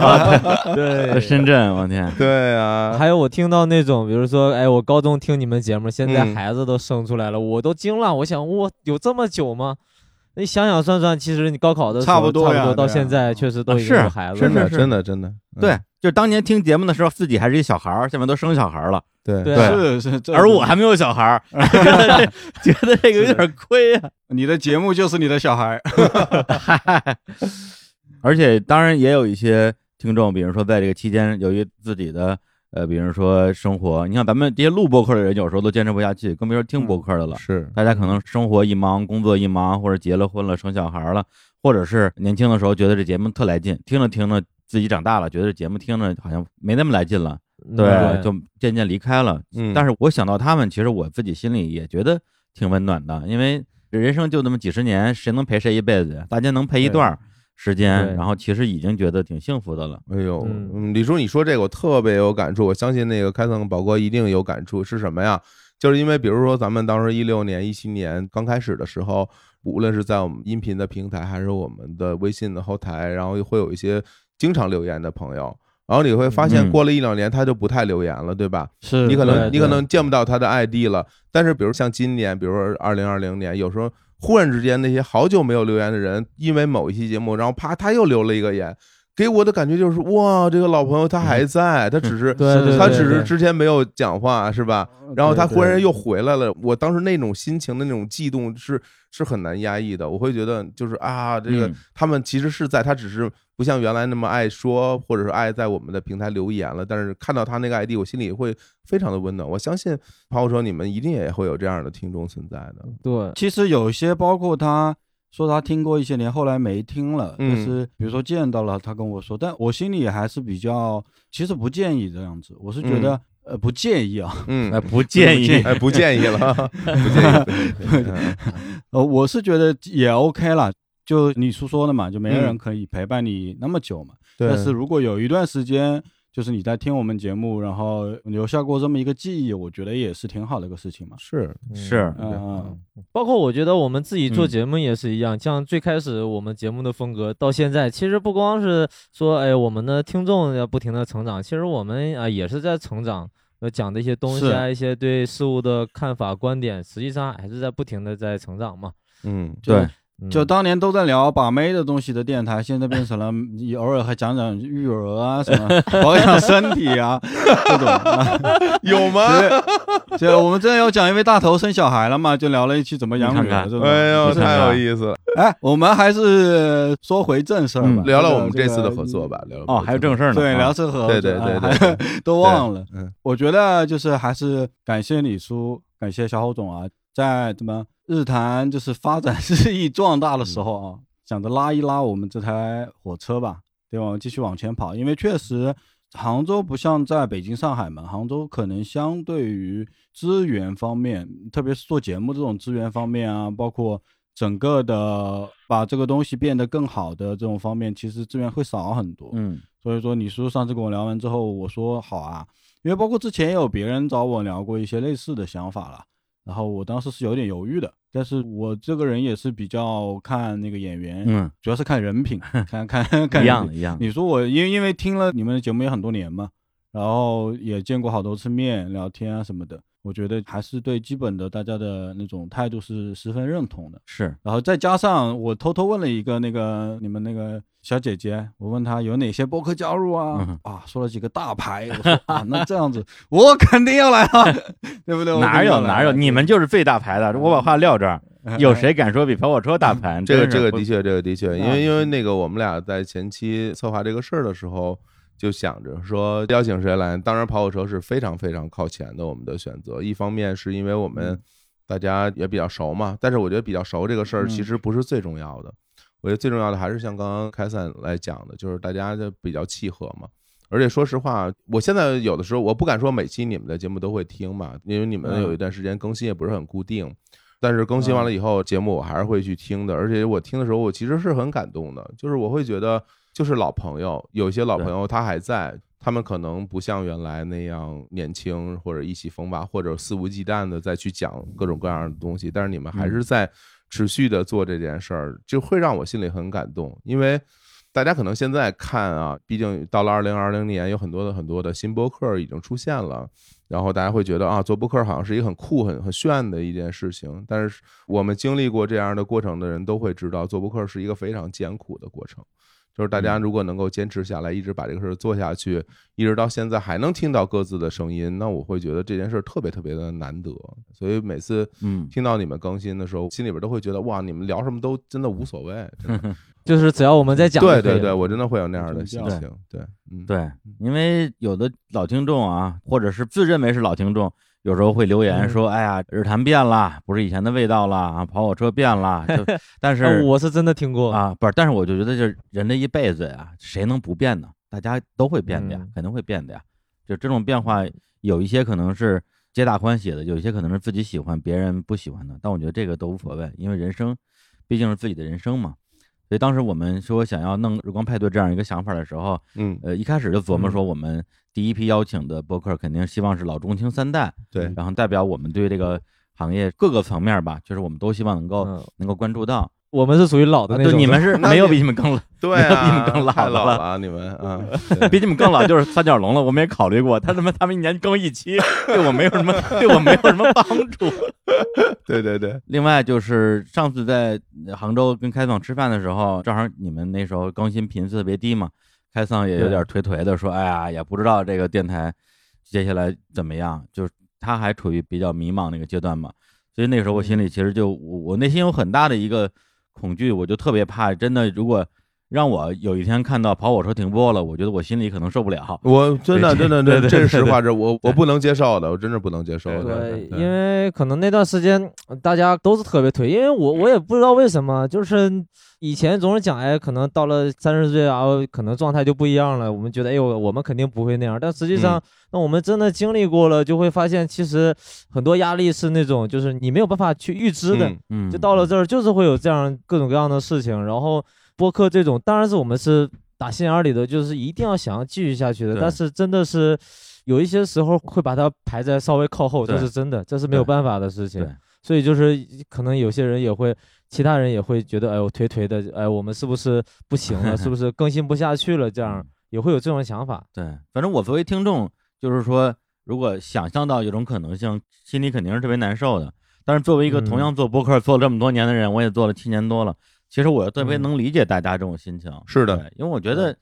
Speaker 16: 啊对对深
Speaker 1: 圳，哎我 天，
Speaker 2: 对啊，
Speaker 16: 还有我听到那种，比如说，哎，我高中听你们节目，现在
Speaker 2: 嗯
Speaker 16: 孩子都生出来了，我都惊了。我想，我有这么久吗？你想想算算，其实你高考的时候
Speaker 1: 差不多呀
Speaker 16: 到
Speaker 1: 对呀
Speaker 16: 现在确实都
Speaker 1: 啊
Speaker 16: 已经有
Speaker 1: 是
Speaker 16: 孩子了，
Speaker 1: 真的是真的
Speaker 2: 真的
Speaker 1: 对，就是当年听节目的时候，自己还是一小孩儿，现在都生小孩儿了。
Speaker 2: 对
Speaker 16: 对
Speaker 1: 啊
Speaker 17: 是是这
Speaker 1: 而我还没有小孩 儿， 觉得这觉得这个有点亏啊。
Speaker 17: 你的节目就是你的小 孩，
Speaker 1: 而且当然也有一些听众，比如说在这个期间，由于自己的呃，比如说生活，你看咱们这些录播客的人，有时候都坚持不下去，更别说听播客的了。
Speaker 2: 是，
Speaker 1: 大家可能生活一忙，工作一忙，或者结了婚了，生小孩了，或者是年轻的时候觉得这节目特来劲，听着听着自己长大了，觉得这节目听着好像没那么来劲了，对，
Speaker 12: 对
Speaker 1: 就渐渐离开了。
Speaker 12: 嗯
Speaker 1: 但是我想到他们，其实我自己心里也觉得挺温暖的，因为人生就那么几十年，谁能陪谁一辈子呀？大家能陪一
Speaker 2: 对
Speaker 1: 段儿时
Speaker 2: 对
Speaker 1: 间，然后其实已经觉得挺幸福的了。
Speaker 2: 哎呦，嗯，李叔，你说这个我特别有感触，我相信那个开膛宝哥一定有感触。是什么呀？就是因为比如说咱们当时一六年、一七年刚开始的时候，无论是在我们音频的平台，还是我们的微信的后台，然后会有一些经常留言的朋友。然后你会发现，
Speaker 12: 嗯
Speaker 2: 过了一两年，他就不太留言了，对吧？
Speaker 12: 是
Speaker 2: 你可能
Speaker 12: 对
Speaker 2: 你可能
Speaker 12: 对
Speaker 2: 见不到他的 ID 了。但是，比如像今年，比如说二零二零年，有时候忽然之间，那些好久没有留言的人，因为某一期节目，然后啪，他又留了一个言，给我的感觉就是哇，这个老朋友他还在，他只是
Speaker 12: 对嗯对
Speaker 2: 他
Speaker 12: 对
Speaker 2: 只是
Speaker 12: 对嗯
Speaker 2: 之前没有讲话，是吧？然后他
Speaker 12: 对
Speaker 2: 忽然
Speaker 12: 对
Speaker 2: 又回来了，我当时那种心情的那种悸动是是很难压抑的，我会觉得就是啊，这个
Speaker 12: 嗯
Speaker 2: 他们其实是在，他只是不像原来那么爱说，或者是爱在我们的平台留言了。但是看到他那个 ID，我心里会非常的温暖。我相信抛说你们一定也会有这样的听众存在的。
Speaker 16: 对，
Speaker 17: 其实有些包括他说他听过一些年，后来没听了，就
Speaker 2: 嗯
Speaker 17: 是比如说见到了，他跟我说，但我心里还是比较，其实不建议这样子，我是觉得、
Speaker 2: 嗯
Speaker 17: 呃不建议啊，
Speaker 2: 嗯
Speaker 1: 哎 不建议
Speaker 2: 哎不建议了不建议不建议嗯
Speaker 17: 呃，我是觉得也 OK 啦，就你叔说的嘛，就没
Speaker 2: 嗯
Speaker 17: 人可以陪伴你那么久嘛。
Speaker 2: 对
Speaker 17: 但是如果有一段时间，就是你在听我们节目，然后留下过这么一个记忆，我觉得也是挺好的一个事情嘛。
Speaker 2: 是
Speaker 1: 是
Speaker 17: 嗯嗯，
Speaker 16: 包括我觉得我们自己做
Speaker 17: 嗯
Speaker 16: 节目也是一样，像最开始我们节目的风格到现在，其实不光是说，哎，我们的听众要不停的成长，其实我们啊、也是在成长，呃，讲的一些东西啊，
Speaker 1: 是
Speaker 16: 一些对事物的看法、观点，实际上还是在不停的在成长嘛。
Speaker 2: 嗯
Speaker 17: 就
Speaker 16: 对
Speaker 17: 就当年都在聊把妹的东西的电台，现在变成 了你偶尔还讲讲育儿啊，什么 保养身体啊 这种啊。
Speaker 2: 有吗？
Speaker 17: 就我们之前有讲一位大头生小孩了嘛，就聊了一期怎么养女啊儿这种。
Speaker 2: 哎呦，
Speaker 17: 就是
Speaker 2: 太有意思了。
Speaker 17: 哎，我们还是说回正事儿吧，
Speaker 2: 嗯聊聊
Speaker 17: 个
Speaker 2: 我们这次的
Speaker 17: 个
Speaker 2: 合作吧聊聊
Speaker 1: 哦还有正事儿呢
Speaker 17: 对，
Speaker 1: 啊
Speaker 17: 聊次合作，
Speaker 2: 对对对
Speaker 17: 啊
Speaker 2: 对
Speaker 17: 还
Speaker 2: 对
Speaker 17: 都忘了。
Speaker 2: 嗯，
Speaker 17: 我觉得就是还是感谢李叔，感谢小侯总啊，在怎么日坛就是发展 日益壮大的时候啊，想着拉一拉我们这台火车吧，对吧？我们继续往前跑，因为确实。杭州不像在北京、上海嘛，杭州可能相对于资源方面，特别是做节目这种资源方面啊，包括整个的把这个东西变得更好的这种方面，其实资源会少很多。
Speaker 1: 嗯，
Speaker 17: 所以说你叔上次跟我聊完之后，我说好啊，因为包括之前也有别人找我聊过一些类似的想法了，然后我当时是有点犹豫的，但是我这个人也是比较看那个演员，
Speaker 1: 嗯，
Speaker 17: 主要是看人 品，看看看
Speaker 1: 一样
Speaker 17: 人
Speaker 1: 的一样的
Speaker 17: 你说我因因为听了你们的节目也很多年嘛，然后也见过好多次面，聊天啊什么的，我觉得还是对基本的大家的那种态度是十分认同的。
Speaker 1: 是，
Speaker 17: 然后再加上我偷偷问了一个那个你们那个小姐姐，我问她有哪些播客加入啊？
Speaker 1: 嗯
Speaker 17: 啊，说了几个大牌，我说啊，那这样子我肯定要来啊， 对不对？我
Speaker 1: 哪
Speaker 17: 肯定
Speaker 1: 有
Speaker 17: 要来啊
Speaker 1: 哪有，你们就是最大牌的。我把话撂这儿，有谁敢说比跑火车 大牌？
Speaker 2: 嗯这个
Speaker 1: 真是
Speaker 2: 这个
Speaker 1: 不
Speaker 2: 的确，这个的确，因
Speaker 1: 那
Speaker 2: 为因为那个我们俩在前期策划这个事儿的时候，就想着说邀请谁来。当然，跑火车是非常非常靠前的我们的选择。一方面是因为我们大家也比较熟嘛，但是我觉得比较熟这个事儿
Speaker 12: 嗯
Speaker 2: 其实不是最重要的。我觉得最重要的还是像刚刚开散来讲的，就是大家就比较契合嘛。而且说实话，我现在有的时候我不敢说每期你们的节目都会听嘛，因为你们
Speaker 12: 嗯
Speaker 2: 有一段时间更新也不是很固定。但是更新完了以后，节目我还是会去听的，而且我听的时候，我其实是很感动的，就是我会觉得，就是老朋友，有一些老朋友他还在，他们可能不像原来那样年轻，或者意气风发，或者肆无忌惮的再去讲各种各样的东西，但是你们还是在持续的做这件事儿，就会让我心里很感动，因为。大家可能现在看啊，毕竟到了二零二零年，有很多的很多的新播客已经出现了，然后大家会觉得啊，做播客好像是一个很酷、很很炫的一件事情。但是我们经历过这样的过程的人都会知道，做播客是一个非常艰苦的过程。就是大家如果能够坚持下来，一直把这个事儿做下去，一直到现在还能听到各自的声音，那我会觉得这件事儿特别特别的难得。所以每次
Speaker 1: 嗯
Speaker 2: 听到你们更新的时候，心里边都会觉得哇，你们聊什么都真的无所谓，真的
Speaker 16: 就是只要我们在讲就可以
Speaker 2: 对
Speaker 16: 了，
Speaker 2: 对对，我真的会有那样的心情，对，嗯，
Speaker 1: 对，因为有的老听众啊，或者是自认为是老听众，有时候会留
Speaker 16: 嗯
Speaker 1: 言说：“哎呀，日坛变了，不是以前的味道了啊，跑火车变了。” 就但是
Speaker 16: 啊我是真的听过
Speaker 1: 啊，不是，但是我就觉得，就是人这一辈子呀，谁能不变呢？大家都会变的呀，
Speaker 2: 嗯
Speaker 1: 肯定会变的呀。就这种变化，有一些可能是皆大欢喜的，有一些可能是自己喜欢，别人不喜欢的。但我觉得这个都无所谓，因为人生毕竟是自己的人生嘛。所以当时我们说想要弄日光派对这样一个想法的时候，
Speaker 2: 嗯，
Speaker 1: 呃，一开始就琢磨说，我们第一批邀请的播客肯定希望是老中青三代，
Speaker 2: 对
Speaker 1: 然后代表我们对这个行业各个层面吧，就是我们都希望能够、
Speaker 2: 嗯
Speaker 1: 能够关注到。
Speaker 16: 我们是属于
Speaker 2: 啊
Speaker 16: 老的那
Speaker 1: 对
Speaker 16: 种
Speaker 1: 你们是
Speaker 16: 那
Speaker 1: 没有
Speaker 16: 你
Speaker 1: 比你们更老，
Speaker 2: 对
Speaker 1: 没有比你
Speaker 2: 啊
Speaker 1: 们更老
Speaker 2: 太
Speaker 1: 的
Speaker 2: 老
Speaker 1: 了嗯
Speaker 2: 了你们啊
Speaker 1: 比你们更老就是三角龙了。我们也考虑过，他他妈他们一年更一期，对我没有什么， 对我没有什么帮助。
Speaker 2: 对对对，
Speaker 1: 另外就是上次在杭州跟开放吃饭的时候，正好你们那时候更新频次特别低嘛，开放也有点颓颓的说，哎呀，也不知道这个电台接下来怎么样，就是他还处于比较迷茫那个阶段嘛，所以那个时候我
Speaker 2: 嗯
Speaker 1: 心里其实就我我内心有很大的一个恐惧，我就特别怕，真的如果。让我有一天看到跑火车停播了，我觉得我心里可能受不了。
Speaker 2: 我真的
Speaker 1: 对
Speaker 2: 真的
Speaker 1: 对对
Speaker 2: 真的这是实话，
Speaker 1: 对
Speaker 2: 这我我不能接受的，我真是不能接受的。
Speaker 16: 对，因为可能那段时间呃大家都是特别颓，因为我我也不知道为什么，就是以前总是讲，哎，可能到了三十岁啊，可能状态就不一样了。我们觉得，哎呦，我们肯定不会那样，但实际上，
Speaker 7: 嗯
Speaker 16: 那我们真的经历过了，就会发现，其实很多压力是那种，就是你没有办法去预知的。
Speaker 1: 嗯嗯
Speaker 16: 就到了这儿，就是会有这样各种各样的事情。然后播客这种，当然是我们是打心眼儿里的，就是一定要想要继续下去的。
Speaker 1: 对
Speaker 16: 但是真的是有一些时候会把它排在稍微靠后，这
Speaker 1: 对
Speaker 16: 是真的，这是没有
Speaker 1: 对
Speaker 16: 办法的事情
Speaker 1: 对。
Speaker 16: 所以就是可能有些人也会，其他人也会觉得，哎呦颓颓的，哎，我们是不是不行了？ 是不是更新不下去了？这样也会有这种想法。
Speaker 1: 嗯对，反正我作为听众，就是说，如果想象到有种可能性，心里肯定是特别难受的。但是作为一个同
Speaker 2: 嗯
Speaker 1: 样做播客、做了这么多年的人，我也做了七年多了，其实我特别能理解大家这种心情。
Speaker 2: 嗯是的
Speaker 1: 对，因为我觉得。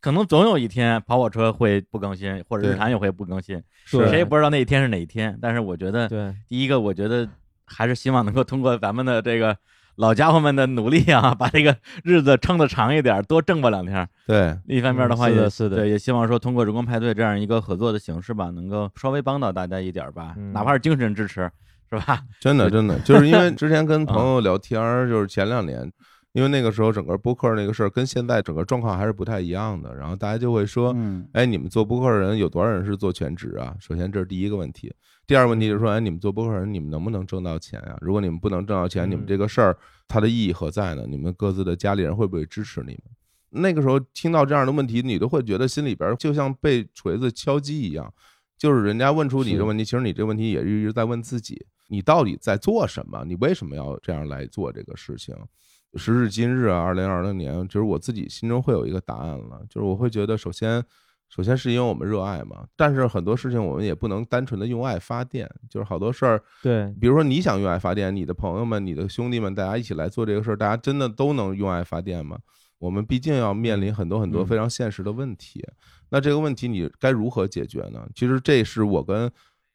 Speaker 1: 可能总有一天跑火车会不更新，或者
Speaker 2: 对
Speaker 1: 日坛也会不更新，
Speaker 2: 是
Speaker 1: 谁也不知道那一天是哪一天。但是我觉得，
Speaker 16: 对，
Speaker 1: 第一个，我觉得还是希望能够通过咱们的这个老家伙们的努力啊，把这个日子撑得长一点，多挣吧两天。
Speaker 2: 对
Speaker 1: 另一方面的话也，
Speaker 2: 嗯是的是的
Speaker 1: 对，也希望说通过人工派对这样一个合作的形式吧，能够稍微帮到大家一点儿吧，哪怕是精神支持，是吧？
Speaker 2: 嗯 真的，真的，就是因为之前跟朋
Speaker 1: 嗯
Speaker 2: 友聊天儿，就是前两年，因为那个时候整个播客那个事儿跟现在整个状况还是不太一样的，然后大家就会说，哎，你们做播客的人有多少人是做全职啊？首先这是第一个问题，第二个问题就是说，哎，你们做播客人，你们能不能挣到钱啊？如果你们不能挣到钱，你们这个事儿它的意义何在呢？你们各自的家里人会不会支持你们？那个时候听到这样的问题，你都会觉得心里边儿就像被锤子敲击一样，就是人家问出你
Speaker 14: 是
Speaker 2: 这问题，其实你这问题也一直在问自己，你到底在做什么？你为什么要这样来做这个事情？时至今日啊，二零二零年，就是我自己心中会有一个答案了，就是我会觉得，首先，首先是因为我们热爱嘛，但是很多事情我们也不能单纯的用爱发电，就是好多事儿，
Speaker 16: 对，
Speaker 2: 比如说你想用爱发电，你的朋友们、你的兄弟们，大家一起来做这个事儿，大家真的都能用爱发电吗？我们毕竟要面临很多很多非常现实的问题，那这个问题你该如何解决呢？其实这是我跟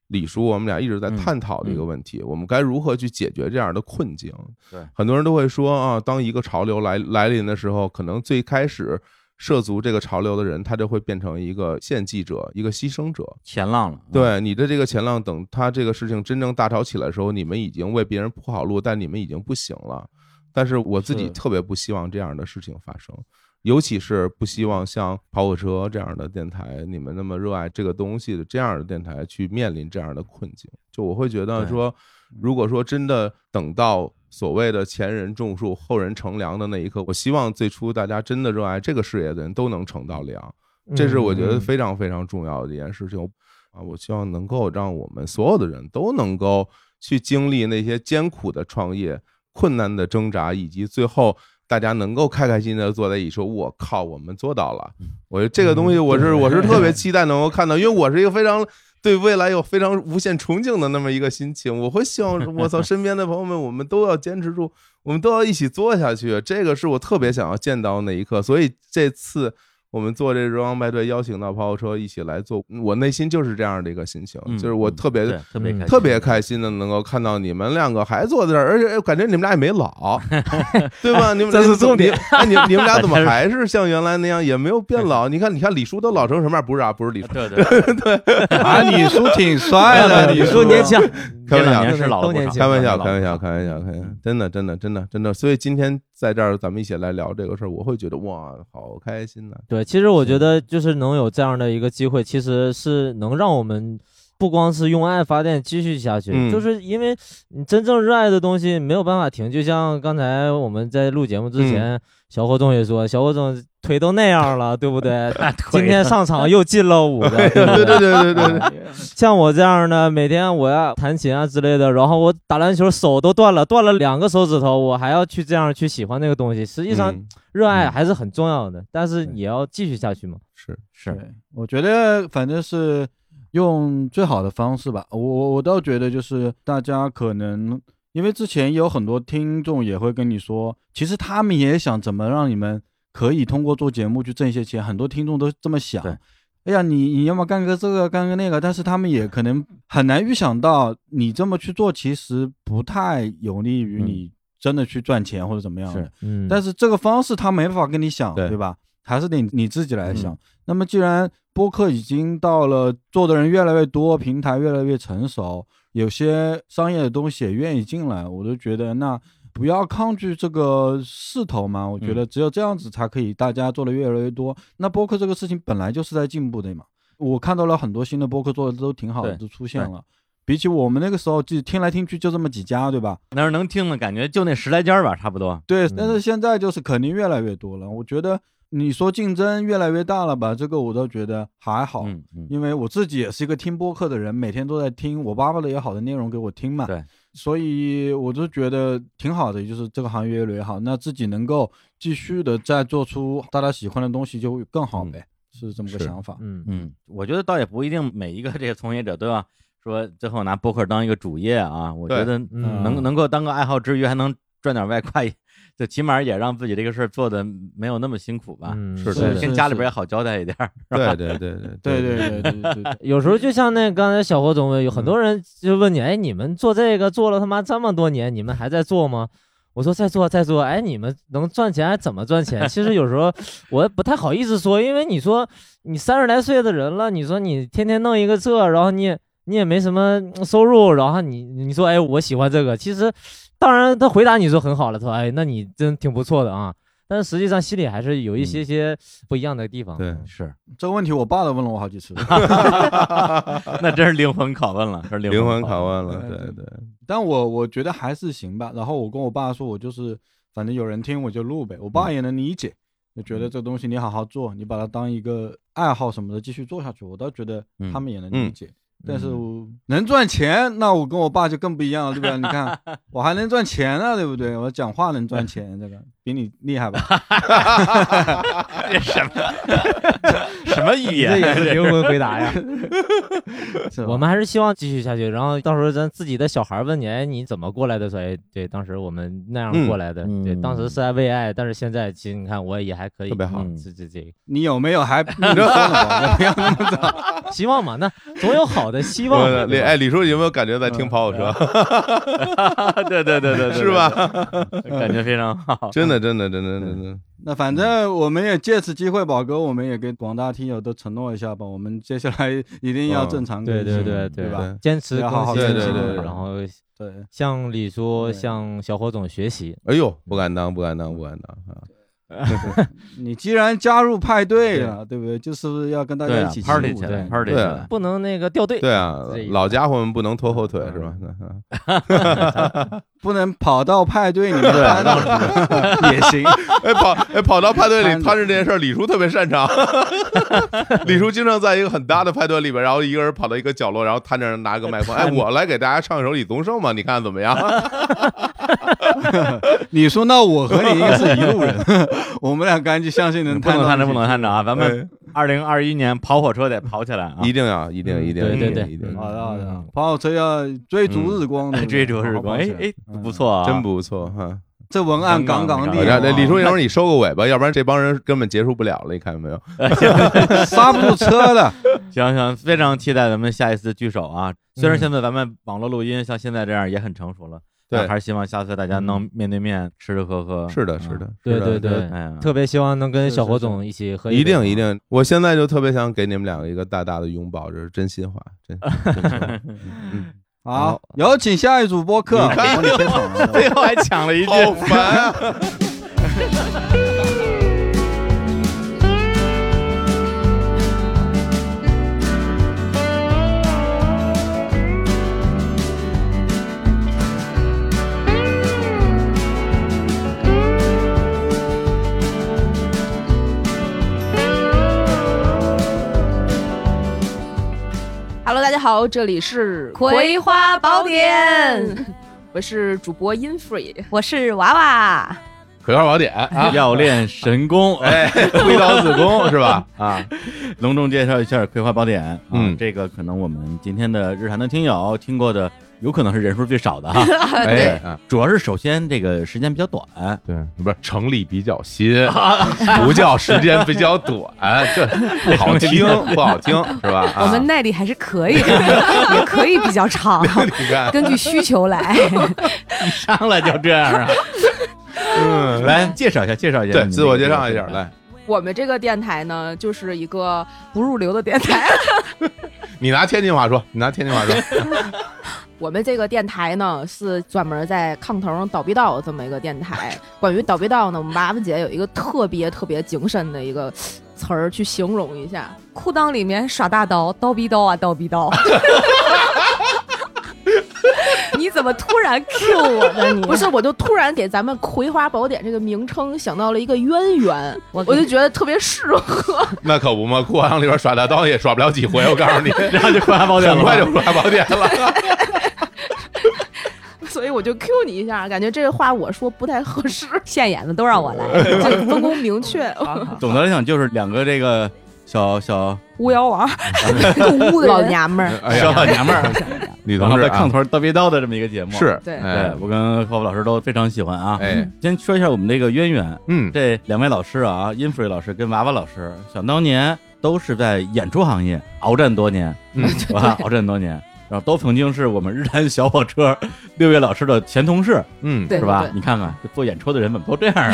Speaker 2: 李叔我们俩一直在探讨的一个问题，我们该如何去解决这样的困境？
Speaker 1: 对
Speaker 2: 很多人都会说啊，当一个潮流来来临的时候，可能最开始涉足这个潮流的人，他就会变成一个献祭者，一个牺牲者，
Speaker 1: 前浪
Speaker 14: 嗯
Speaker 1: 了。？
Speaker 2: 对你的这个前浪，等他这个事情真正大潮起来的时候，你们已经为别人铺好路，但你们已经不行了。但是我自己
Speaker 14: 是
Speaker 2: 特别不希望这样的事情发生，尤其是不希望像跑火车这样的电台，你们那么热爱这个东西的这样的电台去面临这样的困境。就我会觉得
Speaker 14: 对嗯
Speaker 2: 说，如果说真的等到所谓的前人种树后人乘凉的那一刻，我希望最初大家真的热爱这个事业的人都能乘到凉，这是我觉得
Speaker 14: 嗯
Speaker 2: 非常非常重要的一件事情。啊，我希望能够让我们所有的人都能够去经历那些艰苦的创业、困难的挣扎，以及最后大家能够开开心心的坐在一起说：“我靠，我们做到了！”
Speaker 14: 嗯
Speaker 2: 我觉得这个东西，我是我是特别期待能够看到，因为我是一个非常。对未来有非常无限憧憬的那么一个心情，我会希望 我操身边的朋友们，我们都要坚持住，我们都要一起做下去，这个是我特别想要见到的那一刻。所以这次我们做这荣耀派对，邀请到泡泡车一起来做，嗯我内心就是这样的一个心情，
Speaker 12: 嗯
Speaker 2: 就是我特别
Speaker 12: 对特别开心
Speaker 2: 特别开心的能够看到你们两个还坐在这儿，而且哎感觉你们俩也没 老，对吧？你们
Speaker 12: 这是重点
Speaker 2: 你哎，你你们俩怎么
Speaker 12: 还是
Speaker 2: 还是像原来那样，也没有变老？你看，你看李叔都老成什么样？不是啊，不是李叔，对
Speaker 12: 对
Speaker 2: 对，
Speaker 17: 啊李叔挺帅的李叔
Speaker 2: 年
Speaker 17: 年轻
Speaker 2: 开玩笑，
Speaker 17: 这两年是老了不少都年轻
Speaker 2: 开玩笑，
Speaker 17: 都
Speaker 2: 开
Speaker 17: 年
Speaker 2: 玩
Speaker 17: 轻
Speaker 2: 笑，开玩笑，开玩笑，真的，真的，真的，真的。所以今天在这儿，咱们一起来聊这个事儿，我会觉得哇，好开心呐、
Speaker 16: 对，其实我觉得就是能有这样的一个机会，其实是能让我们不光是用爱发电继续下去，
Speaker 2: 嗯
Speaker 16: 就是因为你真正热爱的东西没有办法停。就像刚才我们在录节目之前，
Speaker 12: 嗯
Speaker 16: 小伙总也说，小伙总腿都那样了，对不对
Speaker 12: 腿？
Speaker 16: 今天上场又进了五个，对不
Speaker 2: 对对对对对。
Speaker 16: 像我这样的，每天我要弹琴啊之类的，然后我打篮球手都断了，断了两个手指头，我还要去这样去喜欢那个东西，实际上
Speaker 2: 嗯
Speaker 16: 热爱还是很重要的，但是也要继续下去嘛。
Speaker 2: 是
Speaker 16: 是，
Speaker 17: 我觉得反正是用最好的方式吧。我我我倒觉得就是大家可能因为之前有很多听众也会跟你说，其实他们也想怎么让你们可以通过做节目去挣一些钱，很多听众都这么想。哎呀，你你要么干个这个，干个那个，但是他们也可能很难预想到，你这么去做其实不太有利于你真的去赚钱或者怎么样的。
Speaker 16: 嗯
Speaker 17: 但是这个方式他没办法跟你想，对吧？还是得你自己来想。那么既然播客已经到了做的人越来越多，平台越来越成熟，有些商业的东西也愿意进来，我都觉得那不要抗拒这个势头嘛。我觉得只有这样子才可以，大家做的越来越多。那播客这个事情本来就是在进步的嘛。我看到了很多新的播客做的都挺好的，
Speaker 12: 对
Speaker 17: 都出现
Speaker 12: 对
Speaker 17: 了。比起我们那个时候，就听来听去就这么几家，对吧？
Speaker 12: 那是能听的感觉，就那十来家吧，差不多。
Speaker 17: 对，但是现在就是肯定越来越多了。我觉得你说竞争越来越大了吧，这个我倒觉得还好，
Speaker 12: 嗯
Speaker 17: 因为我自己也是一个听播客的人，每天都在听我爸爸的也好的内容给我听嘛。
Speaker 12: 对，
Speaker 17: 所以我就觉得挺好的，也就是这个行业越来越好，那自己能够继续的再做出大家喜欢的东西就会更好呗，是这么个
Speaker 12: 嗯是
Speaker 17: 想法。
Speaker 16: 嗯
Speaker 12: 嗯，我觉得倒也不一定每一个这个从业者都要 说最后拿播客当一个主业啊。我觉
Speaker 2: 对
Speaker 12: 得
Speaker 2: 嗯
Speaker 12: 能能够当个爱好之余，还能赚点外快，就起码也让自己这个事儿做的没有那么辛苦吧。
Speaker 16: 嗯
Speaker 2: 是的
Speaker 12: 跟家里边也好交代一点儿。是吧
Speaker 2: 对对对对
Speaker 17: 对对对对对
Speaker 16: 有时候就像那刚才小伙总问，有很多人就问你，哎，你们做这个做了他妈这么多年，你们还在做吗？我说在做，在做。哎，你们能赚钱还怎么赚钱？ 其实有时候我不太好意思说，因为你说你三十来岁的人了，你说你天天弄一个这，然后你也你也没什么收入，然后你你说哎我喜欢这个，其实当然他回答你说很好了，他说哎那你真挺不错的啊，但是实际上心里还是有一些些不一样的地方。
Speaker 2: 对，
Speaker 12: 是
Speaker 17: 这个问题我爸都问了我好几次，
Speaker 12: 那真是灵魂拷问了， 是
Speaker 2: 灵魂
Speaker 12: 拷
Speaker 2: 拷问了，对对。
Speaker 17: 但我我觉得还是行吧。然后我跟我爸说，我就是反正有人听我就录呗，我爸也能理解，就觉得这东西你好好做，你把它当一个爱好什么的继续做下去，我倒觉得他们也能理解。但是我能赚钱，那我跟我爸就更不一样了，对吧？你看，我还能赚钱呢，对不对？我讲话能赚钱，这个比你厉害吧？
Speaker 12: 这什么什么语言啊
Speaker 16: 这也是灵魂回 答呀
Speaker 17: 是吧
Speaker 16: 我们还是希望继续下去，然后到时候咱自己的小孩问你，哎，你怎么过来的？说，哎，对，当时我们那样过来的，
Speaker 17: 嗯
Speaker 16: 对，
Speaker 17: 嗯
Speaker 16: 当时是在为爱，但是现在其实你看我也还可以，特别好，这这这个，
Speaker 17: 你有没有还你 说呢？不要那么早，
Speaker 16: 希望嘛，那总有好的希望嘛。
Speaker 2: 李
Speaker 16: 对吧
Speaker 2: 哎，李叔有没有感觉在听跑火车？
Speaker 12: 对对对对对
Speaker 2: 是吧？
Speaker 12: 感觉非常好，
Speaker 2: 真的真的真的真的。
Speaker 17: 那反
Speaker 2: 嗯
Speaker 17: 正我们也借此机会，宝哥，我们也给广大听友都承诺一下吧，我们接下来一定
Speaker 2: 哦
Speaker 17: 要正常更
Speaker 16: 哦对
Speaker 17: 新，
Speaker 16: 对对
Speaker 17: 对吧？
Speaker 16: 坚持
Speaker 17: 要好好
Speaker 16: 更新
Speaker 17: 更
Speaker 16: 自
Speaker 17: 新
Speaker 16: 己
Speaker 2: 对对
Speaker 16: 然后
Speaker 17: 对
Speaker 16: 向李叔、向小火总学习。
Speaker 2: 哎呦，不敢当，不敢当，不敢当啊！
Speaker 17: 你既然加入派对了，对不对？就是要跟大家一起
Speaker 2: 对啊，party
Speaker 17: 起舞
Speaker 2: 起来
Speaker 17: 对
Speaker 2: party 起来
Speaker 16: 不能那个掉队。
Speaker 2: 对啊
Speaker 16: 这，
Speaker 2: 老家伙们不能拖后腿是吧？
Speaker 17: 不能跑到派对里面
Speaker 2: 对
Speaker 17: 瘫着
Speaker 2: 啊
Speaker 17: 也行。
Speaker 2: 哎，跑哎跑到派对
Speaker 17: 摊
Speaker 2: 里
Speaker 17: 着
Speaker 2: 摊着这件事儿，李叔特别擅 长。李叔经常在一个很大的派对里边，然后一个人跑到一个角落，然后摊着拿个麦克风， 哎，我来给大家唱一首李宗盛嘛，你看怎么样？
Speaker 17: 你说那我和你应该是一路人， 我们俩赶紧相信能
Speaker 12: 不
Speaker 17: 探
Speaker 12: 能
Speaker 17: 到
Speaker 12: 看着，
Speaker 17: 一起
Speaker 12: 不能看着啊！咱们
Speaker 17: 哎
Speaker 12: 二零二一年跑火车得跑起来啊！
Speaker 2: 一定要，一定，一定，
Speaker 12: 对对
Speaker 2: 一定
Speaker 12: 对
Speaker 2: 一定。
Speaker 17: 好的好的，跑火车要追逐日光，对不
Speaker 12: 追
Speaker 17: 对
Speaker 12: 逐日
Speaker 17: 好好
Speaker 12: 光，
Speaker 17: 跑
Speaker 12: 哎
Speaker 17: 起来
Speaker 12: 哎，不错啊，
Speaker 2: 真不错哈。
Speaker 17: 这文案杠杠的
Speaker 2: 然
Speaker 17: 啊
Speaker 2: 后。李叔，一会儿你收个尾巴，要不然这帮人根本结束不了了，你看见 没有
Speaker 17: 刹不住车的。
Speaker 1: 行行，呃非常期待咱们下一次聚首啊！虽然
Speaker 12: 嗯
Speaker 1: 现在咱们网络录音像现在这样也很成熟了，
Speaker 12: 对
Speaker 1: 但还是希望下次大家
Speaker 17: 嗯
Speaker 1: 能面对面吃吃喝喝。
Speaker 2: 是的
Speaker 1: 嗯
Speaker 2: 是的
Speaker 16: 对
Speaker 1: 对
Speaker 16: 对对
Speaker 1: 哎呀，
Speaker 16: 特别希望能跟
Speaker 1: 是
Speaker 16: 小
Speaker 1: 是
Speaker 16: 火
Speaker 1: 是
Speaker 16: 总一起喝
Speaker 2: 一
Speaker 16: 杯
Speaker 2: 定一定，我现在就特别想给你们两个一个大大的拥抱，这是真心话，真真心话。嗯
Speaker 17: 好，有请下一组播客。
Speaker 2: 你看
Speaker 17: 我帮你推捧了
Speaker 12: 最后还抢了一句，
Speaker 17: 好烦啊
Speaker 18: ，Hello，大家好，这里是《
Speaker 19: 葵花宝典》，
Speaker 18: 我是主播 InFree，
Speaker 19: 我是娃娃。
Speaker 2: 葵花宝 典啊，
Speaker 1: 要练神功，
Speaker 2: 哎，挥刀自宫是 吧？。
Speaker 1: 啊，隆重介绍一下《葵花宝典》。嗯，这个可能我们今天的日韩的听友听过的，有可能是人数最少的 哈
Speaker 2: 对
Speaker 1: 哎，主要是首先这个时间比较短，
Speaker 2: 对，不是成立比较 新，不叫时间比较短，这不 好听，不好听是吧？啊
Speaker 19: 我 们耐力还是可以的， 也可以比较长
Speaker 2: 看，
Speaker 19: 根据需求来。
Speaker 1: 上来就这样 啊。嗯，来介绍一下，介绍一下，
Speaker 2: 对自我介绍一下来。
Speaker 18: 我们这个电台呢，就是一个不入流的电台。
Speaker 2: 你拿天津话说，你拿天津话说，
Speaker 18: 我们这个电台呢，是专门在炕头上倒逼道这么一个电 台。关于倒逼道呢，我们娃娃姐有一个特别特别精深的一个词儿去形容一下。
Speaker 19: 裤裆里面耍大刀，刀逼刀啊，刀逼 刀。你怎么突然 Q 我呢？你
Speaker 18: 不是，我就突然给咱们《葵花宝典》这个名称想到了一个渊源，我就觉得特别适合。
Speaker 2: 那可不嘛，裤裆里边耍大刀也耍不了几回，我告诉你，然后就
Speaker 1: 葵花
Speaker 2: 宝
Speaker 1: 典了
Speaker 2: 很快就葵花宝典了。
Speaker 18: 所以我就 Q 你一下，感觉这话我说不太合适。
Speaker 19: 现眼的都让我来，
Speaker 18: 就分工明 确。
Speaker 1: 总的来讲就是两个这个小小
Speaker 18: 巫 妖王，
Speaker 19: 污的
Speaker 18: 老
Speaker 19: 人
Speaker 18: 娘们儿，
Speaker 1: 哎呀小娘们儿，
Speaker 2: 女同志
Speaker 1: 在
Speaker 2: 啊
Speaker 1: 炕头儿叨逼叨的这么一个节目，
Speaker 2: 是对
Speaker 1: 对
Speaker 2: 哎，
Speaker 1: 我跟霍夫老师都非常喜欢啊。
Speaker 2: 哎，
Speaker 1: 先说一下我们这个渊源，
Speaker 2: 嗯，
Speaker 1: 这两位老师啊，音水老师跟娃娃老师，想当年都是在演出行业鏖战多年，
Speaker 2: 嗯，
Speaker 1: 哇，鏖战多年。然后都曾经是我们日坛小火车六位老师的前同事，
Speaker 2: 嗯
Speaker 1: 是吧
Speaker 18: 对对？对
Speaker 1: 你看看做演出的人怎么都这样啊？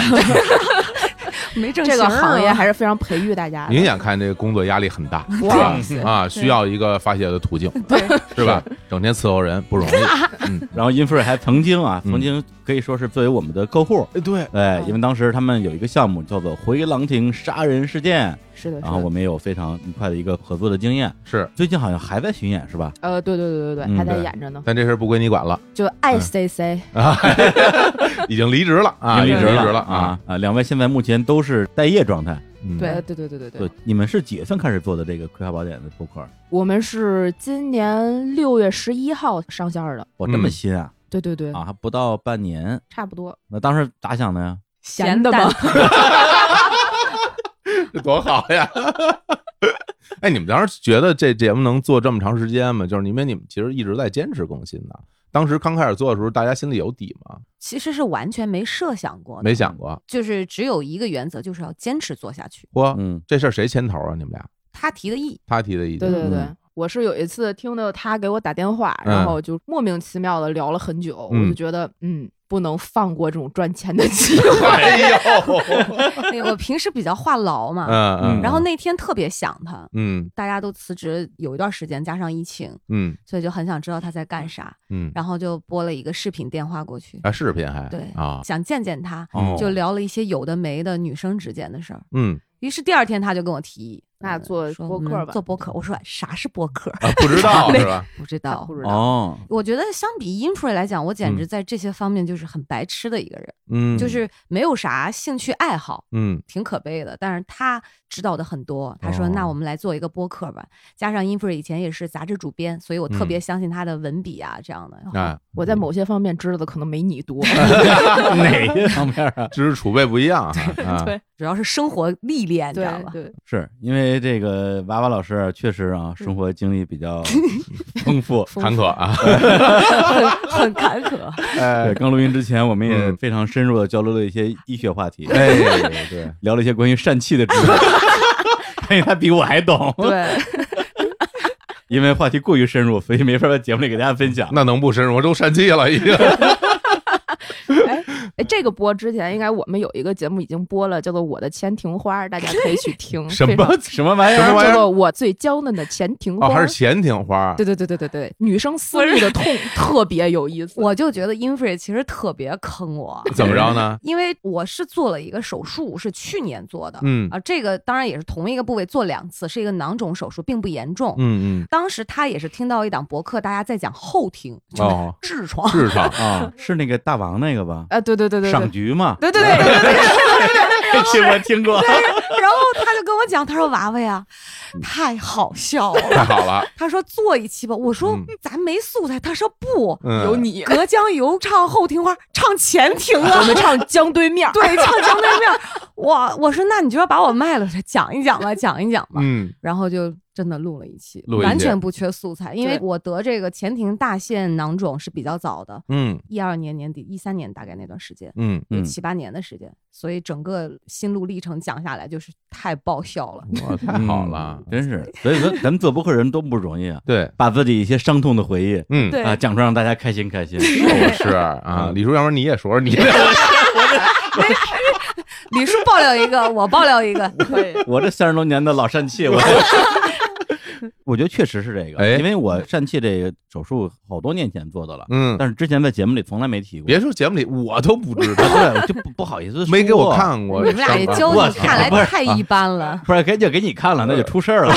Speaker 18: 没
Speaker 19: 正
Speaker 18: 这
Speaker 19: 形
Speaker 18: 个
Speaker 19: 儿
Speaker 18: 行业
Speaker 19: 啊
Speaker 18: 还是非常培育大家的。
Speaker 2: 明显看这个工作压力很大，
Speaker 18: 哇
Speaker 2: 是吧
Speaker 18: 塞
Speaker 2: 啊，
Speaker 18: 对
Speaker 2: 需要一个发泄的途径，
Speaker 18: 对，
Speaker 2: 是吧？整天伺候人不容
Speaker 1: 啊
Speaker 2: 易。
Speaker 1: 然后 Infree 还曾经啊，曾经可以说是作为我们的客户，
Speaker 2: 嗯对，
Speaker 1: 哎，因为当时他们有一个项目叫做“回廊亭杀人事件”，
Speaker 18: 是的，
Speaker 1: 然啊后我们也有非常愉快的一个合作的经验。
Speaker 2: 是，
Speaker 1: 最近好像还在巡演是吧？
Speaker 18: 呃，对对对对对，
Speaker 1: 嗯
Speaker 18: 还在演着呢。
Speaker 2: 但这事儿不归你管了
Speaker 18: 就爱 C C，
Speaker 2: 啊，已经离职了啊，嗯
Speaker 1: 已
Speaker 2: 已
Speaker 1: 经
Speaker 2: 经
Speaker 1: 离
Speaker 2: 离
Speaker 1: 职
Speaker 2: 职
Speaker 1: 了
Speaker 2: 了
Speaker 1: 啊！啊！两位现在目前都是待业状态。
Speaker 18: 对对对对对
Speaker 1: 对，你们是几月份开始做的这个《葵花宝典》的播客？
Speaker 18: 我们是今年六月十一号上线儿的。
Speaker 1: 哇，这
Speaker 2: 嗯
Speaker 1: 么新啊！
Speaker 18: 对对对，
Speaker 1: 啊，还不到半年。
Speaker 18: 差不多。
Speaker 1: 那当时咋想的呀？
Speaker 18: 闲的吧？
Speaker 2: 多好呀！哎，你们当时觉得这节目能做这么长时间吗？就是因为你们其实一直在坚持更新的。当时刚开始做的时候，大家心里有底吗？
Speaker 19: 其实是完全没设想过的，
Speaker 2: 没想过。
Speaker 19: 就是只有一个原则，就是要坚持做下去。
Speaker 2: 嚯，
Speaker 1: 嗯
Speaker 2: 这事儿谁牵头啊？你们俩？
Speaker 19: 他提的意，
Speaker 2: 他提的意见。
Speaker 18: 对对对，
Speaker 1: 嗯
Speaker 18: 我是有一次听到他给我打电话，
Speaker 2: 嗯
Speaker 18: 然后就莫名其妙的聊了很久，我
Speaker 2: 嗯
Speaker 18: 就觉得嗯，不能放过这种赚钱的机 会。
Speaker 1: 哎
Speaker 18: 哎
Speaker 19: 那哎个我平时比较话痨嘛，
Speaker 2: 哎嗯嗯
Speaker 19: 然后那天特别想他，
Speaker 2: 嗯
Speaker 19: 大家都辞职有一段时间，加上疫情，
Speaker 2: 嗯
Speaker 19: 所以就很想知道他在干啥，
Speaker 2: 嗯
Speaker 19: 然后就拨了一个视频电话过去
Speaker 2: 啊视频还
Speaker 19: 对
Speaker 2: 啊
Speaker 19: 想见见他
Speaker 2: 哦，
Speaker 19: 就聊了一些有的没的女生之间的事儿，
Speaker 2: 嗯，
Speaker 19: 于是第二天他就跟我提议，那做
Speaker 18: 播客吧
Speaker 19: 做播客。我说啥是播客？
Speaker 2: 啊不知道
Speaker 19: 没
Speaker 2: 是吧？
Speaker 19: 不知道，
Speaker 18: 不
Speaker 19: 知
Speaker 1: 哦，
Speaker 19: 我觉得相比 intro 来讲，我简直
Speaker 2: 嗯
Speaker 19: 在这些方面就是很白痴的一个人，
Speaker 2: 嗯
Speaker 19: 就是没有啥兴趣爱好，
Speaker 2: 嗯
Speaker 19: 挺可悲的。但是他知道的很多，他说：“
Speaker 2: 哦
Speaker 19: 那我们来做一个播客吧。”加上 intro 以前也是杂志主编，所以我特别
Speaker 18: 嗯
Speaker 19: 相信他的文笔啊，这样的。
Speaker 2: 哎，
Speaker 18: 我在某些方面知道的可能没你 多，
Speaker 2: 哪 个方面啊？知识储备不一样啊。啊
Speaker 19: 对，主要是生活历练，你知道吧？
Speaker 18: 对，
Speaker 1: 是因为为这个娃娃老师确实
Speaker 19: 嗯
Speaker 1: 啊，生活经历比 较丰富、
Speaker 2: 坎坷啊哎
Speaker 1: 很
Speaker 15: 很坎坷
Speaker 19: 哎
Speaker 1: 对，刚录音之前，我们也非常深入的交流了一些医学话题，
Speaker 2: 嗯哎
Speaker 1: 对，聊了一些关于疝气的 知识，因为他比我还懂。
Speaker 18: 对，
Speaker 1: 因为话题过于深入，所以没法在节目里给大家分享。
Speaker 2: 那能不深入？我都疝气了已 经。
Speaker 18: 哎，这个播之前应该我们有一个节目已经播了，叫做《我的前庭花》，大家可以去 听。
Speaker 2: 什
Speaker 18: 非
Speaker 2: 么
Speaker 18: 常
Speaker 1: 什么玩意儿？
Speaker 2: 什么玩意
Speaker 18: 叫
Speaker 2: 儿？
Speaker 18: 做我最娇嫩的前庭花，
Speaker 2: 哦，还是闲庭
Speaker 7: 啊
Speaker 2: 花？
Speaker 18: 对对对对对对，女生私欲的痛特别有意思。
Speaker 19: 我就觉得 Infree 其实特别坑我，
Speaker 2: 怎么着呢
Speaker 19: 因为我是做了一个手术，是去年做的，
Speaker 2: 嗯
Speaker 19: 啊，这个当然也是同一个部位做两次，是一个囊肿手术，并不严重，
Speaker 2: 嗯嗯
Speaker 19: 当时他也是听到一档博客，大家在讲后庭，就是
Speaker 1: 哦，
Speaker 19: 痔疮，
Speaker 1: 痔 疮啊，是那个大王那个吧？
Speaker 19: 啊，对对对对，对
Speaker 1: 赏菊嘛，
Speaker 19: 对对对对对对
Speaker 1: 这期我听 过，
Speaker 19: 然后他就跟我讲，他说娃娃呀，太好笑了，
Speaker 2: 嗯 太好了
Speaker 19: 他说做一期吧，我说、咱没素材，他说不，
Speaker 2: 嗯有你
Speaker 19: 隔江犹唱后庭花，唱前庭 啊，
Speaker 18: 我们唱江对面
Speaker 19: 对，唱江对面。我我说那你就要把我卖了，讲一 讲吧，讲一讲吧。
Speaker 2: 嗯，
Speaker 19: 然后就真的录了一期，
Speaker 2: 录一期
Speaker 19: 完全不缺素材，因为
Speaker 18: 对
Speaker 19: 我得这个前庭大腺囊肿是比较早的，
Speaker 2: 嗯
Speaker 19: 一二年年底，一三年大概那段时间，
Speaker 2: 嗯
Speaker 19: 有
Speaker 2: 嗯
Speaker 19: 七八年的时间，所以整个心路历程讲下来就是太爆笑了。
Speaker 2: 哇，太好了，
Speaker 1: 嗯真是。所以说，咱们做播客人都不容易啊。
Speaker 2: 对，
Speaker 1: 把自己一些伤痛的回忆，
Speaker 2: 嗯
Speaker 19: 对
Speaker 1: 啊，讲出来让大家开心开心。嗯
Speaker 2: 就是啊，李叔，要不然你也说说你的。
Speaker 19: 李叔爆料一个，我爆料一个，可以。
Speaker 1: 我这三十多年的老疝气， 我我觉得确实是这
Speaker 2: 哎
Speaker 1: 个，因为我疝气这个手术好多年前做的了，
Speaker 2: 嗯
Speaker 1: 但是之前在节目里从来没提过。
Speaker 2: 别说节目里，我都不知道，
Speaker 1: 对，我就不不好意思说，
Speaker 2: 没给我看过
Speaker 19: 你们俩这交
Speaker 1: 我
Speaker 19: 情
Speaker 1: 操
Speaker 19: 看来
Speaker 1: 不是
Speaker 19: 太一般
Speaker 2: 啊
Speaker 19: 了。
Speaker 1: 不是给就给你看了，那就出事儿 了。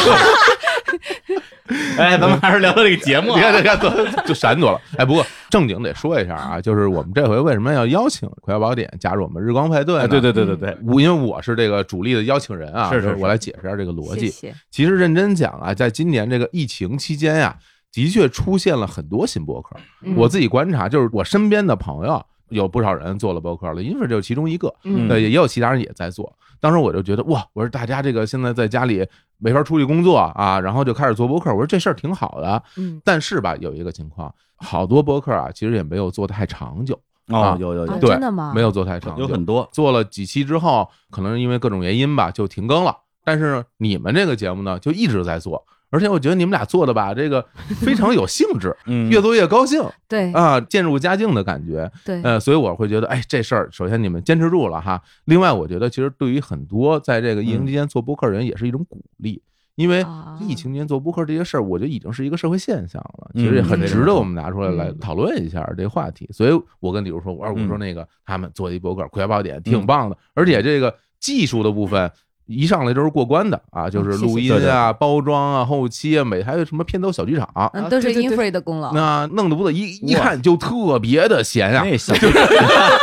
Speaker 1: 哎，咱们还是聊聊这个节目啊
Speaker 2: 你看，你看，都 就闪躲了。哎，不过正经得说一下啊，就是我们这回为什么要邀请《葵花宝典》加入我们日光派对呢？
Speaker 1: 哎对对对对对
Speaker 2: 我因为我是这个主力的邀请人啊，
Speaker 1: 是是是
Speaker 2: 我来解释一下这个逻辑。
Speaker 1: 谢谢
Speaker 2: 其实认真讲啊，在今年这个疫情期间呀、的确出现了很多新播客。
Speaker 1: 嗯
Speaker 2: 我自己观察，就是我身边的朋友有不少人做了播客了，因为就是其中一个，
Speaker 1: 嗯
Speaker 2: 对，也有其他人也在做。当时我就觉得哇，我说大家这个现在在家里没法出去工作啊，然后就开始做播客，我说这事儿挺好的。
Speaker 1: 嗯
Speaker 2: 但是吧，有一个情况，好多播客啊，其实也没有做太长久。
Speaker 1: 哦
Speaker 2: 啊
Speaker 1: 有有有啊
Speaker 2: 对，
Speaker 1: 真的吗
Speaker 2: 没有做太长久，
Speaker 1: 有很多
Speaker 2: 做了几期之后，可能因为各种原因吧，就停更了。但是你们这个节目呢，就一直在做，而且我觉得你们俩做的吧，这个非常有兴 致，
Speaker 1: 嗯
Speaker 2: 越做越高兴，
Speaker 19: 对
Speaker 2: 啊，渐入佳境的感觉，
Speaker 19: 对
Speaker 2: 呃，所以我会觉得，哎，这事儿首先你们坚持住了哈。另外，我觉得其实对于很多在这个疫
Speaker 1: 嗯
Speaker 2: 情期间做播客人也是一种鼓励。因为
Speaker 19: 啊
Speaker 2: 疫情期间做播客这些事儿，我觉得已经是一个社会现象了，其实也很
Speaker 1: 嗯
Speaker 2: 值得我们拿出来来
Speaker 1: 嗯
Speaker 2: 讨论一下这个话题。所以我跟李叔说，我说我
Speaker 1: 嗯
Speaker 2: 说那个他们做一博客《葵花宝典》挺棒的，而且这个技术的部分一上来就是过关的啊，就是
Speaker 19: 嗯谢谢
Speaker 2: 录音
Speaker 19: 对
Speaker 2: 啊、包装啊、后期啊、美还有什么片头小剧场，
Speaker 19: 嗯，都是 Infree 的 功劳。
Speaker 2: 那弄得不得一一看就特别的闲 啊，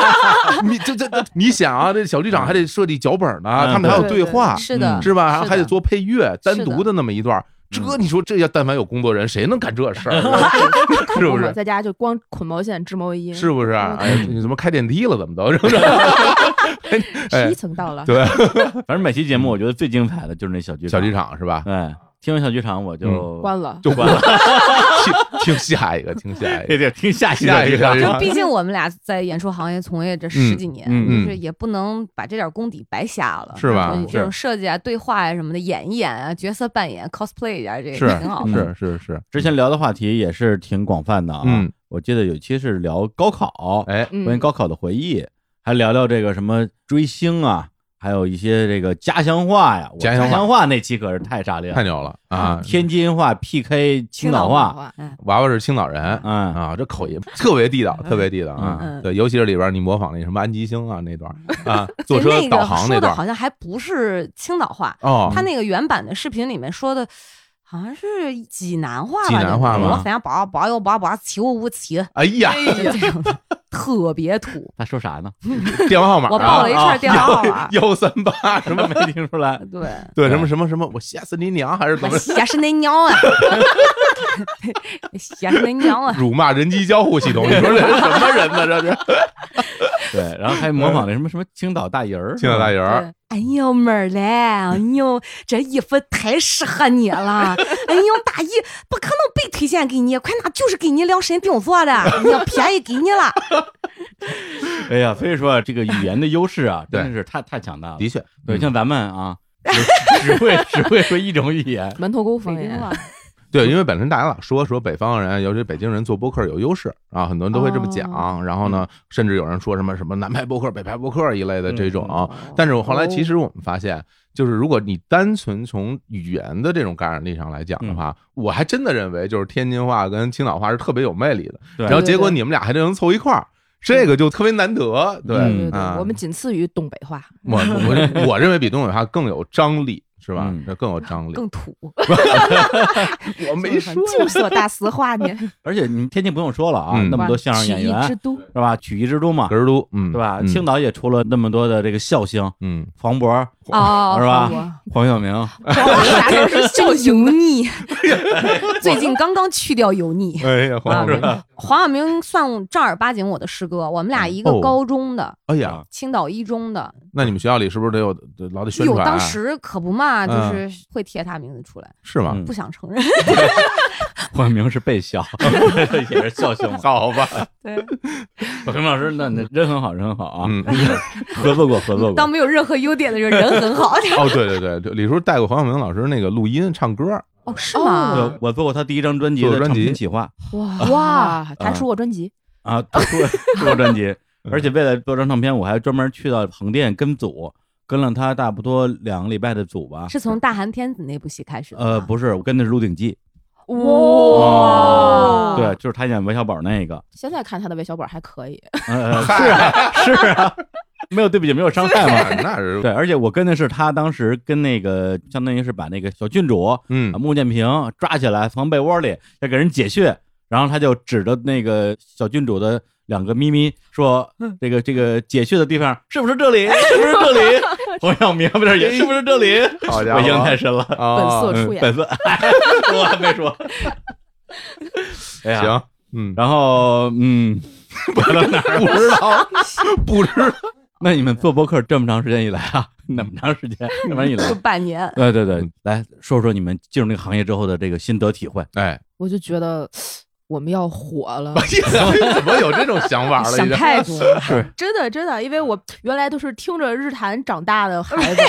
Speaker 2: 你这这这，你想啊，这小剧场还得设计脚本呢，
Speaker 1: 嗯
Speaker 2: 他们还有
Speaker 1: 对
Speaker 2: 对话，
Speaker 1: 对是的
Speaker 2: 是吧？
Speaker 1: 是的
Speaker 2: 还得做配乐，单
Speaker 18: 是的
Speaker 2: 独的那么一
Speaker 1: 嗯
Speaker 2: 段。这你说这要但凡有工作人，谁能干 这事儿？是不
Speaker 18: 我
Speaker 2: 是？
Speaker 18: 在家就光捆毛线、织毛衣，
Speaker 2: 是不是？哎，你怎么开电梯了？怎么都是 不是？
Speaker 1: 哎
Speaker 18: 十一层到了。
Speaker 2: 对，
Speaker 1: 反正每期节目我觉得最精彩的就是那小剧场，小剧
Speaker 2: 场是吧？
Speaker 1: 哎，听完小剧场我就
Speaker 2: 嗯
Speaker 18: 关了
Speaker 1: 就关 了，
Speaker 2: 听听下一个，听下一 个，
Speaker 1: 对对，听下期
Speaker 2: 下一个
Speaker 1: 小剧
Speaker 2: 下
Speaker 1: 场
Speaker 2: 一
Speaker 19: 就毕竟我们俩在演出行业从业这十几年，
Speaker 1: 嗯嗯嗯
Speaker 19: 就是也不能把这点功底白瞎了，
Speaker 2: 是吧
Speaker 19: 就是这种
Speaker 2: 是
Speaker 19: 设计啊、对话呀、什么的，演一演啊，角色扮演、cosplay 一下，这个挺好的。
Speaker 2: 是是是，
Speaker 1: 之前聊的话题也是挺广泛的啊。
Speaker 2: 嗯，
Speaker 1: 我记得有一期是聊高考，
Speaker 2: 哎，
Speaker 19: 嗯
Speaker 1: 关于高考的回忆，还聊聊这个什么追星啊，还有一些这个家乡话呀。我
Speaker 2: 家
Speaker 1: 家
Speaker 2: 乡话
Speaker 1: 乡话那期可是太炸裂了，
Speaker 2: 太牛了啊
Speaker 1: 天津话 PK 嗯青岛话，嗯
Speaker 2: 娃娃是青岛人，啊，这口音特别地道，特别地道啊
Speaker 19: 嗯！
Speaker 2: 对，尤其是里边你模仿那什么安吉星啊那段啊，坐
Speaker 19: 对
Speaker 2: 车
Speaker 19: 那个
Speaker 2: 导航
Speaker 19: 说的
Speaker 2: 段
Speaker 19: 好，像还不是青岛话
Speaker 2: 哦
Speaker 19: 他那个原版的视频里面说的。好像是济南话吧，
Speaker 2: 济南话
Speaker 19: 就是
Speaker 2: 吗
Speaker 19: 我想保保佑保保求无期。
Speaker 2: 哎呀
Speaker 19: 就这种的特别土。
Speaker 1: 他说啥呢？
Speaker 2: 电话号码啊，
Speaker 19: 我报了一串电话号码
Speaker 2: 幺三八什么没
Speaker 1: 听出来？
Speaker 19: 对
Speaker 2: 对，什么什么什么，我吓死你娘还是 怎
Speaker 19: 我
Speaker 2: 么？
Speaker 19: 吓是那娘啊， 吓是那娘啊！啊
Speaker 2: 辱骂人机交互系统，你说这是什么人呢？这是
Speaker 1: 对，然后还模仿那什么什么青岛大人儿，
Speaker 2: 青岛大人儿，
Speaker 19: 哎呦妹儿嘞，哎呦，这衣服太适合你了！哎呦，大衣不可能被推荐给你，快拿，就是给你量身定做的，哎呀，便宜给你了。
Speaker 1: 哎呀，所以说啊，这个语言的优势啊，真的是太太强大了。
Speaker 2: 的确，
Speaker 1: 对，像咱们啊， 只会只会说一种语言，
Speaker 18: 门头沟方言。
Speaker 2: 对，因为本身大家老说说北方人，尤其北京人做播客有优势啊，很多人都会这么
Speaker 1: 哦
Speaker 2: 讲。然后
Speaker 1: 嗯
Speaker 2: 呢，甚至有人说什么什么南派播客、北派播客一类的这种。啊但是我
Speaker 1: 哦
Speaker 2: 后来其实我们发现，就是如果你单纯从语言的这种感染力上来讲
Speaker 1: 嗯
Speaker 2: 的话，我还真的认为就是天津话跟青岛话是特别有魅力的。
Speaker 1: 对
Speaker 2: 然后结果你们俩还能凑一块儿，这个就特别难得。对
Speaker 1: 嗯
Speaker 18: 对对对，
Speaker 2: 啊
Speaker 18: 我们仅次于东北话，
Speaker 2: 我我我认为比东北话更有张力，是吧？
Speaker 1: 嗯
Speaker 2: 这更有张力，
Speaker 18: 更土。
Speaker 2: 我没说，
Speaker 19: 就说大实话呢。
Speaker 1: 而且你天津不用说了啊，那么多相声演员
Speaker 19: 曲艺之都
Speaker 1: 是吧？曲艺之都嘛，
Speaker 2: 之嗯都，嗯，
Speaker 1: 对吧？青岛也出了那么多的这个笑星，
Speaker 2: 嗯，
Speaker 1: 黄渤，
Speaker 19: 哦
Speaker 1: 是
Speaker 19: 黄渤
Speaker 1: 吧？黄晓明，
Speaker 19: 啥时候是叫油腻？ 最近刚刚去掉油腻。
Speaker 2: 哎呀，
Speaker 19: 黄
Speaker 2: 晓明，
Speaker 19: 黄晓明算正儿八经我的师哥，我们俩一个
Speaker 2: 哦
Speaker 19: 高中的，
Speaker 2: 哎
Speaker 1: 啊
Speaker 2: 呀，
Speaker 19: 青岛一中的。
Speaker 2: 那你们学校里是不是得有得老得宣
Speaker 19: 有
Speaker 2: 传、啊？
Speaker 19: 当时可不嘛，就
Speaker 2: 嗯
Speaker 19: 是会贴他名字出来，
Speaker 2: 是吗嗯
Speaker 19: 不想承认。
Speaker 1: 黄晓明是被 笑， 也是笑星，
Speaker 2: 好吧？
Speaker 19: 对，
Speaker 1: 彭老师，那那人很好，人很好啊， 合作过，合作
Speaker 19: 当
Speaker 1: 过。
Speaker 19: 没有任何优点的时候，人很好。
Speaker 2: 哦，对对对，对李叔带过黄晓明老师那个录音唱 歌，
Speaker 19: 哦， 是吗？
Speaker 1: 对我做过他第一张专辑的
Speaker 2: 做专
Speaker 1: 唱
Speaker 2: 辑
Speaker 1: 片企划
Speaker 19: 哇
Speaker 2: 啊
Speaker 19: 哇，他出过专辑，
Speaker 1: 啊， 做做过专辑，
Speaker 2: 嗯
Speaker 1: 而且为了做张唱片，我还专门去到横店跟组，跟了他差不多两个礼拜的组吧。
Speaker 19: 是从《大韩天子》那部戏开
Speaker 2: 嗯
Speaker 19: 始的。
Speaker 1: 呃，不是，我跟的是《鹿鼎记》
Speaker 19: 哇
Speaker 1: 对，就是他演韦小宝那个，
Speaker 18: 现在看他的韦小宝还可以，
Speaker 2: 嗯
Speaker 1: 呃，是啊，是啊，没有对不起，没有伤害嘛，
Speaker 2: 对 那是
Speaker 1: 对，而且我跟的是他当时跟那个相当于是把那个小郡主，啊
Speaker 2: 嗯，
Speaker 1: 穆剑平抓起来从被窝里要给人解穴，然后他就指着那个小郡主的两个咪咪说，
Speaker 2: 嗯
Speaker 1: 这个这个解穴的地方是不是这里？是不是这里？ 黄晓明不是也是不是这里？
Speaker 2: 好家
Speaker 1: 我
Speaker 2: 伙
Speaker 1: 印象太深了，
Speaker 2: 哦本色出演
Speaker 1: 嗯本色， 我还没说。哎呀，
Speaker 2: 行，嗯，
Speaker 1: 然后嗯，我到哪儿了
Speaker 2: 不知道， 不知道。
Speaker 1: 那你们做播客这么长时间以来啊，那么长时间，那么长时间以来
Speaker 18: 就，半年，
Speaker 1: 对对对，来说说你们进入那个行业之后的这个心得体会。
Speaker 2: 哎，
Speaker 18: 我就觉得我们要火了。
Speaker 2: 怎么有这种想法了？
Speaker 18: 想
Speaker 2: 已经
Speaker 18: 太多 了嗯
Speaker 1: 是
Speaker 18: 真的真的，因为我原来都是听着日坛长大的孩子，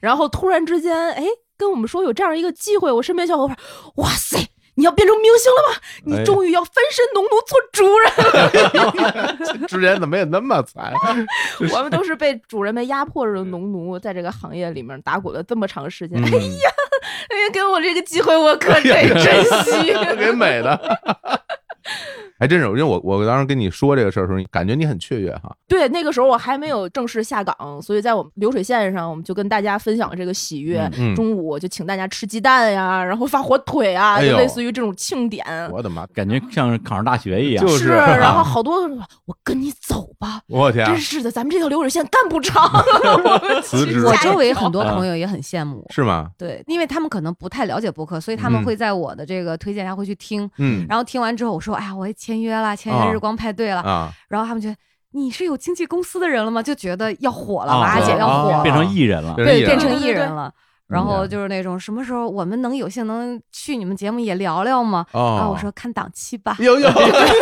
Speaker 18: 然后突然之间，哎，跟我们说有这样一个机会，我身边小伙伴，哇塞！你要变成明星了吗？
Speaker 2: 哎
Speaker 18: 你终于要翻身农奴做主 人。
Speaker 2: 之前怎么也那么 惨？
Speaker 18: 我们都是被主人们压迫着的农奴，在这个行业里面打滚了这么长时间。
Speaker 2: 嗯哎
Speaker 18: 哎呀，哎呀，给我这个机会，我可得珍惜。
Speaker 2: 给美的。还哎真是，因为我我当时跟你说这个事儿的时候，你感觉你很雀跃哈。
Speaker 18: 对，那个时候我还没有正式下岗，所以在我们流水线上，我们就跟大家分享这个喜悦。
Speaker 2: 嗯嗯
Speaker 18: 中午我就请大家吃鸡蛋呀，然后发火腿啊，
Speaker 1: 哎呦
Speaker 18: 就类似于这种庆典。
Speaker 1: 我的妈，感觉像是考上大学一样，
Speaker 18: 是，啊然后好多人说：“我跟你走吧。”
Speaker 1: 我天啊
Speaker 18: 真是的，咱们这条 流水线干不 长。
Speaker 2: 哦辞职嗯
Speaker 19: 我周围很多朋友也很羡慕我，
Speaker 2: 是吗？
Speaker 19: 对，因为他们可能不太了解播客，所以他们
Speaker 2: 嗯
Speaker 19: 会在我的这个推荐下会去听。
Speaker 2: 嗯
Speaker 19: 然后听完之后，我说：“哎呀，我也签约了，签
Speaker 2: 啊
Speaker 19: 约日光派对了。
Speaker 2: 啊
Speaker 19: 然后他们觉得。你是有经纪公司的人了吗？就觉得要火了，
Speaker 1: 啊
Speaker 19: 娃、
Speaker 1: 对
Speaker 19: 姐要火了，
Speaker 1: 啊变成艺人了
Speaker 19: 对，
Speaker 1: 变
Speaker 19: 变
Speaker 1: 成
Speaker 19: 成
Speaker 1: 艺人了
Speaker 19: 艺人了。然
Speaker 1: 嗯
Speaker 19: 后就是那种什么时候我们能有幸能去你们节目也聊聊吗？
Speaker 2: 哦
Speaker 19: 啊，我说看档期吧，
Speaker 2: 呦呦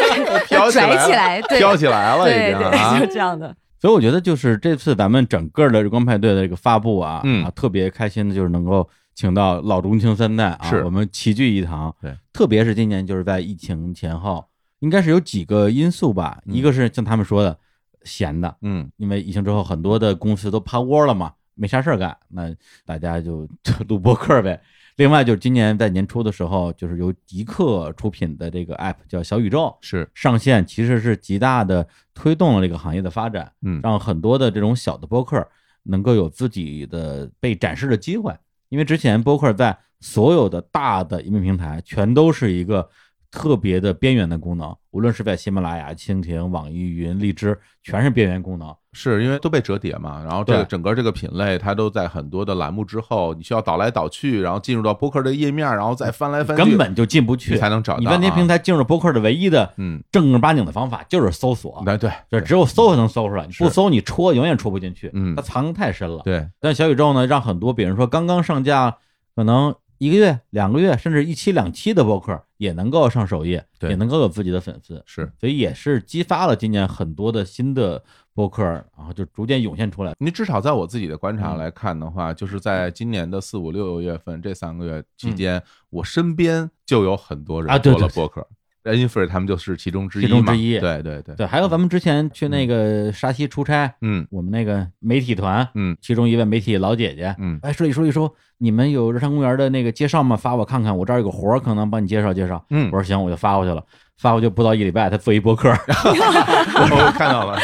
Speaker 1: 飘起来了
Speaker 19: 拽起来，对，
Speaker 1: 飘起来了已
Speaker 19: 对
Speaker 1: 经
Speaker 19: 对，
Speaker 1: 啊
Speaker 19: 就是这样的。
Speaker 1: 所以我觉得就是这次咱们整个的日光派对的这个发布啊，
Speaker 2: 嗯
Speaker 1: 啊，特别开心的就是能够请到老中青三代啊，
Speaker 2: 是
Speaker 1: 我们齐聚一堂。
Speaker 2: 对，
Speaker 1: 特别是今年就是在疫情前后，应该是有几个因素吧，一个是像他们说的闲的，
Speaker 2: 嗯，
Speaker 1: 因为疫情之后很多的公司都趴窝了嘛，没啥事儿干，那大家就 就录播客呗。另外就是今年在年初的时候，就是由极客出品的这个 app 叫小宇宙，
Speaker 2: 是
Speaker 1: 上线，其实是极大的推动了这个行业的发展，
Speaker 2: 嗯
Speaker 1: 让很多的这种小的播客能够有自己的被展示的机会。因为之前播客在所有的大的音频平台全都是一个特别的边缘的功能，无论是在喜马拉雅、蜻蜓、网易云、荔枝，全是边缘功能。
Speaker 2: 是因为都被折叠嘛，然后这个
Speaker 1: 对
Speaker 2: 整个这个品类它都在很多的栏目之后，你需要倒来倒去，然后进入到播客的页面，然后再翻来翻去，
Speaker 1: 根本就进不去，
Speaker 2: 你才能找到、啊。
Speaker 1: 你在那平台进入播客的唯一的
Speaker 2: 嗯哎
Speaker 1: 正儿八经的方法就是搜索，
Speaker 2: 对对，
Speaker 1: 就只有搜才能搜出来，你不搜你戳永远戳不进去，
Speaker 2: 嗯，
Speaker 1: 它藏得太深了。
Speaker 2: 对，
Speaker 1: 但小宇宙呢，让很多比如说刚刚上架，可能一个月、两个月，甚至一期两期的播客也能够上首页，也能够有自己的粉丝，
Speaker 2: 是，
Speaker 1: 所以也是激发了今年很多的新的播客，然后就逐渐涌现出来。嗯
Speaker 2: 你至少在我自己的观察来看的话，就是在今年的四五六月份这三个月期间，我身边就有很多
Speaker 1: 嗯啊
Speaker 2: 人
Speaker 1: 对
Speaker 2: 做了
Speaker 1: 对
Speaker 2: 播客。i n f r 他们就是其中之一
Speaker 1: 其中
Speaker 2: 嘛
Speaker 1: 之一，
Speaker 2: 对对对
Speaker 1: 对，还有咱们之前去那个沙溪出差，
Speaker 2: 嗯，
Speaker 1: 我们那个媒体团，
Speaker 2: 嗯，
Speaker 1: 其中一位媒体老姐姐，
Speaker 2: 嗯，
Speaker 1: 哎，说一说一说，你们有日常公园的那个介绍吗？发我看看，我这儿有个活儿，可能帮你介绍介绍。
Speaker 2: 嗯
Speaker 1: 我说行，我就发过去了。发过去不到一礼拜，他做一播客，
Speaker 2: 我看到了。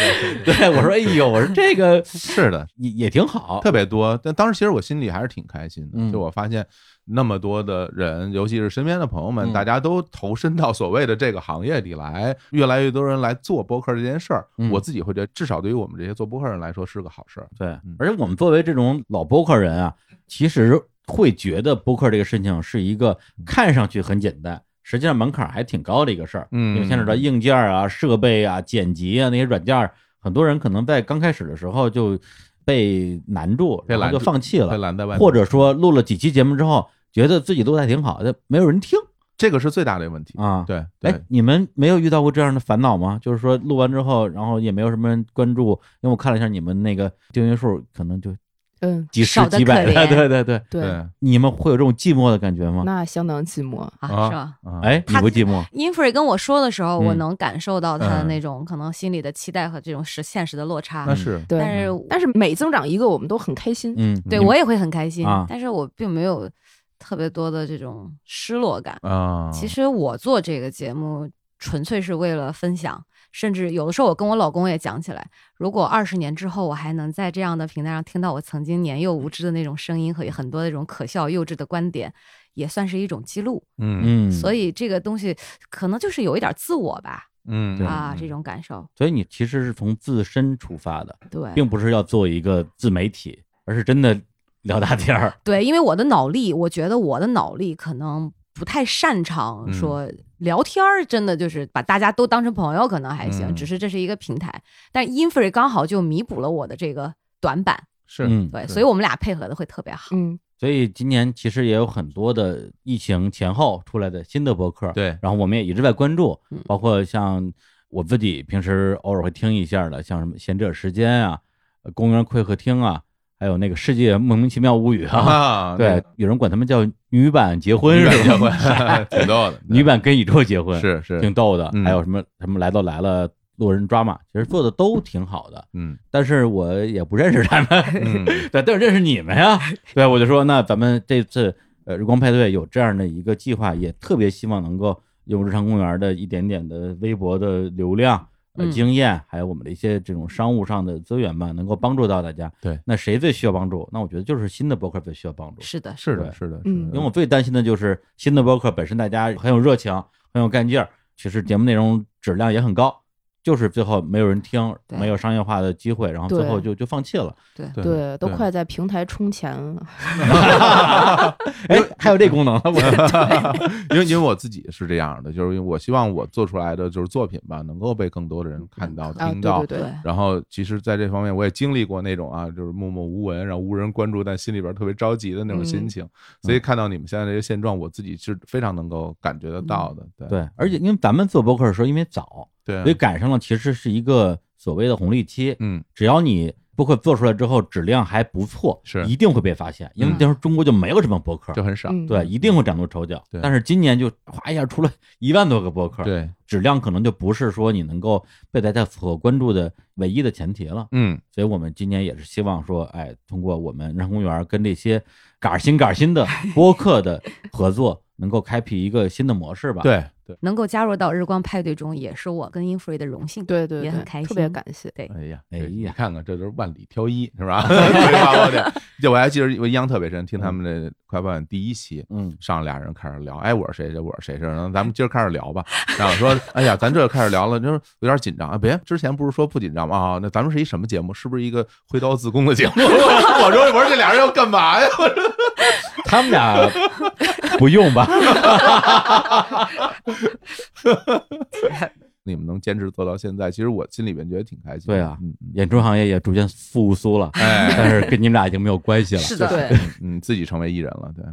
Speaker 1: 对我说：“哎呦，我说这个
Speaker 2: 是的，
Speaker 1: 也也挺好，嗯
Speaker 2: 特别多。但当时其实我心里还是挺开心的，就我发现那么多的人，尤其是身边的朋友们，
Speaker 1: 嗯
Speaker 2: 大家都投身到所谓的这个行业里来，越来越多人来做播客这件事儿。
Speaker 1: 嗯
Speaker 2: 我自己会觉得，至少对于我们这些做播客人来说是个好事儿。
Speaker 1: 对，而且我们作为这种老播客人啊，其实会觉得播客这个事情是一个
Speaker 2: 嗯
Speaker 1: 看上去很简单，实际上门槛还挺高的一个事儿。
Speaker 2: 嗯
Speaker 1: 因为牵扯到硬件啊、设备啊、剪辑啊那些软件儿，很多人可能在刚开始的时候就被难住，
Speaker 2: 被
Speaker 1: 然后
Speaker 2: 拦
Speaker 1: 就
Speaker 2: 住
Speaker 1: 放弃了，
Speaker 2: 被拦在外面
Speaker 1: 或者说录了几期节目之后，觉得自己录的还挺好的，没有人听。
Speaker 2: 这个是最大的问题
Speaker 1: 啊！
Speaker 2: 对，
Speaker 1: 哎，你们没有遇到过这样的烦恼吗？就是说录完之后，然后也没有什么人关注，因为我看了一下你们那个订阅数，可能就
Speaker 18: 嗯
Speaker 1: 几十
Speaker 18: 少得
Speaker 1: 几百
Speaker 18: 可
Speaker 1: 的，
Speaker 18: 怜
Speaker 1: 对对对
Speaker 18: 对对，
Speaker 1: 你们会有这种寂寞的感觉吗？
Speaker 18: 那相当寂寞
Speaker 1: 啊
Speaker 20: 是吧？
Speaker 1: 哎，
Speaker 2: 嗯
Speaker 1: 你
Speaker 20: 他
Speaker 1: 不寂寞？
Speaker 20: Infree 跟我说的时候，我
Speaker 1: 嗯
Speaker 20: 能感受到他的
Speaker 1: 嗯
Speaker 20: 那种可能心里的期待和这种实现实的落差。
Speaker 1: 那是
Speaker 18: 对
Speaker 20: 但是
Speaker 18: 但是每增长一个，我们都很开心。
Speaker 1: 嗯
Speaker 20: 对我也会很开心
Speaker 18: 啊，
Speaker 20: 但是我并没有特别多的这种失落感
Speaker 2: 啊
Speaker 20: 其实我做这个节目纯粹是为了分享，甚至有的时候我跟我老公也讲起来，如果二十年之后我还能在这样的平台上听到我曾经年幼无知的那种声音和很多那种可笑幼稚的观点，也算是一种记录。
Speaker 1: 嗯嗯
Speaker 20: 所以这个东西可能就是有一点自我吧。
Speaker 2: 嗯
Speaker 20: 啊，这种感受。
Speaker 1: 所以你其实是从自身出发的，
Speaker 20: 对
Speaker 1: 并不是要做一个自媒体，而是真的聊大天儿。
Speaker 20: 对，因为我的脑力，我觉得我的脑力可能不太擅长
Speaker 1: 嗯
Speaker 20: 说聊天儿，真的就是把大家都当成朋友可能还行，
Speaker 1: 嗯
Speaker 20: 只是这是一个平台。但 Infree 刚好就弥补了我的这个短板，
Speaker 2: 是
Speaker 1: 嗯
Speaker 20: 对，
Speaker 1: 是
Speaker 20: 所以我们俩配合的会特别好。
Speaker 18: 嗯，
Speaker 1: 所以今年其实也有很多的疫情前后出来的新的博客，
Speaker 2: 对，
Speaker 1: 然后我们也一直在关注，包括像我自己平时偶尔会听一下的，像什么《贤者时间》啊，呃《公园会客厅》啊，还有那个《世界莫名其妙物语》
Speaker 2: 啊那
Speaker 1: 对
Speaker 2: 个，
Speaker 1: 有人管他们叫女版结婚
Speaker 2: 女
Speaker 1: 是吧？
Speaker 2: 版结婚 挺逗的，
Speaker 1: 女版跟宇宙结婚
Speaker 2: 是是
Speaker 1: 挺逗的，
Speaker 2: 嗯
Speaker 1: 还有什么什么来都来了。路人抓马其实做的都挺好的，
Speaker 2: 嗯，
Speaker 1: 但是我也不认识他们，
Speaker 2: 嗯
Speaker 1: 对，但是认识你们呀，对，我就说那咱们这次呃日光派对有这样的一个计划，也特别希望能够用日常公园的一点点的微博的流量、呃
Speaker 12: 嗯
Speaker 1: 经验，还有我们的一些这种商务上的资源吧，能够帮助到大家。
Speaker 2: 对，
Speaker 1: 那谁最需要帮助？那我觉得就是新的博客最需要帮助。
Speaker 20: 是的
Speaker 2: 是的是的是的嗯
Speaker 1: 因为我最担心的就是新的博客本身大家很有热情，很有干劲儿，其实节目内容质量也很高。就是最后没有人听，
Speaker 18: 对
Speaker 1: 没有商业化的机会，然后最
Speaker 18: 对
Speaker 1: 后就就放弃了。
Speaker 18: 对都快在平台充钱了。
Speaker 1: 哎，还有这功能，我
Speaker 2: 因为因为我自己是这样的，就是因为我希望我做出来的就是作品吧，能够被更多的人看到、
Speaker 18: 啊
Speaker 2: 听到。
Speaker 18: 对对对
Speaker 2: 然后其实在这方面我也经历过那种啊，就是默默无闻，然后无人关注，但心里边特别着急的那种
Speaker 18: 嗯
Speaker 2: 心情。所
Speaker 1: 嗯
Speaker 2: 以看到你们现在这个现状，我自己是非常能够感觉得
Speaker 18: 嗯
Speaker 2: 到的。对
Speaker 1: 嗯对，而且因为咱们做博客的时候，因为早，
Speaker 2: 对
Speaker 1: 所以赶上了其实是一个所谓的红利期。
Speaker 2: 嗯，
Speaker 1: 只要你博客做出来之后质量还不错，
Speaker 2: 是嗯
Speaker 1: 一定会被发现，因为那时候中国就没有什么博客，
Speaker 2: 就很
Speaker 18: 嗯
Speaker 2: 少
Speaker 1: 对，一定会崭露头角。但是今年就哗一下出了 一万多个博客，
Speaker 2: 对，
Speaker 1: 质量可能就不是说你能够被大家所关注的唯一的前提了。
Speaker 2: 嗯，
Speaker 1: 所以我们今年也是希望说，哎，通过我们人公园跟这些杆儿新杆儿新的播客的合作，能够开辟一个新的模式吧。
Speaker 2: 对
Speaker 1: 对，
Speaker 20: 能够加入到日光派对中，也是我跟 Infree 的荣幸，
Speaker 18: 对对
Speaker 20: 也很
Speaker 18: 对
Speaker 20: 开心，
Speaker 18: 特别感谢。
Speaker 20: 对，
Speaker 2: 哎呀，哎呀，你看看，这都是万里挑一，是吧？ 葵花宝典，就我还记得我印象特别深，听他们的《快报》第一期，
Speaker 1: 嗯，哎
Speaker 2: 上俩人开始聊，哎，我是谁谁，我是谁谁，然后咱们今儿开始聊吧。然后说， 哎呀，咱这就开始聊了，就是有点紧张啊。别，之前不是说不紧张吗？啊，那咱们是一什么节目？是不是一个挥刀自宫的节目？ 我说，我说这俩人要干嘛呀？ 我说
Speaker 1: 他们 俩不用吧？
Speaker 2: 你们能坚持做到现在，其实我心里面觉得挺开心。
Speaker 1: 对啊，演出行业也逐渐复苏了，
Speaker 2: 嗯哎
Speaker 1: 但是跟你们俩已经没有关系了。
Speaker 2: 是的对
Speaker 1: 嗯，
Speaker 2: 嗯，自己成为艺人了，对。哎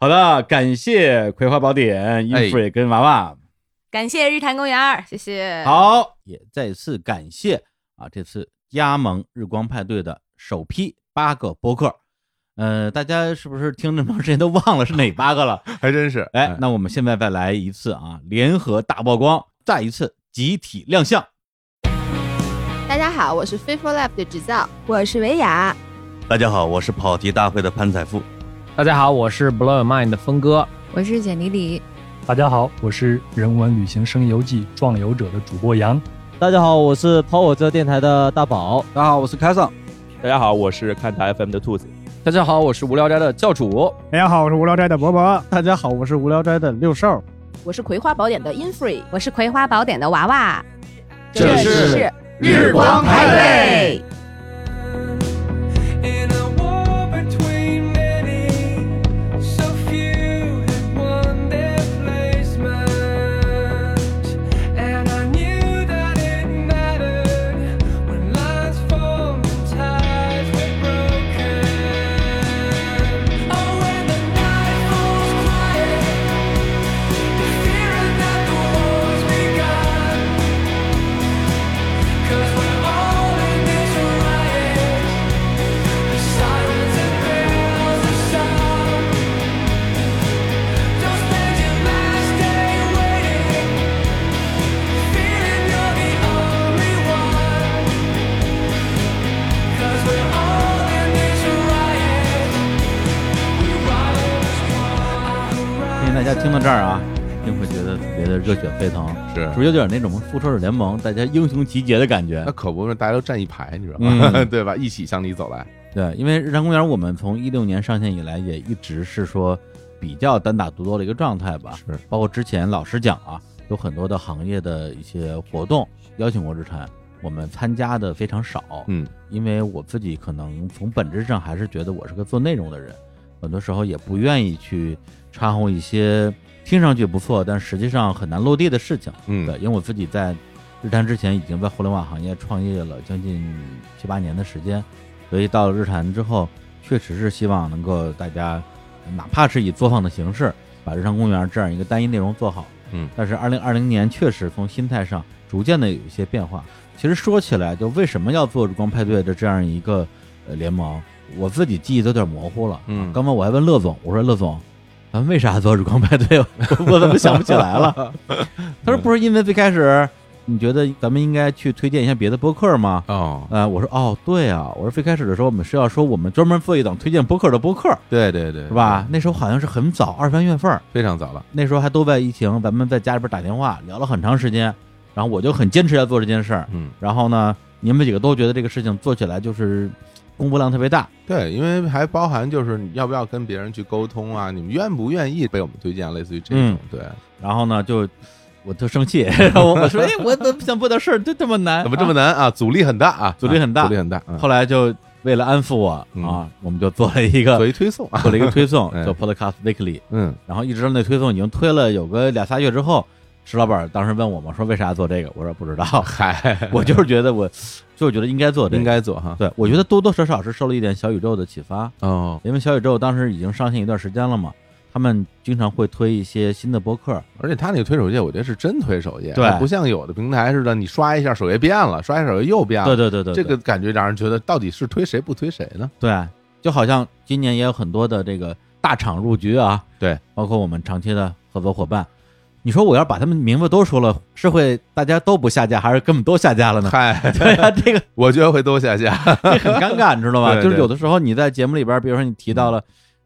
Speaker 1: 好的，感谢《葵花宝典》一 f r 跟娃娃，
Speaker 20: 感谢日坛公园，
Speaker 9: 谢
Speaker 19: 哎
Speaker 9: 谢。
Speaker 1: 好，也再次感谢啊，这次加盟日光派对的首批八个播客。呃，大家是不是听这么长时间都忘了是哪八个了？
Speaker 2: 还真是。
Speaker 1: 哎，那我们现在再来一次啊，联合大曝光，再一次集体亮相。
Speaker 9: 大家好，我是 Faithful Lab 的制造，
Speaker 10: 我是维雅。
Speaker 8: 大家好，我是跑题大会的潘彩富。
Speaker 7: 大家好，我是 Blow Your Mind 的峰哥。
Speaker 11: 我是简丽丽，
Speaker 13: 大家好，我是人文旅行声游记《壮游者》的主播杨。
Speaker 16: 大家好，哦我是跑火车电台的大宝。
Speaker 17: 大家好，我是开尚。
Speaker 14: 大家好，我是看台 FM 的兔子。
Speaker 5: 大家好，我是无聊斋的教主。
Speaker 3: 大家好，我是无聊斋的博博。
Speaker 4: 大家好，我是无聊斋的六少。
Speaker 18: 我是葵花宝典的 Infree，
Speaker 20: 我是葵花宝典的娃娃，
Speaker 15: 这里是日光派对。In a war between many, so few had won their placement. And I knew that it mattered when lines formed and ties were broken. Oh, when the night falls quiet, the feeling that the war's begun. 'Cause we're all in this riot. The silence that veils the sound. Don't spend your last day waiting, feeling you're the only one. 'Cause we're all in this riot. We riot as one.
Speaker 1: 相信大家听到这儿啊，一定会觉得特别的热血沸腾，
Speaker 2: 是
Speaker 1: 是不是有点那种复仇者联盟大家英雄集结的感觉？
Speaker 2: 那可不是，大家都站一排，你知道吗？
Speaker 1: 嗯
Speaker 2: 对吧？一起向你走来。
Speaker 1: 对，因为日坛公园我们从一六年上线以来，也一直是说比较单打独斗的一个状态吧。
Speaker 2: 是，
Speaker 1: 包括之前老实讲啊，有很多的行业的一些活动邀请过日坛，我们参加的非常少。
Speaker 2: 嗯，
Speaker 1: 因为我自己可能从本质上还是觉得我是个做内容的人，很多时候也不愿意去掺和一些听上去不错，但实际上很难落地的事情。
Speaker 2: 嗯，
Speaker 1: 对，因为我自己在日坛之前已经在互联网行业创业了将近七八年的时间，所以到了日坛之后，确实是希望能够大家，哪怕是以作坊的形式，把日常公园这样一个单一内容做好。
Speaker 2: 嗯
Speaker 1: 但是二零二零年确实从心态上逐渐的有一些变化。其实说起来，就为什么要做日光派对的这样一个呃联盟，我自己记忆都有点模糊了。
Speaker 2: 嗯
Speaker 1: 刚刚我还问乐总，我说乐总，咱们为啥做日光派对？ 我 我怎么想不起来 了？ 他说不是因为最开始你觉得咱们应该去推荐一下别的播客吗？
Speaker 2: 哦，
Speaker 1: 呃，我说哦，对啊，我说最开始的时候我们是要说我们专门做一档推荐播客的播客，
Speaker 2: 对对对，
Speaker 1: 是吧？那时候好像是很早，二三月份儿，
Speaker 2: 非常早了。
Speaker 1: 那时候还都在疫情，咱们在家里边打电话聊了很长时间，然后我就很坚持要做这件事儿，
Speaker 2: 嗯，
Speaker 1: 然后呢，你们几个都觉得这个事情做起来就是工作量特别大，
Speaker 2: 对，因为还包含就是你要不要跟别人去沟通啊？你们愿不愿意被我们推荐？类似于这种
Speaker 1: 嗯，
Speaker 2: 对。
Speaker 1: 然后呢，就我特生气， 然后我 说，哎，我怎么想不到事儿就这么难？
Speaker 2: 怎么这么难啊？阻力很大啊，
Speaker 1: 阻力很大，
Speaker 2: 阻力很大。嗯
Speaker 1: 后来就为了安抚我啊，我们就做了一个
Speaker 2: 做一推送啊
Speaker 1: 做了一个推 送
Speaker 2: 哎，
Speaker 1: 做 Podcast Weekly。
Speaker 2: 嗯，
Speaker 1: 然后一直那推送已经推了有个俩仨月之后，石老板当时问我们说为啥做这个，我说不知道，
Speaker 2: 嗨，
Speaker 1: 我就是觉得我就是觉得应该做这个，
Speaker 2: 应该做哈
Speaker 1: 对，我觉得多多少少是受了一点小宇宙的启发
Speaker 2: 哦，
Speaker 1: 因为小宇宙当时已经上线一段时间了嘛。他们经常会推一些新的博客，
Speaker 2: 而且他那个推首页，我觉得是真推首页，
Speaker 1: 对
Speaker 2: 它不像有的平台似的，你刷一下首页变了，刷一下首页又变了。
Speaker 1: 对对对对对
Speaker 2: 这个感觉让人觉得到底是推谁不推谁呢？
Speaker 1: 对，就好像今年也有很多的这个大厂入局啊，
Speaker 2: 对，
Speaker 1: 包括我们长期的合作伙伴。你说我要把他们名字都说了，是会大家都不下架，还是根本都下架了呢？
Speaker 2: 嗨，
Speaker 1: 对啊，这个
Speaker 2: 我觉得会都下架，
Speaker 1: 这很尴尬，你知道吗？
Speaker 2: 对嗯
Speaker 1: 就是有
Speaker 2: 对
Speaker 1: 的时候你在节目里边，比如说你提到了，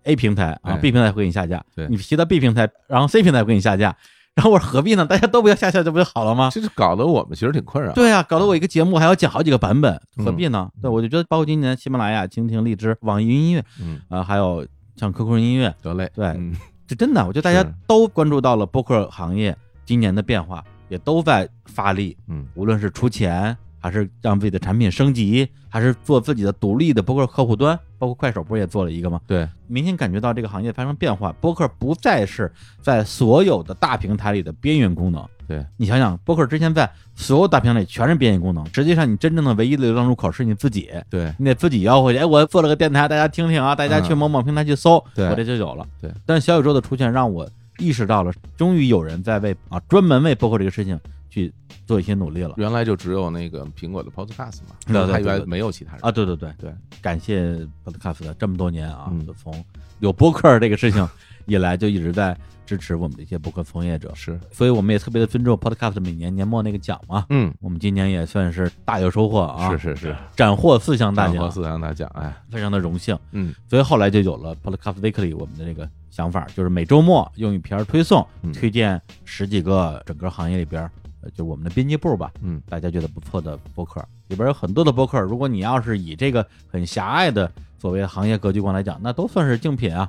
Speaker 1: A 平台啊
Speaker 12: 哎
Speaker 1: ，B 平台会给你下架，
Speaker 12: 对
Speaker 1: 你骑到 B 平台，然后 C 平台会给你下架，然后我说何必呢？大家都不要下下这不就好了吗？
Speaker 2: 这就搞得我们其实挺困扰。
Speaker 1: 对啊，搞得我一个节目还要讲好几个版本，
Speaker 2: 嗯
Speaker 1: 何必呢？对，我就觉得包括今年喜马拉雅、蜻蜓、荔枝、网易云音乐，
Speaker 2: 嗯
Speaker 1: 啊、还有像 QQ 音乐，
Speaker 2: 得嘞，嗯
Speaker 1: 对，这真的，我觉得大家都关注到了播客行业今年的变化，也都在发力，
Speaker 2: 嗯，
Speaker 1: 无论是出钱，还是让自己的产品升级，还是做自己的独立的播客客户端，包括快手不是也做了一个吗？
Speaker 2: 对，
Speaker 1: 明显感觉到这个行业发生变化，播客不再是在所有的大平台里的边缘功能。
Speaker 2: 对
Speaker 1: 你想想，播客之前在所有大平台里全是边缘功能，实际上你真正的唯一的流量入口是你自己，
Speaker 2: 对
Speaker 1: 你得自己吆喝去。哎，我做了个电台，大家听听啊，大家去
Speaker 2: 嗯
Speaker 1: 某某平台去搜，
Speaker 2: 对
Speaker 1: 我这就有了。
Speaker 2: 对，
Speaker 1: 但小宇宙的出现让我意识到了，终于有人在为啊专门为播客这个事情去做一些努力了。
Speaker 2: 原来就只有那个苹果的 Podcast 嘛，
Speaker 1: 对对
Speaker 2: 它
Speaker 1: 对
Speaker 2: 原来
Speaker 1: 对
Speaker 2: 没有其他人
Speaker 1: 啊，对对对
Speaker 2: 对，
Speaker 1: 感谢 Podcast 的这么多年啊，
Speaker 2: 嗯
Speaker 1: 从有播客这个事情以来，就一直在支持我们这些播客从业者，
Speaker 2: 是，
Speaker 1: 所以我们也特别的尊重 Podcast 每年年末那个奖嘛，
Speaker 2: 嗯，
Speaker 1: 我们今年也算是大有收获啊，
Speaker 2: 是是是，
Speaker 1: 斩获四项大
Speaker 2: 斩获
Speaker 1: 奖，
Speaker 2: 四项大奖，哎，
Speaker 1: 非常的荣幸，
Speaker 2: 嗯，
Speaker 1: 所以后来就有了 Podcast Weekly 我们的这个想法，就是每周末用一篇推送，
Speaker 2: 嗯
Speaker 1: 推荐十几个整个行业里边儿，呃就我们的编辑部吧，
Speaker 2: 嗯，
Speaker 1: 大家觉得不错的播客，里边儿有很多的播客，如果你要是以这个很狭隘的所谓行业格局观来讲，那都算是竞品 啊，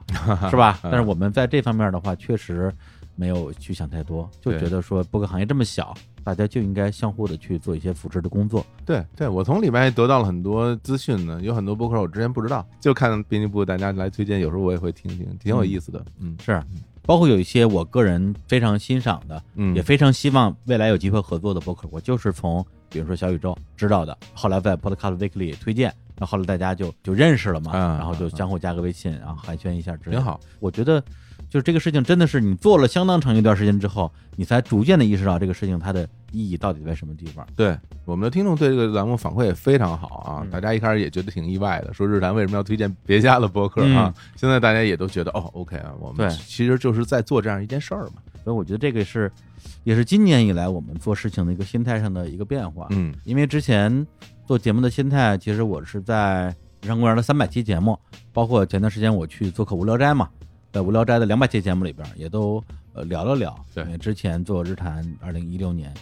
Speaker 1: 是吧？
Speaker 2: 嗯
Speaker 1: 但是我们在这方面的话，确实没有去想太多，就
Speaker 2: 对
Speaker 1: 觉得说播客行业这么小，大家就应该相互的去做一些扶持的工作。
Speaker 2: 对对，我从里面得到了很多资讯呢，有很多播客我之前不知道，就看编辑部大家来推荐，有时候我也会听听，挺有意思的。嗯，
Speaker 1: 是，包括有一些我个人非常欣赏的，
Speaker 2: 嗯
Speaker 1: 也非常希望未来有机会合作的播客，我就是从比如说小宇宙知道的，后来在 Podcast Weekly 推荐，然后后来大家就就认识了嘛，然后就相互加个微信，然后寒暄一下之类的，
Speaker 2: 啊挺好。
Speaker 1: 我觉得就是这个事情真的是你做了相当长一段时间之后，你才逐渐的意识到这个事情它的意义到底在什么地方。
Speaker 2: 对，我们的听众对这个栏目反馈也非常好啊，
Speaker 1: 嗯
Speaker 2: 大家一开始也觉得挺意外的，说日坛为什么要推荐别家的播客啊
Speaker 1: 嗯？
Speaker 2: 现在大家也都觉得哦，OK 啊，我们
Speaker 1: 对
Speaker 2: 其实就是在做这样一件事儿嘛。
Speaker 1: 所以我觉得这个是，也是今年以来我们做事情的一个心态上的一个变化。
Speaker 2: 嗯，
Speaker 1: 因为之前做节目的心态，其实我是在日常公园的三百期节目，包括前段时间我去做客无聊斋嘛，在无聊斋的两百期节目里边，也都呃聊了聊。对，之前做日坛二零一六年，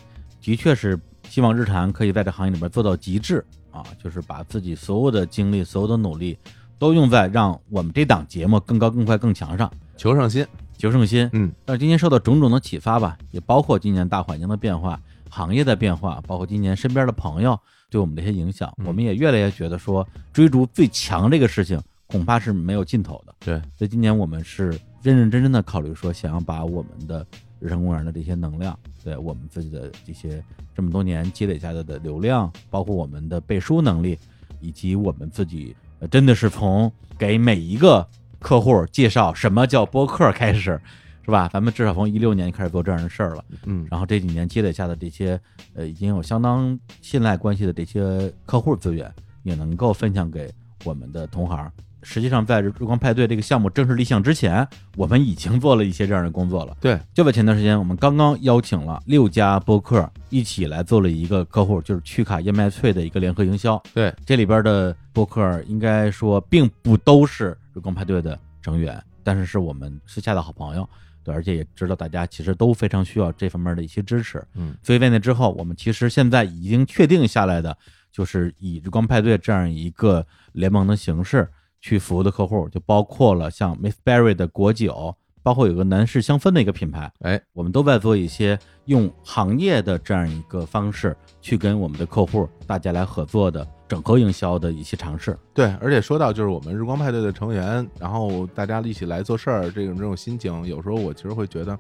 Speaker 1: 的确是希望日坛可以在这行业里边做到极致啊，就是把自己所有的精力、所有的努力都用在让我们这档节目更高、更快、更强上，
Speaker 2: 求上心，
Speaker 1: 求胜心。
Speaker 2: 嗯，
Speaker 1: 但是今年受到种种的启发吧，也包括今年大环境的变化、行业的变化，包括今年身边的朋友对我们的一些影响，我们也越来越觉得说追逐最强这个事情恐怕是没有尽头的。
Speaker 2: 对，
Speaker 1: 所以今年我们是认认真真的考虑说，想要把我们的日常公园的这些能量，对我们自己的这些这么多年积累下来的流量，包括我们的背书能力，以及我们自己呃真的是从给每一个客户介绍什么叫播客开始，是吧？咱们至少从一六年开始做这样的事儿了，
Speaker 2: 嗯
Speaker 1: 然后这几年积累下的这些呃已经有相当信赖关系的这些客户资源，也能够分享给我们的同行。实际上，在日光派对这个项目正式立项之前，我们已经做了一些这样的工作了。
Speaker 2: 对，
Speaker 1: 就在前段时间，我们刚刚邀请了六家播客一起来做了一个客户，就是趣卡燕麦脆的一个联合营销。
Speaker 2: 对，
Speaker 1: 这里边的播客应该说并不都是日光派对的成员，但是是我们私下的好朋友。对，而且也知道大家其实都非常需要这方面的一些支持。
Speaker 2: 嗯
Speaker 1: 所以在那之后，我们其实现在已经确定下来的，就是以日光派对这样一个联盟的形式去服务的客户，就包括了像 Miss Berry 的果酒，包括有个男士香氛的一个品牌，
Speaker 2: 哎，
Speaker 1: 我们都在做一些用行业的这样一个方式去跟我们的客户大家来合作的整合营销的一些尝试。
Speaker 2: 对，而且说到就是我们日光派对的成员，然后大家一起来做事儿，这种这种心情，有时候我其实会觉得，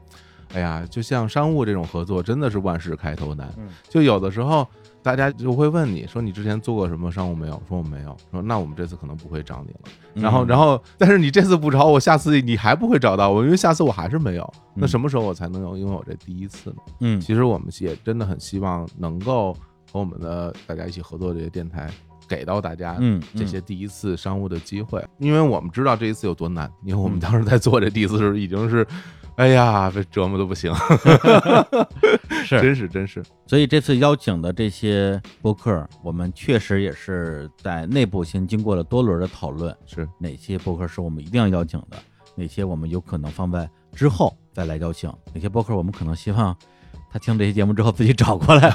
Speaker 2: 哎呀，就像商务这种合作，真的是万事开头难。
Speaker 1: 嗯
Speaker 2: 就有的时候大家就会问你说你之前做过什么商务没有？说我没有。说那我们这次可能不会找你了。然后，
Speaker 1: 嗯
Speaker 2: 然后，但是你这次不找我，下次你还不会找到我，因为下次我还是没有。
Speaker 1: 嗯
Speaker 2: 那什么时候我才能有拥有这第一次呢？
Speaker 1: 嗯
Speaker 2: 其实我们也真的很希望能够和我们的大家一起合作的这些电台。给到大家
Speaker 1: 嗯
Speaker 2: 这
Speaker 1: 嗯
Speaker 2: 些第一次
Speaker 1: 嗯
Speaker 2: 商务的机会，因为我们知道这一次有多难，因为我们当时在做这第一次的时候已经是哎 呀，被折磨的不行，
Speaker 1: 是
Speaker 2: 真是真是，
Speaker 1: 所以这次邀请的这些播客，我们确实也是在内部先经过了多轮的讨论，
Speaker 2: 是
Speaker 1: 哪些播客是我们一定要邀请的，哪些我们有可能放在之后再来邀请，哪些播客我们可能希望他听这些节目之后自己找过 来，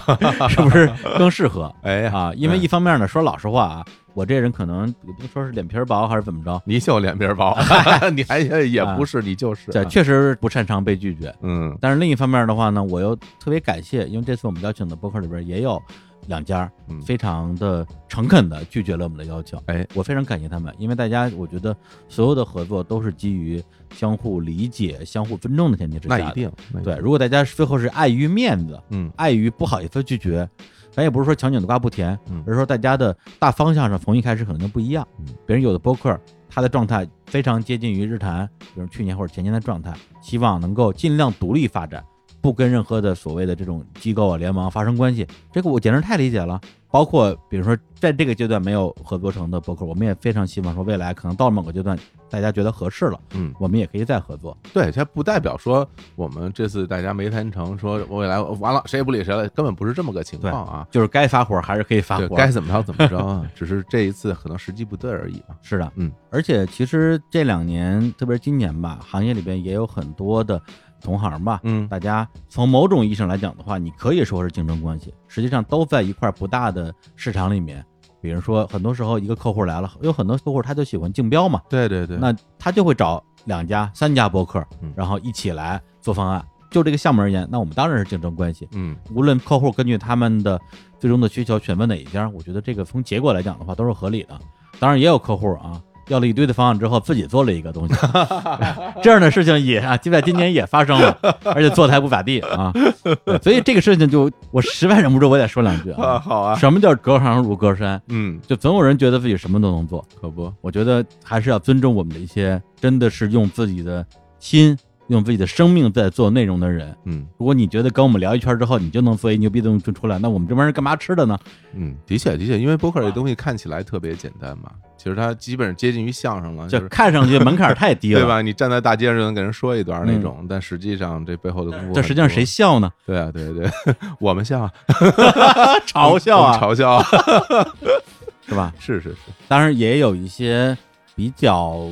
Speaker 1: 是不是更适合？
Speaker 2: 哎
Speaker 1: 啊，因为一方面呢，说老实话啊，我这人可能也不能说是脸皮儿薄还是怎么着，啊
Speaker 2: 你就脸皮薄 你还也不是你就是
Speaker 1: 对，
Speaker 2: 啊
Speaker 1: 确实不擅长被拒绝。
Speaker 2: 嗯，
Speaker 1: 但是另一方面的话呢，我又特别感谢，因为这次我们邀请的播客里边也有两家非常的诚恳的拒绝了我们的邀请。
Speaker 2: 嗯哎，
Speaker 1: 我非常感谢他们，因为大家我觉得所有的合作都是基于相互理解、相互尊重的前提之下的。
Speaker 2: 那一定那一定
Speaker 1: 对，如果大家最后是碍于面子，
Speaker 2: 嗯，
Speaker 1: 碍于不好意思拒绝。咱也不是说强扭的瓜不甜，
Speaker 2: 嗯
Speaker 1: 而是说大家的大方向上从一开始可能就不一样。别人有的播客，他的状态非常接近于日坛，比如去年或者前年的状态，希望能够尽量独立发展，不跟任何的所谓的这种机构啊、联盟发生关系。这个我简直太理解了。包括比如说在这个阶段没有合作成的播客，我们也非常希望说未来可能到了某个阶段，大家觉得合适了，
Speaker 2: 嗯，
Speaker 1: 我们也可以再合作。
Speaker 2: 对，它不代表说我们这次大家没谈成，说未来完了谁也不理谁了，根本不是这么个情
Speaker 1: 对
Speaker 2: 况啊。
Speaker 1: 就是该发火还是可以发
Speaker 2: 对
Speaker 1: 火，
Speaker 2: 该怎么着怎么着啊 只是这一次可能时机不对而已嘛。
Speaker 1: 是的，
Speaker 2: 嗯，
Speaker 1: 而且其实这两年，特别是今年吧，行业里边也有很多的同行吧，
Speaker 2: 嗯，
Speaker 1: 大家从某种意义上来讲的话，你可以说是竞争关系，实际上都在一块不大的市场里面。比如说，很多时候一个客户来了，有很多客户他就喜欢竞标嘛，
Speaker 2: 对对对，嗯
Speaker 1: 那他就会找两家、三家博客，然后一起来做方案。就这个项目而言，那我们当然是竞争关系，
Speaker 2: 嗯，
Speaker 1: 无论客户根据他们的最终的需求选择哪一家，我觉得这个从结果来讲的话都是合理的。当然也有客户啊，要了一堆的方案之后自己做了一个东西，这样的事情也啊，就在今年也发生了，而且做的还不咋地啊。对 所以这个事情就我实在忍不住，我得说两句
Speaker 2: 啊 好啊
Speaker 1: 什么叫隔行如隔山？
Speaker 2: 嗯，
Speaker 1: 就总有人觉得自己什么都能做，
Speaker 2: 可不，
Speaker 1: 我觉得还是要尊重我们的一些真的是用自己的心。用自己的生命在做内容的人，
Speaker 2: 嗯，
Speaker 1: 如果你觉得跟我们聊一圈之后，你就能做一牛逼的东西出来，那我们这帮人干嘛吃的呢？
Speaker 2: 嗯，的确的确，因为播客这东西看起来特别简单嘛，其实它基本上接近于相声了，
Speaker 1: 这
Speaker 2: 就是
Speaker 1: 看上去门槛太低了嗯
Speaker 2: 对吧？你站在大街上就能给人说一段那种，但实际上这背后的功夫，
Speaker 1: 这实际上谁？笑呢？
Speaker 2: 对啊，对对， 我们笑啊，
Speaker 1: 嘲笑啊
Speaker 2: 我们嘲笑 啊，
Speaker 1: 是吧？
Speaker 2: 是是是，
Speaker 1: 当然也有一些比较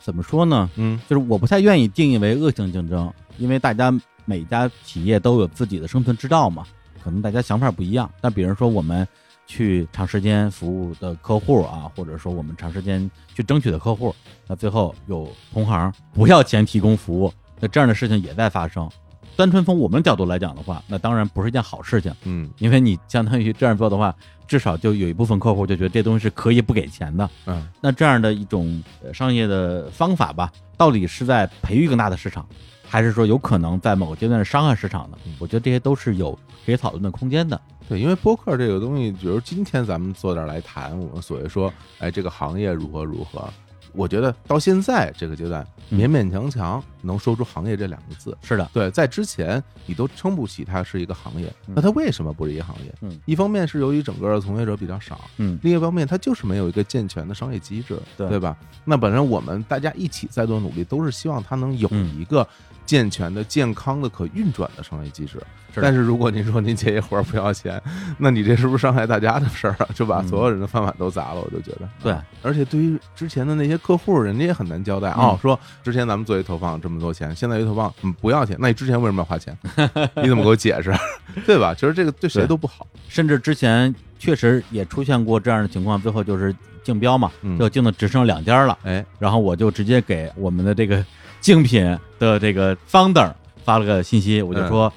Speaker 1: 怎么说呢？
Speaker 2: 嗯，
Speaker 1: 就是我不太愿意定义为恶性竞争，因为大家每家企业都有自己的生存之道嘛，可能大家想法不一样。但比如说我们去长时间服务的客户啊，或者说我们长时间去争取的客户，那最后有同行不要钱提供服务，那这样的事情也在发生。单纯从我们角度来讲的话，那当然不是一件好事情。
Speaker 2: 嗯，
Speaker 1: 因为你相当于这样做的话，至少就有一部分客户就觉得这东西是可以不给钱的。
Speaker 2: 嗯，
Speaker 1: 那这样的一种呃商业的方法吧，到底是在培育更大的市场，还是说有可能在某个阶段伤害市场呢？我觉得这些都是有可以讨论的空间的。
Speaker 2: 嗯对，因为播客这个东西，比如今天咱们坐这儿来谈，我们所谓说，哎，这个行业如何如何，我觉得到现在这个阶段，勉勉强强能说出行业这两个字。
Speaker 1: 是的，
Speaker 2: 对，在之前你都称不起它是一个行业，
Speaker 1: 嗯
Speaker 2: 那它为什么不是一个行业？
Speaker 1: 嗯，
Speaker 2: 一方面是由于整个的从业者比较少，
Speaker 1: 嗯，
Speaker 2: 另一方面它就是没有一个健全的商业机制，
Speaker 1: 对
Speaker 2: 对吧？那本身我们大家一起再多努力，都是希望它能有
Speaker 1: 嗯
Speaker 2: 一个健全的、健康的、可运转的商业机制。
Speaker 1: 是
Speaker 2: 但是如果您说您接一活儿不要钱，那你这是不是伤害大家的事儿啊？就把所有人的饭碗都砸了，我就觉得。
Speaker 1: 嗯
Speaker 2: 啊
Speaker 1: 对，
Speaker 2: 而且对于之前的那些客户，人家也很难交代啊、
Speaker 1: 嗯
Speaker 2: 说之前咱们做一投放这么多钱，现在一投放、嗯、不要钱，那你之前为什么要花钱？ 你怎么给我解释？ 对吧？其实这个对谁都不好。
Speaker 1: 甚至之前确实也出现过这样的情况，最后就是竞标嘛，就竞的只剩两家了，
Speaker 2: 嗯哎，
Speaker 1: 然后我就直接给我们的这个竞品的这个 founder 发了个信息，我就说，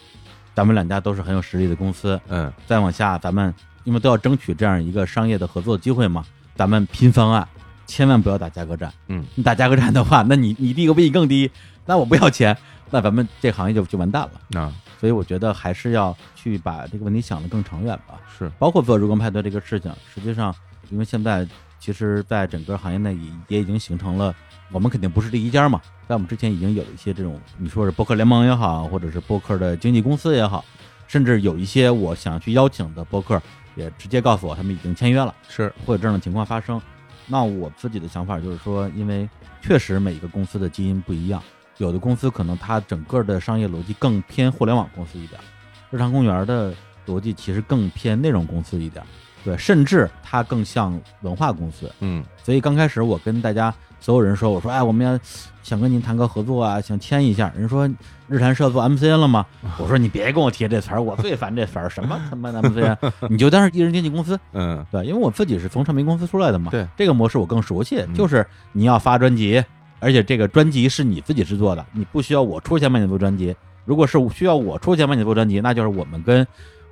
Speaker 1: 咱们两家都是很有实力的公司，
Speaker 2: 嗯，
Speaker 1: 再往下咱们因为都要争取这样一个商业的合作机会嘛，咱们拼方案，千万不要打价格战，
Speaker 2: 嗯，
Speaker 1: 你打价格战的话，那你你第一个比你更低，那我不要钱，那咱们这行业就就完蛋了。
Speaker 2: 啊，
Speaker 1: 所以我觉得还是要去把这个问题想得更长远吧。
Speaker 2: 是，
Speaker 1: 包括做如光派对这个事情，实际上因为现在其实，在整个行业内也也已经形成了，我们肯定不是第一家嘛，在我们之前已经有一些这种，你说是播客联盟也好，或者是播客的经纪公司也好，甚至有一些我想去邀请的播客，也直接告诉我他们已经签约了，
Speaker 2: 是
Speaker 1: 会有这样的情况发生。那我自己的想法就是说，因为确实每一个公司的基因不一样，有的公司可能它整个的商业逻辑更偏互联网公司一点儿，日常公园的逻辑其实更偏内容公司一点儿，对，甚至它更像文化公司。
Speaker 2: 嗯，
Speaker 1: 所以刚开始我跟大家所有人说，我说哎，我们要想跟您谈个合作啊，想签一下。人说日坛社做 MCN 了吗？我说你别跟我提这词儿，我最烦这词儿，什么他妈的 MCN，你就当是艺人经纪公司。
Speaker 2: 嗯，
Speaker 1: 对，因为我自己是从唱片公司出来的嘛，
Speaker 2: 对嗯
Speaker 1: 这个模式我更熟悉，就是你要发专辑，而且这个专辑是你自己制作的，你不需要我出钱买你做专辑。如果是需要我出钱买你做专辑，那就是我们跟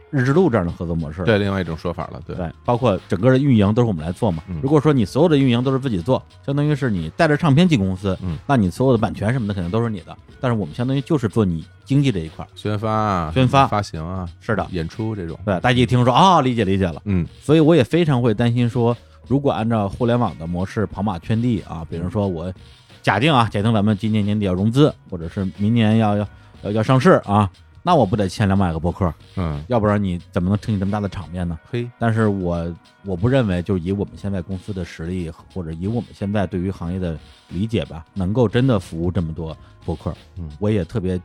Speaker 1: 日之路这样的合作模式。
Speaker 2: 对，另外一种说法了，对，嗯
Speaker 1: 包括整个的运营都是我们来做嘛。如果说你所有的运营都是自己做，相当于是你带着唱片进公司，
Speaker 2: 嗯
Speaker 1: 那你所有的版权什么的肯定都是你的。但是我们相当于就是做你经济这一块儿，
Speaker 2: 宣发啊，
Speaker 1: 宣发、
Speaker 2: 发行啊，
Speaker 1: 是的，
Speaker 2: 演出这种。
Speaker 1: 对，大家一听说啊、理解理解了，
Speaker 2: 嗯，
Speaker 1: 所以我也非常会担心说，如果按照互联网的模式跑马圈地啊，比如说我假定啊，假定咱们今年年底要融资，或者是明年要要要要上市啊，那我不得签两百个博客，
Speaker 2: 嗯，
Speaker 1: 要不然你怎么能撑起这么大的场面呢？
Speaker 2: 嘿，
Speaker 1: 但是我我不认为，就以我们现在公司的实力，或者以我们现在对于行业的理解吧，能够真的服务这么多博客，
Speaker 2: 嗯
Speaker 1: 我也特别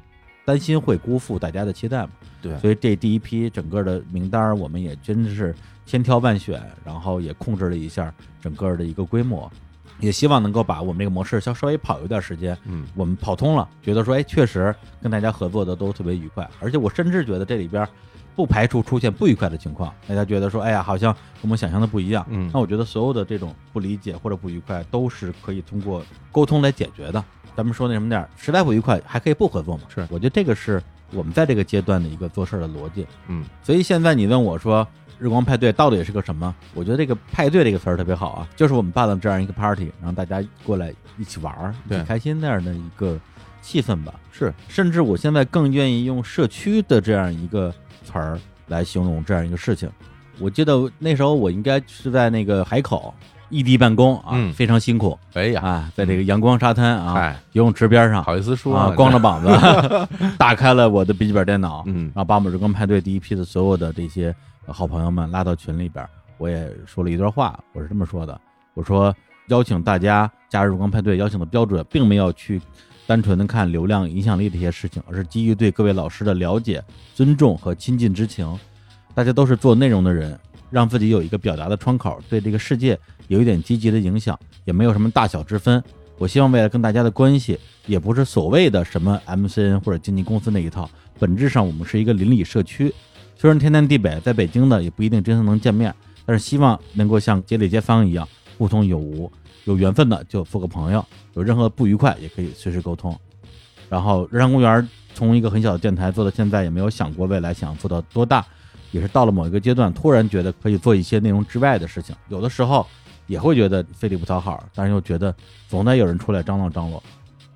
Speaker 1: 担心会辜负大家的期待嘛。
Speaker 2: 对
Speaker 1: 所以这第一批整个的名单儿，我们也真的是千挑万选，然后也控制了一下整个的一个规模，也希望能够把我们这个模式稍稍微跑一段时间，
Speaker 2: 嗯，
Speaker 1: 我们跑通了，觉得说，哎，确实跟大家合作的都特别愉快，而且我甚至觉得这里边儿不排除出现不愉快的情况，大家觉得说，哎呀，好像跟我们想象的不一样，
Speaker 2: 嗯
Speaker 1: 那我觉得所有的这种不理解或者不愉快都是可以通过沟通来解决的。咱们说那什么点儿，实在不愉快还可以不合作嘛，
Speaker 2: 是，
Speaker 1: 我觉得这个是我们在这个阶段的一个做事儿的逻辑，
Speaker 2: 嗯，
Speaker 1: 所以现在你问我说日光派对到底是个什么？我觉得这个“派对”这个词儿特别好啊，就是我们办了这样一个 party，让大家过来一起玩儿，一
Speaker 2: 对
Speaker 1: 起开心那样的一个气氛吧。
Speaker 2: 是，
Speaker 1: 甚至我现在更愿意用“社区”的这样一个词儿来形容这样一个事情。我记得那时候我应该是在那个海口异地办公啊，
Speaker 2: 嗯
Speaker 1: 非常辛苦。
Speaker 2: 哎呀
Speaker 1: 啊，在这个阳光沙滩啊，
Speaker 2: 哎
Speaker 1: 游泳池边上，
Speaker 2: 好意思说
Speaker 1: 啊
Speaker 2: 啊，
Speaker 1: 光着膀子 打开了我的笔记本电脑，
Speaker 2: 嗯，
Speaker 1: 然后把我们日光派对第一批的所有的这些呃好朋友们拉到群里边儿，我也说了一段话，我是这么说的，我说邀请大家加入日光派对，邀请的标准并没有去单纯的看流量、影响力这些事情，而是基于对各位老师的了解、尊重和亲近之情，大家都是做内容的人，让自己有一个表达的窗口，对这个世界有一点积极的影响，也没有什么大小之分。我希望未来跟大家的关系也不是所谓的什么 MCN 或者经纪公司那一套，本质上我们是一个邻里社区，虽然天南地北，在北京的也不一定真的能见面，但是希望能够像街里街坊一样互通有无，有缘分的就做个朋友，有任何不愉快也可以随时沟通。然后日常公园从一个很小的电台做到现在，也没有想过未来想做到多大，也是到了某一个阶段，突然觉得可以做一些内容之外的事情。有的时候也会觉得费力不讨好，但是又觉得总得有人出来张罗张罗，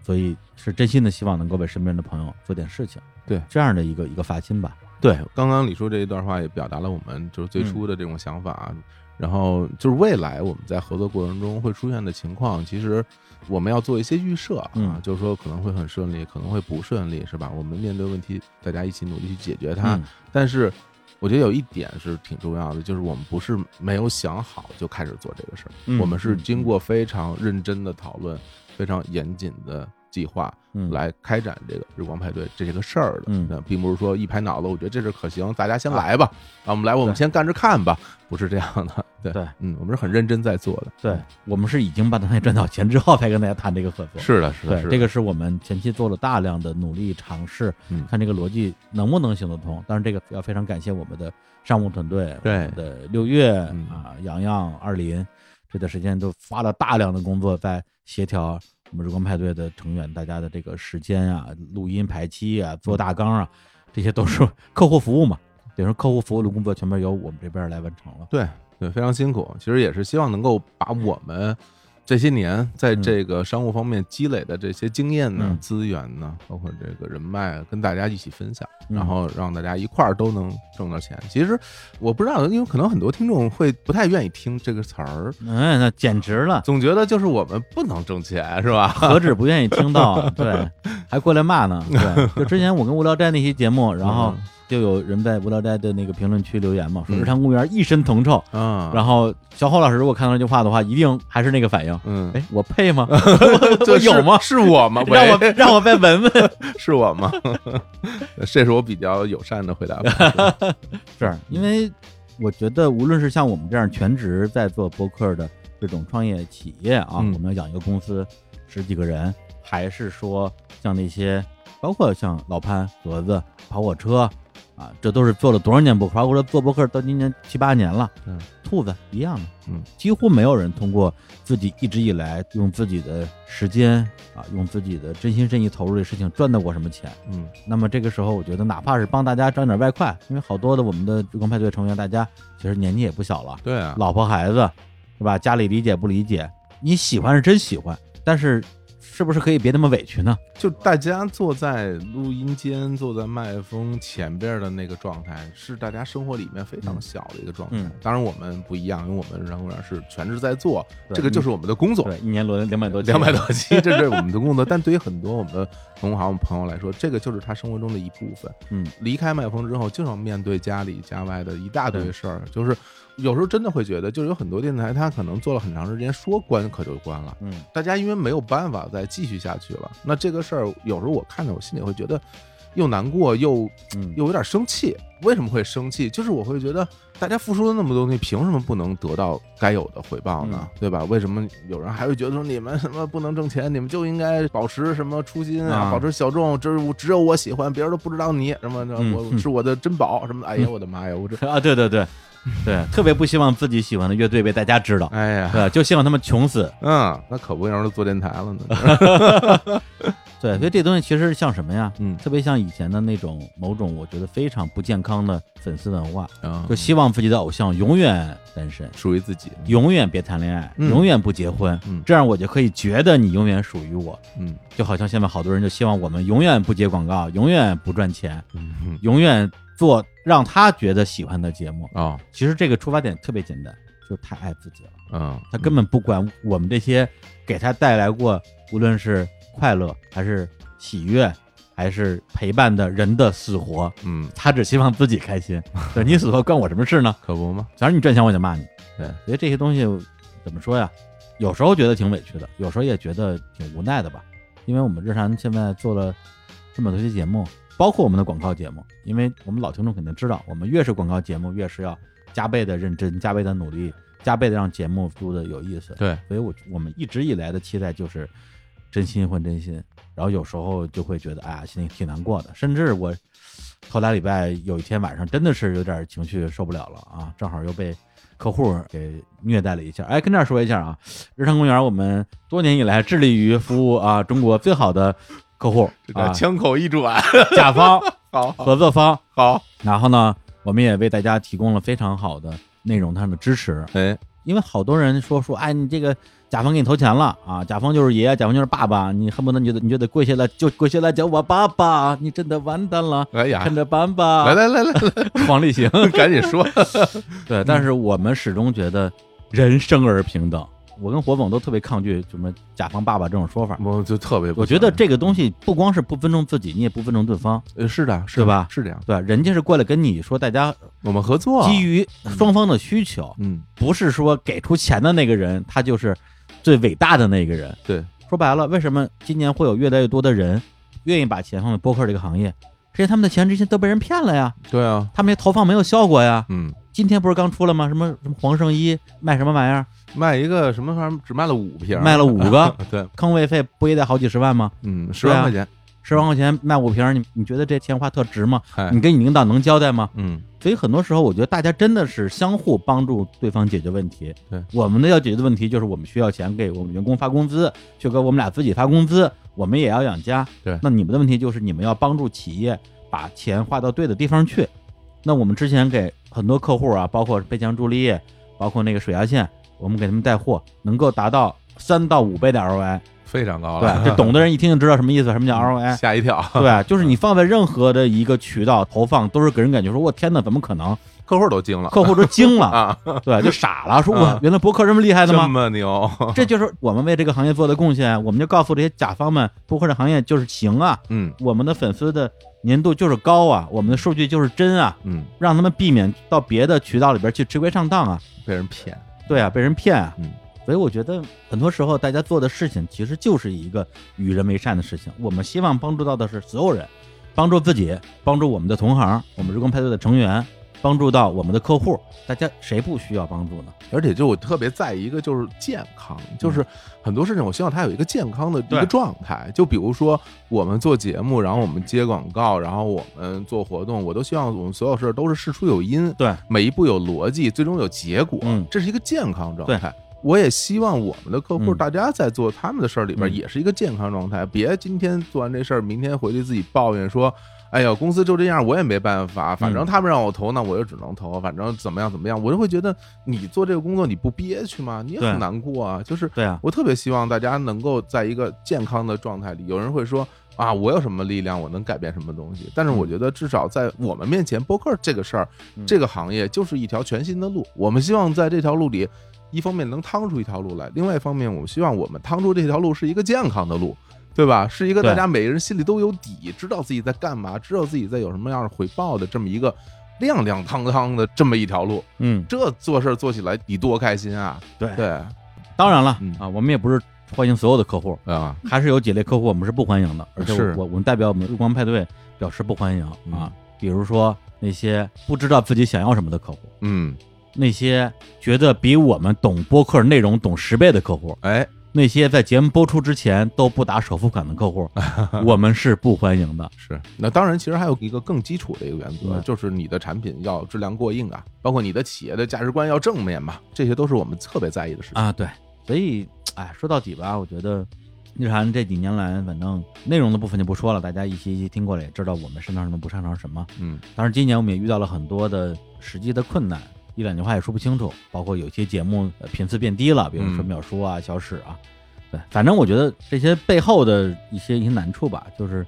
Speaker 1: 所以是真心的希望能够为身边的朋友做点事情。
Speaker 2: 对，
Speaker 1: 这样的一个一个发心吧。
Speaker 2: 对，刚刚李叔这一段话也表达了我们就是最
Speaker 1: 嗯
Speaker 2: 初的这种想法，啊然后就是未来我们在合作过程中会出现的情况，其实我们要做一些预设啊，
Speaker 1: 嗯
Speaker 2: 就是说可能会很顺利，可能会不顺利，是吧？我们面对问题，大家一起努力去解决它。
Speaker 1: 嗯
Speaker 2: 但是我觉得有一点是挺重要的，就是我们不是没有想好就开始做这个事儿，
Speaker 1: 嗯
Speaker 2: 我们是经过非常认真的讨论，非常严谨的计划
Speaker 1: 嗯
Speaker 2: 来开展这个日光派对这个事儿的。
Speaker 1: 嗯
Speaker 2: 那并不是说一拍脑子，我觉得这事儿可行，大家先来吧，啊，我们来，我们先干着看吧，不是这样的。对
Speaker 1: 对，
Speaker 2: 嗯，我们是很认真在做的。
Speaker 1: 对我们是已经把它赚到钱之后才跟大家谈这个合作。
Speaker 2: 是的是的
Speaker 1: 对
Speaker 2: 是的
Speaker 1: 这个是我们前期做了大量的努力尝试，
Speaker 2: 嗯
Speaker 1: 看这个逻辑能不能行得通。当然，这个要非常感谢我们的商务团队，
Speaker 2: 对嗯
Speaker 1: 我们的六月啊，洋洋、二林这段时间都花了大量的工作在协调我们日光派对的成员大家的这个时间啊、录音排期
Speaker 2: 嗯
Speaker 1: 啊、做大纲啊，这些都是客户服务嘛。等于说客户服务的工作全部由我们这边来完成了。
Speaker 2: 对对，非常辛苦。其实也是希望能够把我们这些年在这个商务方面积累的这些经验呢、
Speaker 1: 嗯
Speaker 2: 资源呢，包括这个人脉，啊跟大家一起分享，
Speaker 1: 嗯
Speaker 2: 然后让大家一块儿都能挣到钱。其实我不知道，因为可能很多听众会不太愿意听这个词儿，
Speaker 1: 嗯，那简直了，
Speaker 2: 总觉得就是我们不 能挣钱，是吧？
Speaker 1: 何止不
Speaker 2: 嗯
Speaker 1: 愿意听到啊，对，还过来骂呢。对，就之前我跟无聊斋那期节目，然后就有人在无聊斋的那个评论区留言嘛，说日坛公园一身铜臭
Speaker 2: 啊。
Speaker 1: 然后小侯老师如果看到这句话的话，一定还是那个反应，
Speaker 2: 嗯，
Speaker 1: 哎，我配 吗？
Speaker 2: 这
Speaker 1: 我有吗？？
Speaker 2: 是是我吗
Speaker 1: 让我
Speaker 2: 喂
Speaker 1: 让我再闻闻，
Speaker 2: 是我吗？这是我比较友善的回答方式。
Speaker 1: 是因为我觉得，无论是像我们这样全职在做播客的这种创业企业啊，
Speaker 12: 嗯
Speaker 1: 我们要养一个公司十几个人，还是说像那些包括像老潘、盒子、跑火车啊，这都是做了多少年播客？跑火车做播客到今年七八年了，
Speaker 2: 嗯，
Speaker 1: 兔子一样的，
Speaker 2: 嗯，
Speaker 1: 几乎没有人通过自己一直以来用自己的时间啊，用自己的真心真意投入的事情赚到过什么钱，
Speaker 2: 嗯，
Speaker 1: 那么这个时候，我觉得哪怕是帮大家赚点外快，因为好多的我们的职工派对成员，大家其实年纪也不小了，
Speaker 2: 对啊
Speaker 1: 老婆孩子，是吧？家里理解不理解？你喜欢是真喜欢，但是是不是可以别那么委屈呢？
Speaker 2: 就大家坐在录音间、坐在麦克风前边的那个状态，是大家生活里面非常小的一个状态。
Speaker 1: 嗯
Speaker 2: 当然我们不一样，因为我们日常公园是全职在做，
Speaker 1: 对
Speaker 2: 这个就是我们的工作。
Speaker 1: 对，一年轮两百多期
Speaker 2: 两百多 期，这是我们的工作。但对于很多我们的同行、我们朋友来说，这个就是他生活中的一部分。
Speaker 1: 嗯，
Speaker 2: 离开麦克风之后，就要面对家里家外的一大堆
Speaker 1: 对
Speaker 2: 事儿，就是有时候真的会觉得，就是有很多电台，它可能做了很长时间，说关可就关了。
Speaker 1: 嗯，
Speaker 2: 大家因为没有办法再继续下去了，那这个事儿有时候我看着我心里会觉得又难过又
Speaker 1: 嗯
Speaker 2: 又有点生气。为什么会生气？就是我会觉得大家付出了那么多东西，凭什么不能得到该有的回报
Speaker 1: 嗯
Speaker 2: 呢？对吧？为什么有人还会觉得说你们什么不能挣钱，你们就应该保持什么初心啊，
Speaker 1: 啊
Speaker 2: 保持小众，这是我只有我喜欢，别人都不知道你什么的，
Speaker 1: 嗯
Speaker 2: 我
Speaker 1: 嗯
Speaker 2: 是我的珍宝什么的。哎呀，
Speaker 1: 嗯
Speaker 2: 我的妈呀，我这
Speaker 1: 啊，对对对。对，特别不希望自己喜欢的乐队被大家知道，
Speaker 2: 哎呀，
Speaker 1: 对，就希望他们穷死，
Speaker 2: 嗯，那可不，要是做电台了呢。
Speaker 1: 对，所以这东西其实像什么呀？
Speaker 2: 嗯，
Speaker 1: 特别像以前的那种某种我觉得非常不健康的粉丝文化，
Speaker 2: 啊
Speaker 1: 就希望自己的偶像永远单身，
Speaker 2: 属于自己，
Speaker 1: 永远别谈恋爱，
Speaker 2: 嗯
Speaker 1: 永远不结婚，
Speaker 2: 嗯
Speaker 1: 这样我就可以觉得你永远属于我。
Speaker 2: 嗯，
Speaker 1: 就好像现在好多人就希望我们永远不接广告，永远不赚钱，
Speaker 2: 嗯
Speaker 1: 永远做让他觉得喜欢的节目
Speaker 2: 啊。
Speaker 1: 其实这个出发点特别简单，就太爱自己了。
Speaker 2: 嗯，
Speaker 1: 他根本不管我们这些给他带来过，无论是快乐还是喜悦，还是陪伴的人的死活，
Speaker 2: 嗯，
Speaker 1: 他只希望自己开心。 对你死活关我什么事呢？
Speaker 2: 可不吗？
Speaker 1: 反正你赚钱我就骂你。
Speaker 2: 对，
Speaker 1: 所以这些东西怎么说呀？有时候觉得挺委屈的，有时候也觉得挺无奈的吧。因为我们日常现 在做了这么多期节目，包括我们的广告节目，因为我们老听众肯定知道，我们越是广告节目，越是要加倍的认真，加倍的努力，加倍的让节目录的有意思。
Speaker 2: 对，
Speaker 1: 所以我我们一直以来的期待就是真心换真心，然后有时候就会觉得哎呀，心里挺难过的，甚至我头俩礼拜有一天晚上真的是有点情绪受不了了啊，正好又被客户给虐待了一下。哎，跟这儿说一下啊，日常公园我们多年以来致力于服务啊中国最好的客户啊，
Speaker 2: 枪口一转，
Speaker 1: 甲方
Speaker 2: 好
Speaker 1: 合作方
Speaker 2: 好，
Speaker 1: 然后呢，我们也为大家提供了非常好的内容上的支持。
Speaker 2: 哎，
Speaker 1: 因为好多人说说，哎，你这个甲方给你投钱了啊，甲方就是爷，甲方就是爸爸，你恨不得你就得你就得跪下来，就跪下来叫我爸爸，你真的完蛋了，
Speaker 2: 哎呀
Speaker 1: 趁着办吧，
Speaker 2: 来来来来来，
Speaker 1: 黄 立行
Speaker 2: 赶紧说
Speaker 1: 对，但
Speaker 2: 嗯
Speaker 1: 是我们始终觉得人生而平等。我跟火总都特别抗拒什么甲方爸爸这种说法，
Speaker 2: 我就特别不
Speaker 1: 我觉得这个东西不光是不尊重自己，你也不尊重对方。
Speaker 2: 呃，是的，
Speaker 1: 是吧？
Speaker 2: 是这样，
Speaker 1: 对，人家是过来跟你说，大家
Speaker 2: 我们合作啊
Speaker 1: 基于双方的需求，
Speaker 2: 嗯，
Speaker 1: 不是说给出钱的那个人他就是最伟大的那个人。
Speaker 2: 对，
Speaker 1: 说白了，为什么今年会有越来越多的人愿意把钱放在播客这个行业？是因为他们的钱之前都被人骗了呀。
Speaker 2: 对啊，
Speaker 1: 他们投放没有效果呀。
Speaker 2: 嗯，
Speaker 1: 今天不是刚出了吗？什么什么黄圣依卖什么玩意儿？
Speaker 2: 卖一个什么玩意儿，只卖了五瓶，，
Speaker 1: 卖了五个
Speaker 2: 对，
Speaker 1: 坑位费不也得好几十万吗？啊
Speaker 2: 嗯10万块钱，
Speaker 1: 十万块钱卖五瓶儿，你你觉得这钱花特值吗
Speaker 2: 哎？
Speaker 1: 你跟你领导能交代吗？
Speaker 2: 嗯，
Speaker 1: 所以很多时候，我觉得大家真的是相互帮助对方解决问题。
Speaker 2: 对，
Speaker 1: 我们的要解决的问题就是我们需要钱给我们员工发工资，去给我们俩自己发工资，我们也要养家。
Speaker 2: 对
Speaker 1: 那你们的问题就是你们要帮助企业把钱花到对的地方去。那我们之前给很多客户啊，包括贝强助力业，包括那个水压线，我们给他们带货，能够达到三到五倍的 ROI。
Speaker 2: 非常高了，
Speaker 1: 对，这懂的人一听就知道什么意思，什么叫 ROI，
Speaker 2: 吓一跳
Speaker 1: 对，就是你放在任何的一个渠道投放，都是给人感觉说，我天哪，怎么可能？
Speaker 2: 客户都惊了，
Speaker 1: 客户都惊了
Speaker 2: 啊，
Speaker 1: 对，就傻了，说
Speaker 2: 啊
Speaker 1: 哇，原来博客这么厉害的吗？
Speaker 2: 这么牛，
Speaker 1: 这就是我们为这个行业做的贡献。我们就告诉这些甲方们，博客这行业就是行啊，
Speaker 2: 嗯，
Speaker 1: 我们的粉丝的粘度就是高啊，我们的数据就是真啊，
Speaker 2: 嗯，
Speaker 1: 让他们避免到别的渠道里边去吃亏上当啊，
Speaker 2: 被人骗，
Speaker 1: 对啊，被人骗啊，
Speaker 2: 嗯。
Speaker 1: 所以我觉得很多时候大家做的事情其实就是一个与人为善的事情。我们希望帮助到的是所有人，帮助自己，帮助我们的同行，我们日光派对的成员，帮助到我们的客户。大家谁不需要帮助呢？
Speaker 2: 而且就我特别在意一个就是健康，
Speaker 1: 嗯
Speaker 2: 就是很多事情我希望它有一个健康的一个状态。就比如说我们做节目，然后我们接广告，然后我们做活动，我都希望我们所有事儿都是事出有因，
Speaker 1: 对，
Speaker 2: 每一步有逻辑，最终有结果，这是一个健康状态。我也希望我们的客户，大家在做他们的事儿里边，
Speaker 1: 嗯
Speaker 2: 也是一个健康状态，别今天做完这事儿，明天回去自己抱怨说。哎呀，公司就这样，我也没办法。反正他们让我投，那我就只能投。反正怎么样怎么样，我就会觉得你做这个工作你不憋屈吗？你也
Speaker 1: 对
Speaker 2: 很难过啊。就是
Speaker 1: 对啊，
Speaker 2: 我特别希望大家能够在一个健康的状态里。有人会说啊，我有什么力量，我能改变什么东西？但是
Speaker 1: 嗯
Speaker 2: 我觉得至少在我们面前，播客这个事儿，这个行业就是一条全新的路。我们希望在这条路里，一方面能趟出一条路来，另外一方面，我们希望我们趟出这条路是一个健康的路。对吧？是一个大
Speaker 1: 对
Speaker 2: 家每个人心里都有底，知道自己在干嘛，知道自己在有什么样的回报的这么一个亮亮堂堂的这么一条路。
Speaker 1: 嗯
Speaker 2: 这做事儿做起来你多开心啊！
Speaker 1: 对
Speaker 2: 对，嗯
Speaker 1: 当然了、啊，我们也不是欢迎所有的客户
Speaker 2: 啊，
Speaker 1: 还是有几类客户我们是不欢迎的，而且
Speaker 2: 是
Speaker 1: 我
Speaker 2: 嗯
Speaker 1: 我我们代表我们日光派对表示不欢迎啊，比如说那些不知道自己想要什么的客户，
Speaker 2: 嗯，
Speaker 1: 那些觉得比我们懂播客内容懂十倍的客户，
Speaker 2: 哎，
Speaker 1: 那些在节目播出之前都不打首付款的 客户，我们是不欢迎的。
Speaker 2: 是，那当然，其实还有一个更基础的一个原则，
Speaker 1: 嗯
Speaker 2: 就是你的产品要质量过硬啊，包括你的企业的价值观要正面嘛，这些都是我们特别在意的事情
Speaker 1: 啊，对，所以哎，说到底吧，我觉得日韩这几年来，反正内容的部分就不说了，大家一期一期听过了，也知道我们擅长什么，不擅长什么。
Speaker 2: 嗯，
Speaker 1: 当然今年我们也遇到了很多的实际的困难，一两句话也说不清楚，包括有些节目呃频次变低了，比如说
Speaker 2: 嗯
Speaker 1: 秒叔啊、小史啊，对，反正我觉得这些背后的一些一些难处吧，就是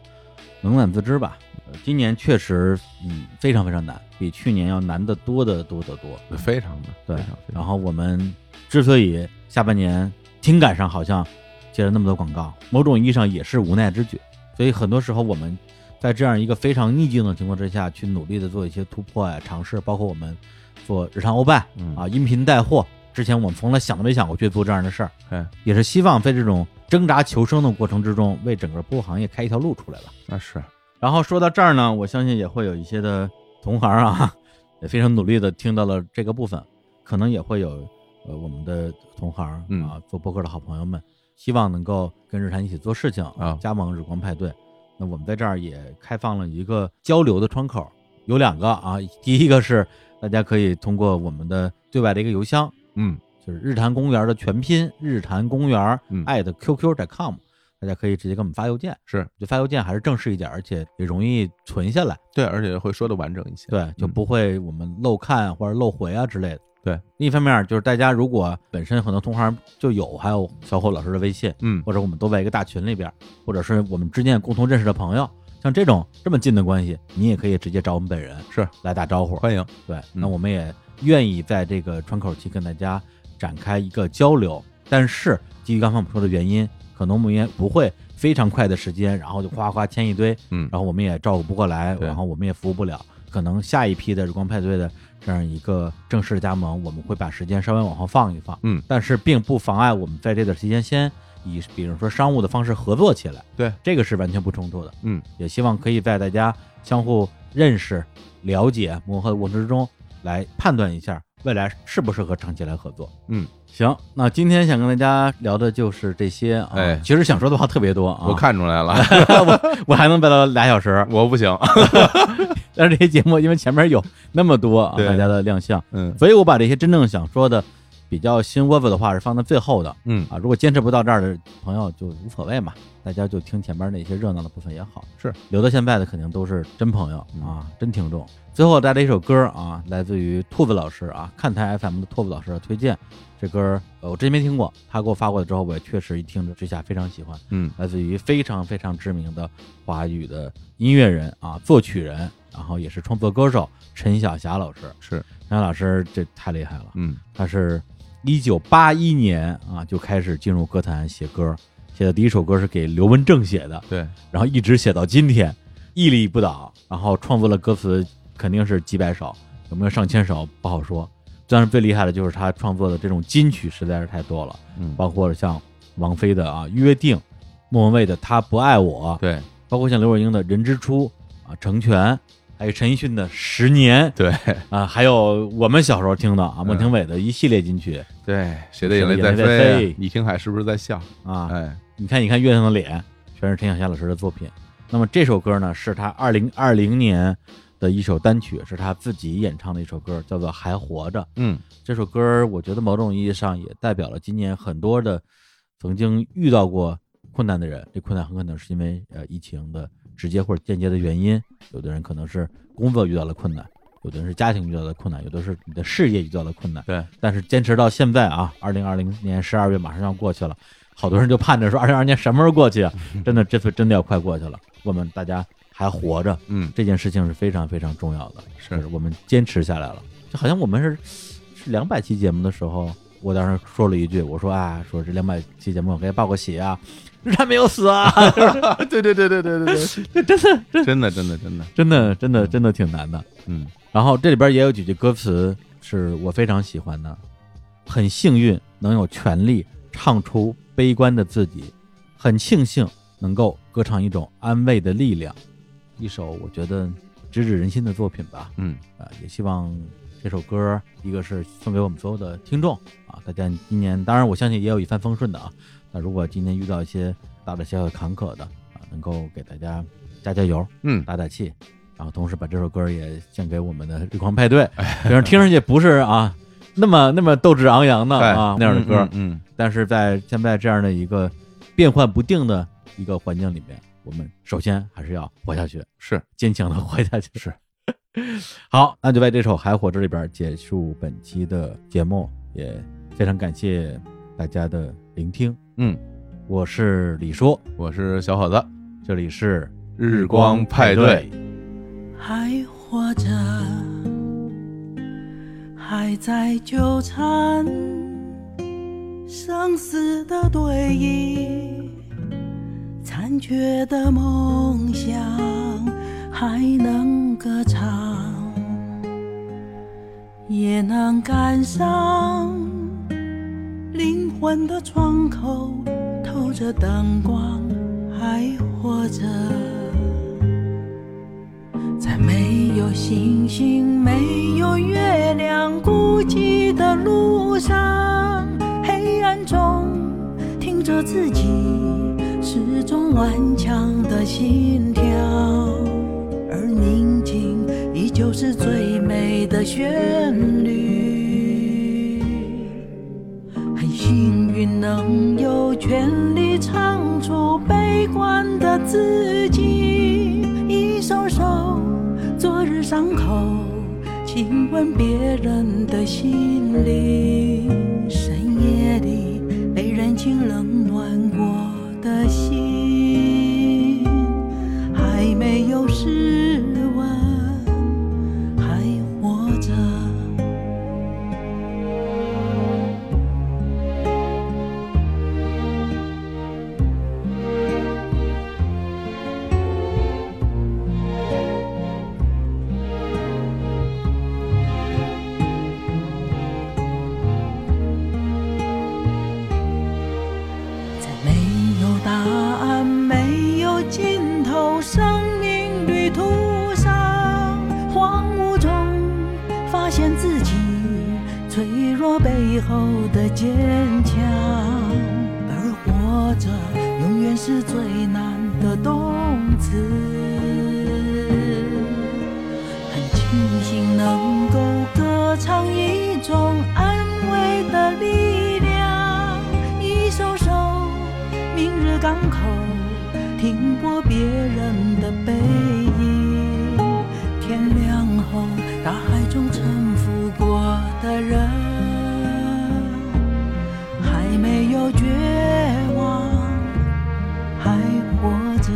Speaker 1: 冷暖自知吧。呃今年确实，嗯，非常非常难，比去年要难得多得多得多，
Speaker 2: 非常的
Speaker 1: 对。然后我们之所以下半年听感上好像接了那么多广告，某种意义上也是无奈之举。所以很多时候我们在这样一个非常逆境的情况之下，去努力的做一些突破呀、尝试，包括我们做日常欧拜、
Speaker 2: 嗯
Speaker 1: 啊，音频带货。之前我们从来想都没想过去做这样的事儿，
Speaker 2: 哎，
Speaker 1: 也是希望在这种挣扎求生的过程之中，为整个播客行业开一条路出来吧。
Speaker 2: 那是，
Speaker 1: 然后说到这儿呢，我相信也会有一些的同行啊， 也非常努力的听到了这个部分，可能也会有呃我们的同行啊，做播客的好朋友们，希望能够跟日坛一起做事情啊，加盟日光派对。那我们在这儿也开放了一个交流的窗口，有两个啊，第一个是大家可以通过我们的对外的一个邮箱，
Speaker 2: 嗯，
Speaker 1: 就是日坛公园的全拼日坛公园，
Speaker 2: 嗯
Speaker 1: 艾特 qq.com，大家可以直接给我们发邮件，
Speaker 2: 是
Speaker 1: 就发邮件还是正式一点，而且也容易存下来，
Speaker 2: 对，而且会说的完整一些，嗯
Speaker 1: 对，就不会我们漏看或者漏回啊之类的。
Speaker 2: 对，
Speaker 1: 另一方面就是大家如果本身很多同行就有，还有小伙老师的微信，
Speaker 2: 嗯，
Speaker 1: 或者我们都在一个大群里边，或者是我们之间共同认识的朋友，像这种这么近的关系，你也可以直接找我们本人
Speaker 2: 是
Speaker 1: 来打招呼，
Speaker 2: 欢迎。嗯
Speaker 1: 对，那我们也愿意在这个窗口期跟大家展开一个交流，但是基于刚才我们说的原因，可能我们也不会非常快的时间，然后就哗哗签一堆，
Speaker 2: 嗯，
Speaker 1: 然后我们也照顾不过来，然后我们也服务不了，可能下一批的日光派对的这样一个正式的加盟，我们会把时间稍微往后放一放，
Speaker 2: 嗯
Speaker 1: 但是并不妨碍我们在这段时间先以比如说商务的方式合作起来，
Speaker 2: 对，
Speaker 1: 这个是完全不冲突的，
Speaker 2: 嗯，
Speaker 1: 也希望可以在大家相互认识、了解、磨合的过程之中，来判断一下未来适不适合长期来合作。
Speaker 2: 嗯，
Speaker 1: 行，那今天想跟大家聊的就是这些啊。
Speaker 2: 哎
Speaker 1: 其实想说的话特别多啊，
Speaker 2: 我看出来了
Speaker 1: 我我还能掰到俩小时，
Speaker 2: 我不 行。
Speaker 1: 但是这些节目因为前面有那么多、啊、
Speaker 2: 对
Speaker 1: 大家的亮相，
Speaker 2: 嗯，
Speaker 1: 所以我把这些真正想说的。比较心窝子的话是放在最后的，
Speaker 2: 嗯
Speaker 1: 啊，如果坚持不到这儿的朋友就无所谓嘛，大家就听前面那些热闹的部分也好。
Speaker 2: 是
Speaker 1: 留到现在的肯定都是真朋友啊，真听众。最后带来一首歌啊，来自于兔子老师啊，看台 FM 的兔子老师的推荐。这歌儿呃我之前没听过，他给我发过来之后，我也确实一听之下非常喜欢。呃
Speaker 2: 嗯
Speaker 1: 来自于非常非常知名的华语的音乐人啊，作曲人然后也是创作歌手陈晓霞老师。
Speaker 2: 是
Speaker 1: 陈晓老师这太厉害了，
Speaker 2: 嗯，
Speaker 1: 他是一九八一年啊就开始进入歌坛写歌，写的第一首歌是给刘文正写的，
Speaker 2: 对，
Speaker 1: 然后一直写到今天，屹立不倒，然后创作了歌词肯定是几百首，有没有上千首不好说。但是最厉害的就是他创作的这种金曲实在是太多了，
Speaker 2: 嗯
Speaker 1: 包括像王菲的啊《约定》，莫文蔚的《他不爱我》，
Speaker 2: 对，
Speaker 1: 包括像刘若英的《人之初》啊《成全》，还有陈奕迅的《十年》，
Speaker 2: 对嗯
Speaker 1: 啊，还有我们小时候听的啊孟庭苇的一系列金曲，
Speaker 2: 对，谁的眼泪在
Speaker 1: 在
Speaker 2: 飞啊？你听海是不是在笑
Speaker 1: 啊？
Speaker 2: 哎，
Speaker 1: 你看，你看月亮的脸，全是陈小霞老师的作品。那么这首歌呢，是他二零二零年的一首单曲，是他自己演唱的一首歌，叫做《还活着》。
Speaker 2: 嗯，
Speaker 1: 这首歌我觉得某种意义上也代表了今年很多的曾经遇到过困难的人，这困难很可能是因为呃疫情的直接或者间接的原因，有的人可能是工作遇到了困难，有的人是家庭遇到的困难，有的是你的事业遇到了困难。
Speaker 2: 对，
Speaker 1: 但是坚持到现在啊，二零二零年十二月马上要过去 了，好多人就盼着说二零二年什么时候过去啊？
Speaker 2: 嗯
Speaker 1: 真的，这次真的要快过去了。我们大家还活着，
Speaker 2: 嗯，
Speaker 1: 这件事情是非常非常重要的，是我们坚持下来了。就好像我们是是两百期节目的时候，我当时说了一句，我说啊，说这两百期节目我该报个喜啊，日产没有死啊，
Speaker 2: 对对对对对对
Speaker 1: 对，真的
Speaker 2: 真的真的
Speaker 1: 真
Speaker 2: 真的
Speaker 1: 的真的真的挺难的，
Speaker 2: 嗯。
Speaker 1: 然后这里边也有几句歌词是我非常喜欢的，很幸运能有权利唱出悲观的自己，很庆幸能够歌唱一种安慰的力量，一首我觉得直指人心的作品吧。
Speaker 2: 嗯，
Speaker 1: 啊、也希望这首歌，一个是送给我们所有的听众啊，大家今年当然我相信也有一帆风顺的啊，那如果今年遇到一些大大小小的坎坷的啊，能够给大家加加油，
Speaker 2: 嗯，
Speaker 1: 打打气。然后同时把这首歌也献给我们的日光派 对，虽然听上去不是啊那么那么斗志昂扬的
Speaker 2: 哎
Speaker 1: 啊那样的歌，
Speaker 2: 嗯嗯嗯
Speaker 1: 但是在现在这样的一个变幻不定的一个环境里面，我们首先还是要活下去，
Speaker 2: 是
Speaker 1: 坚强的活下去。是， 好，那就在这首《还活着》里边结束本期的节目，也非常感谢大家的聆听。
Speaker 2: 嗯，
Speaker 1: 我是李叔，
Speaker 2: 我是小伙子，
Speaker 1: 这里是
Speaker 2: 日光派对。
Speaker 21: 还活着，还在纠缠生死的对弈，残缺的梦想还能歌唱，也能感伤。灵魂的窗口透着灯光，还活着。在没有星星、没有月亮、孤寂的路上，黑暗中听着自己始终顽强的心跳，而宁静依旧是最美的旋律。很幸运能有权利唱出悲观的自己，一首首。昨日伤口，亲吻别人的心灵，深夜里被人情冷暖过的心，还没有湿温，还活着。没有答案，没有尽头，生命旅途上，荒芜中发现自己脆弱背后的坚强，而活着永远是最难的动词。很庆幸能够歌唱一种安慰的力量，一首首。明日港口停泊别人的背影，天亮后大海中沉浮过的人，还没有绝望，还活着。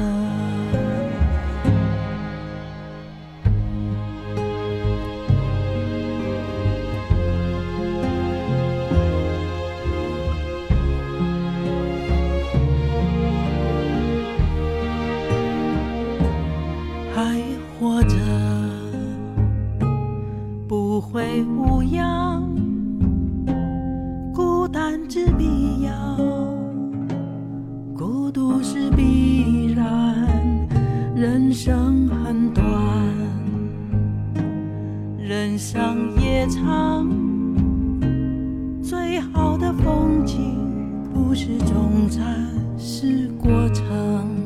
Speaker 21: 晚上夜唱，最好的风景不是终站，是过程。